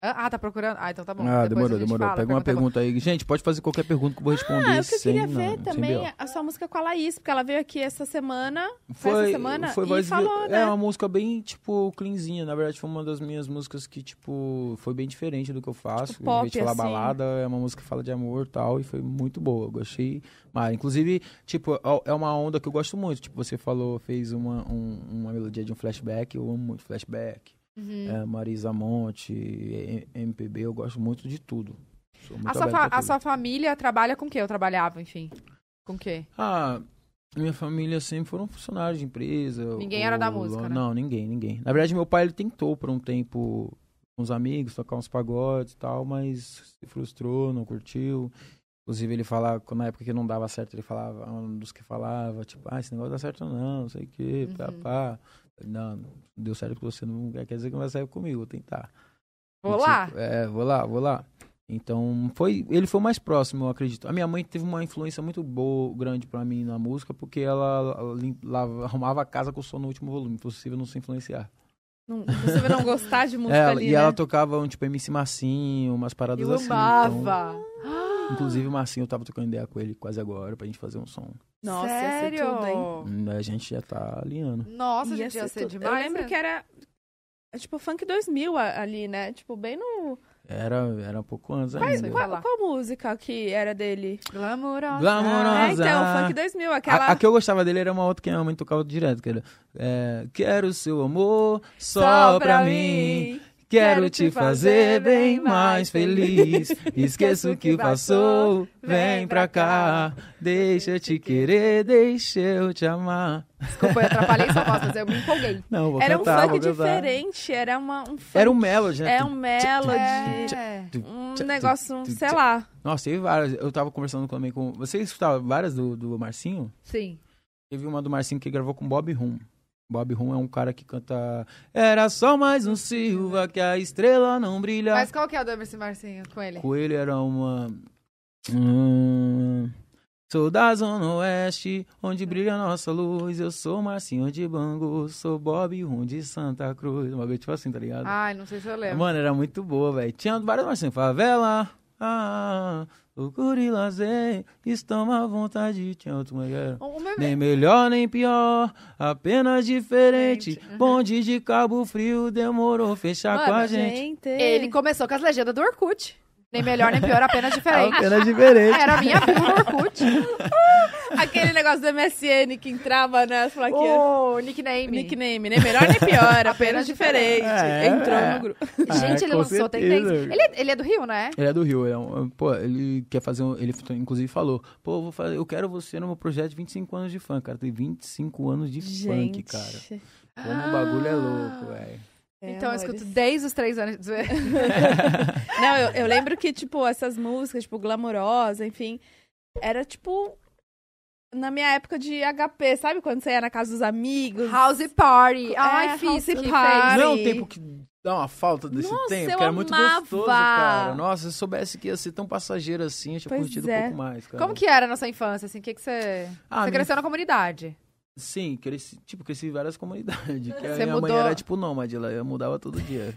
Speaker 1: Hã? Ah, tá procurando? Ah, então tá bom. Depois
Speaker 4: Ah,
Speaker 1: a
Speaker 4: demorou,
Speaker 1: gente
Speaker 4: demorou.
Speaker 1: fala,
Speaker 4: Pega uma
Speaker 1: boa.
Speaker 4: pergunta aí. Gente, pode fazer qualquer pergunta que eu vou responder.
Speaker 2: Ah, o que eu
Speaker 4: sem-
Speaker 2: queria
Speaker 4: não,
Speaker 2: ver
Speaker 4: sem
Speaker 2: também
Speaker 4: BO.
Speaker 2: é a sua música com a Laís, porque ela veio aqui essa semana.
Speaker 4: Foi,
Speaker 2: essa semana
Speaker 4: foi
Speaker 2: e
Speaker 4: voz de-
Speaker 2: falou, né?
Speaker 4: É uma música bem, tipo, cleanzinha. Na verdade, foi uma das minhas músicas que, tipo, foi bem diferente do que eu faço.
Speaker 2: Tipo, pop,
Speaker 4: em vez de falar
Speaker 2: assim.
Speaker 4: balada, é uma música que fala de amor e tal. E foi muito boa. Eu gostei. Mas, inclusive, tipo, é- é uma onda que eu gosto muito. Tipo, você falou, fez uma, um- uma melodia de um flashback. Eu amo muito flashback.
Speaker 2: Uhum.
Speaker 4: É, Marisa Monte, é, é, MPB, eu gosto muito de tudo. Sou
Speaker 2: Ah,
Speaker 4: muito
Speaker 1: A sua,
Speaker 4: aberto
Speaker 1: fa-
Speaker 4: pra
Speaker 1: a
Speaker 4: tudo.
Speaker 1: sua família trabalha com o que? Eu trabalhava, enfim. Com o quê?
Speaker 4: Ah, minha família sempre foram funcionários de empresa.
Speaker 1: Ninguém era da música, né?
Speaker 4: Não, ninguém, ninguém. Na verdade, meu pai ele tentou por um tempo com os amigos tocar uns pagodes e tal, mas se frustrou, não curtiu. Inclusive, ele falava, quando- na época que não dava certo, ele falava, era um dos que falava, tipo, ah, esse negócio dá certo não, não sei o quê, pá,
Speaker 1: Uhum.
Speaker 4: pá. Eu falei, Não, não deu certo com você, não quer dizer que não vai sair comigo, vou tentar.
Speaker 1: Vou
Speaker 4: E,
Speaker 1: lá.
Speaker 4: tipo, é, vou lá, vou lá. Então, foi, ele foi o mais próximo, eu acredito. A minha mãe teve uma influência muito boa, grande pra mim na música, porque ela lim- lava- (laughs) arrumava a casa com o som no último volume, impossível não se influenciar.
Speaker 6: Não, você vai não gostar de música
Speaker 4: É,
Speaker 6: ali,
Speaker 4: e
Speaker 6: né?
Speaker 4: ela tocava, um, tipo, MC Marcinho, umas paradas
Speaker 1: Eu
Speaker 4: assim. então-
Speaker 1: amava.
Speaker 4: Inclusive, o Marcinho, eu tava trocando ideia com ele quase agora pra gente fazer um som.
Speaker 6: Nossa, ia ser
Speaker 1: Sério?
Speaker 6: tudo, hein?
Speaker 4: Hum, A gente já tá alinhando.
Speaker 1: Nossa,
Speaker 6: Ia
Speaker 1: gente, ia ser
Speaker 6: tudo.
Speaker 1: demais.
Speaker 6: Eu lembro
Speaker 1: né?
Speaker 6: que é era, tipo, funk 2000 a- ali, né? Tipo, bem no...
Speaker 4: Era, era um pouco antes
Speaker 1: Mas-
Speaker 4: ainda.
Speaker 1: Vai
Speaker 6: Qual,
Speaker 1: lá.
Speaker 6: qual música que era dele?
Speaker 1: Glamourosa.
Speaker 4: Glamourosa.
Speaker 6: É, então, funk 2000, aquela...
Speaker 4: A, a que eu gostava dele era uma outra que a minha mãe tocava direto, que era é, Quero seu amor só pra mim, quero te fazer bem mais feliz. Esqueço o que passou, vem pra cá, deixa eu te querer, deixa eu te amar.
Speaker 1: Desculpa, eu atrapalhei sua voz, mas eu me empolguei.
Speaker 4: Não, vou
Speaker 6: Era um
Speaker 4: cantar,
Speaker 6: funk
Speaker 4: vou cantar.
Speaker 6: diferente, era uma, um funk...
Speaker 4: Era um melody, né?
Speaker 6: É um melody,
Speaker 1: É.
Speaker 6: um
Speaker 4: tchá,
Speaker 6: negócio,
Speaker 4: tchá,
Speaker 6: sei
Speaker 4: tchá.
Speaker 6: lá.
Speaker 4: Nossa, teve várias. Eu tava conversando também com. Você escutava várias do, do Marcinho?
Speaker 1: Sim.
Speaker 4: Teve uma do Marcinho que gravou com Bob Rum. Bob Rum é um cara que canta. Era só mais um Silva que a estrela não brilha.
Speaker 1: Mas qual que é o do Emerson Marcinho com ele?
Speaker 4: É. Coelho era uma. Hum... Sou da Zona Oeste, onde brilha a nossa luz. Eu sou Marcinho de Bangu, sou Bob Rum de Santa Cruz. Uma vez tipo assim, tá ligado?
Speaker 1: Ai, não sei se eu lembro.
Speaker 4: Mano, era muito boa, velho. Tinha várias marchinhas. Favela, ah, loucura e lazer, estão à vontade. Tinha outro, como é que era?
Speaker 1: O- o meu-
Speaker 4: Nem melhor, nem pior, apenas diferente. Bonde de Cabo Frio demorou fechar Tá com a gente.
Speaker 6: É.
Speaker 1: Ele começou com as legendas do Orkut. Nem melhor, nem pior,
Speaker 4: (laughs)
Speaker 1: apenas diferente.
Speaker 4: Apenas diferente.
Speaker 1: Era a minha burra no Orkut. (laughs)
Speaker 6: Aquele negócio do MSN que entrava
Speaker 1: né?
Speaker 6: nas plaquinhas.
Speaker 1: O é nickname.
Speaker 6: Oh. Nickname, nem melhor nem
Speaker 1: (laughs)
Speaker 6: pior, apenas diferente.
Speaker 4: É,
Speaker 6: Entrou
Speaker 4: é.
Speaker 6: no grupo.
Speaker 1: Gente,
Speaker 4: Ah,
Speaker 1: ele
Speaker 4: com
Speaker 1: lançou
Speaker 4: certeza.
Speaker 1: tendência. Ele, é- ele é do Rio, né?
Speaker 4: Ele é do Rio, ele, é um- pô, ele quer fazer um, Ele f- inclusive falou: pô, eu, vou fazer, eu quero você no meu projeto de 25 anos de funk, cara. Tem 25 anos de funk, cara. Como
Speaker 6: Ah.
Speaker 4: o bagulho é louco,
Speaker 6: (laughs)
Speaker 4: velho.
Speaker 1: então eu
Speaker 6: é amores.
Speaker 1: escuto desde os três anos.
Speaker 6: Não, eu, eu lembro que, tipo, essas músicas, tipo, glamourosa, enfim, era tipo. Na minha época de HP, sabe quando você ia na casa dos amigos?
Speaker 1: House Party. Ai,
Speaker 6: É,
Speaker 1: fiz
Speaker 6: House Party.
Speaker 1: que fez.
Speaker 4: Não é um
Speaker 6: Ari.
Speaker 4: tempo que dá uma falta desse
Speaker 6: Nossa,
Speaker 4: tempo,
Speaker 6: eu
Speaker 4: que era muito
Speaker 6: amava.
Speaker 4: gostoso, cara. Nossa, se eu soubesse que ia ser tão passageiro assim, eu tinha
Speaker 6: Pois
Speaker 4: curtido
Speaker 6: é.
Speaker 4: um pouco mais, cara.
Speaker 1: Como que era a nossa infância, assim? O que, que você... você
Speaker 4: Ah, minha-
Speaker 1: cresceu na comunidade.
Speaker 4: Sim, cresci, tipo, cresci em várias comunidades. Que a
Speaker 1: Você
Speaker 4: minha
Speaker 1: mudou.
Speaker 4: mãe era tipo nômade, ela eu mudava todo dia.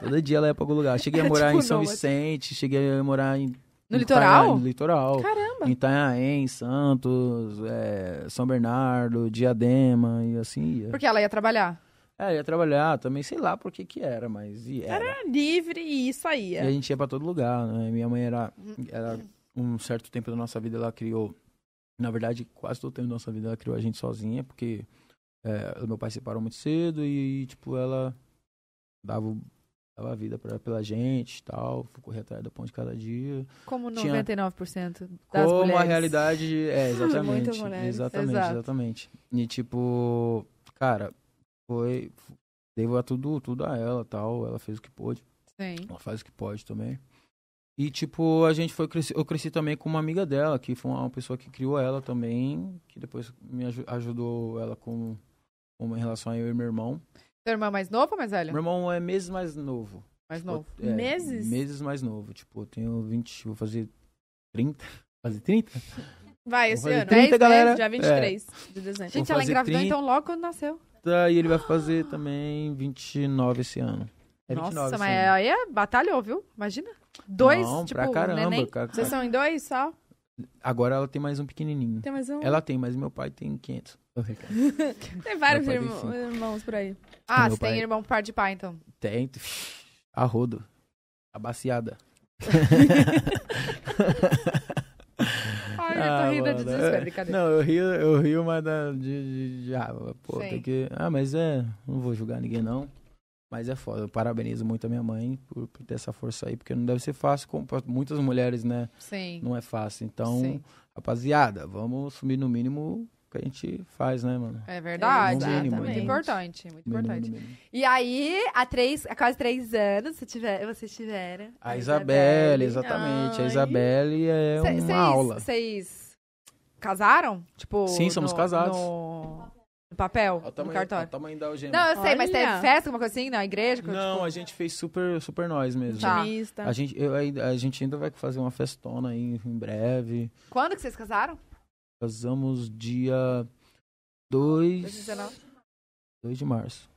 Speaker 4: Todo dia ela ia pra algum lugar. Cheguei a
Speaker 6: Era
Speaker 4: morar
Speaker 6: tipo
Speaker 4: em São
Speaker 6: nômade.
Speaker 4: Vicente, cheguei a morar em...
Speaker 1: No
Speaker 4: em
Speaker 1: litoral?
Speaker 4: Itanhaém, No litoral.
Speaker 6: Caramba!
Speaker 4: Em Itanhaém, Santos, é, São Bernardo, Diadema e assim ia.
Speaker 1: Porque ela ia trabalhar.
Speaker 4: É, ia trabalhar também, sei lá por que que era, mas ia.
Speaker 6: Era livre e isso aí.
Speaker 4: E a gente ia pra todo lugar, né? Minha mãe era,
Speaker 1: Hum.
Speaker 4: era um certo tempo da nossa vida, ela criou, na verdade, quase todo o tempo da nossa vida, ela criou a gente sozinha, porque é, meu pai se separou muito cedo e, tipo, ela dava, o- dava a vida pra, pela gente e tal, corria atrás do pão de cada dia.
Speaker 1: Como
Speaker 4: Tinha-
Speaker 1: 99% das
Speaker 4: Como
Speaker 1: mulheres.
Speaker 4: a realidade
Speaker 1: (laughs)
Speaker 4: é, exatamente.
Speaker 6: Muitas mulheres.
Speaker 4: Exatamente,
Speaker 1: Exato.
Speaker 4: exatamente. E, tipo, cara, foi... Devo a tudo, tudo a ela tal, ela fez o que pôde.
Speaker 1: Sim.
Speaker 4: Ela faz o que pode também. E, tipo, a gente foi crescer. Eu cresci também com uma amiga dela, que foi uma pessoa que criou ela também, que depois me aju- ajudou ela com uma em relação a eu e meu irmão.
Speaker 1: Seu irmão é mais novo ou mais velho?
Speaker 4: Meu irmão é meses mais novo.
Speaker 1: Mais novo.
Speaker 4: Eu- é,
Speaker 6: Meses?
Speaker 4: Meses mais novo. Tipo, eu tenho 20, vou fazer 30. (laughs) Fazer 30?
Speaker 6: Vai,
Speaker 4: Vamos
Speaker 6: esse
Speaker 4: fazer
Speaker 6: ano.
Speaker 4: 30,
Speaker 6: 10,
Speaker 4: galera?
Speaker 6: dia 23 de dezembro.
Speaker 1: Gente,
Speaker 4: Vou
Speaker 1: ela
Speaker 4: fazer
Speaker 1: engravidou
Speaker 4: 30.
Speaker 1: então logo quando nasceu.
Speaker 4: Tá, e ele vai fazer também 29 esse ano. É 29
Speaker 1: Nossa,
Speaker 4: esse
Speaker 1: mas
Speaker 4: ano.
Speaker 1: aí é, batalhou, viu? Imagina. Dois,
Speaker 4: Não,
Speaker 1: tipo,
Speaker 4: pra caramba.
Speaker 1: neném.
Speaker 4: cara.
Speaker 6: Vocês são em dois só?
Speaker 4: Agora ela tem mais um pequenininho.
Speaker 6: Tem mais um?
Speaker 4: Ela tem, mas meu pai tem
Speaker 6: (laughs)
Speaker 4: 500.
Speaker 6: Tem vários
Speaker 4: Meu pai tem
Speaker 6: irmão-
Speaker 4: cinco.
Speaker 6: irmãos por aí.
Speaker 1: Ah,
Speaker 4: meu
Speaker 1: você tem
Speaker 4: pai.
Speaker 1: irmão par de pai, então.
Speaker 4: Tem. (laughs) A rodo. A baciada.
Speaker 1: (laughs) Ai, eu tô rindo de desespero, brincadeira.
Speaker 4: Ah, Não, eu rio, eu rio mas da, de, de, de- ah, pô,
Speaker 1: Sim.
Speaker 4: tem que... Ah, mas é... Não vou julgar ninguém, não. Mas é foda. Eu parabenizo muito a minha mãe por, por ter essa força aí, porque não deve ser fácil com pra muitas mulheres, né?
Speaker 1: Sim.
Speaker 4: Não é fácil. Então,
Speaker 1: Sim.
Speaker 4: rapaziada, vamos assumir no mínimo que a gente faz, né, mano?
Speaker 1: É verdade.
Speaker 4: Exatamente.
Speaker 1: Muito importante, muito
Speaker 4: Mínimo,
Speaker 1: importante.
Speaker 4: mínimo.
Speaker 1: E aí, há, três, há quase três anos, se tiver, vocês tiveram.
Speaker 4: A Isabelle, exatamente. A
Speaker 2: Ai.
Speaker 4: Isabelle é uma
Speaker 1: Cê- cês-
Speaker 4: aula.
Speaker 1: Vocês casaram? Tipo,
Speaker 4: Sim, somos
Speaker 1: no-
Speaker 4: casados.
Speaker 1: No, no papel? no cartório?
Speaker 4: tá tamanho da algema.
Speaker 1: Não, eu sei, mas
Speaker 2: Olha.
Speaker 1: teve festa, alguma coisa assim, na igreja? que eu,
Speaker 4: Não,
Speaker 1: tipo,
Speaker 4: a gente fez super, super nós mesmo.
Speaker 1: Tá.
Speaker 2: Otimista.
Speaker 4: A, gente, eu ainda- a gente ainda vai fazer uma festona aí em breve.
Speaker 1: Quando que vocês casaram?
Speaker 4: Casamos dia 2
Speaker 1: 2019.
Speaker 4: 2 de março.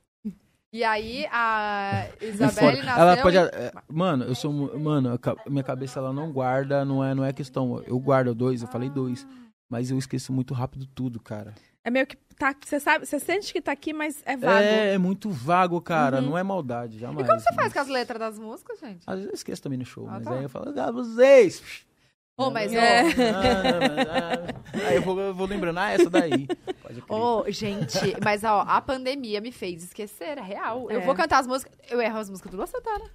Speaker 1: E aí, a
Speaker 4: Fora.
Speaker 1: Isabelle nasceu...
Speaker 4: ela pode.
Speaker 1: em-
Speaker 4: é, mano, eu sou. mu- Mano, a ca- minha cabeça ela não guarda, não é, não é questão. Eu guardo dois, eu falei dois. Mas eu esqueço muito rápido tudo, cara.
Speaker 2: É meio que tá. Você sabe, você sente que tá aqui, mas é vago.
Speaker 4: É, é muito vago, cara.
Speaker 2: Uhum.
Speaker 4: Não é maldade, jamais.
Speaker 1: E como você faz
Speaker 4: mas-
Speaker 1: com as letras das músicas, gente?
Speaker 4: Às vezes eu esqueço também no show,
Speaker 1: Ah,
Speaker 4: mas
Speaker 1: tá.
Speaker 4: aí eu falo, ah, vocês!
Speaker 1: Ô, mas... ô,
Speaker 2: É.
Speaker 4: Ah, aí eu vou, eu vou lembrando, ah, essa daí. Pode crer.
Speaker 1: Ô, Oh, gente, mas ó, a pandemia me fez esquecer, é real. Eu
Speaker 2: É.
Speaker 1: vou cantar as músicas. Eu erro as músicas duas Santana.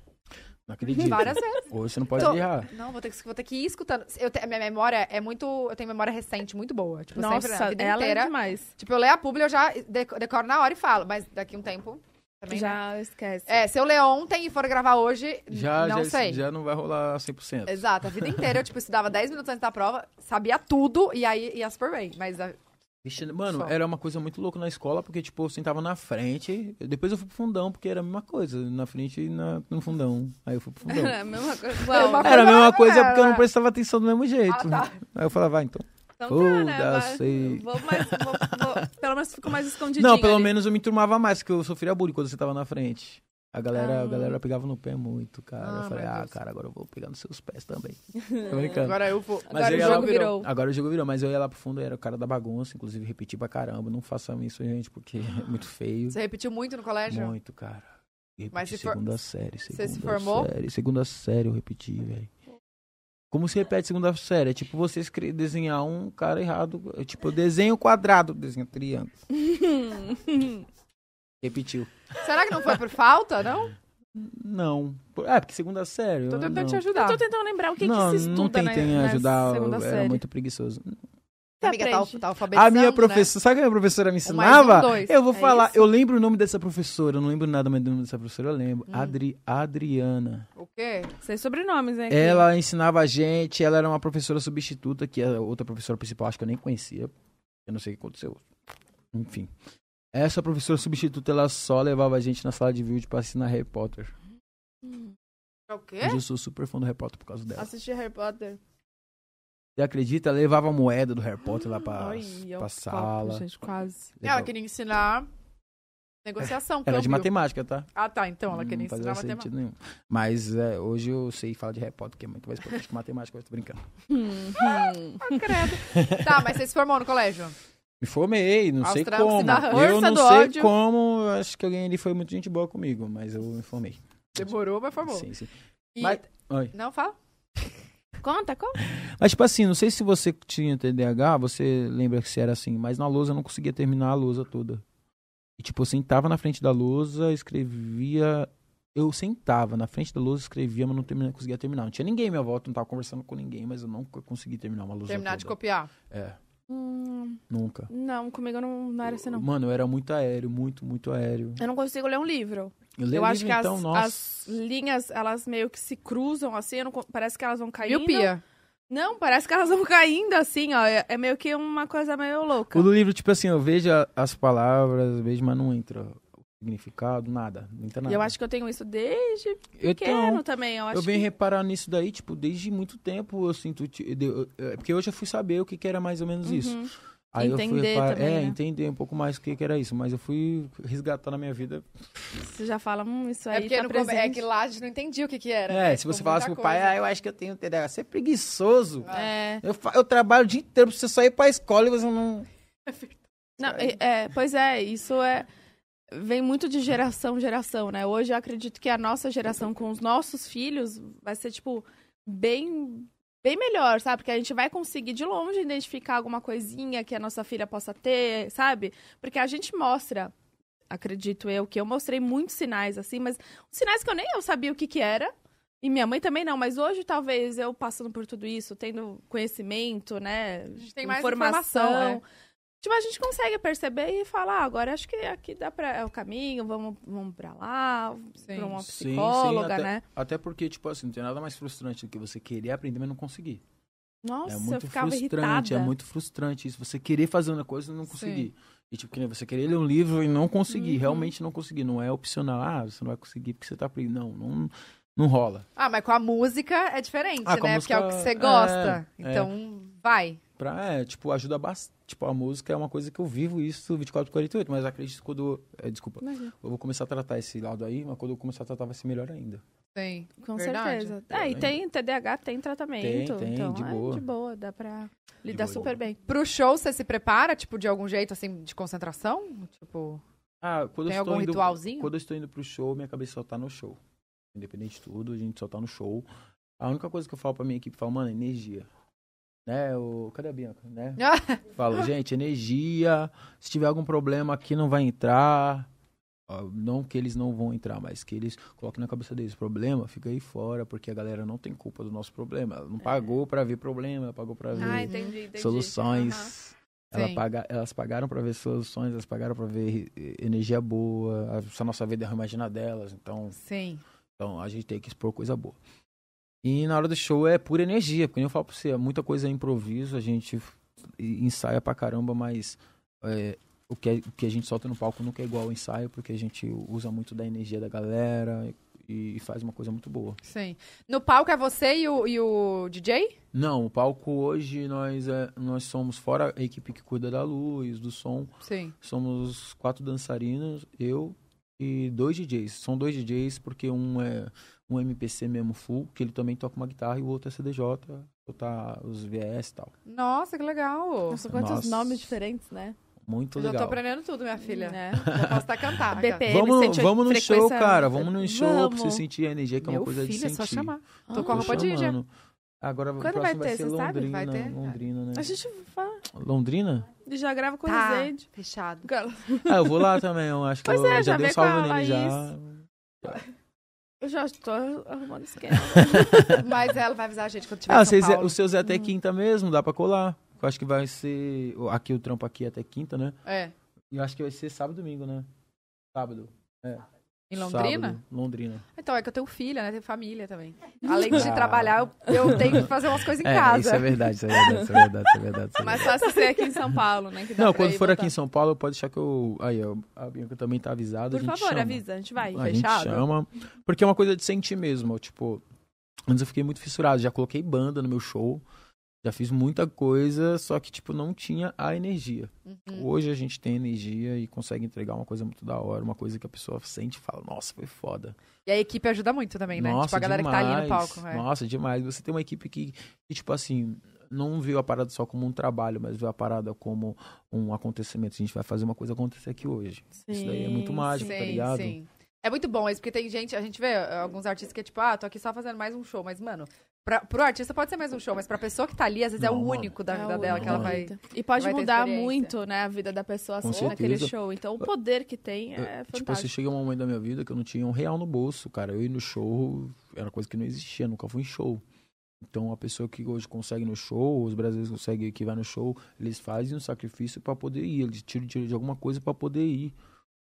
Speaker 4: não acredito.
Speaker 1: Várias vezes.
Speaker 4: Hoje você não pode
Speaker 1: Tô-
Speaker 4: errar.
Speaker 1: Não, vou ter que, vou ter que ir escutando. Eu te- a minha memória é muito. Eu tenho memória recente, muito boa. Tipo,
Speaker 2: Nossa,
Speaker 1: sempre, a vida
Speaker 2: ela
Speaker 1: inteira.
Speaker 2: é demais.
Speaker 1: Tipo, eu leio a publi, eu já deco- decoro na hora e falo. Mas daqui um tempo. Também não.
Speaker 6: (laughs)
Speaker 2: Já esquece.
Speaker 1: É, se eu ler ontem e for gravar hoje,
Speaker 4: Já,
Speaker 1: não
Speaker 4: já,
Speaker 1: sei.
Speaker 4: já não vai rolar 100%.
Speaker 1: Exato, a vida inteira eu, tipo, estudava 10 minutos antes da prova, sabia tudo e aí ia super bem. Mas a-
Speaker 4: Vixe, mano,
Speaker 1: Só.
Speaker 4: era uma coisa muito louca na escola, porque, tipo, eu sentava na frente, depois eu fui pro fundão, porque era a mesma coisa, na frente e na- no fundão. Aí eu fui pro
Speaker 1: (laughs)
Speaker 4: fundão.
Speaker 2: É a mesma coisa.
Speaker 1: Era uma-
Speaker 2: Bom,
Speaker 4: Era a mesma coisa
Speaker 1: era.
Speaker 4: porque eu não prestava atenção do mesmo jeito.
Speaker 1: é, Ah, tá.
Speaker 4: Aí eu falava, ah, então.
Speaker 2: então
Speaker 4: Foda-se.
Speaker 2: Vai- Vou mais, vou, vou- pelo menos fico mais escondidinho.
Speaker 4: Não, pelo
Speaker 2: ali.
Speaker 4: menos eu me turmava mais, porque eu sofria bullying quando você tava na frente. A galera, a galera pegava no pé muito, cara.
Speaker 1: Ah,
Speaker 4: eu falei,
Speaker 1: meu
Speaker 4: ah,
Speaker 1: Deus.
Speaker 4: cara, agora eu vou pegar nos seus
Speaker 1: (laughs)
Speaker 4: pés também. Tô brincando.
Speaker 1: agora eu vou.
Speaker 4: Mas
Speaker 2: Agora
Speaker 4: eu
Speaker 2: o
Speaker 4: ia
Speaker 2: jogo
Speaker 4: lá-
Speaker 2: virou.
Speaker 4: Agora o jogo virou, mas eu ia lá pro fundo, eu era o cara da bagunça, inclusive repeti pra caramba. Não façam isso, gente, porque (laughs) é muito feio.
Speaker 1: Você repetiu muito no colégio?
Speaker 4: Muito, cara. Eu
Speaker 1: Mas
Speaker 4: repeti
Speaker 1: se for-
Speaker 4: segunda série,
Speaker 1: Você
Speaker 4: segunda
Speaker 1: se formou?
Speaker 4: série, segunda série eu repeti, velho. Como se repete segunda série? É tipo você escre- desenhar um cara errado. É Tipo, eu desenho quadrado, desenho
Speaker 1: (laughs)
Speaker 4: triângulo. Repetiu.
Speaker 1: Será que não foi por falta, não?
Speaker 4: Não. Por- É, porque segunda série.
Speaker 1: Tô
Speaker 4: eu
Speaker 1: tentando
Speaker 4: não.
Speaker 1: te
Speaker 2: Eu
Speaker 1: ajudar.
Speaker 2: tô tentando lembrar o que,
Speaker 4: Tá. não,
Speaker 2: que se estuda né,
Speaker 4: não tentem
Speaker 1: né,
Speaker 2: na, na
Speaker 4: ajudar, eu
Speaker 2: segunda
Speaker 4: era
Speaker 2: série.
Speaker 4: muito preguiçoso.
Speaker 2: Tá
Speaker 1: Amiga, tá,
Speaker 2: frente.
Speaker 1: tá alfabetizando,
Speaker 4: A minha
Speaker 1: né? um,
Speaker 4: professora, sabe o que a minha professora me ensinava?
Speaker 1: dois,
Speaker 4: eu vou
Speaker 2: é
Speaker 4: falar,
Speaker 2: isso?
Speaker 4: eu lembro o nome dessa professora, eu não lembro nada mais do nome dessa professora, eu
Speaker 1: Hum.
Speaker 4: lembro. Adri, Adriana.
Speaker 1: O quê?
Speaker 2: Sei sobrenomes, né?
Speaker 4: Ela ensinava a gente, ela era uma professora substituta, que a outra professora principal acho que eu nem conhecia. Eu não sei o que aconteceu. Enfim. Essa professora substituta, ela só levava a gente na sala de vídeo pra assinar Harry Potter. É
Speaker 1: O quê?
Speaker 4: Hoje eu sou super fã do Harry Potter por causa
Speaker 1: Hum. Assim.
Speaker 4: dela.
Speaker 2: Assistir Harry Potter.
Speaker 4: Você acredita? Ela levava a moeda do Harry Potter lá pra,
Speaker 2: Ai, é
Speaker 4: pra
Speaker 2: um
Speaker 4: sala.
Speaker 2: copo, gente, quase.
Speaker 1: Ela
Speaker 4: Levava-
Speaker 1: queria ensinar negociação,
Speaker 4: Era de
Speaker 1: câmbio.
Speaker 4: matemática, tá?
Speaker 1: Ah, tá. é um Então, ela queria
Speaker 4: não fazia
Speaker 1: ensinar matemática.
Speaker 4: sentido nenhum. Mas é, hoje eu sei falar de Harry Potter, que é muito mais importante que matemática, mas tô brincando.
Speaker 1: Ah, Tá,
Speaker 4: (laughs)
Speaker 1: mas você se formou no colégio?
Speaker 4: Me formei, não sei
Speaker 1: Austrália,
Speaker 4: como.
Speaker 1: cidade-
Speaker 4: Eu
Speaker 1: força
Speaker 4: não
Speaker 1: do
Speaker 4: sei
Speaker 1: ódio.
Speaker 4: como, eu acho que alguém ali foi muito gente boa comigo, mas eu me formei.
Speaker 1: Demorou, mas formou.
Speaker 4: Sim, sim.
Speaker 1: E-
Speaker 4: Mas, Oi.
Speaker 1: Não, fala.
Speaker 2: Conta, conta.
Speaker 4: Mas, tipo assim, não sei se você tinha TDAH, você lembra que você era assim, mas na lousa eu não conseguia terminar a lousa toda. E, tipo, eu sentava na frente da lousa, escrevia. Eu sentava na frente da lousa, escrevia, mas não termina- conseguia terminar. Não tinha ninguém à minha volta, não tava conversando com ninguém, mas eu nunca consegui terminar uma lousa
Speaker 1: Terminar de
Speaker 4: toda.
Speaker 1: copiar.
Speaker 4: É,
Speaker 2: Hum,
Speaker 4: nunca.
Speaker 2: não, comigo não, não era assim, não.
Speaker 4: Mano, eu era muito aéreo, muito, muito aéreo.
Speaker 2: Eu não consigo ler um livro.
Speaker 4: Eu, leio
Speaker 2: eu acho
Speaker 4: livro,
Speaker 2: que as,
Speaker 4: então, nossa.
Speaker 2: as linhas, elas meio que se cruzam assim, eu não con- parece que elas vão caindo.
Speaker 1: Miopia.
Speaker 2: Não, parece que elas vão caindo assim, ó. É, é meio que uma coisa meio louca.
Speaker 4: O do livro, tipo assim, eu vejo a- as palavras, vejo, mas não entra o significado, nada. Não entra
Speaker 2: E
Speaker 4: nada.
Speaker 2: eu acho que eu tenho isso desde
Speaker 4: eu
Speaker 2: pequeno
Speaker 4: tenho. um,
Speaker 2: também. Eu acho
Speaker 4: Eu venho
Speaker 2: que...
Speaker 4: reparando nisso daí, tipo, desde muito tempo eu sinto. ti- de- eu- é Porque hoje eu fui saber o que, que era mais ou menos isso.
Speaker 2: Uhum.
Speaker 4: Aí eu fui
Speaker 2: Entender
Speaker 4: reparar.
Speaker 2: também,
Speaker 4: É,
Speaker 2: né?
Speaker 4: entender um pouco mais o que, que era isso. Mas eu fui resgatar na minha vida.
Speaker 2: Você já fala, hum, isso aí
Speaker 1: É porque
Speaker 2: tá
Speaker 1: no come-
Speaker 2: presente.
Speaker 1: é que lá a gente não entendia o que que era.
Speaker 4: É,
Speaker 1: né?
Speaker 4: se
Speaker 1: Tipo,
Speaker 4: você falasse pro
Speaker 1: muita
Speaker 4: pai,
Speaker 1: coisa.
Speaker 4: ah, eu acho que eu tenho TDAH, você é preguiçoso.
Speaker 2: É.
Speaker 4: Eu, fa- eu trabalho o dia inteiro pra você sair pra escola e você não.
Speaker 2: Não, é, é, pois é, isso é vem muito de geração em geração, né? Hoje eu acredito que a nossa geração com os nossos filhos vai ser tipo bem bem melhor, sabe? Porque a gente vai conseguir de longe identificar alguma coisinha que a nossa filha possa ter, sabe? Porque a gente mostra Acredito eu que eu mostrei muitos sinais assim, mas sinais que eu nem eu sabia o que que era. E minha mãe também não, mas hoje talvez eu passando por tudo isso, tendo conhecimento, né?
Speaker 1: A gente tem mais
Speaker 2: informação,
Speaker 1: informação. é.
Speaker 6: Tipo, a gente consegue perceber e falar, ah, agora acho que aqui dá pra, é o caminho, vamos, vamos pra lá, vamos
Speaker 1: Sim.
Speaker 6: pra uma
Speaker 4: Sim, sim,
Speaker 6: psicóloga,
Speaker 4: até-
Speaker 6: né?
Speaker 4: Até porque, tipo assim, não tem nada mais frustrante do que você querer aprender, mas não conseguir.
Speaker 6: Nossa,
Speaker 4: é
Speaker 6: eu
Speaker 4: muito
Speaker 6: ficava
Speaker 4: frustrante,
Speaker 6: irritada.
Speaker 4: é muito frustrante isso. Você querer fazer uma coisa e não conseguir. E tipo, que nem você querer ler um livro e não conseguir, realmente não conseguir. Não é opcional, ah, você não vai conseguir porque você tá aprendendo. Não, não, não rola.
Speaker 1: Ah, mas com a música é diferente,
Speaker 4: Ah, com a
Speaker 1: né? Porque é o que
Speaker 4: música-
Speaker 1: você gosta.
Speaker 4: é, é.
Speaker 1: então, vai.
Speaker 4: Pra, é, tipo, ajuda bastante. Tipo, a música é uma coisa que eu vivo isso 24 por 48, mas acredito que quando. é, desculpa,
Speaker 6: Imagina.
Speaker 4: eu vou começar a tratar esse lado aí, mas quando eu começar a tratar vai ser melhor ainda.
Speaker 1: Sim.
Speaker 6: Com
Speaker 1: Verdade.
Speaker 6: certeza. É, e tem TDAH, tem tratamento.
Speaker 4: né? tem,
Speaker 6: então,
Speaker 4: de
Speaker 6: é,
Speaker 4: boa.
Speaker 6: de boa, dá pra
Speaker 4: De
Speaker 6: lidar
Speaker 4: boa.
Speaker 6: super bem.
Speaker 1: Pro show, você se prepara, tipo, de algum jeito, assim, de concentração? Tipo,
Speaker 4: Ah, quando
Speaker 1: tem
Speaker 4: eu estou
Speaker 1: algum
Speaker 4: indo-
Speaker 1: ritualzinho?
Speaker 4: Quando eu estou indo pro show, minha cabeça só tá no show. Independente de tudo, a gente só tá no show. A única coisa que eu falo pra minha equipe, falo, mano, energia. Né, o... Cadê a Bianca, né? falo, gente, energia. Se tiver algum problema aqui, não vai entrar. Ó, Não que eles não vão entrar, mas que eles coloquem na cabeça deles. Problema, fica aí fora, porque a galera não tem culpa do nosso problema. Ela não pagou pra ver problema, ela pagou pra ver
Speaker 6: Ah, entendi, entendi.
Speaker 4: soluções. Ela
Speaker 1: Sim.
Speaker 4: paga- elas pagaram para ver soluções, elas pagaram para ver eh, energia boa, a, a nossa vida é imagina delas, então,
Speaker 1: Sim.
Speaker 4: então a gente tem que expor coisa boa. E na hora do show é pura energia, porque nem eu falo pra você, é muita coisa é improviso, a gente e- ensaia pra caramba, mas é, o, que, o que a gente solta no palco nunca é igual ao ensaio, porque a gente usa muito da energia da galera e, e faz uma coisa muito boa.
Speaker 1: Sim. No palco é você e o, e o DJ?
Speaker 4: Não, o palco hoje nós, é- nós somos, fora a equipe que cuida da luz, do som,
Speaker 1: Sim.
Speaker 4: Somos quatro dançarinos, eu e dois DJs. São dois DJs porque um é um MPC mesmo full, que ele também toca uma guitarra, e o outro é CDJ, tá os VS e tal.
Speaker 1: Nossa, que legal.
Speaker 6: Nossa, quantos
Speaker 4: Nossa.
Speaker 6: nomes diferentes, né?
Speaker 4: Muito
Speaker 1: Eu já tô
Speaker 4: legal.
Speaker 1: aprendendo tudo, minha filha.
Speaker 4: (laughs)
Speaker 6: Né?
Speaker 1: Já posso até cantar.
Speaker 6: BP.
Speaker 4: Vamos,
Speaker 6: Ele sente a
Speaker 4: vamos no
Speaker 6: frequência-
Speaker 4: show, cara. Vamos no show pra você
Speaker 6: Vamos.
Speaker 4: sentir a energia, que é uma
Speaker 1: Meu
Speaker 4: coisa
Speaker 1: filho,
Speaker 4: de
Speaker 1: é só
Speaker 4: sentir.
Speaker 1: chamar. Tô
Speaker 6: Ah,
Speaker 1: com a roupa de DJ.
Speaker 4: chamando. Agora o
Speaker 6: Quando
Speaker 4: próximo
Speaker 6: vai
Speaker 4: vai
Speaker 6: ter,
Speaker 4: ser
Speaker 6: você sabe?
Speaker 4: Londrina.
Speaker 1: Vai ter?
Speaker 4: Londrina, né?
Speaker 6: A gente fala,
Speaker 4: Londrina?
Speaker 6: já grava com
Speaker 1: Tá.
Speaker 6: o Zed.
Speaker 1: fechado.
Speaker 4: Ah, eu vou lá também. Eu acho que
Speaker 6: Pois
Speaker 4: eu
Speaker 6: é,
Speaker 4: já
Speaker 6: já
Speaker 4: dei um
Speaker 6: vem
Speaker 4: salve
Speaker 6: com a
Speaker 4: nele
Speaker 6: Laís.
Speaker 4: já.
Speaker 6: Eu já tô arrumando esquema. (laughs)
Speaker 1: (laughs) Mas ela vai avisar a gente quando tiver Tipo,
Speaker 4: Ah,
Speaker 1: em São
Speaker 4: vocês,
Speaker 1: Paulo. Uhum.
Speaker 4: os seus é até quinta mesmo, dá pra colar. Eu acho que vai ser. Aqui o trampo aqui é até quinta, né?
Speaker 1: É.
Speaker 4: E eu acho que vai ser sábado e domingo, né? Sábado.
Speaker 1: Em Londrina?
Speaker 4: Sábado, Londrina.
Speaker 1: Então, é que eu tenho filha, né? Tenho família também. Além de trabalhar, eu, eu tenho que fazer umas coisas em casa.
Speaker 4: verdade, Ah. É, isso é verdade, isso é verdade, isso é verdade. isso é
Speaker 6: Mas
Speaker 4: verdade.
Speaker 6: só se ser aqui em São Paulo, né? que dá
Speaker 4: Não,
Speaker 6: pra
Speaker 4: quando
Speaker 6: ir
Speaker 4: for
Speaker 6: voltar.
Speaker 4: aqui em São Paulo, pode deixar que eu. Aí, ó, a Bianca também tá avisada. a
Speaker 6: Por
Speaker 4: gente
Speaker 6: favor,
Speaker 4: chama.
Speaker 6: avisa, a gente vai.
Speaker 4: A
Speaker 6: fechado?
Speaker 4: gente chama. Porque é uma coisa de sentir mesmo. ó, Tipo, antes eu fiquei muito fissurado. Já coloquei banda no meu show. Já fiz muita coisa, só que, tipo, não tinha a energia.
Speaker 1: Uhum.
Speaker 4: Hoje a gente tem energia e consegue entregar uma coisa muito da hora, uma coisa que a pessoa sente e fala, nossa, foi foda.
Speaker 1: E a equipe ajuda muito também, né? tipo,
Speaker 4: Nossa,
Speaker 1: a galera
Speaker 4: demais.
Speaker 1: que tá ali no palco. é.
Speaker 4: Nossa, demais. Você tem uma equipe que, que, tipo assim, não viu a parada só como um trabalho, mas viu a parada como um acontecimento. A gente vai fazer uma coisa acontecer aqui hoje. Isso daí é muito mágico, tá ligado?
Speaker 1: É muito bom isso, porque tem gente, a gente vê eh, alguns artistas que é tipo, ah, tô aqui só fazendo mais um show, mas, mano, pra, pro artista pode ser mais um show, mas pra pessoa que tá ali, às vezes é
Speaker 4: Não,
Speaker 1: o
Speaker 4: mano.
Speaker 1: único da
Speaker 6: É
Speaker 1: vida
Speaker 6: o
Speaker 1: dela
Speaker 6: único
Speaker 1: que ela
Speaker 4: da
Speaker 1: vai.
Speaker 6: vida. E pode
Speaker 1: vai ter
Speaker 6: mudar
Speaker 1: experiência.
Speaker 6: muito, né, a vida da pessoa
Speaker 4: Com
Speaker 6: assim, naquele
Speaker 4: certeza.
Speaker 6: show. Então, o poder que tem
Speaker 4: Eu-
Speaker 6: é
Speaker 4: Tipo, assim,
Speaker 6: fantástico.
Speaker 4: chega um momento da minha vida que eu não tinha um real no bolso, cara. Eu ir no show era coisa que não existia, nunca fui em show. Então, a pessoa que hoje consegue no show, os brasileiros conseguem que vai no show, eles fazem um sacrifício pra poder ir. Eles tiram dinheiro de alguma coisa pra poder ir,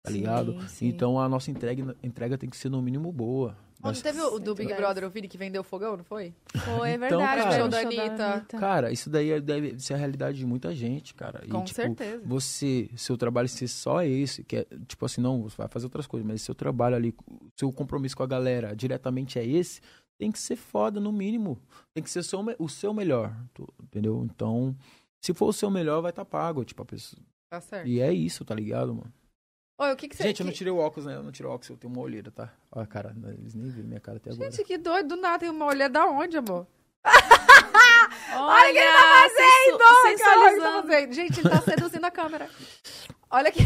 Speaker 4: tá ligado?
Speaker 6: Sim, sim.
Speaker 4: Então, a nossa entrega, entrega tem que ser no mínimo boa.
Speaker 1: Onde
Speaker 4: Nós-
Speaker 1: teve o do Big
Speaker 6: Verdade.
Speaker 1: Brother, o Vini que vendeu fogão, não foi?
Speaker 6: Pô, é
Speaker 4: Então,
Speaker 6: verdade,
Speaker 4: cara,
Speaker 6: o show
Speaker 1: o
Speaker 6: da
Speaker 1: show da
Speaker 6: Anitta.
Speaker 1: Anitta.
Speaker 4: Cara, isso daí é- deve ser a realidade de muita gente, cara. E,
Speaker 1: Com
Speaker 4: tipo,
Speaker 1: certeza.
Speaker 4: você, seu trabalho ser só esse, que é, tipo assim, não, você vai fazer outras coisas, mas seu trabalho ali, seu compromisso com a galera diretamente é esse, tem que ser foda, no mínimo. Tem que ser seu me- o seu melhor, tu- entendeu? Então, se for o seu melhor, vai estar pago, tipo, a pessoa.
Speaker 1: Tá certo.
Speaker 4: E é isso, tá ligado, mano?
Speaker 1: Oi, o que que você.
Speaker 4: Gente, eu não
Speaker 1: que-
Speaker 4: tirei o óculos, né? Eu não tirei o óculos, eu tenho uma olheira, tá? Olha, cara, eles nem viram minha cara até agora.
Speaker 1: Gente, que doido, do nada, tem uma olhada da onde, amor?
Speaker 6: Olha o que ele tá fazendo!
Speaker 1: Cara, olha o que tá
Speaker 6: sensualizando.
Speaker 1: fazendo. Gente, ele tá seduzindo a câmera. Olha (laughs) aqui.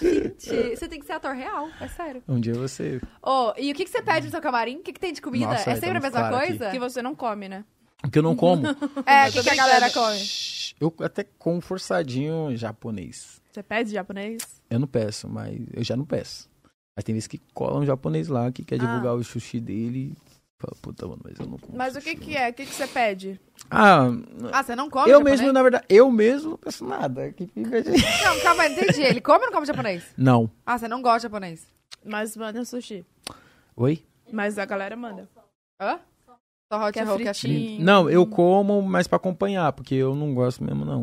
Speaker 1: Gente, você tem que ser ator real, é sério.
Speaker 4: Um dia você.
Speaker 1: Ô, e o que, que você pede no seu camarim? O que, que tem de comida?
Speaker 4: Nossa,
Speaker 1: é
Speaker 4: aí,
Speaker 1: sempre a
Speaker 4: estamos
Speaker 1: mesma
Speaker 4: claro
Speaker 1: coisa?
Speaker 6: Que você não come, né?
Speaker 4: Porque eu não como.
Speaker 1: (laughs) É, o que, que a galera come?
Speaker 4: Shhh, Eu até como forçadinho japonês.
Speaker 6: Você pede japonês?
Speaker 4: Eu não peço,
Speaker 1: Ah.
Speaker 4: mas eu já não peço. Mas tem vezes que cola um japonês lá que quer divulgar o sushi dele. Fala, Puta, mano, mas eu não como
Speaker 6: Mas o que
Speaker 4: sushi,
Speaker 6: que é? O que que você pede?
Speaker 4: mano. Ah,
Speaker 1: Ah, você não come
Speaker 4: eu
Speaker 1: japonês?
Speaker 4: mesmo, na verdade, eu mesmo não peço nada. Que
Speaker 1: (laughs)
Speaker 4: fica de...
Speaker 1: Não, calma aí, entendi. Ele come ou não come japonês?
Speaker 4: Não.
Speaker 1: Ah, você não gosta de japonês?
Speaker 6: Mas manda sushi.
Speaker 4: Oi?
Speaker 6: Mas a galera manda.
Speaker 1: Hã? Só hot
Speaker 6: Quer
Speaker 1: roll, que é
Speaker 6: fritinho.
Speaker 1: chique.
Speaker 6: Sim.
Speaker 4: Não, eu como, mas pra acompanhar, porque eu não gosto mesmo, não.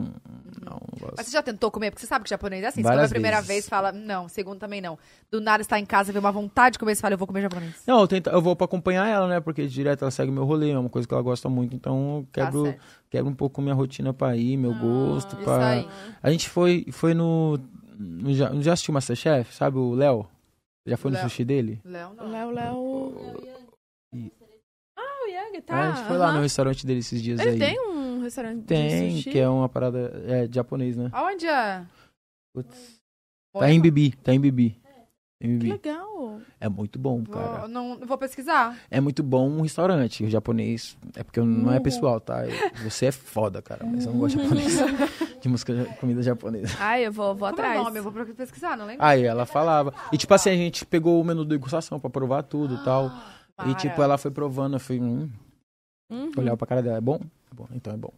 Speaker 4: Não, não gosto.
Speaker 1: Mas você já tentou comer? Porque você sabe que japonês é assim. Você come a
Speaker 4: Várias
Speaker 1: primeira
Speaker 4: vezes.
Speaker 1: vez, fala, não. Segundo também não. Do nada está em casa, vê uma vontade de comer, você fala, eu vou comer japonês.
Speaker 4: Não, eu, tento, eu vou pra acompanhar ela, né? Porque direto ela segue meu rolê, é uma coisa que ela gosta muito. Então eu
Speaker 1: Tá
Speaker 4: quebro,
Speaker 1: certo. Ah,
Speaker 4: quebro um pouco minha rotina pra ir, meu gosto.
Speaker 1: Isso
Speaker 4: Pra...
Speaker 1: aí.
Speaker 4: A gente foi, foi no, no. Já já assistiu Masterchef, sabe? O Léo? Já foi
Speaker 1: Léo.
Speaker 4: no sushi dele?
Speaker 1: Léo, não.
Speaker 6: Léo, Léo.
Speaker 4: E-
Speaker 6: Ah, o Yang, tá.
Speaker 4: É, a gente foi lá
Speaker 6: aham.
Speaker 4: no restaurante dele esses dias
Speaker 6: Ele
Speaker 4: aí.
Speaker 6: tem um restaurante de
Speaker 4: Tem,
Speaker 6: sushi?
Speaker 4: que é uma parada é, japonês, né?
Speaker 1: Aonde é?
Speaker 4: Putz.
Speaker 1: Bom,
Speaker 4: Tá
Speaker 1: eu
Speaker 4: em Bibi, tá em Bibi. Em
Speaker 6: Que
Speaker 4: Bibi.
Speaker 6: legal.
Speaker 4: É muito bom, cara.
Speaker 1: Vou, não, vou pesquisar.
Speaker 4: É muito bom um restaurante. O japonês. É porque eu- não é pessoal, tá? Eu- Você é foda, cara, mas eu não
Speaker 6: Uhum.
Speaker 4: gosto de japonês.
Speaker 6: (laughs)
Speaker 4: De música, comida japonesa.
Speaker 6: Ai, eu vou, vou
Speaker 1: Como
Speaker 6: atrás.
Speaker 1: é o nome? Eu vou pro- pesquisar, não lembro.
Speaker 4: Aí ela falava. E tipo assim, a gente pegou o menu de degustação pra provar tudo e tal.
Speaker 6: Ah,
Speaker 4: E tipo, ela foi provando, eu fui. Hum,
Speaker 6: Uhum.
Speaker 4: olhava pra cara dela. É bom? É bom, então é bom.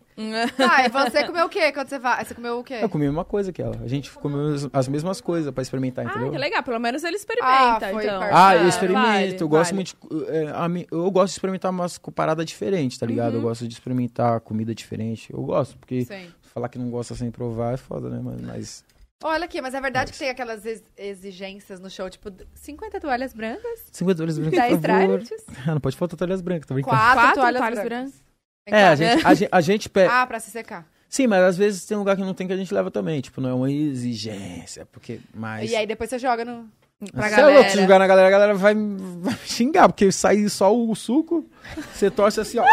Speaker 1: Tá, e você comeu o quê quando você vai? Você comeu o
Speaker 6: É.
Speaker 1: quê?
Speaker 4: Eu comi a mesma coisa que ela. A gente comeu as- as mesmas coisas pra experimentar,
Speaker 6: Ah,
Speaker 4: entendeu?
Speaker 6: que legal. Pelo menos ele experimenta,
Speaker 1: Ah, foi
Speaker 6: então.
Speaker 1: parceiro.
Speaker 4: Ah, eu
Speaker 1: Ah,
Speaker 4: experimento.
Speaker 6: vale,
Speaker 4: eu gosto
Speaker 6: vale.
Speaker 4: muito. de- é, a mi- eu gosto de experimentar umas co- paradas diferentes, tá ligado?
Speaker 6: Uhum.
Speaker 4: Eu gosto de experimentar comida diferente. Eu gosto, porque
Speaker 1: Sim.
Speaker 4: falar que não gosta sem provar é foda, né? Mas, mas
Speaker 1: Olha aqui, mas é verdade que tem aquelas ex- exigências no show, tipo, 50 toalhas brancas,
Speaker 4: 50 toalhas brancas,
Speaker 1: 10
Speaker 4: por favor.
Speaker 1: trajes,
Speaker 4: (laughs) Ah, Não pode faltar toalhas brancas, tô brincando.
Speaker 1: 4,
Speaker 6: Quatro
Speaker 1: toalhas,
Speaker 6: toalhas
Speaker 1: brancas.
Speaker 6: brancas.
Speaker 1: Tem
Speaker 4: É, a
Speaker 1: quatro.
Speaker 4: gente, é- a gente, a
Speaker 6: (laughs)
Speaker 4: gente pede.
Speaker 1: Ah, pra se secar.
Speaker 4: Sim, mas às vezes tem lugar que não tem que a gente leva também. Tipo, não é uma exigência, porque. Mas.
Speaker 1: E aí depois você joga no... pra
Speaker 6: Hum.
Speaker 4: Você é louco, se
Speaker 1: galera.
Speaker 4: jogar na galera, a galera vai, vai me xingar, porque sai só o suco, você torce assim, ó.
Speaker 1: uh,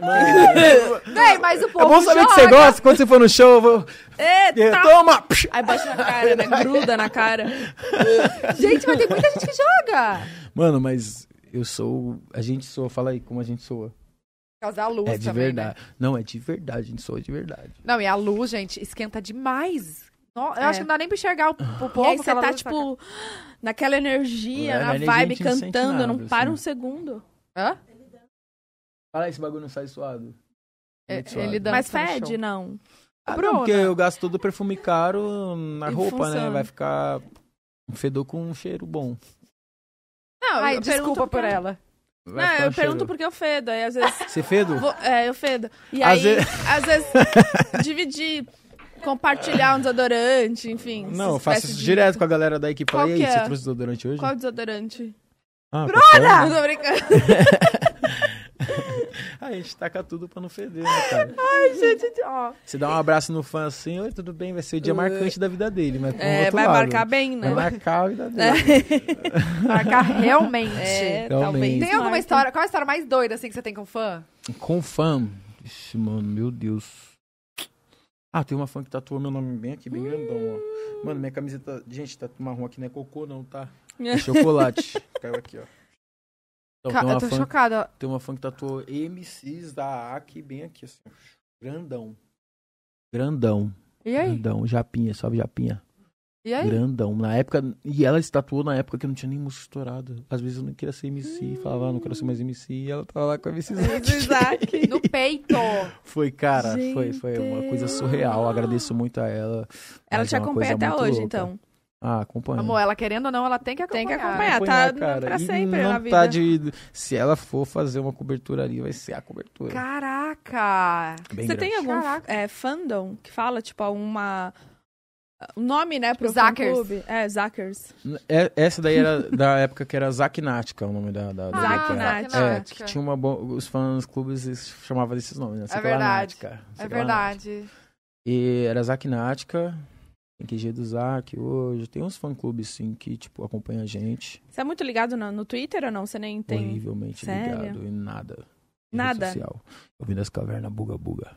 Speaker 4: Mano,
Speaker 1: Véi, mas uh, (laughs) o povo
Speaker 4: é bom saber
Speaker 1: joga.
Speaker 4: que você gosta, quando você for no show, eu vou... É,
Speaker 6: Eita!
Speaker 4: Toma!
Speaker 6: Aí bate na cara, né? Gruda na
Speaker 1: (laughs)
Speaker 6: cara.
Speaker 1: Gente, mas tem muita gente que joga.
Speaker 4: Mano, mas eu sou... A gente soa, fala aí como a gente soa.
Speaker 1: Causar a luz
Speaker 4: É de
Speaker 1: também, né?
Speaker 4: verdade. Não, é de verdade, a gente soa de verdade.
Speaker 1: Não, e a luz, gente, esquenta demais. No- eu
Speaker 6: É.
Speaker 1: acho que não dá nem pra enxergar o,
Speaker 4: Ah.
Speaker 1: o
Speaker 6: E
Speaker 1: povo.
Speaker 6: aí você
Speaker 1: aquela
Speaker 6: tá,
Speaker 1: luz, saca?
Speaker 6: tipo, naquela energia,
Speaker 4: É,
Speaker 6: na
Speaker 4: mas a
Speaker 6: vibe,
Speaker 4: gente não sente
Speaker 6: cantando.
Speaker 4: nada,
Speaker 6: não para
Speaker 4: assim.
Speaker 6: um segundo.
Speaker 1: Hã?
Speaker 4: Fala aí, esse bagulho não sai suado.
Speaker 1: É,
Speaker 4: Muito suado.
Speaker 1: ele dança
Speaker 6: Mas
Speaker 1: no
Speaker 6: fede,
Speaker 1: chão.
Speaker 6: não.
Speaker 4: Ah,
Speaker 6: Bruna.
Speaker 4: não, porque eu gasto todo o perfume caro na
Speaker 6: E
Speaker 4: roupa, né?
Speaker 6: funciona.
Speaker 4: Vai ficar... um Fedor com um cheiro bom.
Speaker 6: Não,
Speaker 1: Ai,
Speaker 6: eu
Speaker 1: desculpa
Speaker 6: pergunto
Speaker 1: por
Speaker 6: porque-
Speaker 1: ela.
Speaker 4: Vai
Speaker 6: Não,
Speaker 4: ficar um
Speaker 6: eu pergunto
Speaker 4: cheiro.
Speaker 6: porque eu fedo. Aí às vezes.
Speaker 4: Você fedo?
Speaker 6: vou- é, eu fedo. E
Speaker 4: Às
Speaker 6: aí,
Speaker 4: vezes-
Speaker 6: (laughs) às vezes, dividir, compartilhar um desodorante, enfim.
Speaker 4: Não, eu
Speaker 6: essas
Speaker 4: faço
Speaker 6: peças
Speaker 4: isso
Speaker 6: de-
Speaker 4: direto com a galera da equipe.
Speaker 6: Qual
Speaker 4: Fala, e aí,
Speaker 6: que é?
Speaker 4: você trouxe desodorante hoje?
Speaker 6: Qual desodorante?
Speaker 4: Ah, Bruna!
Speaker 6: (laughs) Não tô brincando.
Speaker 4: Ah, A gente taca tudo pra não feder, né,
Speaker 6: (laughs)
Speaker 4: cara?
Speaker 6: Ai, gente, ó.
Speaker 4: Você dá um abraço no fã assim, oi, tudo bem? Vai ser o dia marcante da vida dele, mas com
Speaker 6: É,
Speaker 4: outro
Speaker 6: vai
Speaker 4: lado.
Speaker 6: marcar bem, né?
Speaker 4: Vai marcar a vida dele.
Speaker 6: (laughs)
Speaker 1: Marcar realmente.
Speaker 6: É,
Speaker 4: Realmente.
Speaker 6: talvez.
Speaker 1: Tem alguma
Speaker 6: marque. (laughs)
Speaker 1: história? Qual é a história mais doida assim que você tem com fã?
Speaker 4: Com fã. Ixi, mano, meu Deus. Ah, tem uma fã que tatuou meu nome bem aqui, bem grandão, ó. Mano, minha camiseta. Gente, tá marrom aqui, não é cocô, não, tá?
Speaker 1: (laughs)
Speaker 4: É chocolate. Caiu aqui, ó. Então,
Speaker 1: Ca-
Speaker 4: tem, uma
Speaker 1: eu tô
Speaker 4: fã,
Speaker 1: chocada.
Speaker 4: tem uma fã que tatuou MCs da aqui, bem aqui, assim. Grandão. Grandão.
Speaker 1: E aí?
Speaker 4: Grandão. Japinha, salve, Japinha.
Speaker 1: E aí?
Speaker 4: Grandão. Na época. E ela se tatuou na época que não tinha nem música estourada. Às vezes eu não queria ser MC. Falava, ah, não quero ser mais MC. E ela tava lá com a MC. (laughs)
Speaker 6: Isaac.
Speaker 1: No peito.
Speaker 4: Foi, cara, foi, foi uma coisa surreal. Agradeço muito a ela.
Speaker 6: Ela
Speaker 4: Mas
Speaker 6: te
Speaker 4: é uma
Speaker 6: acompanha
Speaker 4: coisa
Speaker 6: até
Speaker 4: muito
Speaker 6: hoje,
Speaker 4: louca.
Speaker 6: então.
Speaker 4: Ah, acompanha.
Speaker 1: Amor, ela querendo ou não, ela tem que acompanhar.
Speaker 6: Tem que acompanhar,
Speaker 4: Acompanhar,
Speaker 6: tá
Speaker 4: cara.
Speaker 6: pra
Speaker 4: E
Speaker 6: sempre
Speaker 4: não
Speaker 6: na vida.
Speaker 4: tá de. Se ela for fazer uma cobertura ali, vai ser a cobertura.
Speaker 1: Caraca. É
Speaker 4: Bem
Speaker 6: Você
Speaker 4: grande.
Speaker 6: tem algum
Speaker 1: Caraca.
Speaker 6: é, fandom que fala, tipo, uma. Um nome, né, pro
Speaker 1: Os Zackers.
Speaker 6: fã-clube? É, Zackers.
Speaker 4: É- Essa
Speaker 6: (laughs)
Speaker 4: daí era da época que era Zaknática, o nome da. da, da
Speaker 1: Ah,
Speaker 4: da-
Speaker 6: Zaknática.
Speaker 4: É, que tinha uma bo... Os fãs clubes eles chamavam desses nomes, né?
Speaker 1: verdade.
Speaker 4: Zaknática,
Speaker 1: É
Speaker 4: Zaknática.
Speaker 1: verdade.
Speaker 4: E era Zaknática, tem QG do Zak hoje. Tem uns fã clubes, sim, que, tipo, acompanham a gente.
Speaker 6: Você é muito ligado no, no Twitter ou não? Você nem tem.
Speaker 4: horrivelmente
Speaker 6: Sério?
Speaker 4: ligado em nada. Em
Speaker 6: Nada?
Speaker 4: rede Social. Eu vim das cavernas buga buga.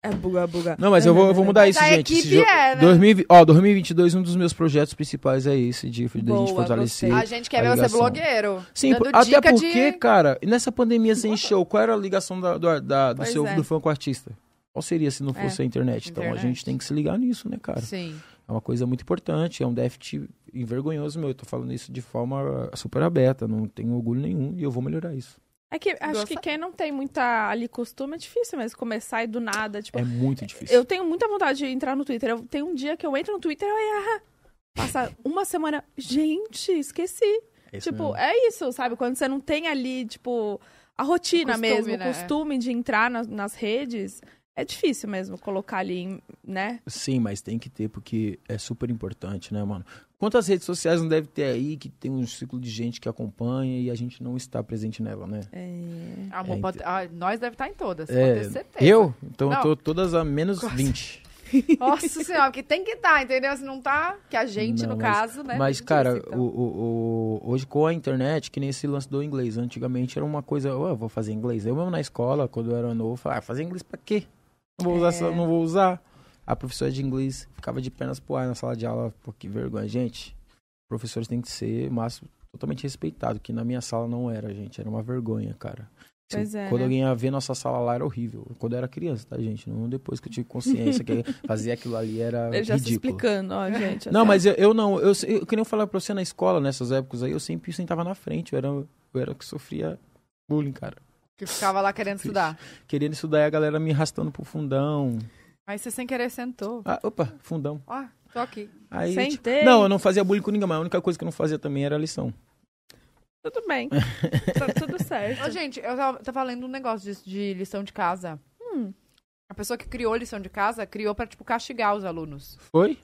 Speaker 6: É buga buga.
Speaker 4: Não, mas eu vou, eu vou mudar isso,
Speaker 1: Da
Speaker 4: gente.
Speaker 1: equipe
Speaker 4: Esse jo-
Speaker 1: é, né?
Speaker 4: 2020 ó, 2022, um dos meus projetos principais é esse, de, de a
Speaker 6: Boa,
Speaker 4: gente fortalecer.
Speaker 1: A gente quer
Speaker 4: A
Speaker 1: ver você
Speaker 4: ligação.
Speaker 1: blogueiro.
Speaker 4: Sim,
Speaker 1: dando
Speaker 4: por- até
Speaker 1: dica
Speaker 4: porque,
Speaker 1: de...
Speaker 4: cara, e nessa pandemia sem show, qual era a ligação da- do, da- do
Speaker 6: Pois
Speaker 4: seu
Speaker 6: é.
Speaker 4: do fã com o artista? Qual seria se não
Speaker 6: É.
Speaker 4: fosse a internet? Então a
Speaker 1: Internet.
Speaker 4: gente tem que se ligar nisso, né, cara?
Speaker 1: Sim.
Speaker 4: É uma coisa muito importante, é um déficit envergonhoso meu. Eu tô falando isso de forma super aberta, não tenho orgulho nenhum e eu vou melhorar isso.
Speaker 6: É que acho
Speaker 1: Gosta-
Speaker 6: que quem não tem muita ali costume é difícil mesmo começar e do nada, tipo,
Speaker 4: É muito difícil.
Speaker 6: eu tenho muita vontade de entrar no Twitter. Eu tenho um dia que eu entro no Twitter e ah, passa uma semana, gente, esqueci.
Speaker 4: É isso
Speaker 6: tipo,
Speaker 4: mesmo.
Speaker 6: é isso, sabe? Quando você não tem ali, tipo, a rotina
Speaker 1: O costume,
Speaker 6: mesmo, o
Speaker 1: né?
Speaker 6: costume de entrar nas, nas redes, é difícil mesmo colocar ali, em- né?
Speaker 4: Sim, mas tem que ter, porque é super importante, né, mano? Quantas redes sociais não deve ter aí que tem um ciclo de gente que acompanha e a gente não está presente nela, né?
Speaker 1: Amor,
Speaker 4: É,
Speaker 1: pode- ah, nós deve estar em todas,
Speaker 4: É,
Speaker 1: pode ter certeza.
Speaker 4: Eu? Então
Speaker 1: Não.
Speaker 4: eu tô todas a menos
Speaker 1: Quase.
Speaker 4: 20.
Speaker 1: (laughs) Nossa senhora, porque tem que estar, entendeu? Se não tá, que a gente,
Speaker 4: Não,
Speaker 1: no
Speaker 4: mas-
Speaker 1: caso, né?
Speaker 4: Mas,
Speaker 1: disse,
Speaker 4: cara,
Speaker 1: então.
Speaker 4: o, o- o- hoje com a internet, que nem esse lance do inglês. Antigamente era uma coisa, ó, eu vou fazer inglês. Eu mesmo na escola, quando eu era novo, eu falava, ah, fazer inglês pra quê? Não vou usar,
Speaker 6: É.
Speaker 4: essa- não vou usar. A professora de inglês ficava de pernas pro ar na sala de aula, pô, que vergonha. Gente, professores têm que ser máximo, totalmente respeitado, que na minha sala não era, gente. Era uma vergonha, cara. Assim,
Speaker 6: Pois é,
Speaker 4: quando
Speaker 6: né?
Speaker 4: alguém ia ver nossa sala lá era horrível. Quando eu era criança, tá, gente? Não depois que eu tive consciência
Speaker 6: (laughs)
Speaker 4: que fazer aquilo ali era
Speaker 6: Ele já se
Speaker 4: É ridículo.
Speaker 6: explicando, ó,
Speaker 1: Tá
Speaker 6: gente.
Speaker 4: Não,
Speaker 6: até-
Speaker 4: mas eu, eu não. Eu, eu queria falar pra você na escola, nessas épocas aí, eu sempre sentava na frente. Eu era, eu era o que sofria bullying, cara.
Speaker 1: Que ficava lá querendo estudar.
Speaker 4: Querendo estudar e a galera me arrastando pro fundão.
Speaker 1: Aí você sem querer sentou.
Speaker 4: Ah, opa, fundão.
Speaker 1: Ó, tô aqui.
Speaker 4: Aí, tipo,
Speaker 6: Sentei.
Speaker 4: não, eu não fazia bullying com ninguém, mas a única coisa que eu não fazia também era lição.
Speaker 6: Tudo bem. tá tudo certo.
Speaker 4: Então.
Speaker 1: Ô, gente, eu tava, tava lendo um negócio disso de lição de casa.
Speaker 4: Hum.
Speaker 1: A pessoa que criou lição de casa criou pra, tipo, castigar os alunos.
Speaker 4: Foi?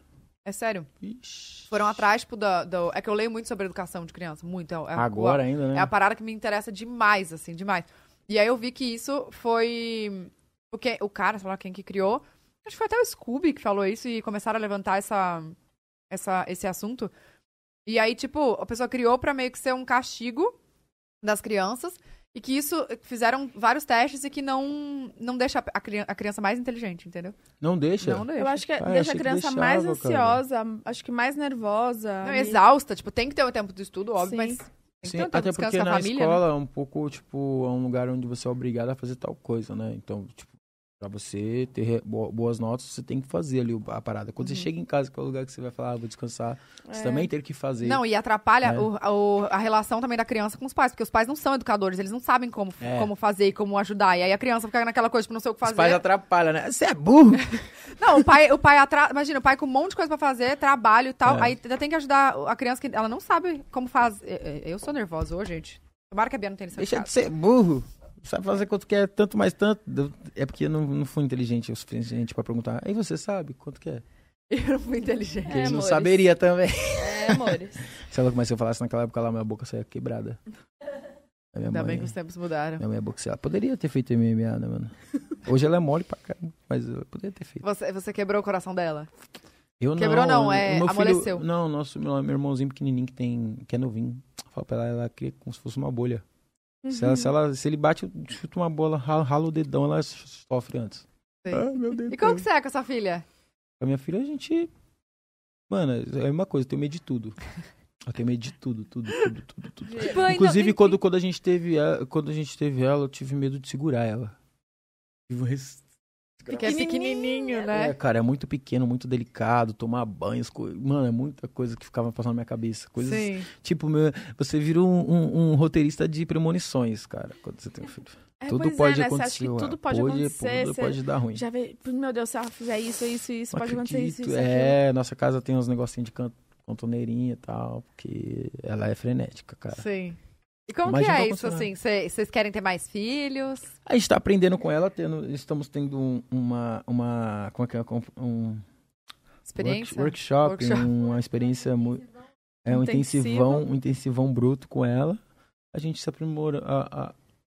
Speaker 1: É sério.
Speaker 4: Ixi.
Speaker 1: Foram atrás, tipo, da- do, É que eu leio muito sobre educação de criança. Muito. É, é-
Speaker 4: Agora ainda, né?
Speaker 1: É a parada que me interessa demais, assim, demais. E aí eu vi que isso foi. Porque o cara, sei lá quem que criou. Acho que foi até o Scooby que falou isso e começaram a levantar essa, essa, esse assunto. E aí, tipo, a pessoa criou pra meio que ser um castigo das crianças. E que isso fizeram vários testes e que não, não deixa a, cri- a criança mais inteligente, entendeu?
Speaker 4: Não deixa?
Speaker 1: Não deixa.
Speaker 6: Eu acho que é
Speaker 4: Ah, eu
Speaker 6: deixa
Speaker 4: achei
Speaker 6: a
Speaker 4: que
Speaker 6: criança
Speaker 4: deixava,
Speaker 6: mais
Speaker 4: cara.
Speaker 6: ansiosa, acho que mais nervosa.
Speaker 1: Não,
Speaker 6: ali.
Speaker 1: exausta, tipo, tem que ter o tempo do estudo, óbvio,
Speaker 6: Sim.
Speaker 1: mas tem que
Speaker 4: Sim,
Speaker 1: ter o tempo de
Speaker 4: até
Speaker 1: descanso
Speaker 4: porque
Speaker 1: da
Speaker 4: na
Speaker 1: família. né?
Speaker 4: escola é um pouco, tipo, é um lugar onde você é obrigado a fazer tal coisa, né? Então, tipo, pra você ter re- bo- boas notas, você tem que fazer ali o- a parada. Quando
Speaker 1: Uhum.
Speaker 4: você chega em casa, que é o lugar que você vai falar, ah, vou descansar, você também tem que fazer.
Speaker 1: É. Não, e atrapalha
Speaker 4: É.
Speaker 1: o- o- a relação também da criança com os pais, porque os pais não são educadores, eles não sabem como,
Speaker 4: É.
Speaker 1: como fazer e como ajudar. E aí a criança fica naquela coisa, tipo, não sei o que
Speaker 4: Os
Speaker 1: fazer.
Speaker 4: pais atrapalham, né? Você é burro!
Speaker 1: (laughs) Não, o pai, o pai atra... imagina, o pai com um monte de coisa pra fazer, trabalho e tal,
Speaker 4: É.
Speaker 1: aí ainda tem que ajudar a criança que ela não sabe como faz. É, é, Eu sou nervosa hoje, gente. Tomara que a Bia não tenha lição de
Speaker 4: Deixa
Speaker 1: casa.
Speaker 4: de ser burro! Sabe fazer quanto quer, tanto mais tanto. É porque eu não, não fui inteligente o suficiente pra perguntar. Aí você sabe quanto que é?
Speaker 1: Eu não fui inteligente.
Speaker 4: Porque eu É, não
Speaker 6: amores.
Speaker 4: saberia também. (laughs)
Speaker 6: É, amores.
Speaker 4: Se ela começou a falar assim naquela época lá, minha boca saía
Speaker 1: (laughs)
Speaker 4: quebrada. A minha
Speaker 1: Ainda
Speaker 4: mãe- é.
Speaker 1: bem que os tempos mudaram.
Speaker 4: Minha mulher boxeira. Poderia ter feito MMA,
Speaker 1: (laughs)
Speaker 4: né, mano? Hoje ela é mole pra caramba, mas eu poderia ter feito.
Speaker 1: Você, você quebrou o coração dela?
Speaker 4: Eu
Speaker 1: Quebrou não,
Speaker 4: eu-
Speaker 1: é,
Speaker 4: meu filho-
Speaker 1: amoleceu.
Speaker 4: não, nosso meu, meu irmãozinho pequenininho que tem, que é novinho, fala pra ela, ela cria como se fosse uma bolha. (laughs) Se, ela, se,
Speaker 1: Uhum.
Speaker 4: ela- se ele bate, eu chuto uma bola, rala, rala o dedão, ela sofre antes. Ah,
Speaker 1: Sim.
Speaker 4: meu Deus.
Speaker 1: E como que você é com a sua filha?
Speaker 4: A minha filha, a gente. Mano, é uma coisa, eu tenho medo de tudo. Eu tenho medo de tudo, tudo, tudo, tudo, tudo.
Speaker 6: Uhum.
Speaker 4: Tipo,
Speaker 6: Tipo,
Speaker 4: Inclusive, quando, quando, a gente teve ela, quando a gente teve ela, eu tive medo de segurar ela. Tive um res-
Speaker 1: Porque é pequenininho,
Speaker 4: É,
Speaker 1: né?
Speaker 4: cara, é muito pequeno, muito delicado, tomar banho, as coisas. Mano, é muita coisa que ficava passando na minha cabeça. Coisas
Speaker 1: Sim.
Speaker 4: tipo, meu, você vira um, um- um roteirista de premonições, cara, quando você tem um filho.
Speaker 6: É,
Speaker 4: tudo
Speaker 6: pois
Speaker 4: pode
Speaker 6: é, né? Você acha
Speaker 4: acontecer.
Speaker 6: que
Speaker 4: ué.
Speaker 6: tudo pode acontecer.
Speaker 4: Tudo
Speaker 6: você
Speaker 4: pode dar ruim.
Speaker 6: Já vê, tipo, meu Deus, se ela fizer isso, isso, isso,
Speaker 4: Não
Speaker 6: pode acontecer isso,
Speaker 4: acredito.
Speaker 6: isso, aquilo.
Speaker 4: É, nossa casa tem uns negocinhos de canto, contoneirinha e tal, porque ela é frenética, cara.
Speaker 1: Sim. E como
Speaker 4: Imagina
Speaker 1: que é
Speaker 4: como
Speaker 1: isso,
Speaker 4: funciona.
Speaker 1: assim? Cê- Vocês querem ter mais filhos?
Speaker 4: A gente tá aprendendo com ela, tendo, estamos tendo um- uma, uma, como é que é, um
Speaker 1: Experiência?
Speaker 4: Work- workshop, um-
Speaker 1: Workshop.
Speaker 4: uma experiência muito. É um
Speaker 6: Intensivo.
Speaker 4: intensivão, um intensivão bruto com ela. A gente se aprimora, a- a-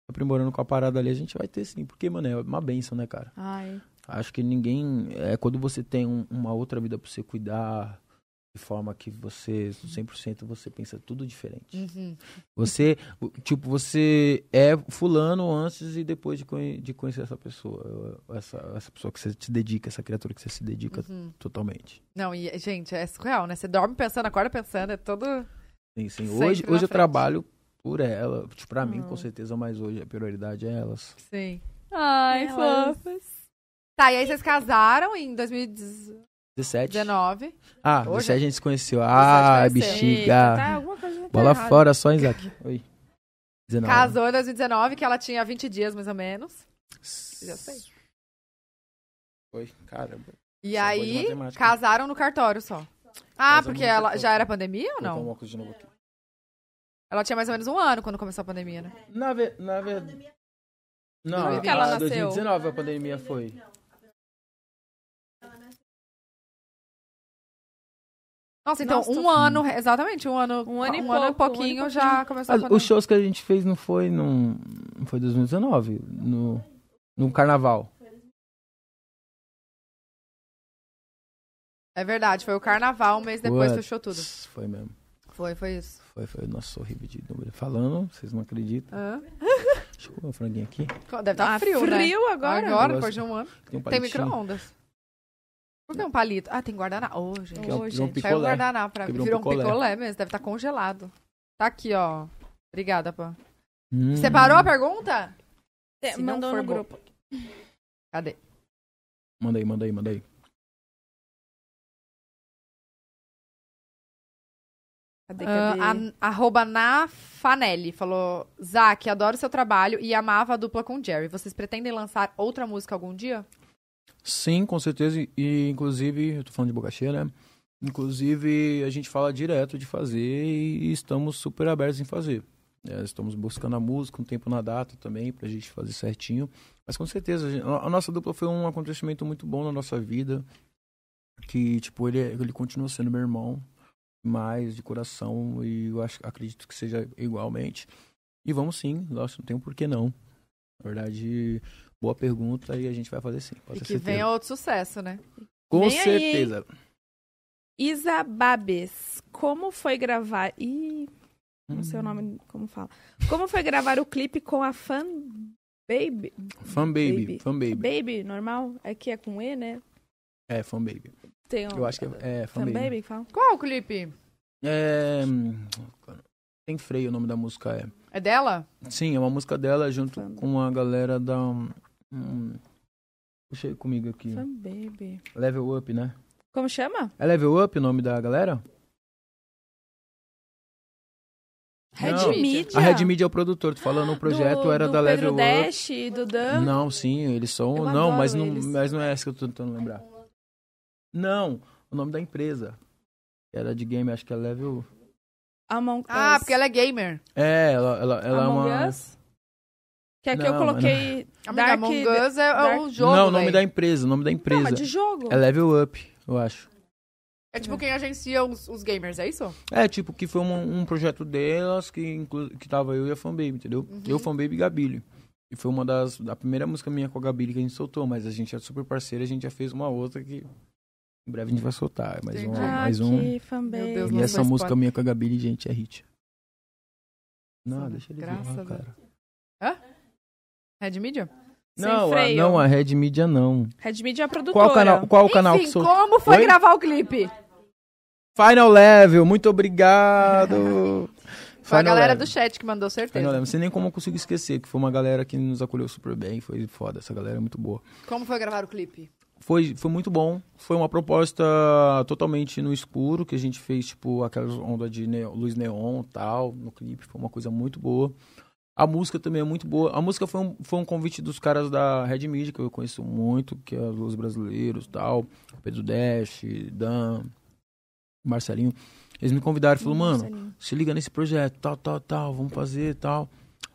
Speaker 4: aprimorando com a parada ali, a gente vai ter sim, porque, mano, é uma benção, né, cara?
Speaker 6: Ai.
Speaker 4: Acho que ninguém. É quando você tem um- uma outra vida pra você cuidar, de forma que você, 100% você pensa tudo diferente.
Speaker 1: Uhum.
Speaker 4: Você, o- tipo, você é fulano antes e depois de, conhe- de conhecer essa pessoa. Essa, essa pessoa que você se dedica, essa criatura que você se dedica
Speaker 1: Uhum.
Speaker 4: totalmente.
Speaker 1: Não, e, gente, é surreal, né? Você dorme pensando, acorda pensando, é todo.
Speaker 4: Sim, sim.
Speaker 1: Sempre
Speaker 4: Hoje,
Speaker 1: na
Speaker 4: hoje eu
Speaker 1: frente. Uhum.
Speaker 4: trabalho por ela. Tipo, pra mim, com certeza, mas hoje a prioridade é elas.
Speaker 1: Sim. É,
Speaker 2: Ai,
Speaker 6: Elas-
Speaker 2: fofas.
Speaker 1: Tá, e aí vocês casaram em 2018?
Speaker 4: 17?
Speaker 1: 19.
Speaker 4: Ah,
Speaker 1: Hoje?
Speaker 4: você a gente se conheceu. Ah,
Speaker 1: conheceu.
Speaker 4: bexiga.
Speaker 6: tá, alguma coisa
Speaker 4: Bola
Speaker 6: tá
Speaker 4: fora só, Isaac. Oi. 19.
Speaker 1: Casou em 2019, que ela tinha 20 dias, mais ou menos. Já sei.
Speaker 4: Oi, caramba.
Speaker 1: E
Speaker 4: Sou é boa de
Speaker 1: aí,
Speaker 4: matemática.
Speaker 1: casaram no cartório só. Ah,
Speaker 4: Casamos
Speaker 1: porque
Speaker 4: no
Speaker 1: ela
Speaker 4: cartório.
Speaker 1: já era pandemia ou não?
Speaker 4: um óculos de novo aqui.
Speaker 1: Ela tinha mais ou menos um ano quando começou a pandemia, né?
Speaker 4: Na, ve na verdade. Não, ah,
Speaker 6: Quando que ela
Speaker 4: a
Speaker 6: nasceu?
Speaker 4: 2019 a pandemia foi.
Speaker 1: Nossa, então
Speaker 6: Nossa,
Speaker 1: um
Speaker 6: tô-
Speaker 1: ano, exatamente, um ano, um
Speaker 6: ano e
Speaker 1: ano e
Speaker 6: pouco, um ano e
Speaker 1: pouquinho
Speaker 6: pouquinho.
Speaker 1: já começou a
Speaker 4: Mas
Speaker 1: pandemia.
Speaker 4: os shows que a gente fez não foi num. Não foi 2019. No, no carnaval.
Speaker 1: É verdade, foi o carnaval, um mês depois
Speaker 4: What?
Speaker 1: fechou tudo.
Speaker 4: Foi mesmo.
Speaker 1: Foi, foi isso.
Speaker 4: Foi, foi. Nossa, horrível de número. Falando, vocês não acreditam.
Speaker 1: Hã?
Speaker 4: Deixa eu comer um franguinho aqui.
Speaker 1: Deve estar
Speaker 6: Ah,
Speaker 1: frio, né?
Speaker 6: frio agora?
Speaker 1: Agora,
Speaker 4: Eu
Speaker 1: depois
Speaker 4: gosto-
Speaker 1: de um ano.
Speaker 4: Tem um
Speaker 1: Tem
Speaker 4: palitinho.
Speaker 1: micro-ondas. Por que um palito? Ah, tem guardanapo. Ô, gente.
Speaker 4: Que é
Speaker 6: Ô,
Speaker 4: um- que é um
Speaker 6: gente,
Speaker 1: Saiu um
Speaker 4: picolé.
Speaker 1: guardanapo pra mim.
Speaker 4: Virou um
Speaker 1: Virou um picolé.
Speaker 4: picolé.
Speaker 1: mesmo, deve estar congelado. Tá aqui, ó. Obrigada, pô.
Speaker 4: Hum.
Speaker 1: Separou a pergunta?
Speaker 6: É,
Speaker 1: Se não
Speaker 6: mandou
Speaker 1: for
Speaker 6: no
Speaker 1: bom.
Speaker 6: grupo.
Speaker 1: Cadê?
Speaker 4: Manda aí, manda aí, manda aí.
Speaker 6: Cadê,
Speaker 1: Ah,
Speaker 6: cadê?
Speaker 1: a- arroba Nafanelli falou: Zac, adoro seu trabalho e amava a dupla com o Jerry. Vocês pretendem lançar outra música algum dia?
Speaker 4: Sim, com certeza. e- E, inclusive, eu tô falando de boca cheia, né? Inclusive, a gente fala direto de fazer e estamos super abertos em fazer. É, estamos buscando a música, um tempo na data também, pra gente fazer certinho. Mas com certeza, a, gente- a- a nossa dupla foi um acontecimento muito bom na nossa vida. Que, tipo, ele, é- ele continua sendo meu irmão, mais de coração, e eu acho, acredito que seja igualmente. E vamos sim, nossa, não tem um porquê não. Na verdade, boa pergunta e a gente vai fazer sim. Pode
Speaker 1: e
Speaker 4: ter
Speaker 1: que
Speaker 4: certeza.
Speaker 1: venha outro sucesso, né?
Speaker 4: Com
Speaker 6: Vem aí, hein?
Speaker 4: certeza.
Speaker 6: Isa Babes, como foi gravar... Ih, não sei o nome, como fala. Como foi gravar o clipe com a fan... Baby?
Speaker 4: Fan baby,
Speaker 6: Baby.
Speaker 4: fan baby.
Speaker 6: Baby, normal? Aqui é com E, né?
Speaker 4: É, fan baby.
Speaker 6: Tem um...
Speaker 4: Eu acho que é, é fan,
Speaker 6: Fan
Speaker 4: baby.
Speaker 6: Baby que fala?
Speaker 1: Qual o clipe?
Speaker 4: É. hum, Tem freio o nome da música é.
Speaker 1: É dela?
Speaker 4: Sim, é uma música dela junto
Speaker 6: Fan-
Speaker 4: com a galera da. hum, hum, Puxa aí comigo aqui.
Speaker 6: Fan Baby.
Speaker 4: Level Up, né?
Speaker 6: Como chama?
Speaker 4: É Level Up o nome da galera?
Speaker 6: Red
Speaker 4: Não.
Speaker 6: Media.
Speaker 4: A Red Media é o produtor, tô
Speaker 6: (gasps)
Speaker 4: falando, o projeto
Speaker 6: do,
Speaker 4: era
Speaker 6: do
Speaker 4: da
Speaker 6: Pedro
Speaker 4: Level Up.
Speaker 6: Dash, do Dan.
Speaker 4: Não, sim, eles são.
Speaker 6: Eu
Speaker 4: não, mas
Speaker 6: adoro
Speaker 4: não,
Speaker 6: eles.
Speaker 4: mas não é essa que eu tô tentando lembrar. Não, o nome da empresa. Era de game, acho que é Level.
Speaker 6: Among
Speaker 1: Ah,
Speaker 6: Us.
Speaker 1: porque ela é gamer.
Speaker 4: É, ela, ela, ela é
Speaker 6: Among
Speaker 4: uma.
Speaker 6: Us? Que aqui eu
Speaker 4: Não,
Speaker 6: coloquei
Speaker 1: Amiga,
Speaker 6: Dark-
Speaker 1: Among Us é, é o jogo.
Speaker 4: não, o nome
Speaker 1: véi.
Speaker 4: da empresa, o nome da
Speaker 6: Não, Então, mas
Speaker 4: empresa.
Speaker 6: de jogo.
Speaker 4: É Level Up, eu acho.
Speaker 1: É tipo quem agencia os, os gamers, é isso?
Speaker 4: É, tipo, que foi um, um projeto delas que, inclu- que tava eu e a Fanbaby, entendeu?
Speaker 6: Uhum.
Speaker 4: Eu, Fanbaby e Gabilho. E foi uma das. A primeira música minha com a Gabilho que a gente soltou, mas a gente é super parceiro, a gente já fez uma outra que. Em breve a gente vai soltar. Mais um.
Speaker 1: Entendi.
Speaker 6: Ah,
Speaker 4: mais um.
Speaker 6: que fanbase.
Speaker 1: Meu Deus,
Speaker 4: E essa
Speaker 1: lançou esse
Speaker 4: música
Speaker 1: pod-
Speaker 4: minha com a Gabilho, gente, é hit. Não,
Speaker 1: Nossa,
Speaker 4: deixa ele
Speaker 1: graças a
Speaker 4: ver,
Speaker 1: Deus.
Speaker 4: cara.
Speaker 1: Red Media?
Speaker 6: Sem
Speaker 4: Não, a,
Speaker 6: freio.
Speaker 4: não, a Red Media não.
Speaker 6: Red Media é a produtora.
Speaker 4: Qual o canal, qual o canal que
Speaker 1: Enfim,
Speaker 4: soltou?
Speaker 1: como foi
Speaker 4: Oi?
Speaker 1: gravar o clipe?
Speaker 4: Final Level, muito obrigado.
Speaker 1: (laughs) Foi a galera
Speaker 4: Level.
Speaker 1: do chat que mandou
Speaker 4: Final Level,
Speaker 1: certeza.
Speaker 4: não sei nem como eu consigo esquecer, que foi uma galera que nos acolheu super bem, foi foda, essa galera é muito boa.
Speaker 1: Como foi gravar o clipe?
Speaker 4: Foi, foi muito bom, foi uma proposta totalmente no escuro, que a gente fez, tipo, aquelas ondas de neo- luz neon e tal, no clipe, foi uma coisa muito boa. A música também é muito boa. A música foi um, foi um convite dos caras da Red Media, que eu conheço muito, que é os brasileiros e tal, Pedro Dash, Dan, Marcelinho. Eles me convidaram e falaram, mano, se liga nesse projeto, tal, tal, tal, vamos fazer tal.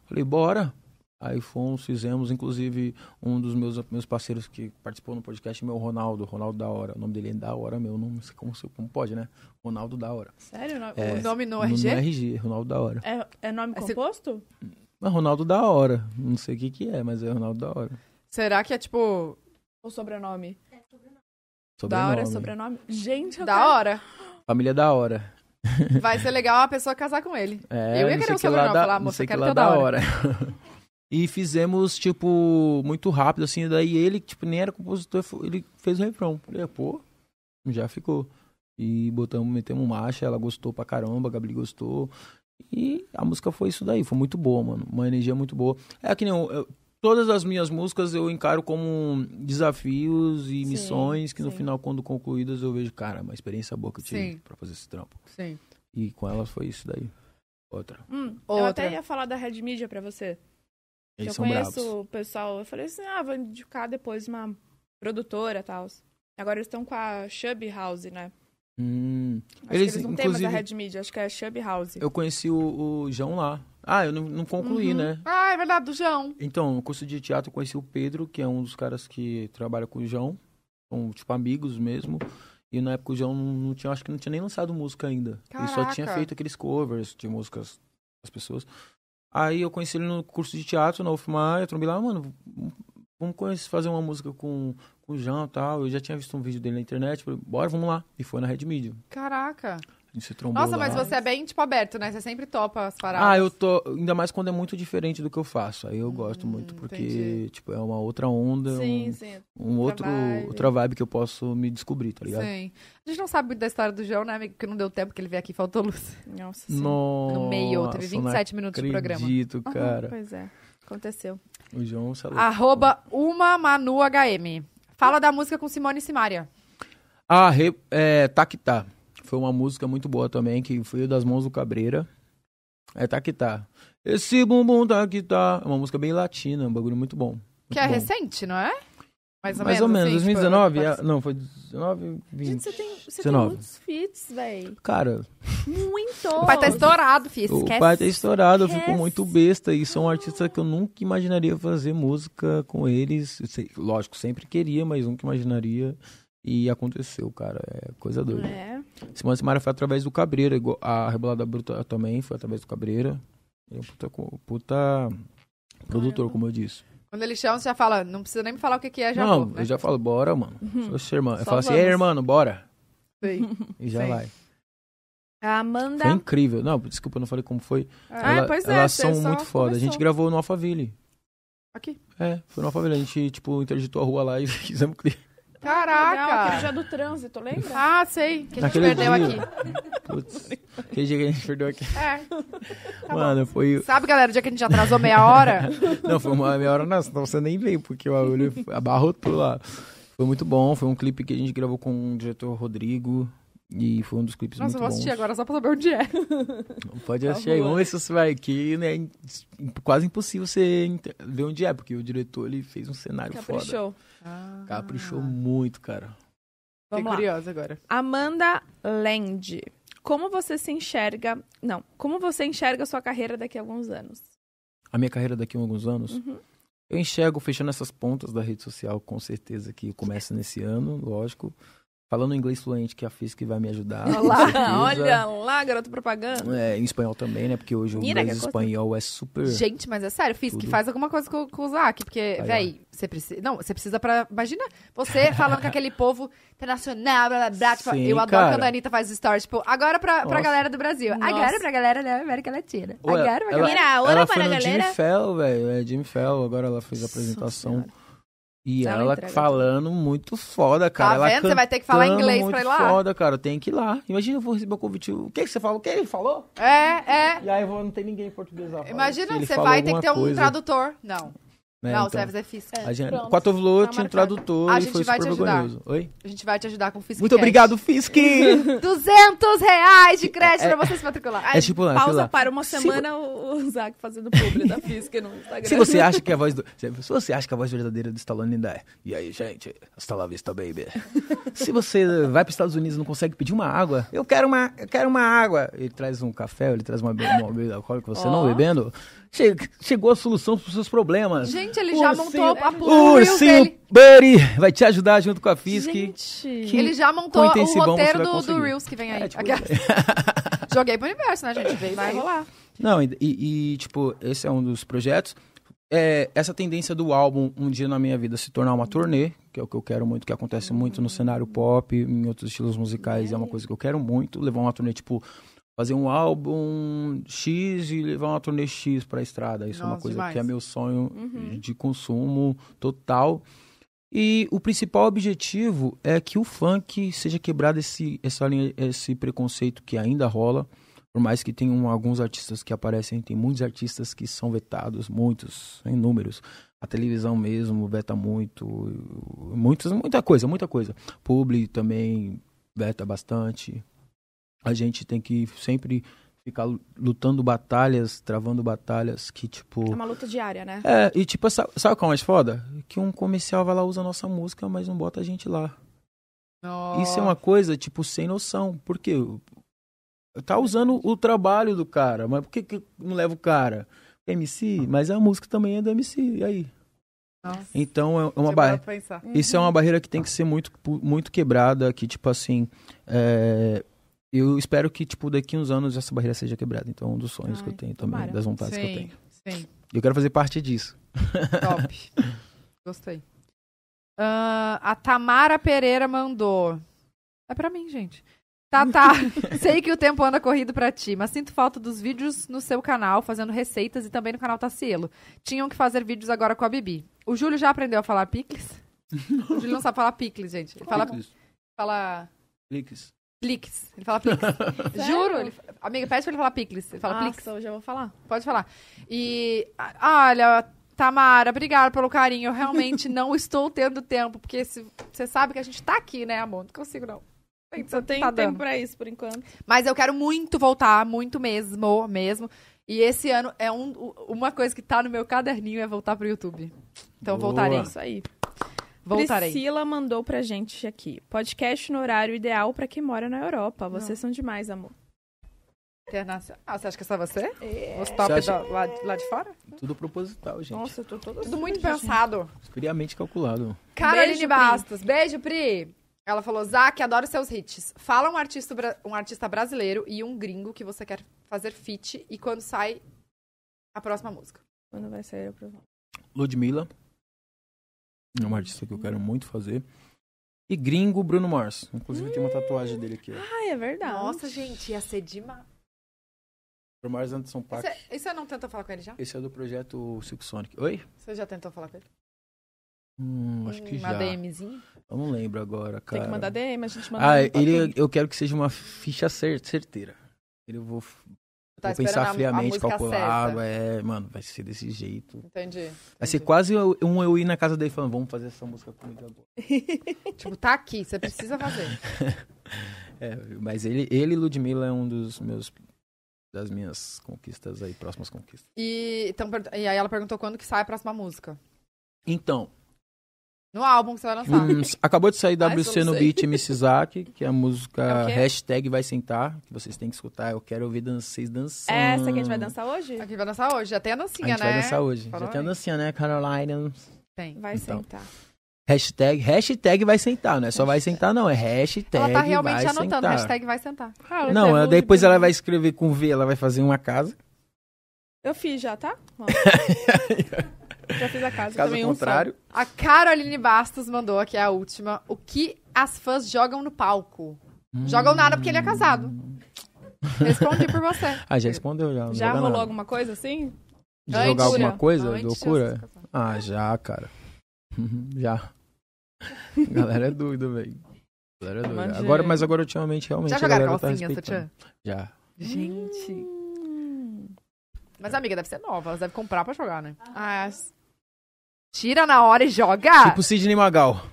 Speaker 4: Falei, bora. Aí fomos, fizemos, inclusive, um dos meus, meus parceiros que participou no podcast, é meu Ronaldo, Ronaldo da Hora. O nome dele é da hora, meu. Não sei como, como pode, né? Ronaldo da Hora.
Speaker 6: Sério? Não-
Speaker 1: O
Speaker 4: É.
Speaker 1: nome no
Speaker 4: Não-
Speaker 1: RG?
Speaker 4: Não é RG, Ronaldo da Hora.
Speaker 6: É, é nome
Speaker 1: É se-
Speaker 6: composto?
Speaker 4: Mas Ronaldo da Hora. Não sei o que que é, mas é Ronaldo da Hora.
Speaker 1: Será que é tipo.
Speaker 6: Ou sobrenome?
Speaker 4: Sobrenome.
Speaker 6: Da hora é sobrenome? Gente, eu
Speaker 1: Da
Speaker 6: quero-
Speaker 4: (laughs)
Speaker 1: hora.
Speaker 4: Família da Hora.
Speaker 1: Vai ser legal a pessoa casar com ele.
Speaker 4: É,
Speaker 1: Eu ia
Speaker 4: não
Speaker 1: querer
Speaker 4: sei
Speaker 1: o
Speaker 4: que lá
Speaker 1: sobrenome,
Speaker 4: da-
Speaker 1: falar,
Speaker 4: não
Speaker 1: "Moça,
Speaker 4: sei
Speaker 1: eu
Speaker 4: que
Speaker 1: quero
Speaker 4: lá
Speaker 1: teu da
Speaker 4: da hora. (laughs) e fizemos, tipo, muito rápido, assim. Daí ele, tipo, nem era compositor, fo- ele fez o refrão. Falei, "Ah, pô, já ficou. E botamos, metemos marcha, ela gostou pra caramba, a Gabi gostou. E a música foi isso daí, foi muito boa, mano. Uma energia muito boa. É que nem eu, eu- todas as minhas músicas eu encaro como desafios e
Speaker 6: Sim,
Speaker 4: missões que no
Speaker 6: sim.
Speaker 4: final, quando concluídas, eu vejo, cara, uma experiência boa que eu tive
Speaker 1: Sim.
Speaker 4: pra fazer esse trampo.
Speaker 1: Sim.
Speaker 4: E com ela foi isso daí. Outra.
Speaker 6: Hum, eu
Speaker 1: Outra.
Speaker 6: até ia falar da Red Media pra você. que
Speaker 4: Eles
Speaker 6: eu
Speaker 4: são
Speaker 6: conheço
Speaker 4: bravos.
Speaker 6: o pessoal. Eu falei assim, ah, vou indicar depois uma produtora e tal. Agora eles estão com a Chub House, né?
Speaker 4: Hum,
Speaker 6: Acho
Speaker 4: Eles,
Speaker 6: que eles não têm mais a
Speaker 4: inclusive-
Speaker 6: Red Media, acho que é a Chub House.
Speaker 4: eu conheci o, o João lá. Ah, eu não, não concluí,
Speaker 6: Uhum.
Speaker 4: né?
Speaker 1: Ah, é verdade, do João.
Speaker 4: Então, no curso de teatro eu conheci o Pedro, que é um dos caras que trabalha com o João. São, tipo, amigos mesmo. E na época o João não, não tinha, acho que não tinha nem lançado música ainda. Ele só tinha
Speaker 1: Caraca.
Speaker 4: feito aqueles covers de músicas das pessoas. Aí eu conheci ele no curso de teatro, na UFMA, eu trombei lá, "Ah, mano, vamos conhecer, fazer uma música com, com o João e tal. Eu já tinha visto um vídeo dele na internet, falei, bora, vamos lá. E foi na Red Media.
Speaker 1: Caraca.
Speaker 4: A gente se trombou
Speaker 1: Nossa,
Speaker 4: lá.
Speaker 1: mas você é bem, tipo, aberto, né? Você sempre topa as paradas.
Speaker 4: Ah, eu tô. Ainda mais quando é muito diferente do que eu faço. Aí eu gosto
Speaker 1: Hum,
Speaker 4: muito, porque,
Speaker 1: entendi.
Speaker 4: tipo, é uma outra onda, um-
Speaker 6: Sim, sim.
Speaker 4: um outro,
Speaker 6: vibe.
Speaker 4: outra vibe que eu posso me descobrir, tá ligado?
Speaker 1: Sim. A gente não sabe muito da história do João, né, amigo? Porque não deu tempo que ele veio aqui, faltou luz.
Speaker 6: Nossa, sim.
Speaker 4: Nossa,
Speaker 1: No meio, teve
Speaker 4: não
Speaker 1: 27 minutos de programa.
Speaker 4: Acredito,
Speaker 6: Aham,
Speaker 4: cara.
Speaker 6: Pois é, aconteceu.
Speaker 4: O João sabe. Ah.
Speaker 1: Arroba uma Manu HM. Fala da música com Simone e Simaria.
Speaker 4: re- é, Tá Que Tá. Foi uma música muito boa também, que foi das mãos do Cabreira. É Tá Que Tá. Esse bumbum tá que tá. É uma música bem latina, um bagulho muito bom.
Speaker 1: Que é
Speaker 4: muito bom.
Speaker 1: recente, não é? Mais ou menos.
Speaker 4: Mais ou menos,
Speaker 1: assim, tipo,
Speaker 4: 2019?
Speaker 1: pode-
Speaker 4: é- não, foi 19, 20.
Speaker 6: Gente, você tem, você tem
Speaker 4: 19.
Speaker 6: muitos feats, véi.
Speaker 4: Cara,
Speaker 6: Muito!
Speaker 1: O pai tá estourado, fi.
Speaker 4: o
Speaker 1: Esquece.
Speaker 4: pai tá estourado, eu fico
Speaker 6: Esquece.
Speaker 4: muito besta. E são artistas que eu nunca imaginaria fazer música com eles. Eu sei- lógico, sempre queria, mas nunca imaginaria. E aconteceu, cara. É coisa doida.
Speaker 6: É,
Speaker 4: Simone Simara foi através do Cabreira. igual A Rebolada Bruta também foi através do Cabreira. Ele é um puta, co- puta produtor, como eu disse.
Speaker 1: Quando ele chama, você já fala, não precisa nem me falar o que, que é, já
Speaker 4: Não,
Speaker 1: vou, né?
Speaker 4: eu já falo, bora, mano. Sou seu irmão. Eu
Speaker 6: Só
Speaker 4: falo assim, ei,
Speaker 6: vamos.
Speaker 4: irmão, bora.
Speaker 1: Sei.
Speaker 4: E já
Speaker 1: Sim.
Speaker 4: vai.
Speaker 6: A
Speaker 4: Foi
Speaker 2: um
Speaker 6: Amanda.
Speaker 4: incrível. Não, desculpa, eu não falei como foi.
Speaker 6: Ah,
Speaker 4: Ela-
Speaker 6: pois é,
Speaker 4: elas
Speaker 6: você
Speaker 4: são
Speaker 6: só
Speaker 4: muito foda. A gente
Speaker 6: começou.
Speaker 4: gravou no Alphaville.
Speaker 1: Aqui?
Speaker 4: É, foi no Alphaville. A gente, tipo, interditou a rua lá e (laughs) fizemos clipe.
Speaker 6: Legal, aquele
Speaker 1: Caraca!
Speaker 6: dia do trânsito, lembra?
Speaker 1: Ah, sei. Que a gente
Speaker 4: Naquele
Speaker 1: perdeu
Speaker 4: dia.
Speaker 1: aqui.
Speaker 4: Putz, aquele dia que a gente perdeu aqui.
Speaker 1: É. Tá
Speaker 4: Mano, foi.
Speaker 1: Sabe, galera, o dia que a gente atrasou meia
Speaker 4: (laughs)
Speaker 1: hora?
Speaker 4: Não, foi uma meia hora nossa, então você nem veio, porque o bagulho abarrotou lá. Foi muito bom, foi um clipe que a gente gravou com o diretor Rodrigo. E foi um dos clipes
Speaker 1: Nossa, eu vou
Speaker 4: muito
Speaker 1: assistir
Speaker 4: bons.
Speaker 1: agora só pra saber onde é.
Speaker 6: Tá
Speaker 4: Pode assistir aí, vamos ver se você vai aqui, né? Quase impossível você inte- ver onde é, porque o diretor ele fez um cenário foda.
Speaker 6: Caprichou.
Speaker 4: Ah,
Speaker 6: Ah.
Speaker 4: Caprichou muito, cara.
Speaker 1: Fiquei
Speaker 6: Vamos lá.
Speaker 1: curiosa agora.
Speaker 6: Amanda Land. Como você se enxerga. Não, como você enxerga sua carreira daqui a alguns anos?
Speaker 4: A minha carreira daqui a alguns anos,
Speaker 1: Uhum.
Speaker 4: eu enxergo fechando essas pontas da rede social, com certeza que começa nesse ano, lógico. Falando inglês fluente, que é a FISC vai me ajudar. com (laughs) certeza.
Speaker 6: Ah, olha lá, garoto propaganda.
Speaker 4: É, em espanhol também, né? Porque hoje o
Speaker 6: Mira,
Speaker 4: inglês e
Speaker 6: que
Speaker 4: espanhol é super.
Speaker 1: Gente, mas é sério, fiz que
Speaker 4: Tudo.
Speaker 1: faz alguma coisa com, com o Zac, porque,
Speaker 4: ó.
Speaker 1: véi, você precisa. Não, você precisa pra. Imagina você falando com aquele povo internacional, blá blá blá. Tipo,
Speaker 4: Sim,
Speaker 1: eu adoro
Speaker 4: cara.
Speaker 1: quando a Anitta faz stories, tipo, agora pra, pra
Speaker 4: Nossa.
Speaker 1: galera do Brasil.
Speaker 6: Nossa.
Speaker 1: Agora pra galera da América Latina.
Speaker 4: Ué,
Speaker 1: agora pra
Speaker 4: ela-
Speaker 1: galera.
Speaker 6: Mira,
Speaker 4: ela
Speaker 6: olha
Speaker 4: foi
Speaker 6: para a
Speaker 4: no Jimmy
Speaker 6: galera.
Speaker 4: Fell, velho. É Jimmy Fell, agora ela fez a
Speaker 6: Nossa
Speaker 4: apresentação.
Speaker 6: Senhora.
Speaker 4: E
Speaker 6: Ela
Speaker 4: ela,
Speaker 6: entrega
Speaker 4: falando muito foda, cara.
Speaker 1: Tá
Speaker 4: ela
Speaker 1: vendo? Você vai ter que falar
Speaker 4: cantando
Speaker 1: inglês
Speaker 4: muito
Speaker 1: pra ir lá.
Speaker 4: foda, cara. Tem que ir lá. Imagina eu vou receber um convite. O que, que você falou? O que ele falou?
Speaker 1: É, é.
Speaker 4: (laughs) E aí eu vou, não tem ninguém em português lá.
Speaker 1: Imagina,
Speaker 4: Ele
Speaker 1: você
Speaker 4: falou
Speaker 1: vai ter que
Speaker 4: alguma
Speaker 1: ter um
Speaker 4: coisa,
Speaker 1: tradutor. Não. não,
Speaker 4: né, então.
Speaker 1: você vai fazer fisca.
Speaker 4: A gente,
Speaker 6: Pronto.
Speaker 4: com a Tovlo
Speaker 6: Tá
Speaker 4: tinha um
Speaker 6: marcado.
Speaker 4: tradutor
Speaker 1: A
Speaker 4: e
Speaker 1: gente
Speaker 4: foi
Speaker 1: vai
Speaker 4: super
Speaker 1: te ajudar.
Speaker 4: vergonhoso. Oi?
Speaker 1: A gente vai te ajudar com o Fisca.
Speaker 4: Muito obrigado,
Speaker 1: (laughs)
Speaker 4: Fisk! é
Speaker 1: 200 reais de crédito
Speaker 4: É-
Speaker 1: pra você se matricular. Ai,
Speaker 4: tipo lá, sei
Speaker 6: Pausa
Speaker 4: lá.
Speaker 6: para uma
Speaker 4: Se
Speaker 6: semana o, o Zac fazendo publi da Fisk no Instagram.
Speaker 4: Se você acha que a voz do, se você acha que a voz verdadeira do Stallone ainda é. E aí, gente, hasta la
Speaker 1: (laughs)
Speaker 4: vista, baby. se você vai para os Estados Unidos e não consegue pedir uma água, eu quero uma, eu quero uma água. Ele traz um café, ele traz uma be- uma bebida alcoólica, você não bebendo. Che- chegou a solução para os seus problemas.
Speaker 1: Gente, ele já
Speaker 4: Ursinho-
Speaker 1: montou a
Speaker 4: O
Speaker 1: Plural Reels
Speaker 4: ursinho
Speaker 1: dele.
Speaker 4: Buddy vai te ajudar junto com a Fisk.
Speaker 6: Gente.
Speaker 4: que-
Speaker 1: Ele já montou
Speaker 4: com
Speaker 1: o
Speaker 4: intensivão
Speaker 1: roteiro
Speaker 4: você
Speaker 1: do,
Speaker 4: vai
Speaker 1: do
Speaker 4: conseguir.
Speaker 1: Reels que vem aí.
Speaker 4: É, tipo,
Speaker 1: Aquelas- (laughs) Joguei pro universo, né, gente? Veio,
Speaker 6: Vai
Speaker 1: veio.
Speaker 6: rolar.
Speaker 4: Não, e, e, e, tipo, esse é um dos projetos. É, essa tendência do álbum Um Dia na Minha Vida se tornar uma turnê, que é o que eu quero muito, que acontece muito no cenário pop, em outros estilos musicais, é uma coisa que eu quero muito. Levar uma turnê, tipo, fazer um álbum X e levar uma turnê X pra estrada. Isso é uma
Speaker 1: Nossa,
Speaker 4: coisa
Speaker 1: demais.
Speaker 4: que é meu sonho
Speaker 6: Uhum.
Speaker 4: de consumo total. E o principal objetivo é que o funk seja quebrado esse, essa linha, esse preconceito que ainda rola Por mais que tenham alguns artistas que aparecem, tem muitos artistas que são vetados, muitos, inúmeros. A televisão mesmo veta muito, muitos, muita coisa, muita coisa. Publi também veta bastante. A gente tem que sempre ficar lutando batalhas, travando batalhas que, tipo...
Speaker 6: É uma luta diária, né?
Speaker 4: É, e tipo, sabe, sabe qual é o mais foda? Que um comercial vai lá, usa a nossa música, mas não bota a gente lá. Isso é uma coisa, tipo, sem noção. Por quê? Tá usando o trabalho do cara, mas por que, que não leva o cara? MC, mas a música também é do MC, e aí?
Speaker 1: Nossa,
Speaker 4: Então é- é uma
Speaker 1: demorou
Speaker 4: barreira.
Speaker 1: pra pensar.
Speaker 4: Isso é uma barreira que tem que ser muito, pu- muito quebrada, que, tipo assim, é, eu espero que, tipo, daqui uns anos essa barreira seja quebrada. Então, é um dos sonhos que eu
Speaker 6: Ai,
Speaker 4: tenho também,
Speaker 6: tomara.
Speaker 4: das vontades que eu
Speaker 1: Sim,
Speaker 4: tenho.
Speaker 1: sim.
Speaker 4: E Eu quero fazer parte disso.
Speaker 1: Top. Gostei. Ah, a Tamara Pereira mandou. É pra mim, gente. Tá, tá. Sei que o tempo anda corrido pra ti, mas sinto falta dos vídeos no seu canal, fazendo receitas e também no canal Tacielo. Tinham que fazer vídeos agora com a Bibi. O Júlio já aprendeu a falar picles? O Júlio não sabe falar picles, gente. Ele fala,
Speaker 3: Cliques,
Speaker 1: fala
Speaker 3: cliques.
Speaker 1: pliques. Ele fala picles. Juro. ele- amiga, pede pra ele falar picles. Ele
Speaker 2: Ah,
Speaker 1: fala
Speaker 6: Nossa,
Speaker 1: pliques.
Speaker 6: hoje eu vou falar.
Speaker 1: Pode falar. E a- olha, Tamara, obrigada pelo carinho. Eu realmente (laughs) não estou tendo tempo, porque se- você sabe que a gente tá aqui, né, amor? Não consigo, não. Tem,
Speaker 6: Só tem
Speaker 1: tá dando.
Speaker 6: tempo pra isso, por enquanto.
Speaker 1: Mas eu quero muito voltar, muito mesmo, mesmo. E esse ano é um- u- uma coisa que tá no meu caderninho é voltar pro YouTube. Então
Speaker 4: Boa.
Speaker 1: voltarei.
Speaker 6: Isso aí.
Speaker 1: Voltarei.
Speaker 6: Priscila mandou pra gente aqui. Podcast no horário ideal pra quem mora na Europa. Vocês são demais, amor.
Speaker 1: Internacional. Ah, você acha que é só você? Os
Speaker 4: Você
Speaker 1: top
Speaker 4: acha-
Speaker 1: da- lá, de- lá de fora?
Speaker 4: Tudo proposital, gente.
Speaker 6: Nossa, eu tô toda
Speaker 1: Tudo muito
Speaker 6: suja, gente.
Speaker 1: pensado.
Speaker 4: Friamente calculado.
Speaker 1: Caroline
Speaker 6: Beijo, Pri.
Speaker 1: Bastos. Beijo, Pri. Ela falou, Zac, adoro seus hits. Fala um artista, bra- um artista brasileiro e um gringo que você quer fazer feat e quando sai a próxima música.
Speaker 6: Quando vai sair eu provo.
Speaker 4: Ludmilla. É uma artista que eu quero muito fazer. E gringo Bruno Mars. Inclusive, eu tenho uma tatuagem dele aqui. Ó.
Speaker 6: Ah, é verdade.
Speaker 1: Nossa, gente, ia ser demais.
Speaker 4: Bruno Mars Anderson Paak.
Speaker 1: Você, você não tentou falar com ele já?
Speaker 4: Esse é do projeto Silk Sonic. Oi?
Speaker 1: Você já tentou falar com ele?
Speaker 4: Hum, acho que
Speaker 1: Uma
Speaker 4: já.
Speaker 1: DMzinha?
Speaker 4: Eu não lembro agora,
Speaker 6: Tem
Speaker 4: cara.
Speaker 6: que mandar DM, a gente manda.
Speaker 4: Ah,
Speaker 6: DM pra
Speaker 4: ele,
Speaker 6: tudo.
Speaker 4: eu quero que seja uma ficha cer- certeira. Ele eu vou,
Speaker 1: Tá
Speaker 4: vou
Speaker 1: esperando a-
Speaker 4: pensar
Speaker 1: a
Speaker 4: friamente,
Speaker 1: música
Speaker 4: calculado.
Speaker 1: certa.
Speaker 4: É, mano, vai ser desse jeito.
Speaker 1: Entendi.
Speaker 4: Vai ser
Speaker 1: entendi.
Speaker 4: quase eu- um eu ir na casa dele falando, vamos fazer essa música comigo agora.
Speaker 1: Tipo, tá aqui, você precisa fazer.
Speaker 4: É, mas ele, ele e Ludmilla é um dos meus das minhas conquistas aí, próximas conquistas.
Speaker 1: E, então, per- e aí ela perguntou quando que sai a próxima música.
Speaker 4: Então,
Speaker 1: No álbum que você vai lançar.
Speaker 4: hum, acabou de
Speaker 6: (laughs)
Speaker 4: sair
Speaker 6: Ai,
Speaker 4: WC
Speaker 6: eu não
Speaker 4: no
Speaker 6: sei.
Speaker 4: beat MC Zack, que é a
Speaker 6: É o
Speaker 4: música
Speaker 6: quê?
Speaker 4: hashtag vai sentar, que vocês têm que escutar. Eu quero ouvir dan- vocês dançando.
Speaker 6: É essa que a gente vai dançar hoje?
Speaker 1: Aqui vai dançar hoje. Já tem a
Speaker 4: A
Speaker 1: dancinha,
Speaker 4: gente
Speaker 1: né?
Speaker 4: vai dançar hoje.
Speaker 1: Falou
Speaker 4: Já tem a
Speaker 1: aí.
Speaker 4: dancinha, né, Caroline?
Speaker 1: Tem.
Speaker 6: Vai
Speaker 4: Então.
Speaker 6: sentar.
Speaker 4: Hashtag, hashtag vai sentar, não é só vai sentar, não. É hashtag.
Speaker 1: Ela tá realmente
Speaker 4: vai
Speaker 1: anotando.
Speaker 4: sentar.
Speaker 1: Hashtag vai sentar.
Speaker 4: Não,
Speaker 6: eu
Speaker 4: ela- depois
Speaker 1: um.
Speaker 4: ela vai escrever com V, ela vai fazer uma casa.
Speaker 6: Eu fiz já, tá? Ó.
Speaker 4: (laughs)
Speaker 6: já fiz a casa.
Speaker 4: Caso
Speaker 6: também um
Speaker 4: contrário.
Speaker 1: A Caroline Bastos mandou aqui é a última. O que as fãs jogam no palco? Jogam nada porque ele é casado. Respondi por você.
Speaker 4: Hum. Ah, já respondeu já.
Speaker 6: só.
Speaker 4: não
Speaker 6: Já
Speaker 4: joga
Speaker 6: rolou
Speaker 4: nada.
Speaker 6: alguma coisa assim?
Speaker 4: De
Speaker 1: Antes,
Speaker 4: (laughs) jogar alguma
Speaker 6: né?
Speaker 4: coisa?
Speaker 1: Antes de
Speaker 4: loucura?
Speaker 1: você se casar.
Speaker 4: Ah, já, cara. (laughs) já. A galera é doida, velho. A Galera é doida.
Speaker 6: Imagina.
Speaker 4: Agora, mas agora ultimamente realmente.
Speaker 1: Já
Speaker 4: a
Speaker 1: jogaram
Speaker 4: galera tá
Speaker 1: calcinha,
Speaker 4: respeitando.
Speaker 1: Sutiã?
Speaker 4: Já.
Speaker 1: Gente.
Speaker 6: Hum.
Speaker 1: Mas amiga, deve ser nova. Elas devem comprar pra jogar, né?
Speaker 6: Ah, s-
Speaker 1: Tira na hora e joga!
Speaker 4: Tipo Sidney Magal.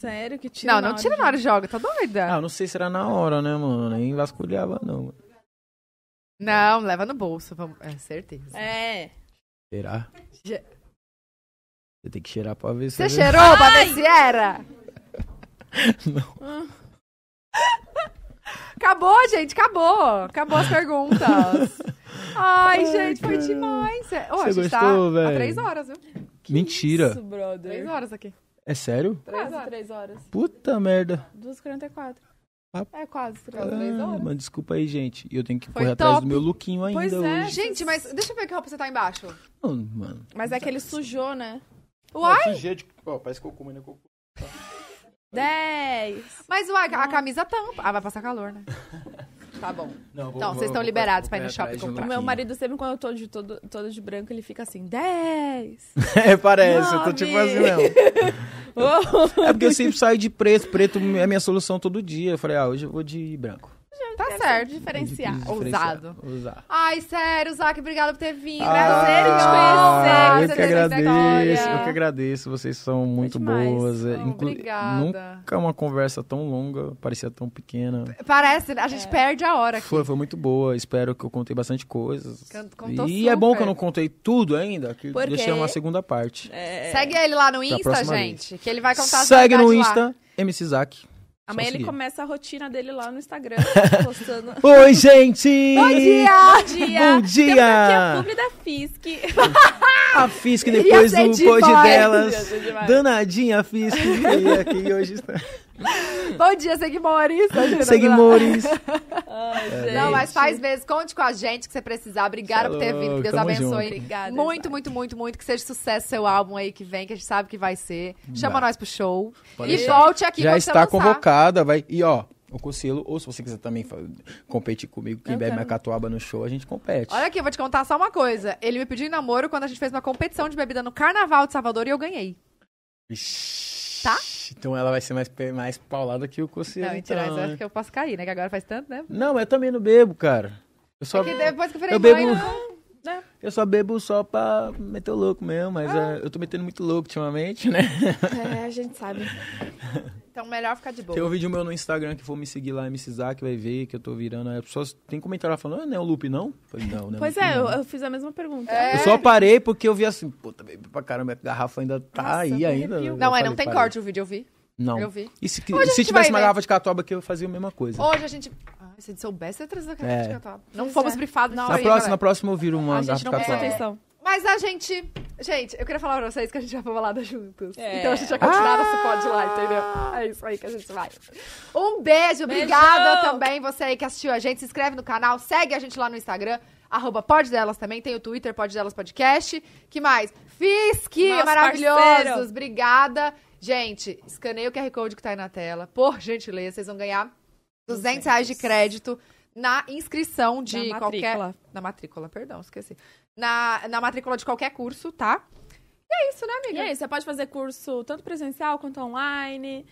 Speaker 6: sério que tira
Speaker 1: não, não tira na hora e joga. Tá doida?
Speaker 4: Ah, eu não sei se era na hora, né, mano? Nem vasculhava, não.
Speaker 1: Não, leva no bolso. Vamos... É certeza.
Speaker 6: É.
Speaker 4: Será?
Speaker 1: Ge-
Speaker 4: Você tem que cheirar pra ver se
Speaker 1: Você
Speaker 4: é
Speaker 1: cheirou pra ver se era?
Speaker 6: Ah,
Speaker 1: (laughs) Acabou, gente, acabou. Acabou as perguntas. Ai, gente, foi demais. É- Ô, a
Speaker 4: Você
Speaker 1: gente
Speaker 4: gostou,
Speaker 1: tá
Speaker 4: véi?
Speaker 1: há três horas, viu?
Speaker 4: Mentira.
Speaker 6: Isso, brother.
Speaker 1: Três horas aqui.
Speaker 4: É sério?
Speaker 1: Três
Speaker 6: Quase
Speaker 1: horas.
Speaker 6: três horas.
Speaker 4: Puta merda.
Speaker 6: 2h44.
Speaker 4: Ah.
Speaker 6: É quase três horas.
Speaker 1: Três
Speaker 4: Ah,
Speaker 1: horas.
Speaker 4: mano, desculpa aí, gente. E Eu tenho que
Speaker 1: Foi
Speaker 4: correr atrás
Speaker 1: top.
Speaker 4: do meu lookinho ainda
Speaker 6: Pois é.
Speaker 4: hoje.
Speaker 1: Gente, mas deixa eu ver que roupa você tá embaixo.
Speaker 4: Não, mano.
Speaker 6: Mas é que ele sujou, né?
Speaker 1: Uai,
Speaker 4: parece cocô, mas não é cocô.
Speaker 6: 10.
Speaker 1: mas uai, a camisa tampa. Ah, vai passar calor, né? (laughs) Tá bom. Então, vocês estão liberados pra ir no shopping
Speaker 4: um
Speaker 6: O
Speaker 4: Tá.
Speaker 1: comprar.
Speaker 6: meu marido sempre, quando eu tô de todo, todo de branco, ele fica assim, 10.
Speaker 4: (laughs) É, parece. Eu tô tipo
Speaker 6: Nove.
Speaker 4: assim,
Speaker 6: (laughs)
Speaker 1: (laughs)
Speaker 4: não. É porque eu sempre saio de preto. Preto é minha solução todo dia. Eu falei, ah, hoje eu vou de branco.
Speaker 1: Tá tá certo.
Speaker 6: Diferenciar.
Speaker 4: Difícil diferenciar.
Speaker 1: Ousado.
Speaker 4: Ousado.
Speaker 1: Ai, sério, Zac, obrigada por ter vindo. É
Speaker 6: Prazer em te
Speaker 4: Ah,
Speaker 1: Prazer
Speaker 4: Eu
Speaker 1: em ter
Speaker 4: que
Speaker 1: vindo,
Speaker 4: agradeço,
Speaker 1: Vitória.
Speaker 4: eu que agradeço. Vocês são muito
Speaker 6: demais.
Speaker 4: boas. é,
Speaker 1: Oh,
Speaker 4: inclu- Nunca é
Speaker 1: Obrigada.
Speaker 4: uma conversa tão longa parecia tão pequena.
Speaker 1: Parece, a gente perde a hora aqui.
Speaker 4: Foi, foi muito boa. Espero que eu contei bastante coisas.
Speaker 1: Can- contou
Speaker 4: e é bom que
Speaker 1: super.
Speaker 4: eu não contei tudo ainda, que
Speaker 6: Por
Speaker 4: deixei
Speaker 6: quê?
Speaker 4: uma segunda parte.
Speaker 6: É.
Speaker 1: Segue ele lá no Insta,
Speaker 4: próxima
Speaker 1: gente, que ele vai contar as
Speaker 4: Segue no
Speaker 1: novidades lá.
Speaker 4: Insta, MC Zac.
Speaker 6: Amanhã
Speaker 4: Só
Speaker 6: ele
Speaker 4: seguir.
Speaker 6: começa a rotina dele lá no
Speaker 4: (laughs)
Speaker 6: Instagram, postando.
Speaker 4: Oi, gente!
Speaker 1: Bom dia!
Speaker 6: Bom dia!
Speaker 4: Bom
Speaker 6: Temos aqui a
Speaker 4: dia!
Speaker 6: publi da Fisk.
Speaker 1: (laughs)
Speaker 4: A Fisk depois
Speaker 1: ser
Speaker 4: do pod
Speaker 1: demais.
Speaker 4: delas.
Speaker 6: Ia ser é demais.
Speaker 4: Danadinha Fisk. E aqui hoje
Speaker 1: (laughs)
Speaker 4: está.
Speaker 1: Bom dia, Seguimores. (laughs)
Speaker 4: Seguimores. É.
Speaker 6: Ai, gente.
Speaker 1: Não, mas faz vezes. Conte com a gente que você precisar. Obrigada por ter
Speaker 4: Falou,
Speaker 1: vindo. Que Deus
Speaker 4: tamo
Speaker 1: abençoe.
Speaker 4: junto.
Speaker 6: Obrigada,
Speaker 1: Muito,
Speaker 6: Isaac.
Speaker 1: muito, muito, muito. Que seja sucesso seu álbum aí que vem, que a gente sabe que vai ser. Chama
Speaker 4: Vai.
Speaker 1: nós pro show.
Speaker 3: Pode
Speaker 1: e
Speaker 3: deixar.
Speaker 1: volte aqui
Speaker 4: já
Speaker 1: quando você
Speaker 4: está
Speaker 1: lançar.
Speaker 4: convocada, vai. E ó, o Conselho, ou se você quiser também fa- competir comigo, quem
Speaker 6: Eu
Speaker 4: bebe
Speaker 6: quero.
Speaker 4: Macatuaba no show, a gente compete.
Speaker 1: Olha aqui, eu vou te contar só uma coisa. Ele me pediu em namoro quando a gente fez uma competição de bebida no Carnaval de Salvador e eu ganhei.
Speaker 4: Vixe,
Speaker 1: Tá?
Speaker 4: Então ela vai ser mais, pe- mais paulada que o Conselho.
Speaker 1: não, mentira,
Speaker 4: então,
Speaker 1: mas eu acho
Speaker 4: né?
Speaker 1: que eu posso cair, né? Que agora faz tanto, né?
Speaker 4: Não, mas eu também não bebo, cara. Eu só,
Speaker 1: Porque depois É que eu virei
Speaker 4: eu
Speaker 1: mãe, né?
Speaker 4: bebo- um.
Speaker 1: não-
Speaker 4: eu só bebo só pra meter o louco mesmo, mas
Speaker 1: Ah.
Speaker 4: é, eu tô metendo muito louco ultimamente,
Speaker 1: (laughs)
Speaker 4: né?
Speaker 6: É, a gente sabe.
Speaker 1: Então melhor ficar de boa.
Speaker 4: Tem um vídeo meu no Instagram que for me seguir lá, MC Zac, vai ver que eu tô virando. As pessoas tem comentário lá falando, ah, não é o loop, não? Eu falei, não, né?
Speaker 6: Pois é, eu, eu fiz a mesma pergunta.
Speaker 1: É.
Speaker 4: Eu só parei porque eu vi assim, puta, bebi pra caramba, a garrafa ainda tá
Speaker 6: Nossa,
Speaker 4: aí
Speaker 6: me
Speaker 4: ainda.
Speaker 6: arrepio.
Speaker 4: Eu
Speaker 1: Não, é,
Speaker 4: falei,
Speaker 1: não tem
Speaker 4: parei.
Speaker 1: corte o vídeo, eu vi.
Speaker 4: Não.
Speaker 1: Eu vi.
Speaker 4: E se,
Speaker 1: Hoje a
Speaker 4: se
Speaker 1: gente
Speaker 4: tivesse
Speaker 1: vai
Speaker 4: uma
Speaker 1: ver.
Speaker 4: garrafa de catuaba aqui, eu fazia a mesma coisa.
Speaker 1: Hoje a gente. Ai, se soubesse, eu trazia aquela
Speaker 4: É.
Speaker 1: gente que eu tava. Não
Speaker 6: Pois
Speaker 1: fomos
Speaker 6: é.
Speaker 1: brifados
Speaker 6: Na
Speaker 1: disso
Speaker 4: na
Speaker 1: aí,
Speaker 4: próxima,
Speaker 1: galera.
Speaker 4: na próxima eu viro uma
Speaker 6: a gente não
Speaker 4: garrafa de
Speaker 6: presta
Speaker 4: catuaba.
Speaker 6: atenção.
Speaker 1: Mas a gente. Gente, eu queria falar pra vocês que a gente vai pra balada juntos.
Speaker 6: É.
Speaker 1: Então a gente vai
Speaker 2: Ah,
Speaker 1: continuar nesse
Speaker 4: Ah!
Speaker 1: pod lá, entendeu? É isso aí que a gente vai. Um beijo, obrigada
Speaker 6: Beijão!
Speaker 1: também você aí que assistiu a gente. Se inscreve no canal, segue a gente lá no Instagram, arroba Pod Delas também. Tem o Twitter, Pod Delas Podcast. Que mais? Fisk,
Speaker 6: Nosso
Speaker 1: maravilhosos,
Speaker 6: parceiro.
Speaker 1: obrigada. Gente, escaneia o QR Code que tá aí na tela. Por gentileza, vocês vão ganhar 200 reais de crédito na inscrição de
Speaker 6: Na
Speaker 1: qualquer...
Speaker 6: matrícula.
Speaker 1: Na matrícula, perdão, esqueci. Na, na matrícula de qualquer curso, tá? E é isso, né,
Speaker 6: E
Speaker 1: amiga?
Speaker 6: aí, você pode fazer curso tanto presencial quanto online.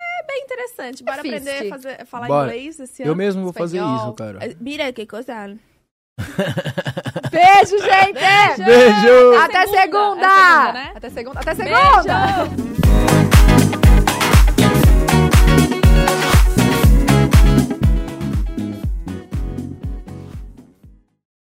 Speaker 6: É bem interessante. Bora
Speaker 1: Fisk.
Speaker 6: aprender a fazer, falar
Speaker 4: Bora.
Speaker 6: inglês esse
Speaker 4: Eu
Speaker 6: ano.
Speaker 4: mesmo vou fazer
Speaker 1: Espanhol.
Speaker 4: isso, cara.
Speaker 6: Mira, que coisa.
Speaker 1: Beijo, gente!
Speaker 4: Beijo!
Speaker 1: Até segunda!
Speaker 6: É segunda, né?
Speaker 1: Até segunda! Até segunda!